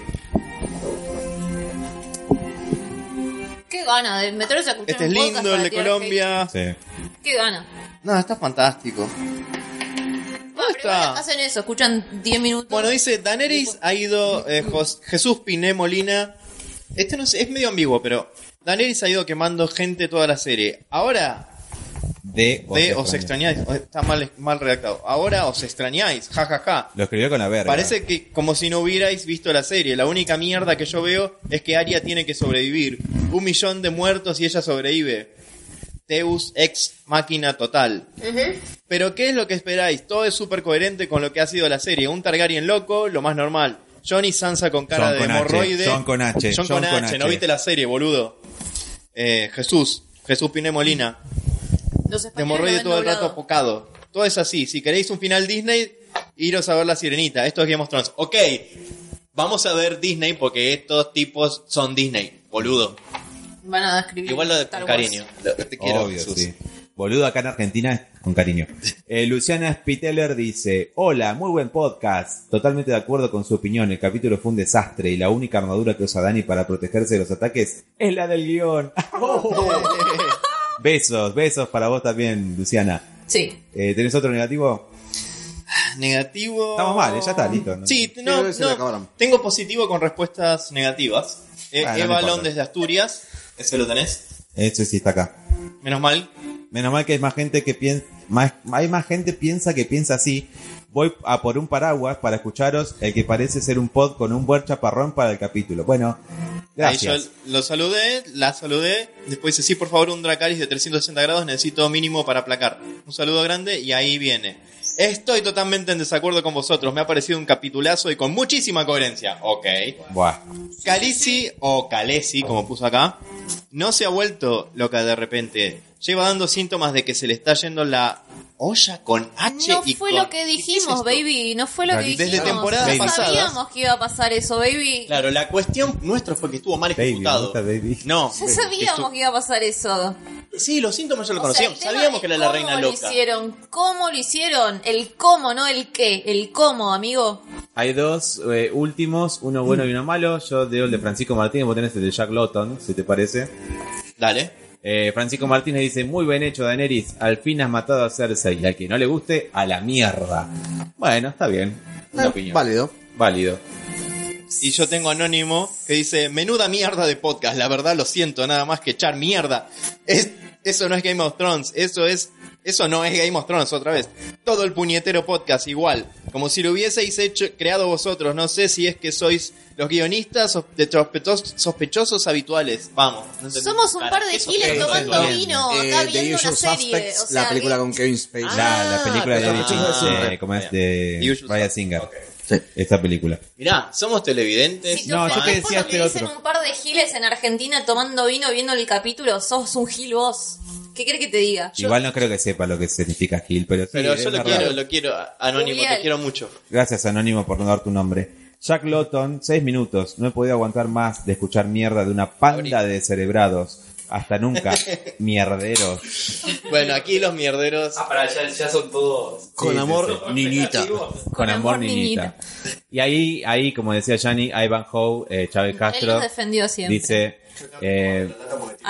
Speaker 4: Qué gana de meterse a escuchar
Speaker 3: Este
Speaker 4: un
Speaker 3: es
Speaker 4: podcast
Speaker 3: lindo, el
Speaker 4: para
Speaker 3: de
Speaker 4: tirar
Speaker 3: Colombia.
Speaker 1: Sí.
Speaker 4: hate. Qué gana.
Speaker 3: No, está fantástico.
Speaker 4: Bueno, pero
Speaker 3: está?
Speaker 4: igual hacen eso, escuchan 10 minutos.
Speaker 3: Bueno, dice, Daneris ha ido, eh, Jos- Jesús Piné Molina. Esto no sé, es medio ambiguo, pero Daneris ha ido quemando gente toda la serie. Ahora,
Speaker 1: De, o
Speaker 3: de
Speaker 1: se
Speaker 3: os
Speaker 1: extraña.
Speaker 3: extrañáis, o- está mal, mal redactado. Ahora os extrañáis, jajaja.
Speaker 1: Lo escribió con la verga.
Speaker 3: Parece que como si no hubierais visto la serie. La única mierda que yo veo es que Arya tiene que sobrevivir. Un millón de muertos y ella sobrevive. Teus ex máquina total. Pero ¿qué es lo que esperáis? Todo es súper coherente con lo que ha sido la serie. Un Targaryen loco, lo más normal. Johnny Sansa con cara
Speaker 1: John
Speaker 3: de
Speaker 1: con H,
Speaker 3: hemorroide.
Speaker 1: John con H,
Speaker 3: John con H, No viste la serie, boludo. Eh, Jesús. Jesús Piné Molina.
Speaker 4: los españoles
Speaker 3: De
Speaker 4: lo
Speaker 3: hemorroide
Speaker 4: ven
Speaker 3: todo el rato
Speaker 4: doblado.
Speaker 3: apocado. Todo es así. Si queréis un final Disney, iros a ver La Sirenita. Esto es Game of Thrones. Ok, vamos a ver Disney porque estos tipos son Disney, boludo.
Speaker 4: Van a escribir
Speaker 3: Igual lo de
Speaker 4: Star
Speaker 3: con
Speaker 4: Wars.
Speaker 3: cariño. Lo- Te quiero,
Speaker 1: Obvio,
Speaker 3: Jesús.
Speaker 1: sí. Boludo acá en Argentina, con cariño. Eh, Luciana Spiteller dice, hola, muy buen podcast. Totalmente de acuerdo con su opinión, el capítulo fue un desastre y la única armadura que usa Dani para protegerse de los ataques es la del guión. besos, besos para vos también, Luciana.
Speaker 4: Sí.
Speaker 1: Eh, ¿Tenés otro negativo?
Speaker 3: Negativo.
Speaker 1: Estamos mal, eh, ya está, listo. No-
Speaker 3: Sí,
Speaker 5: Sí,
Speaker 3: no,
Speaker 5: se
Speaker 3: no.
Speaker 5: le acabaron.
Speaker 3: Tengo positivo con respuestas negativas. Eh,
Speaker 1: Bueno, no
Speaker 3: Eva
Speaker 1: importa.
Speaker 3: Lon desde Asturias. Ese lo tenés.
Speaker 1: Ese Este sí está acá.
Speaker 3: Menos mal.
Speaker 1: Menos mal que hay más gente que piensa, más, hay más gente piensa que piensa así. Voy a por un paraguas para escucharos el que parece ser un pod con un buen chaparrón para el capítulo. Bueno, Gracias.
Speaker 3: Ahí yo lo saludé, la saludé. Después dice, sí, por favor, un Dracaris de 360 grados necesito mínimo para aplacar. Un saludo grande y ahí viene. Estoy totalmente en desacuerdo con vosotros. Me ha parecido un capitulazo y con muchísima coherencia. Ok.
Speaker 1: Buah.
Speaker 3: Calisi o Calesi, como puso acá, no se ha vuelto loca de repente. Lleva dando síntomas de que se le está yendo la olla con H
Speaker 4: No
Speaker 3: y
Speaker 4: fue
Speaker 3: con-
Speaker 4: lo que
Speaker 3: ¿Qué es
Speaker 4: dijimos,
Speaker 3: esto?
Speaker 4: baby. No fue lo que
Speaker 3: Desde
Speaker 4: dijimos.
Speaker 3: temporadas
Speaker 4: Ya
Speaker 3: pasadas.
Speaker 4: sabíamos que iba a pasar eso, baby.
Speaker 3: Claro, la cuestión nuestra fue que estuvo mal
Speaker 1: Baby, me
Speaker 3: ejecutado.
Speaker 1: gusta baby.
Speaker 3: No.
Speaker 4: Ya sabíamos que iba a pasar eso.
Speaker 3: Sí, los síntomas ya lo
Speaker 4: O sea, el
Speaker 3: conocíamos.
Speaker 4: tema
Speaker 3: Sabíamos
Speaker 4: es
Speaker 3: que era la
Speaker 4: cómo
Speaker 3: reina
Speaker 4: lo
Speaker 3: loca.
Speaker 4: hicieron? ¿Cómo lo hicieron? El cómo, no el qué. El cómo, amigo.
Speaker 1: Hay dos eh, últimos, uno bueno y uno malo. Yo digo el de Francisco Martínez, vos tenés el de Jack Lawton, si te parece.
Speaker 3: Dale.
Speaker 1: Eh, Francisco Martínez dice, muy bien hecho Daenerys, al fin has matado a Cersei, al que no le guste, a la mierda. Bueno, está bien, una
Speaker 5: Eh,
Speaker 1: opinión.
Speaker 5: válido.
Speaker 1: Válido.
Speaker 3: Y yo tengo anónimo que dice, menuda mierda de podcast, la verdad lo siento, nada más que echar mierda. Es- eso no es Game of Thrones, eso es... Eso no es Game of Thrones otra vez. Todo el puñetero podcast igual. Como si lo hubieseis hecho, creado vosotros. No sé si es que sois los guionistas sos- de sospechosos, sospechosos habituales. Vamos. no entendí
Speaker 4: Somos un
Speaker 3: cara.
Speaker 4: par de
Speaker 3: ¿Qué
Speaker 4: giles
Speaker 3: sospechosos
Speaker 4: tomando
Speaker 3: habituales?
Speaker 4: vino
Speaker 5: Eh,
Speaker 4: acá
Speaker 5: The
Speaker 4: viendo
Speaker 5: Usual
Speaker 4: una serie.
Speaker 5: Suspects,
Speaker 4: o sea,
Speaker 5: la película con Kevin Spacey.
Speaker 1: la, la película de
Speaker 3: pero-
Speaker 1: David Fincher,
Speaker 3: ah,
Speaker 1: eh, ¿cómo es?
Speaker 3: bien. The
Speaker 1: De Ryan
Speaker 3: Usual Suspects,
Speaker 1: Singer.
Speaker 3: ok.
Speaker 5: Sí.
Speaker 1: Esta película.
Speaker 3: Mirá, somos televidentes.
Speaker 4: Si te
Speaker 1: No, yo
Speaker 4: ofendés
Speaker 1: te decía
Speaker 4: porque
Speaker 1: este
Speaker 4: dicen
Speaker 1: otro.
Speaker 4: un par de giles en Argentina tomando vino viendo el capítulo, sos un gil vos. ¿Qué querés que te diga?
Speaker 1: Igual no creo que sepa lo que significa Gil, pero sí,
Speaker 3: Pero
Speaker 1: es
Speaker 3: yo lo
Speaker 1: verdad.
Speaker 3: quiero, lo quiero, a- Anónimo,
Speaker 4: Julián.
Speaker 3: te quiero mucho.
Speaker 1: Gracias Anónimo por no dar tu nombre. Jack Lawton, seis minutos. No he podido aguantar más de escuchar mierda de una panda de cerebrados. Hasta nunca, mierderos.
Speaker 3: Bueno, aquí los mierderos.
Speaker 16: Ah, para ya, ya son todos.
Speaker 5: Con amor, niñita.
Speaker 1: Con amor, niñita. Y ahí, ahí, como decía Yanni, Ivanhoe, eh, Chávez
Speaker 4: Él
Speaker 1: Castro,
Speaker 4: nos defendió siempre.
Speaker 1: dice, eh,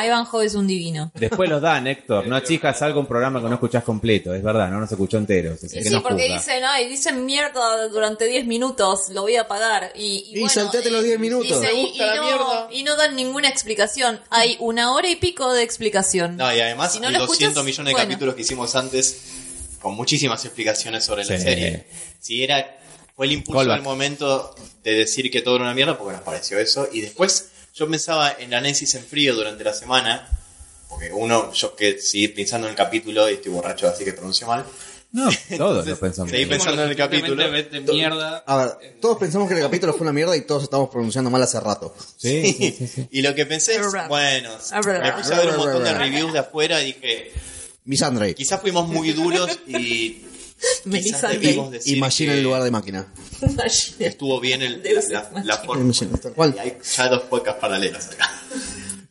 Speaker 4: Ivanhoe es un divino.
Speaker 1: después los dan, Héctor, no chicas, algo un programa que no escuchás completo, es verdad, no nos escuchó enteros, así
Speaker 4: Sí,
Speaker 1: que no
Speaker 4: porque
Speaker 1: juzga.
Speaker 4: dicen, ay, dicen mierda durante 10 minutos, lo voy a pagar. Y, y
Speaker 5: Y
Speaker 4: bueno,
Speaker 5: saltate
Speaker 4: y-
Speaker 5: los 10 minutos.
Speaker 4: dice,
Speaker 3: Me
Speaker 4: y-
Speaker 3: gusta
Speaker 4: y
Speaker 3: la
Speaker 4: no-
Speaker 3: mierda.
Speaker 4: y no dan ninguna explicación. Hay una hora y pico de explicación.
Speaker 3: No, y además,
Speaker 4: Si no
Speaker 3: hay
Speaker 4: lo
Speaker 3: 200
Speaker 4: escuchas,
Speaker 3: millones de
Speaker 4: bueno.
Speaker 3: capítulos que hicimos antes, con muchísimas explicaciones sobre la
Speaker 1: Sí.
Speaker 3: serie. Si era, fue el impulso
Speaker 1: Callback.
Speaker 3: al momento de decir que todo era una mierda, porque nos pareció eso. Y después, yo pensaba en la análisis en frío durante la semana, porque uno, yo que seguí pensando en el capítulo y estoy borracho, así que pronuncio mal.
Speaker 1: No, todos lo pensamos.
Speaker 3: Seguí pensando en el capítulo.
Speaker 16: Vete mierda.
Speaker 5: A ver, todos pensamos que el capítulo fue una mierda y todos estamos pronunciando mal hace rato.
Speaker 1: Sí, sí, sí, sí.
Speaker 3: Y lo que pensé es, bueno, me puse a ver un montón de reviews de afuera y dije,
Speaker 5: Misandre.
Speaker 3: quizás fuimos muy duros y quizás
Speaker 4: Melisandre.
Speaker 3: debimos decir
Speaker 5: Y Machine
Speaker 3: que
Speaker 5: en lugar de máquina.
Speaker 3: estuvo bien el,
Speaker 4: Deus
Speaker 3: la,
Speaker 4: Ex
Speaker 3: la
Speaker 5: Y
Speaker 3: forma.
Speaker 5: Machine, tal cual.
Speaker 3: Y hay ya dos podcasts paralelos acá.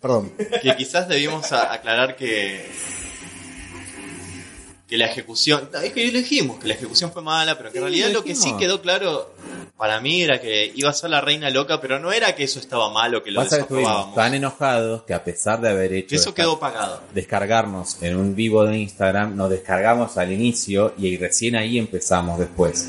Speaker 5: Perdón.
Speaker 3: Que quizás debimos a- aclarar que que la ejecución, no, es que lo dijimos, que la ejecución fue mala, pero que en
Speaker 1: Sí,
Speaker 3: realidad
Speaker 1: lo
Speaker 3: lo que sí
Speaker 1: dijimos.
Speaker 3: quedó claro para mí era que iba a ser la reina loca, pero no era que eso estaba malo, que lo
Speaker 1: Pasa que estuvimos
Speaker 3: desaprobábamos.
Speaker 1: tan enojados que a pesar de haber hecho
Speaker 3: Que eso
Speaker 1: esta-
Speaker 3: quedó pagado.
Speaker 1: descargarnos en un vivo de Instagram, nos descargamos al inicio y recién ahí empezamos después.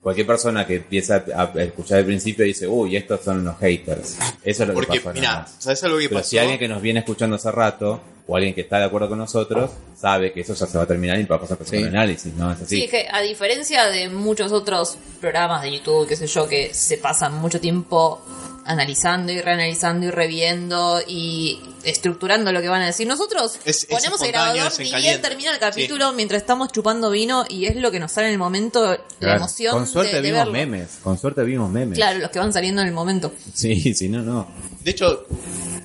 Speaker 1: Cualquier persona que empieza a a escuchar al principio dice, uy, estos son unos haters. Eso es lo que
Speaker 3: Porque,
Speaker 1: pasa. nada
Speaker 3: mira,
Speaker 1: más.
Speaker 3: ¿sabes algo que
Speaker 1: Pero
Speaker 3: pasó?
Speaker 1: si alguien que nos viene escuchando hace rato o alguien que está de acuerdo con nosotros sabe que eso ya se va a terminar y vamos a empezar
Speaker 5: Sí.
Speaker 1: el análisis, ¿no? Es
Speaker 4: Sí,
Speaker 1: así.
Speaker 4: es que a diferencia de muchos otros programas de YouTube, qué sé yo, que se pasan mucho tiempo analizando y reanalizando y reviendo y estructurando lo que van a decir. Nosotros
Speaker 3: Es- es
Speaker 4: ponemos el
Speaker 3: espontáneo,
Speaker 4: grabador
Speaker 3: es en
Speaker 4: y bien
Speaker 3: caliente.
Speaker 4: termina el capítulo mientras estamos chupando vino y es lo que nos sale en el momento, la
Speaker 1: Claro.
Speaker 4: emoción
Speaker 1: con suerte
Speaker 4: de, de
Speaker 1: vimos
Speaker 4: verlo.
Speaker 1: memes, con suerte vimos memes.
Speaker 4: Claro, los que van saliendo en el momento.
Speaker 1: Sí, si no, no.
Speaker 3: De hecho,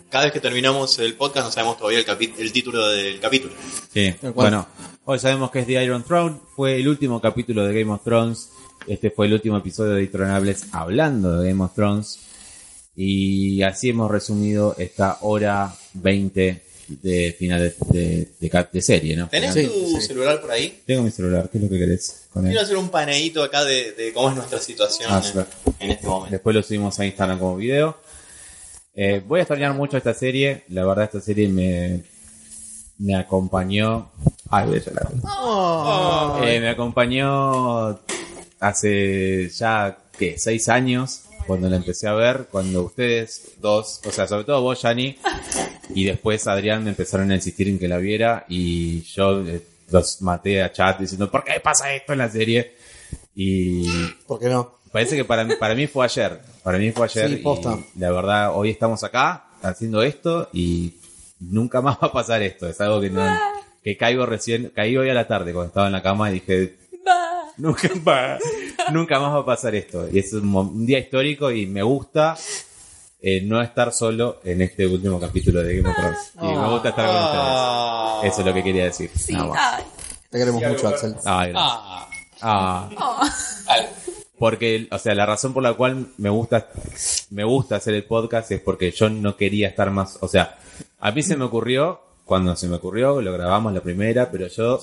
Speaker 3: cada vez que terminamos el podcast no sabemos todavía el, capi- el título del capítulo.
Speaker 1: Sí.
Speaker 5: Tal cual.
Speaker 1: Bueno, hoy sabemos que es The Iron Throne. Fue el último capítulo de Game of Thrones. Este fue el último episodio de Intronables hablando de Game of Thrones. Y así hemos resumido esta hora 20 de final de, de- de cap- de serie, ¿no?
Speaker 3: ¿Tenés
Speaker 5: Sí,
Speaker 3: tu
Speaker 5: sí.
Speaker 3: celular por ahí?
Speaker 1: Tengo mi celular, ¿qué es lo que querés con él?
Speaker 3: Quiero hacer un paneíto acá de, de cómo es nuestra situación
Speaker 1: Ah,
Speaker 3: en-
Speaker 1: claro.
Speaker 3: en este momento.
Speaker 1: Después lo subimos a Instagram como video. Eh, voy a extrañar mucho esta serie. La verdad, esta serie me, me acompañó. Ay, voy a llorar. Eh, me acompañó hace ya, ¿qué? Seis años, cuando la empecé a ver, cuando ustedes dos, o sea, sobre todo vos, Yani, y después Adrián me empezaron a insistir en que la viera y yo eh, los maté a chat diciendo, ¿por qué pasa esto en la serie? Y
Speaker 5: ¿Por qué no?
Speaker 1: parece que para, mí- para mí fue ayer. Para mí fue ayer.
Speaker 5: Sí,
Speaker 1: y
Speaker 5: posta.
Speaker 1: la verdad, hoy estamos acá haciendo esto y nunca más va a pasar esto. Es algo que no. Que caigo recién, caí hoy a la tarde cuando estaba en la cama y dije, Nunca más, nunca más va a pasar esto. Y es un, mo- un día histórico y me gusta eh, no estar solo en este último capítulo de Game of Thrones. Y me gusta estar con
Speaker 3: Ah.
Speaker 1: ustedes. Eso es lo que quería decir.
Speaker 4: Sí,
Speaker 1: Nada más.
Speaker 4: ay,
Speaker 5: Te queremos mucho, Axel.
Speaker 1: Ay, gracias.
Speaker 3: Ah,
Speaker 1: Ah.
Speaker 4: oh.
Speaker 1: Porque, o sea, la razón por la cual me gusta, me gusta hacer el podcast es porque yo no quería estar más, o sea, a mí se me ocurrió, cuando se me ocurrió, lo grabamos la primera, pero yo,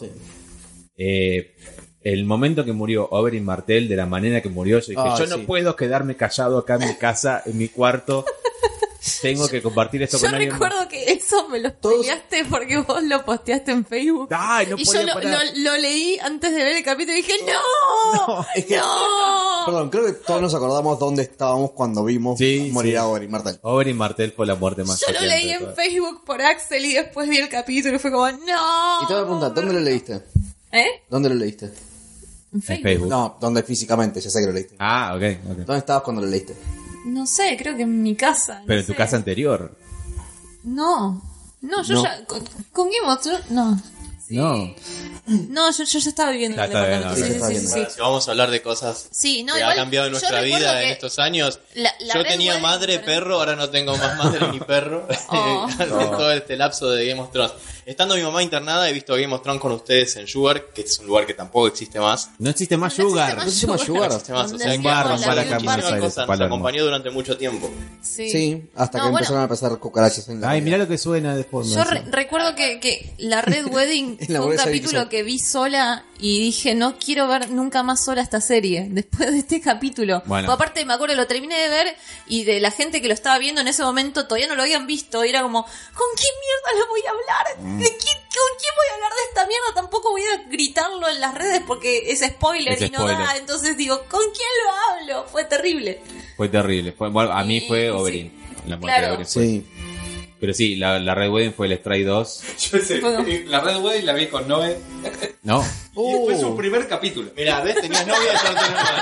Speaker 1: eh, el momento que murió Oberyn Martel, de la manera que murió, yo dije,
Speaker 5: Ay,
Speaker 1: yo
Speaker 5: sí.
Speaker 1: no puedo quedarme callado acá en mi casa, en mi cuarto, tengo que compartir esto
Speaker 4: Yo
Speaker 1: con alguien más.
Speaker 4: recuerdo que eso me lo spoileaste porque vos lo posteaste en Facebook.
Speaker 1: Ay, no
Speaker 4: y yo
Speaker 1: podía
Speaker 4: lo,
Speaker 1: parar.
Speaker 4: lo- lo leí antes de ver el capítulo y dije, ¡No! ¡No!
Speaker 5: es que- Perdón, creo que todos nos acordamos dónde estábamos cuando vimos
Speaker 1: Sí,
Speaker 5: morir
Speaker 1: sí.
Speaker 5: a Oberyn Martel.
Speaker 1: Oberyn Martel fue la muerte más
Speaker 4: Yo lo
Speaker 1: choqueante
Speaker 4: leí
Speaker 1: de
Speaker 4: en
Speaker 1: todas.
Speaker 4: Facebook por Axel y después vi el capítulo y fue como, ¡No!
Speaker 5: Y te voy a preguntar, ¿dónde lo leíste?
Speaker 4: ¿Eh?
Speaker 5: ¿Dónde lo leíste?
Speaker 4: ¿En
Speaker 1: En
Speaker 4: Facebook?
Speaker 1: Facebook.
Speaker 5: No, ¿dónde físicamente? Ya sé que lo leíste.
Speaker 1: Ah, ok, ok.
Speaker 5: ¿Dónde estabas cuando lo leíste?
Speaker 4: No sé, creo que en mi casa. no
Speaker 1: Pero en tu
Speaker 4: sé.
Speaker 1: casa anterior.
Speaker 4: No. No, yo
Speaker 5: No.
Speaker 4: ya. Con, con Game of Thrones, no.
Speaker 1: No.
Speaker 4: No, yo, yo ya estaba viviendo
Speaker 1: Ya
Speaker 4: en el
Speaker 1: estaba
Speaker 4: departamento.
Speaker 5: viviendo,
Speaker 4: sí, sí, sí,
Speaker 5: ok.
Speaker 3: ahora,
Speaker 4: sí.
Speaker 3: si vamos a hablar de cosas
Speaker 4: Sí, no,
Speaker 3: que
Speaker 4: igual
Speaker 3: ha cambiado en
Speaker 4: yo
Speaker 3: nuestra
Speaker 4: recuerdo
Speaker 3: vida
Speaker 4: que
Speaker 3: en estos años.
Speaker 4: la- la
Speaker 3: yo
Speaker 4: Red
Speaker 3: tenía
Speaker 4: Wedding,
Speaker 3: madre,
Speaker 4: por
Speaker 3: perro, ahora no tengo más madre ni perro.
Speaker 4: Oh.
Speaker 3: en todo este lapso de Game of Thrones. Estando mi mamá internada, he visto Game of Thrones con ustedes en Sugar, que es un lugar que tampoco existe más.
Speaker 1: No existe más
Speaker 4: No existe
Speaker 1: Sugar.
Speaker 4: más
Speaker 5: No se llama
Speaker 4: Sugar.
Speaker 5: Sugar.
Speaker 3: Existe más, o
Speaker 4: ¿Dónde
Speaker 3: sea, que
Speaker 1: Un bar,
Speaker 3: la
Speaker 1: un bar acá en
Speaker 3: muchísima
Speaker 1: Buenos Aires,
Speaker 3: cosa nos
Speaker 1: Palermo.
Speaker 3: acompañó durante mucho tiempo.
Speaker 4: Sí.
Speaker 5: Sí, hasta
Speaker 4: No,
Speaker 5: que
Speaker 4: bueno,
Speaker 5: empezaron a pasar cucarachas en la
Speaker 1: Ay,
Speaker 5: vida.
Speaker 1: mirá lo que suena de fondo.
Speaker 4: Yo re- recuerdo que, que la Red Wedding
Speaker 5: En
Speaker 4: fue
Speaker 5: la
Speaker 4: un
Speaker 5: bolsa de
Speaker 4: capítulo
Speaker 5: Dixon.
Speaker 4: que vi sola y dije, no quiero ver nunca más sola esta serie, después de este capítulo.
Speaker 1: Bueno.
Speaker 4: Porque Aparte, me acuerdo, lo terminé de ver y de la gente que lo estaba viendo en ese momento todavía no lo habían visto y era como, ¿con qué mierda lo voy a
Speaker 1: Mm.
Speaker 4: hablar? ¿De qué- ¿Con quién voy a hablar de esta mierda? Tampoco voy a gritarlo en las redes porque es spoiler
Speaker 1: Es
Speaker 4: y no
Speaker 1: spoiler.
Speaker 4: da. Entonces digo, ¿con quién lo hablo? Fue terrible.
Speaker 1: Fue terrible. Fue- bueno, a mí
Speaker 4: Sí,
Speaker 1: fue
Speaker 4: sí.
Speaker 1: Oberyn. La muerte
Speaker 4: Claro.
Speaker 1: de Oberyn fue-
Speaker 5: Sí.
Speaker 1: Pero sí, la, la Red Wedding fue el Stray 2.
Speaker 16: Yo ese-
Speaker 4: Bueno.
Speaker 16: la Red Wedding la vi con Noé.
Speaker 1: No.
Speaker 16: Y fue
Speaker 5: Uh.
Speaker 16: su primer capítulo.
Speaker 3: Mira, ves, tenías novia, yo no tenía más.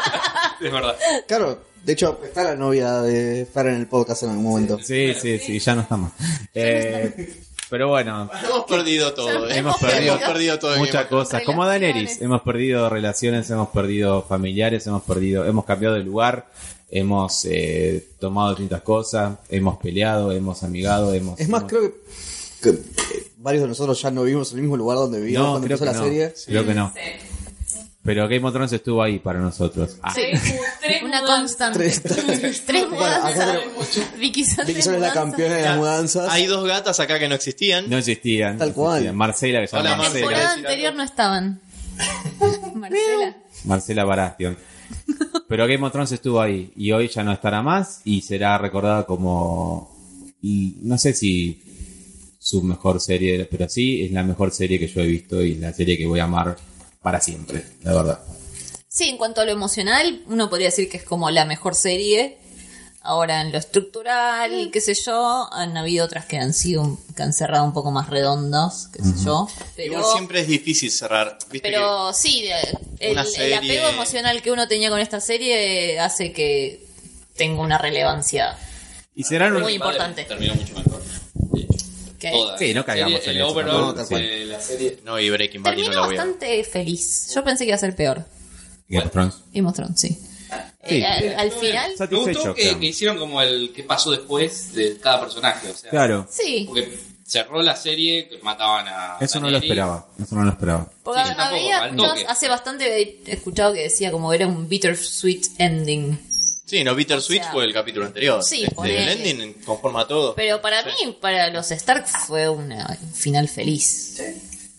Speaker 16: Es verdad.
Speaker 5: Claro, de hecho, está la novia de Fer en el podcast en algún momento.
Speaker 1: Sí, sí, sí, ya no estamos. pero bueno,
Speaker 3: Hemos perdido todo. eh.
Speaker 1: hemos perdido,
Speaker 3: Hemos perdido todo.
Speaker 1: muchas
Speaker 3: Game of
Speaker 1: cosas. Como Daenerys,
Speaker 4: Relaciones.
Speaker 1: hemos perdido relaciones, hemos perdido familiares, hemos perdido, hemos cambiado de lugar, hemos eh, tomado distintas cosas, hemos peleado, hemos amigado, hemos.
Speaker 5: Es más,
Speaker 1: hemos-
Speaker 5: creo que, que, eh, varios de nosotros ya no vivimos en el mismo lugar donde vivíamos
Speaker 1: no,
Speaker 5: cuando
Speaker 1: creo
Speaker 5: empezó
Speaker 1: que
Speaker 5: la
Speaker 1: no.
Speaker 5: serie.
Speaker 1: Creo que no.
Speaker 6: Sí.
Speaker 1: Pero Game of Thrones estuvo ahí para nosotros. Ah,
Speaker 4: Sí.
Speaker 6: Tres
Speaker 4: Una
Speaker 6: mudanzas.
Speaker 4: constante.
Speaker 5: Tres-
Speaker 4: Tres
Speaker 5: Bueno, acá
Speaker 4: mudanzas.
Speaker 5: tenemos-
Speaker 4: Vicky Sol
Speaker 5: Vicky
Speaker 4: tres
Speaker 5: Sol es la
Speaker 4: mudanzas.
Speaker 5: campeona de las mudanzas.
Speaker 3: Thrones. Hay dos gatas acá que no existían.
Speaker 1: No existían.
Speaker 5: Tal
Speaker 1: no
Speaker 5: cual.
Speaker 1: existían. Marcela, que se llama
Speaker 3: Hola,
Speaker 4: La
Speaker 1: Marcela.
Speaker 4: temporada anterior no estaban. Marcela.
Speaker 1: Marcela Barastión. Pero Game of Thrones estuvo ahí y hoy ya no estará más y será recordada como y no sé si su mejor serie, pero sí es la mejor serie que yo he visto y la serie que voy a amar para siempre, la verdad.
Speaker 4: Sí, en cuanto a lo emocional, uno podría decir que es como la mejor serie. Ahora en lo
Speaker 3: Mm.
Speaker 4: estructural, qué sé yo, han habido otras que han sido que han cerrado un poco más redondos, qué sé yo. Pero,
Speaker 3: Igual siempre es difícil cerrar. ¿viste
Speaker 4: pero sí, de- el,
Speaker 3: Una
Speaker 4: el
Speaker 3: serie-
Speaker 4: apego emocional que uno tenía con esta serie hace que tenga una relevancia.
Speaker 1: Y serán
Speaker 4: Muy importante.
Speaker 16: Terminó mucho mejor. De hecho.
Speaker 4: que-
Speaker 16: Todas.
Speaker 1: Sí, no caigamos
Speaker 16: Serie-
Speaker 1: en
Speaker 16: el
Speaker 1: eso,
Speaker 16: overall
Speaker 5: no, tal cual.
Speaker 16: de la serie.
Speaker 3: que- eh, No, y Breaking Bad y no
Speaker 4: Terminó
Speaker 3: la voy a ver.
Speaker 4: bastante feliz. Yo pensé que iba a ser peor.
Speaker 1: Game of Thrones.
Speaker 4: Y mostrón, sí.
Speaker 1: Sí.
Speaker 4: Eh, al, al final,
Speaker 16: Me
Speaker 1: Satisfecho.
Speaker 16: gustó que, que hicieron como el qué pasó después de cada personaje. O sea,
Speaker 1: Claro,
Speaker 4: sí.
Speaker 16: Porque cerró la serie, que mataban a.
Speaker 1: eso no lo
Speaker 16: Daenerys.
Speaker 1: esperaba, eso no lo esperaba.
Speaker 4: Porque
Speaker 16: Sí, yo tampoco,
Speaker 4: había,
Speaker 16: al
Speaker 4: yo
Speaker 16: toque.
Speaker 4: hace bastante he escuchado que decía como era un bittersweet ending.
Speaker 3: Sí, no, Bittersweet
Speaker 4: O sea,
Speaker 3: fue el capítulo anterior.
Speaker 4: sí,
Speaker 3: Este,
Speaker 4: ponele.
Speaker 3: el ending conforma a todo.
Speaker 4: Pero para mí, para los Stark, fue una- un final feliz.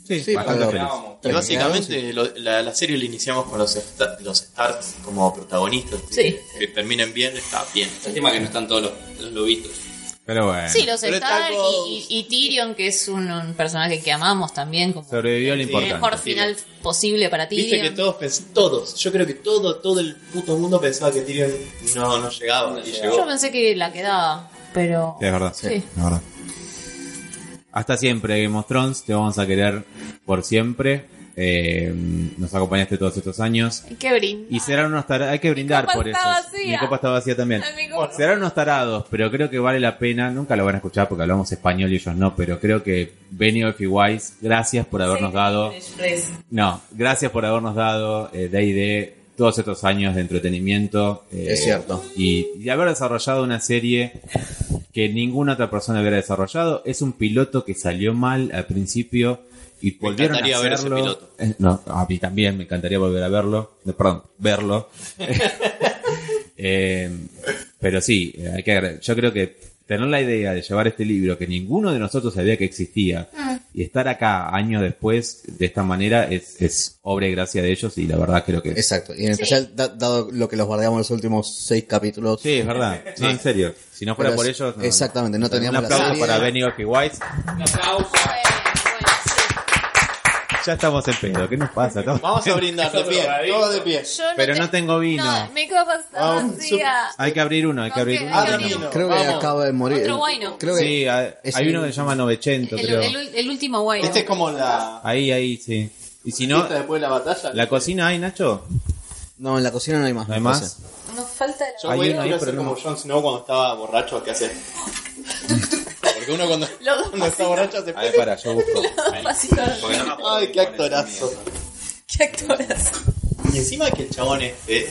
Speaker 1: Sí,
Speaker 5: Sí,
Speaker 1: bastante
Speaker 5: pero-
Speaker 1: feliz.
Speaker 16: Esperábamos.
Speaker 3: Y básicamente lo- la, la serie la iniciamos con los, sta- los Starks como protagonistas.
Speaker 4: Sí.
Speaker 3: Que terminen bien, está bien.
Speaker 16: Lástima que no están todos los, los lobitos.
Speaker 1: Pero bueno.
Speaker 4: Sí, los
Speaker 3: Pero
Speaker 4: Stark
Speaker 3: está algo-
Speaker 4: y, y- y Tyrion, que es un, un personaje que amamos también, como
Speaker 1: Sobrevivió lo
Speaker 4: el
Speaker 1: importante.
Speaker 4: mejor final posible para
Speaker 3: Viste que
Speaker 4: Tyrion.
Speaker 3: todos pens- todos, yo creo que todo, todo el puto mundo pensaba que Tyrion no, no llegaba y
Speaker 4: Yo
Speaker 3: llegó.
Speaker 4: pensé que la quedaba, pero...
Speaker 1: Sí, es verdad.
Speaker 4: Sí.
Speaker 1: Es verdad. Hasta siempre, Game of Thrones. Te vamos a querer por siempre. eh, nos acompañaste todos estos años.
Speaker 20: Qué brin.
Speaker 1: Y serán unos tarados, hay que brindar
Speaker 20: copa
Speaker 1: por eso.
Speaker 20: está vacía.
Speaker 1: Mi copa está vacía también.
Speaker 20: Ay, mi copa-
Speaker 1: Serán unos tarados, pero creo que vale la pena. Nunca lo van a escuchar porque hablamos español y ellos no, pero creo que Benio F. Wise, gracias por habernos dado. No, gracias por habernos dado eh, DD todos estos años de entretenimiento. eh,
Speaker 5: Es cierto.
Speaker 1: Y, y de haber desarrollado una serie que ninguna otra persona hubiera desarrollado. Es un piloto que salió mal al principio y volvieron a
Speaker 3: encantaría
Speaker 1: hacerlo.
Speaker 3: ver ese piloto.
Speaker 1: Eh, No, a mí también me encantaría volver a verlo. No, perdón, verlo. Eh, pero sí, eh, hay que agra- yo creo que tener la idea de llevar este libro que ninguno de nosotros sabía que existía y estar acá años después de esta manera es, es obra y gracia de ellos y la verdad creo que
Speaker 5: Exacto. Y en especial, da- dado lo que los guardamos en los últimos seis capítulos.
Speaker 1: Sí, es verdad. No, en serio. Si no fuera
Speaker 5: Pero
Speaker 1: por
Speaker 5: es-
Speaker 1: ellos... no.
Speaker 5: exactamente, no teníamos
Speaker 1: Un
Speaker 5: la
Speaker 1: aplauso
Speaker 5: serie.
Speaker 1: para Benny Orfi White. Ya estamos en pedo. ¿Qué nos pasa? Estamos-
Speaker 3: Vamos a brindar de pie, todos de pie.
Speaker 20: Yo no
Speaker 1: Pero
Speaker 20: te-
Speaker 1: no tengo vino. Ah,
Speaker 20: No, mi copa está vacía.
Speaker 1: Hay que abrir uno, hay que abrir
Speaker 20: Ok,
Speaker 1: uno.
Speaker 20: hay que
Speaker 1: Ah,
Speaker 20: abrir
Speaker 1: no.
Speaker 20: uno.
Speaker 5: Creo que
Speaker 3: Vamos.
Speaker 5: acaba de morir.
Speaker 4: Otro guayno.
Speaker 5: Creo que
Speaker 1: Sí, hay,
Speaker 5: es
Speaker 1: hay
Speaker 5: el-
Speaker 1: uno que se llama 900,
Speaker 4: El,
Speaker 1: creo.
Speaker 4: el- el último guayno.
Speaker 3: Este es como la
Speaker 1: Ahí, ahí, sí. Y si no,
Speaker 3: fiesta después de la batalla.
Speaker 1: ¿la cocina hay, Nacho?
Speaker 5: No, en la cocina no hay más.
Speaker 1: ¿No hay
Speaker 5: me
Speaker 1: más?
Speaker 5: parece.
Speaker 4: Nos falta la-
Speaker 3: Yo
Speaker 1: Hay
Speaker 3: voy
Speaker 1: uno
Speaker 3: a
Speaker 1: ahí,
Speaker 3: quiero hacer
Speaker 1: pero no.
Speaker 3: como Jon Snow cuando estaba borracho que hace. Porque uno cuando, cuando está borracho hace.
Speaker 1: A ver, para, yo busco.
Speaker 4: Dos pasitos.
Speaker 3: Ay, qué actorazo.
Speaker 4: Qué actorazo.
Speaker 3: Y encima que el chabón es eh,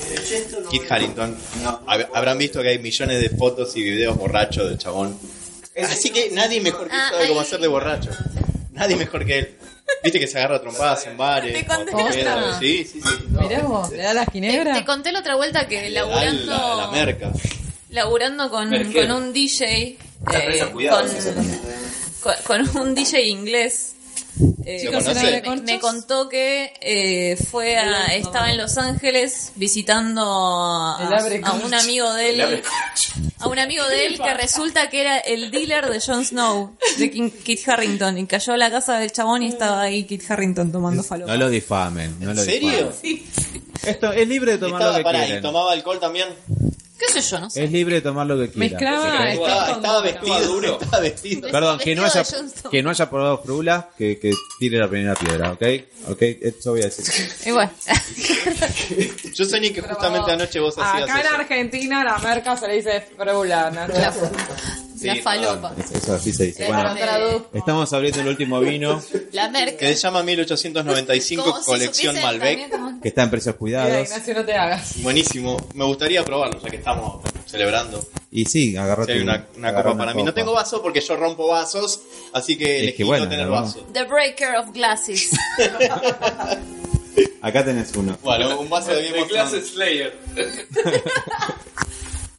Speaker 3: Kit Harrington. Hab- Habrán visto que hay millones de fotos y videos borrachos del chabón. Así que nadie mejor que él
Speaker 4: Ah,
Speaker 3: sabe cómo
Speaker 4: ahí.
Speaker 3: hacer de borracho. Nadie mejor que él. Viste que se agarra a trompadas en bares.
Speaker 20: Te
Speaker 3: cuando
Speaker 20: contesta.
Speaker 3: quiera. Sí, sí, sí.
Speaker 6: Mirá vos, le da las
Speaker 4: Te,
Speaker 6: ginebras.
Speaker 4: te conté la otra vuelta que
Speaker 3: Le da
Speaker 4: laburando,
Speaker 3: la, la merca.
Speaker 4: laburando con,
Speaker 16: Merquero.
Speaker 4: con un DJ. eh,
Speaker 16: presa, cuidado,
Speaker 4: con-
Speaker 16: esa
Speaker 4: con, con un DJ inglés. eh,
Speaker 3: ¿Lo conoce?
Speaker 4: me- me, contó que eh, fue a- estaba en Los Ángeles visitando a,
Speaker 6: El abre
Speaker 4: a un amigo de él a un amigo de él que resulta que era el dealer de Jon Snow de King- Kit Harrington y cayó a la casa del chabón y estaba ahí Kit Harrington tomando falopa
Speaker 1: No lo difamen. No
Speaker 3: ¿En
Speaker 1: lo
Speaker 3: serio?
Speaker 1: difamen. Esto es libre de tomar lo
Speaker 3: Estaba,
Speaker 1: que
Speaker 3: pará, ¿Y
Speaker 1: quieran.
Speaker 3: tomaba alcohol también?
Speaker 4: qué sé yo no sé
Speaker 1: Es libre de tomar lo que quieran. Ah,
Speaker 3: Estaba,
Speaker 6: Mezclaba. estaba
Speaker 3: estaba
Speaker 6: con-
Speaker 3: vestido,
Speaker 16: duro.
Speaker 3: estaba vestido.
Speaker 1: Perdón, que no, haya,
Speaker 4: Vestido de Jon Snow.
Speaker 1: que no haya probado frula, que, que tire la primera piedra, ¿ok? Ok, eso voy a decir.
Speaker 4: igual
Speaker 3: Yo soñé que justamente anoche vos hacías
Speaker 6: Acá en
Speaker 3: eso.
Speaker 6: Argentina la merca se le dice frula,
Speaker 4: la,
Speaker 6: Nacho.
Speaker 4: la falopa
Speaker 1: Eso, eso así se dice.
Speaker 4: La
Speaker 1: Bueno,
Speaker 4: tradu-
Speaker 1: estamos abriendo el último vino,
Speaker 4: la merca
Speaker 3: Que se llama 1895
Speaker 4: Como si
Speaker 3: Colección
Speaker 4: supiesen
Speaker 3: Malbec.
Speaker 4: también como-
Speaker 1: que está en precios
Speaker 6: Mira,
Speaker 1: cuidados.
Speaker 6: Ignacio, no te hagas.
Speaker 3: Buenísimo. Me gustaría probarlo, ya que estamos celebrando.
Speaker 1: Y sí, agarrate
Speaker 3: Si hay una, una copa para mí. No tengo vaso porque yo rompo vasos, así que elegí
Speaker 1: bueno,
Speaker 3: no tener
Speaker 1: ¿no?
Speaker 3: vaso.
Speaker 4: The Breaker of Glasses
Speaker 1: Acá tenés uno.
Speaker 3: Bueno, un vaso de bien
Speaker 16: De
Speaker 3: mostrado.
Speaker 16: clase Slayer.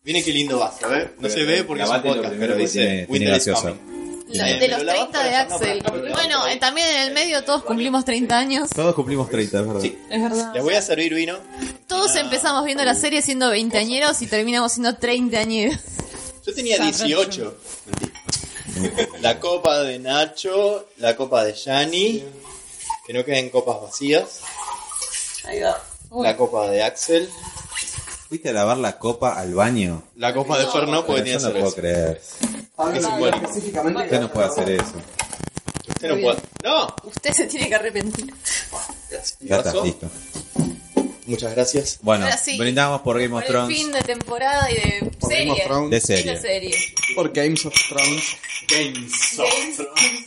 Speaker 3: Viene qué lindo vaso, ¿eh? No se ve porque es un
Speaker 1: Lavate lo
Speaker 3: podcast,
Speaker 1: primero
Speaker 3: pero
Speaker 1: que
Speaker 3: dice
Speaker 1: tiene- tiene
Speaker 3: Winter is
Speaker 1: gaseosa.
Speaker 3: coming.
Speaker 4: Lo-
Speaker 3: Eh,
Speaker 4: de
Speaker 3: me
Speaker 4: los
Speaker 3: lo lavas
Speaker 4: 30
Speaker 3: para
Speaker 4: de
Speaker 3: sacarlo,
Speaker 4: Axel.
Speaker 3: para-
Speaker 4: Bueno, eh, también en el medio todos cumplimos 30 años.
Speaker 1: Todos cumplimos 30, es verdad.
Speaker 3: Sí.
Speaker 6: Es verdad.
Speaker 3: Les voy a servir vino.
Speaker 4: Todos empezamos viendo la serie siendo veinteañeros y terminamos siendo treintañeros.
Speaker 3: Yo tenía 18. La copa de Nacho, la copa de Yanni, que no queden copas vacías. La copa de Axel,
Speaker 1: ¿Fuiste a lavar la copa al baño?
Speaker 3: la copa de Fer no, porque
Speaker 1: Pero
Speaker 3: tenía
Speaker 1: yo no puedo
Speaker 3: cerveza.
Speaker 1: creer.
Speaker 5: Habla
Speaker 3: Es simbólico.
Speaker 5: específicamente de
Speaker 1: Usted
Speaker 5: la-
Speaker 1: no puede hacer eso.
Speaker 3: Usted no puede. ¡No!
Speaker 4: Usted se tiene que arrepentir.
Speaker 1: Ya está,
Speaker 3: Pasó.
Speaker 1: listo.
Speaker 3: Muchas gracias.
Speaker 1: Bueno,
Speaker 4: Ahora sí.
Speaker 1: brindamos por Game
Speaker 4: Por
Speaker 1: of
Speaker 4: el
Speaker 1: Thrones
Speaker 4: fin de temporada y de
Speaker 5: Por Game of
Speaker 4: serie.
Speaker 5: Thrones,
Speaker 1: de
Speaker 4: Y de
Speaker 1: serie.
Speaker 4: serie.
Speaker 5: por Games of Thrones,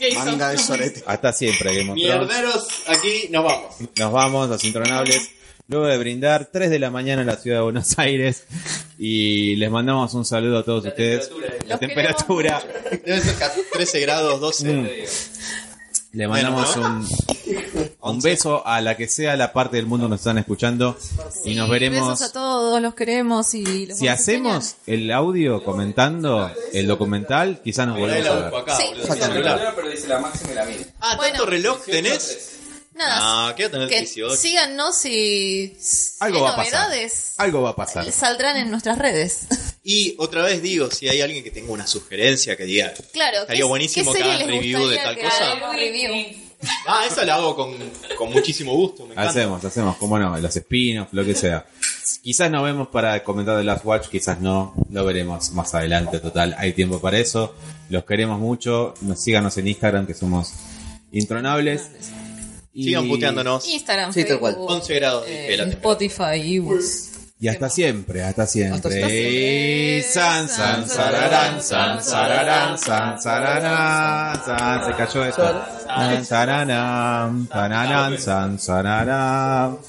Speaker 5: manga de sorete.
Speaker 1: Hasta siempre, Game of Thrones.
Speaker 3: Mierderos, aquí nos vamos.
Speaker 1: Nos vamos, los intronables. Luego de brindar, 3 de la mañana en la ciudad de Buenos Aires. Y les mandamos un saludo a todos ustedes. La
Speaker 4: Los
Speaker 1: temperatura.
Speaker 3: Debe ser casi 13 grados, 12.
Speaker 1: Mm, Le mandamos
Speaker 3: Bueno,
Speaker 1: un, un beso a la que sea la parte del mundo que nos están escuchando. Y nos
Speaker 4: Sí,
Speaker 1: veremos.
Speaker 4: Besos a todos, los queremos y los
Speaker 1: Si
Speaker 4: vamos a
Speaker 1: hacemos el audio comentando el documental, quizás nos
Speaker 3: Mirá el
Speaker 1: volvemos a
Speaker 3: audio
Speaker 1: ver.
Speaker 3: acá,
Speaker 4: Sí.
Speaker 3: boludo.
Speaker 16: Dice la
Speaker 5: Espectacular.
Speaker 3: Celular.
Speaker 16: calculadora, pero dice la máxima y la mínima.
Speaker 3: Ah, ¿tanto
Speaker 4: Bueno.
Speaker 3: reloj tenés?
Speaker 4: extrañar. Nada,
Speaker 3: Ah, quiero tener
Speaker 4: que
Speaker 3: 18.
Speaker 4: síganos y si
Speaker 1: Algo
Speaker 4: hay
Speaker 1: va a pasar. Ah,
Speaker 4: novedades
Speaker 1: Algo va a pasar.
Speaker 4: saldrán en nuestras redes.
Speaker 3: Y otra vez digo, si hay alguien que tenga una sugerencia que diga,
Speaker 4: Claro,
Speaker 3: estaría
Speaker 4: ¿qué-
Speaker 3: buenísimo
Speaker 4: qué
Speaker 3: que
Speaker 4: serie
Speaker 3: hagan
Speaker 4: les
Speaker 3: review de
Speaker 4: gustaría
Speaker 3: tal
Speaker 4: que
Speaker 3: cosa.
Speaker 4: hagan? Review.
Speaker 3: Ah, eso lo hago con, con muchísimo gusto, me encanta.
Speaker 1: Hacemos, hacemos, cómo no, los spin-offs, lo que sea. Quizás nos vemos para comentar de Last Watch, quizás no, lo veremos más adelante, total, hay tiempo para eso. Los queremos mucho, nos síganos en Instagram que somos intronables.
Speaker 3: Sigan puteándonos.
Speaker 4: Instagram,
Speaker 5: Sí, tal cual.
Speaker 4: Facebook,
Speaker 3: 11 grados de
Speaker 4: eh,
Speaker 3: pela
Speaker 4: Spotify, ebooks.
Speaker 1: Y hasta siempre, hasta siempre.
Speaker 4: siempre.
Speaker 1: Y san, san, sararán, san, sararán, san, sararán, san, se cayó esto. San, sararán, tararán, san, sararán.